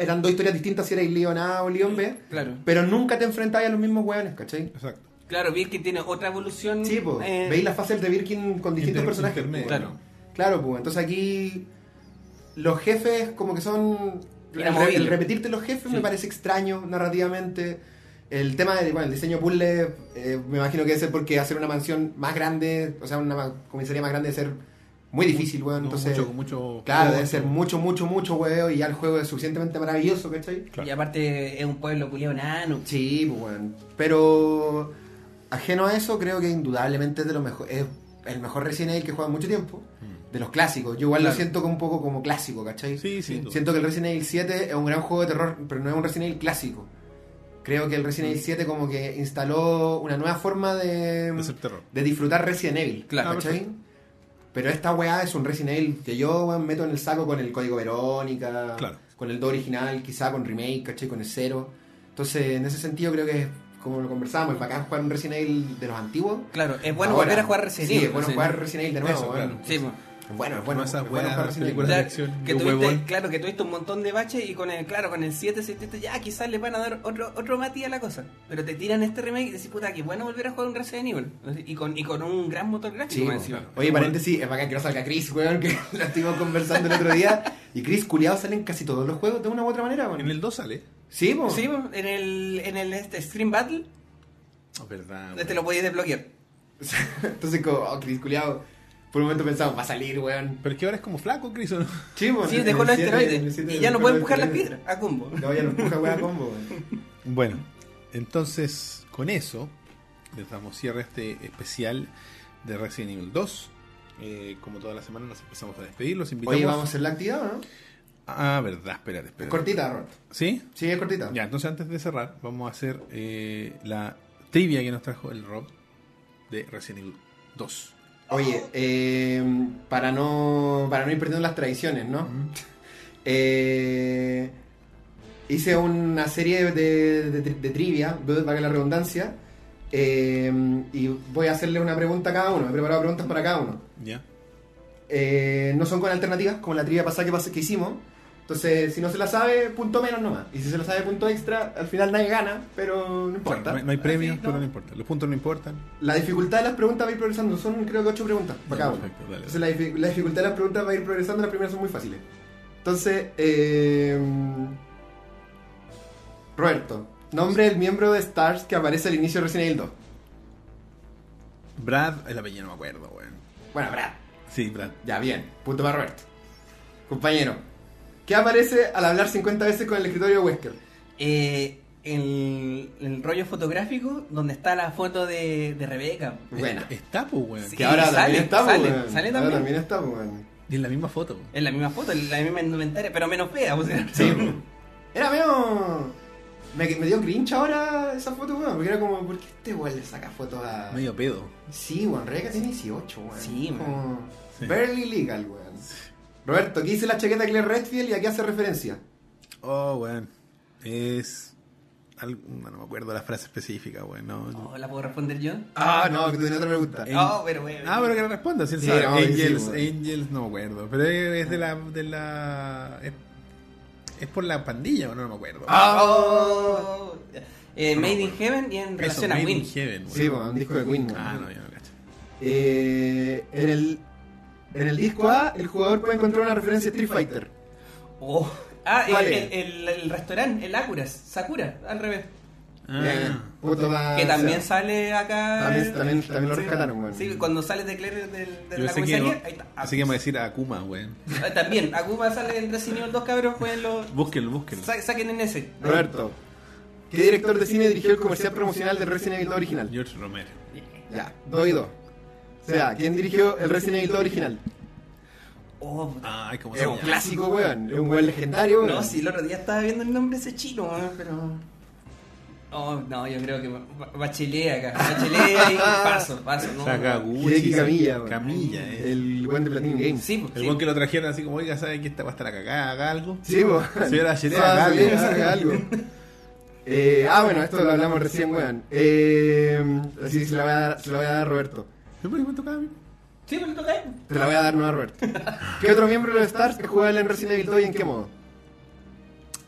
S2: eran dos historias distintas si erais Leon A o Leon B,
S3: Claro,
S2: pero nunca te enfrentabas a los mismos weones, ¿cachai?
S1: Exacto.
S3: claro, Birkin tiene otra evolución.
S2: Sí, pues.
S3: eh,
S2: Veis las fases de Birkin con distintos
S1: Inter-
S2: personajes.
S1: intermedio,
S2: po, weón.
S1: ¿no?
S2: Claro, pues. Entonces aquí los jefes como que son... El, re-
S3: Inamovible.
S2: el repetirte los jefes me
S3: Sí.
S2: parece extraño narrativamente. El tema del bueno, el diseño puzzle, eh, me imagino que debe ser porque hacer una mansión más grande, o sea, una ma- comisaría más grande debe ser Muy difícil, weón. Entonces,
S1: mucho, mucho
S2: claro,
S1: juego,
S2: debe ser mucho, mucho, mucho hueveo y ya el juego es suficientemente maravilloso, ¿cachai?
S1: Claro.
S3: Y aparte es un pueblo culiao nano.
S2: Sí, pues weón. Pero ajeno a eso, creo que indudablemente es de lo mejor, es el mejor Resident Evil que he jugado en mucho tiempo. De los clásicos. Yo igual lo
S1: Mm. Claro.
S2: siento como un poco como clásico, ¿cachai?
S1: Sí, sí. tú.
S2: Siento que el Resident Evil 7 es un gran juego de terror, pero no es un Resident Evil clásico. Creo que el
S1: Mm.
S2: Resident Evil 7 como que instaló una nueva forma de,
S1: De ser terror.
S2: de disfrutar Resident Evil.
S3: Claro.
S2: ¿cachai? Pero esta weá es un Resident Evil que yo weón, meto en el saco con el código Verónica,
S1: Claro.
S2: con el 2 original, quizá con remake, ¿cachai? Con el 0. Entonces, en ese sentido creo que, como lo conversábamos, es bacán jugar un Resident Evil de los antiguos.
S3: Claro, es bueno
S2: Ahora.
S3: volver a jugar Resident Evil.
S2: Sí, es bueno
S3: sí.
S2: jugar Resident Evil de nuevo.
S1: Eso,
S2: weón.
S1: claro.
S3: Sí, pues.
S2: Es bueno, es bueno.
S1: Bueno, esas
S2: es bueno
S1: weas,
S2: jugar Resident Evil.
S1: películas de
S3: Claro,
S1: acción,
S3: que
S1: de
S3: tuviste,
S1: huevón.
S3: claro, que tuviste un montón de baches y con el, claro, con el 7 se te- ya quizás le van a dar otro, otro matiz a la cosa. Pero te tiran este remake y decís, puta, que bueno volver a jugar un Resident Evil. Y con, y con un gran motor
S2: Sí,
S3: gráfico más
S2: po.
S3: encima.
S2: Oye, paréntesis, es bacán que no salga Chris, weón, que <laughs> lo estuvimos conversando el otro día. Y Chris, culiado, salen casi todos los juegos de una u otra manera, weón.
S1: En el 2 sale.
S2: Sí, po.
S3: Sí, po, en el, en el este, Stream Battle
S1: Es Oh, verdad.
S3: te lo
S2: <laughs>
S3: podías desbloquear.
S2: Entonces, como, oh, Chris, culiado. Por un momento pensamos, va a salir, weón.
S1: Pero es que ahora es como flaco, Chris, ¿o no?
S2: Sí, po,
S3: Sí, pues,
S2: en-
S3: dejó
S2: en
S3: los
S2: el siete- en el
S3: esteroides.
S2: siete
S3: Y ya no
S2: dejó
S3: puede
S2: los
S3: empujar las
S2: esteroides.
S3: piedras a combo.
S2: No, ya no empuja, weón, a combo, weón.
S1: Bueno, entonces con eso le damos cierre a este especial de Resident Evil 2. Eh, como todas las semanas nos empezamos a despedir, los invitamos.
S2: Oye, vamos a hacer la actividad, ¿o ¿no?
S1: Ah, verdad, espérate, espérate.
S2: Es cortita, Robert.
S1: ¿Sí?
S2: Sí, es cortita.
S1: Ya, entonces antes de cerrar, vamos a hacer eh, la trivia que nos trajo el Rob de Resident Evil 2.
S2: Oye, eh, para no para no ir perdiendo las tradiciones, ¿no? Eh, hice una serie de, de, de trivia, para que la redundancia, eh, y voy a hacerle una pregunta a cada uno. He preparado preguntas para cada uno.
S1: ¿Ya?
S2: Eh, no son con alternativas, como la trivia pasada que, pas- que hicimos. Entonces, si no se la sabe, punto menos nomás. Y si se la sabe, punto extra, al final nadie gana, pero no importa.
S1: Claro, no, hay- no hay premios,
S2: Así, ¿no?
S1: pero no importa. Los puntos no importan.
S2: La dificultad de las preguntas va a ir progresando. Son creo que ocho preguntas para
S1: Ya,
S2: cada uno.
S1: perfecto, dale,
S2: Entonces la, difi- la dificultad de las preguntas va a ir progresando. Las primeras son muy fáciles. Entonces, eh, Roberto, nombre del miembro de Stars que aparece al inicio de Resident Evil 2.
S1: Brad, el apellido no me acuerdo, weón.
S2: Bueno, Brad.
S1: Sí, Brad.
S2: Ya, bien. Punto para Roberto. Compañero, ¿qué aparece al hablar 50 veces con el escritorio de Wesker?
S3: Eh, el, el rollo fotográfico donde está la foto de, de Rebeca.
S2: Buena.
S1: Está, pues, weón.
S3: Sí.
S2: Eh, que ahora
S3: sale,
S2: también está,
S3: sale,
S2: weón.
S3: sale
S2: Ahora
S3: también.
S2: también está, weón.
S1: Y en la misma foto. weón.
S3: Es la misma foto, es la misma indumentaria, pero menos fea. o sea.
S2: Sí, po. <laughs> era medio. Me, me dio cringe ahora esa foto, weón, porque era como, ¿por qué este weón le saca fotos a.
S1: Medio pedo.
S2: Sí, weón, Rebeca tiene 18, weón.
S3: Sí, weón.
S2: Como
S1: Sí.
S2: Barely legal, weón. Roberto, ¿qué dice la chaqueta de Claire Redfield y a qué hace referencia?
S1: Oh, weón. Es. algo- no no me acuerdo la frase específica, weón. No,
S3: <laughs> Oh, ¿La puedo responder yo?
S2: Ah, no, que tú tienes otra pregunta.
S1: Eh,
S3: Oh, pero bueno.
S1: Ah, pero que la responda, si él
S2: Sí,
S1: sabe.
S2: no,
S1: Angels,
S2: sí, bueno.
S1: Angels, no me acuerdo. Pero es de la. De la es, es por la pandilla, ¿o no, no me acuerdo.
S3: Ah, Oh. Eh,
S1: No,
S3: Made
S1: Ah. bueno.
S3: in Heaven y en
S1: Eso,
S3: relación a
S1: Made
S3: Win.
S1: in Heaven, weón.
S2: Sí, weón, un disco de Queen, weón.
S1: Ah, no, yo no cacho.
S2: Eh, en, el, en el disco A, el jugador puede encontrar una referencia a Street Fighter.
S3: Oh. Ah, el,
S2: ¿Cuál
S3: el,
S2: es?
S3: el- el restaurante, el Akuras, Sakura, al revés.
S2: Bien,
S1: Ah,
S2: Eh, puto más-
S3: que también
S2: o sea,
S3: sale acá.
S2: también-
S3: el-
S2: también- también lo
S3: sí,
S2: rescataron, weón.
S3: Sí, cuando sales de Claire del- de,
S1: yo
S3: la
S1: sé que.
S3: comisaría,
S1: no-
S3: ahí está.
S1: Así que vamos a decir a Akuma, weón.
S3: Ah, También, Akuma sale en Resident Evil 2, cabros, jueguenlo.
S1: Búsquenlo, búsquenlo.
S3: Sa- saquen en ese.
S2: Roberto, ¿qué director de cine dirigió el comercial promocional de Resident Evil 2 original?
S1: George Romero.
S2: Ya, dos y dos. O sea, ¿quién dirigió el Resident Evil 2 original?
S3: Oh, puta.
S1: Ay, como
S2: Es
S1: se
S2: un
S1: llama.
S2: clásico, weón. Es un weón legendario, weón.
S3: No, sí, el otro día estaba viendo el nombre de ese chino, weón, pero. Oh, no, yo creo que ba- Bachelet acá. Bachelet y Parso, Parso, no.
S1: Sakaguchi.
S2: Hideki Kamiya, weón.
S1: Camilla, eh.
S2: El weón de Platinum Games.
S3: Sí, pues,
S1: El
S3: sí.
S1: buen que lo trajeron así como, oiga, ¿sabe que esta va a estar acá? Haga- Haga algo.
S2: Sí, weón.
S1: Señora Bachelet,
S2: Ah,
S1: haga algo.
S2: Bachelet, haga algo. Eh, ah, bueno, esto lo hablamos recién, weón. Eh, así se la voy a dar, se la voy a dar a Roberto.
S1: Siempre me tocaba a mí.
S3: Sí, pues le toca a él.
S2: Te la voy a dar no a Roberto. ¿Qué otro miembro de los Stars es jugable en Resident Evil 2 y en qué modo? <laughs>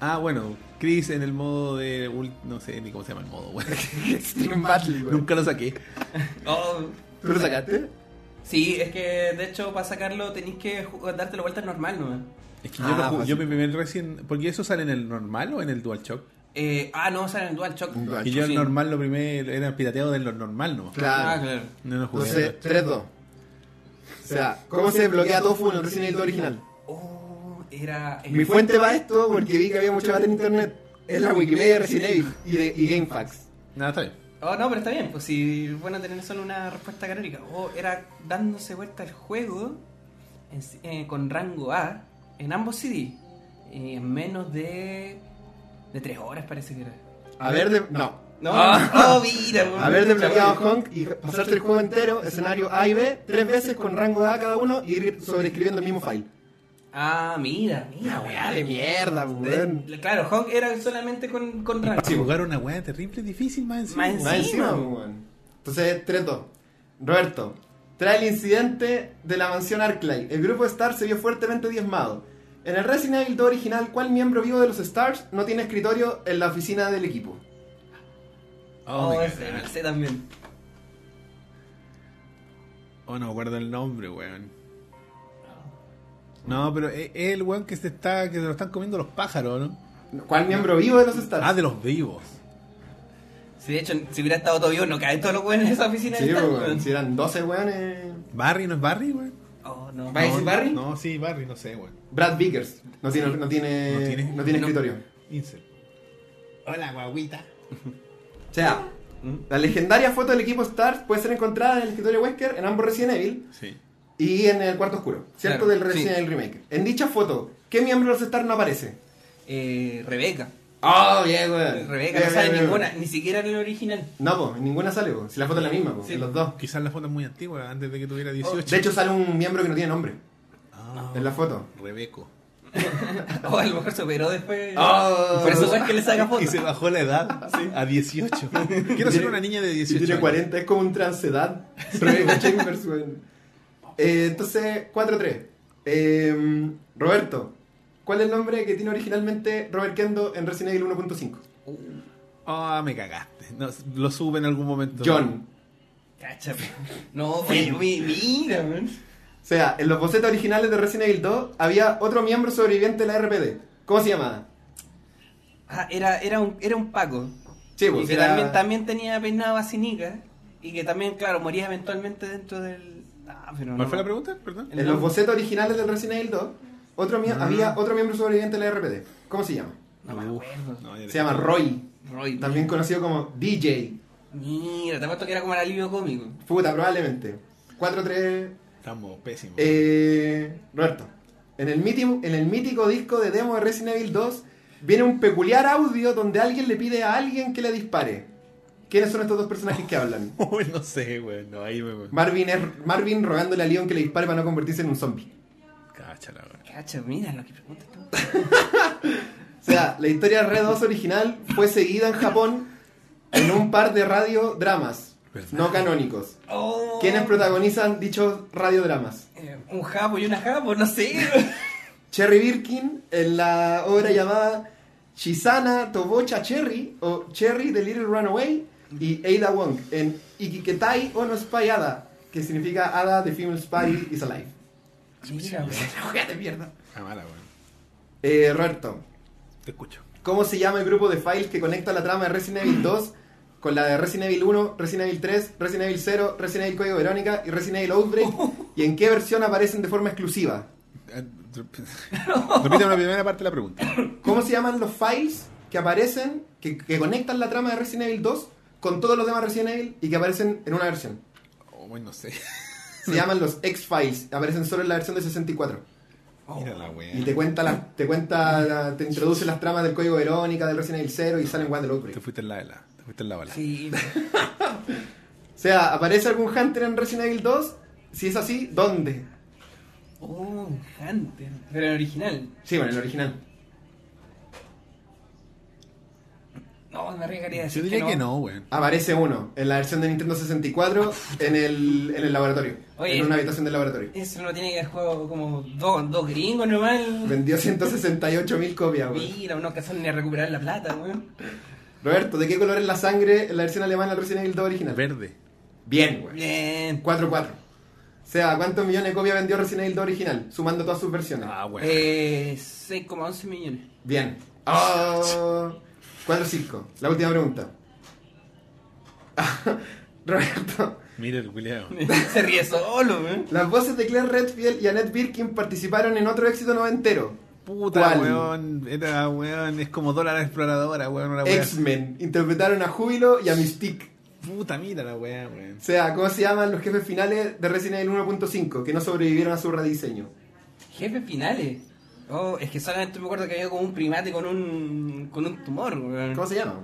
S1: Ah, bueno, Chris en el modo de. ul- No sé ni cómo se llama el modo, güey. <laughs>
S2: Extreme Battle, weón.
S1: Nunca lo saqué.
S3: Oh,
S2: ¿Tú lo sacaste?
S3: sí, es que de hecho para sacarlo tenéis que ju- darte la vuelta normal, ¿no?
S1: Es que yo,
S2: Ah,
S1: no ju-
S2: fácil.
S1: yo me primer recién. Porque eso sale en el normal o en el dual shock.
S3: Eh, ah, no, sale en Dual Shock.
S2: En Dual
S1: Y yo el normal Ah. lo primero era pirateado del normal, ¿no?
S2: Ah, Claro.
S3: Ah, claro.
S1: No lo jugué.
S2: Entonces, 3-2. sea, ¿cómo se desbloquea Tofu en el Resident Evil original?
S3: Oh, era.
S2: Mi fuente para esto, porque vi que había mucho debate en internet, es la Wikipedia de Resident Evil y, de, y GameFAQs.
S1: Nada, está bien.
S3: Oh, no, pero está bien, pues si bueno tener solo una respuesta canónica. O era dándose vuelta el juego en si- eh, con rango A en ambos CD. eh, en menos de. de 3 horas parece que era.
S2: Haber de, no,
S3: No,
S1: Ah.
S3: oh, mira, weón.
S2: haber desbloqueado Honk y pasarte el juego entero, escenario A y B, tres veces con rango A cada uno y ir sobreescribiendo el mismo file.
S3: Ah, mira, mira, weá.
S2: de mierda, weón.
S3: De- Claro, Hawk era solamente con, con
S2: Ah,
S3: rango.
S1: Si jugar una weá terrible, difícil, más encima.
S3: Más
S2: Más
S3: encima,
S2: encima, pues,
S3: weón.
S2: weón. Entonces, 3-2. Roberto, trae el incidente de la mansión Arclay. El grupo Star se vio fuertemente diezmado. En el Resident Evil 2 original, ¿cuál miembro vivo de los Stars no tiene escritorio en la oficina del equipo?
S1: Oh, ah,
S3: Oh,
S1: me
S3: ese,
S1: cagaron.
S3: ese también.
S1: Oh, no me acuerdo el nombre, weón. No, pero es es el weón que se está, que se lo están comiendo los pájaros, ¿no?
S2: ¿Cuál miembro vivo de los Stars?
S1: Ah, de los vivos.
S3: Si de hecho, si hubiera estado todo vivo, no caen todos los weones en esa oficina.
S2: Sí, pues,
S3: del tal,
S2: weón.
S3: weón.
S2: Si eran 12 weones.
S1: ¿Barry no es Barry, weón?
S3: Oh, no.
S6: ¿Va a decir Barry?
S1: No, sí, Barry, no sé, weón.
S2: Brad Vickers. No tiene, no tiene,
S1: No tiene-
S2: no tiene
S3: no.
S2: escritorio.
S1: Incel. Hola, guaguita.
S2: O sea,
S1: Mm.
S2: la legendaria foto del equipo Stars puede ser encontrada en el escritorio Wesker en ambos Resident Evil
S1: Sí.
S2: y en el cuarto oscuro, ¿cierto?
S3: Claro,
S2: del Resident
S3: sí.
S2: Evil Remake. En dicha foto, ¿qué miembro de los Stars no aparece?
S3: Eh, Rebeca.
S2: Oh, bien, weón.
S3: Rebeca
S2: Bien,
S3: no sale
S2: bien, bien,
S3: ninguna,
S2: bien.
S3: ni siquiera en el original. <laughs>
S2: No, pues, en ninguna sale, po. Si la foto es la misma, po,
S3: Sí.
S2: en los dos.
S1: Quizás la foto es muy antigua, antes de que tuviera 18.
S2: Oh, De hecho, sale un miembro que no tiene nombre
S1: Ah,
S2: en la foto.
S1: Rebeco.
S3: O Oh, a lo mejor se operó después.
S2: Oh.
S3: por eso sabes que le saca
S1: Y <laughs>
S3: fotos.
S1: se bajó la edad a 18. Quiero ser
S2: Tiene-
S1: una niña de
S2: Y
S1: 18.
S2: tiene
S1: años.
S2: 40, es como un transedad. Rebeca Chambers, weón. Eh, entonces, 4-3. Eh, Roberto, ¿cuál es el nombre que tiene originalmente Robert Kendo en Resident Evil 1.5?
S1: Ah, me cagaste. No, lo sube en algún momento.
S2: John.
S3: Cacha, po. No, oye, mi- mira, man.
S2: O sea, en los bocetos originales de Resident Evil 2 había otro miembro sobreviviente de la RPD. ¿Cómo se llamaba?
S3: Ah, era, era, un, era un Paco.
S2: Sí,
S3: y
S2: pues,
S3: que
S2: era-
S3: también, también tenía peinado vacinica. Y que también, claro, moría eventualmente dentro del. Ah, pero
S1: ¿Cuál
S3: no.
S1: fue la pregunta? Perdón.
S2: En los bocetos originales del Resident Evil 2 otro mie- había otro miembro sobreviviente de la RPD. ¿Cómo se llama?
S3: No me
S1: Uf,
S3: acuerdo.
S1: no, ya
S2: Se llama Roy,
S3: Roy.
S2: también conocido como DJ.
S3: Mira, te apuesto que era como el alivio cómico.
S2: Puta, probablemente. 4-3.
S1: Estamos pésimos.
S2: Eh, Roberto, en el, míti- en el mítico disco de demo de Resident Evil 2 viene un peculiar audio donde alguien le pide a alguien que le dispare. ¿Quiénes son estos dos personajes que hablan?
S1: <laughs> Uy, no sé, güey. No, ahí me.
S2: Marvin, es- Marvin rogándole a Leon que le dispare para no convertirse en un zombie.
S1: Cáchala, güey.
S3: Cacha, mira lo que preguntas tú.
S2: O sea, la historia de Red 2 original fue seguida en Japón en un par de radiodramas
S1: ¿Verdad?
S2: no canónicos.
S3: Oh.
S2: ¿Quiénes protagonizan dichos radiodramas?
S3: Eh, un japo y una japo, no sé.
S2: Cherry Birkin en la obra llamada Shizana Tobocha Cherry o Cherry the Little Runaway y Ada Wong en Ikiketai Ono Spy Ada, que significa Ada the Female Spy is Alive. <laughs>
S3: mira, weón.
S2: Juega de mierda.
S1: Ah, mala, güey.
S2: Eh, Roberto,
S1: Te escucho.
S2: ¿cómo se llama el grupo de files que conecta la trama de Resident Evil 2 con la de Resident Evil 1, Resident Evil 3, Resident Evil 0, Resident Evil Código Verónica y Resident Evil Outbreak? ¿Y en qué versión aparecen de forma exclusiva?
S3: <laughs>
S1: Eh, Repite la primera parte de la pregunta.
S2: ¿Cómo se llaman los files que aparecen, que, que conectan la trama de Resident Evil 2 con todos los demás Resident Evil y que aparecen en una versión?
S1: Oh, güey, no sé.
S2: Se llaman los X-Files, aparecen solo en la versión de 64.
S1: Mira la güey.
S2: Y te cuenta, las- te cuenta, la- te introduce las tramas del código Verónica, del Resident Evil 0 y salen One del Outbreak.
S1: Te fuiste en la de la. Te fuiste en la bala.
S3: Sí.
S2: O sea, ¿aparece algún Hunter en Resident Evil 2? Si es así, ¿dónde?
S3: Oh, Hunter. Pero el original.
S2: Sí, bueno, el original.
S3: No, me arriesgaría a decir
S1: Yo diría que no, güey.
S2: Aparece uno, en la versión de Nintendo 64, en el, en el laboratorio.
S3: Oye.
S2: En una habitación del laboratorio.
S3: Eso no tiene que haber jugado como dos, dos gringos normal.
S2: Vendió 168.000 copias, güey.
S3: Mira, unos que son ni a recuperar la plata, weón.
S2: Roberto, ¿de qué color es la sangre en la versión alemana del Resident Evil 2 original?
S1: Verde.
S2: Bien, güey.
S3: Bien.
S2: 4-4. O sea, ¿cuántos millones de copias vendió Resident Evil 2 original? Sumando todas sus versiones.
S1: Ah, güey.
S3: Eh, 6,11 millones. <laughs>
S2: Bien. Oh, 4-5. La última pregunta. <laughs> Roberto,
S1: Mira el culiao.
S3: Se ríe solo, weón.
S2: Las voces de Claire Redfield y Annette Birkin participaron en otro éxito noventero.
S1: Puta,
S2: ¿Cuál?
S1: weón. Era, weón. Es como dólar a la exploradora, weón. Una weá.
S2: X-Men interpretaron a Júbilo y a Mystique.
S1: Puta, mira la weá, weón.
S2: O sea, ¿cómo se llaman los jefes finales de Resident Evil 1.5 que no sobrevivieron a su rediseño?
S3: Jefes finales. Oh, es que solamente me acuerdo que había como un primate con un, con un tumor, weón.
S2: ¿Cómo se llaman?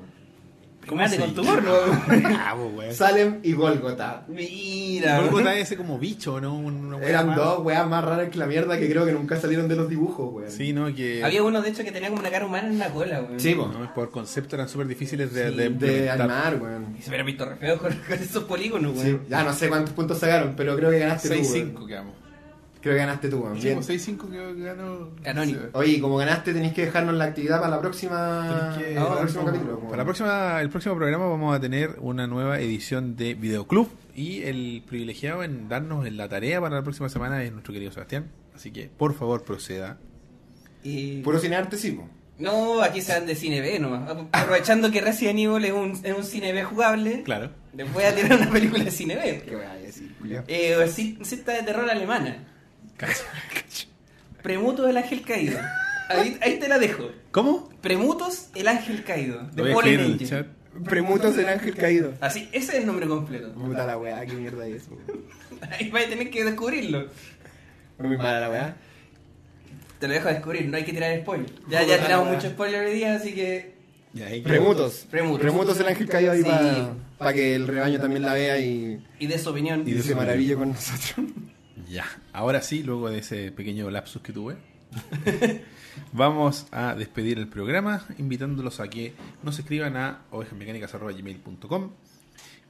S3: Primate
S1: se
S3: con
S1: llama? <laughs>
S3: tumor, weón.
S1: Bravo, Ah, weón.
S2: Salem y Golgotha.
S3: Mira,
S1: Golgotha
S3: weón.
S1: ese como bicho, ¿no? Una weá
S2: Eran
S1: rara.
S2: dos weas más raras que la mierda que creo que nunca salieron de los dibujos, weón.
S1: Sí, ¿no? Que...
S3: Había uno de hecho que tenía como una cara humana en una cola, weón.
S2: Sí, po.
S1: No, por concepto eran súper difíciles de,
S3: Sí,
S1: de
S2: De
S1: implementar.
S2: animar, weón.
S3: Y se hubiera visto re feo con, con esos polígonos, weón.
S2: Sí. Ya no sé cuántos puntos sacaron, pero creo que ganaste tú. weón.
S1: 6-5 quedamos.
S2: Creo que ganaste tú, weón.
S1: Sí,
S2: Bien.
S1: pues, 6-5 que ganó.
S3: Canónico.
S1: Sí.
S2: Oye, y como ganaste, tenéis que dejarnos la actividad para la próxima.
S1: Tenéis que-
S2: Para
S1: Ah,
S2: el próximo
S1: no.
S2: capítulo. weón.
S1: Para la próxima, el próximo programa vamos a tener una nueva edición de Videoclub y el privilegiado en darnos la tarea para la próxima semana es nuestro querido Sebastián. Así que, por favor, proceda.
S3: Y...
S2: Puro cinearte, sí, po.
S3: No, aquí se dan de cine B nomás. Aprovechando que Resident Evil es un, es un cine B jugable,
S1: Claro.
S3: les voy a tirar una película de cine B.
S2: Qué voy a decir,
S3: Eh, o cin- cinta de terror alemana. Premutos del ángel caído. Ahí, ahí te la dejo.
S1: ¿Cómo?
S3: Premutos el ángel caído.
S1: Lo
S3: De
S1: voy a
S3: Paul
S1: escribir en el
S3: Angel.
S1: chat.
S2: Premutos del ángel caído.
S3: Así, ese es el nombre completo. <laughs>
S2: Puta la weá, qué mierda es, weón.
S3: Ahí vas a tener que descubrirlo.
S2: Muy mala la weá.
S3: Te lo dejo descubrir, no hay que tirar spoiler. Ya,
S2: Puta
S3: ya
S2: la
S3: tiramos
S2: wea.
S3: mucho spoiler hoy día, así que.
S1: Ya, ahí quedó.
S2: Premutos.
S3: Premutos.
S2: Premutos del ángel caído ahí
S3: Sí.
S2: para que el rebaño también la vea y,
S3: Y de su opinión.
S1: Y de
S2: y se
S1: su
S2: maraville con nosotros.
S1: Ya, ahora sí, luego de ese pequeño lapsus que tuve, <laughs> vamos a despedir el programa, invitándolos a que nos escriban a ovejasmecánicas.com,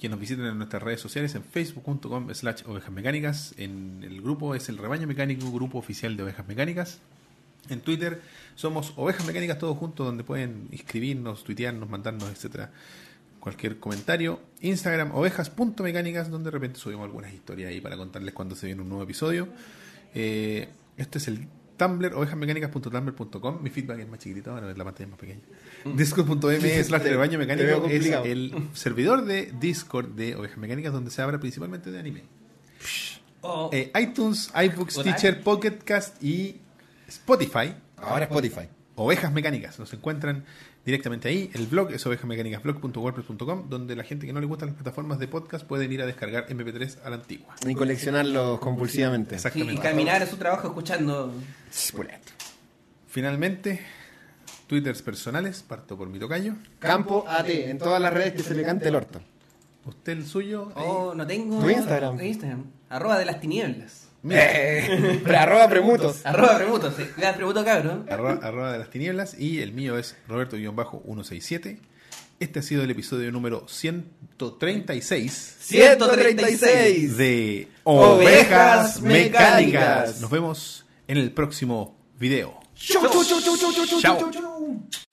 S1: que nos visiten en nuestras redes sociales en facebook.com slash ovejasmecánicas, en el grupo es el rebaño mecánico, grupo oficial de ovejas mecánicas, en Twitter somos ovejas mecánicas todos juntos, donde pueden inscribirnos, tuitearnos, mandarnos, etcétera cualquier comentario. Instagram ovejas.mecánicas, donde de repente subimos algunas historias ahí para contarles cuando se viene un nuevo episodio. Eh, este es el Tumblr, ovejasmecánicas.tumblr.com. Mi feedback es más chiquitito, ahora la pantalla es más pequeña. Discord.m slash rebaño
S2: Mm. <laughs> te veo
S1: mecánico es
S2: complicado.
S1: el servidor de Discord de Ovejas Mecánicas, donde se habla principalmente de anime.
S3: Oh,
S1: Eh, iTunes, iBooks,
S3: Hola.
S1: Teacher, Pocket Cast y Spotify.
S2: Ahora Spotify.
S1: Ovejas Mecánicas. Nos encuentran directamente ahí. El blog es ovejasmecánicasblog.wordpress.com, donde la gente que no le gustan las plataformas de podcast pueden ir a descargar MP3 a la antigua.
S2: Y coleccionarlos compulsivamente.
S3: sí, y
S1: Exactamente.
S3: caminar a su trabajo escuchando.
S2: Exponente.
S1: Finalmente, twitters personales. Parto por mi tocayo.
S2: Campo AT, en todas las redes que se le cante el orto.
S1: Usted el suyo. ahí.
S3: Oh, no tengo.
S2: Tu Instagram.
S3: Instagram. Arroba de las tinieblas.
S1: Mira,
S2: Pero <laughs> arroba premutos.
S3: Arroba premuto, sí. Ya, premuto cabrón.
S1: arroba, arroba de las tinieblas. Y el mío es roberto-167. Este ha sido el episodio número 136 de
S2: Ovejas Mecánicas.
S1: Nos vemos en el próximo video.
S2: Chau, chau, chau, chau, chau, chau, chau,
S1: Chau.
S2: chau, chau.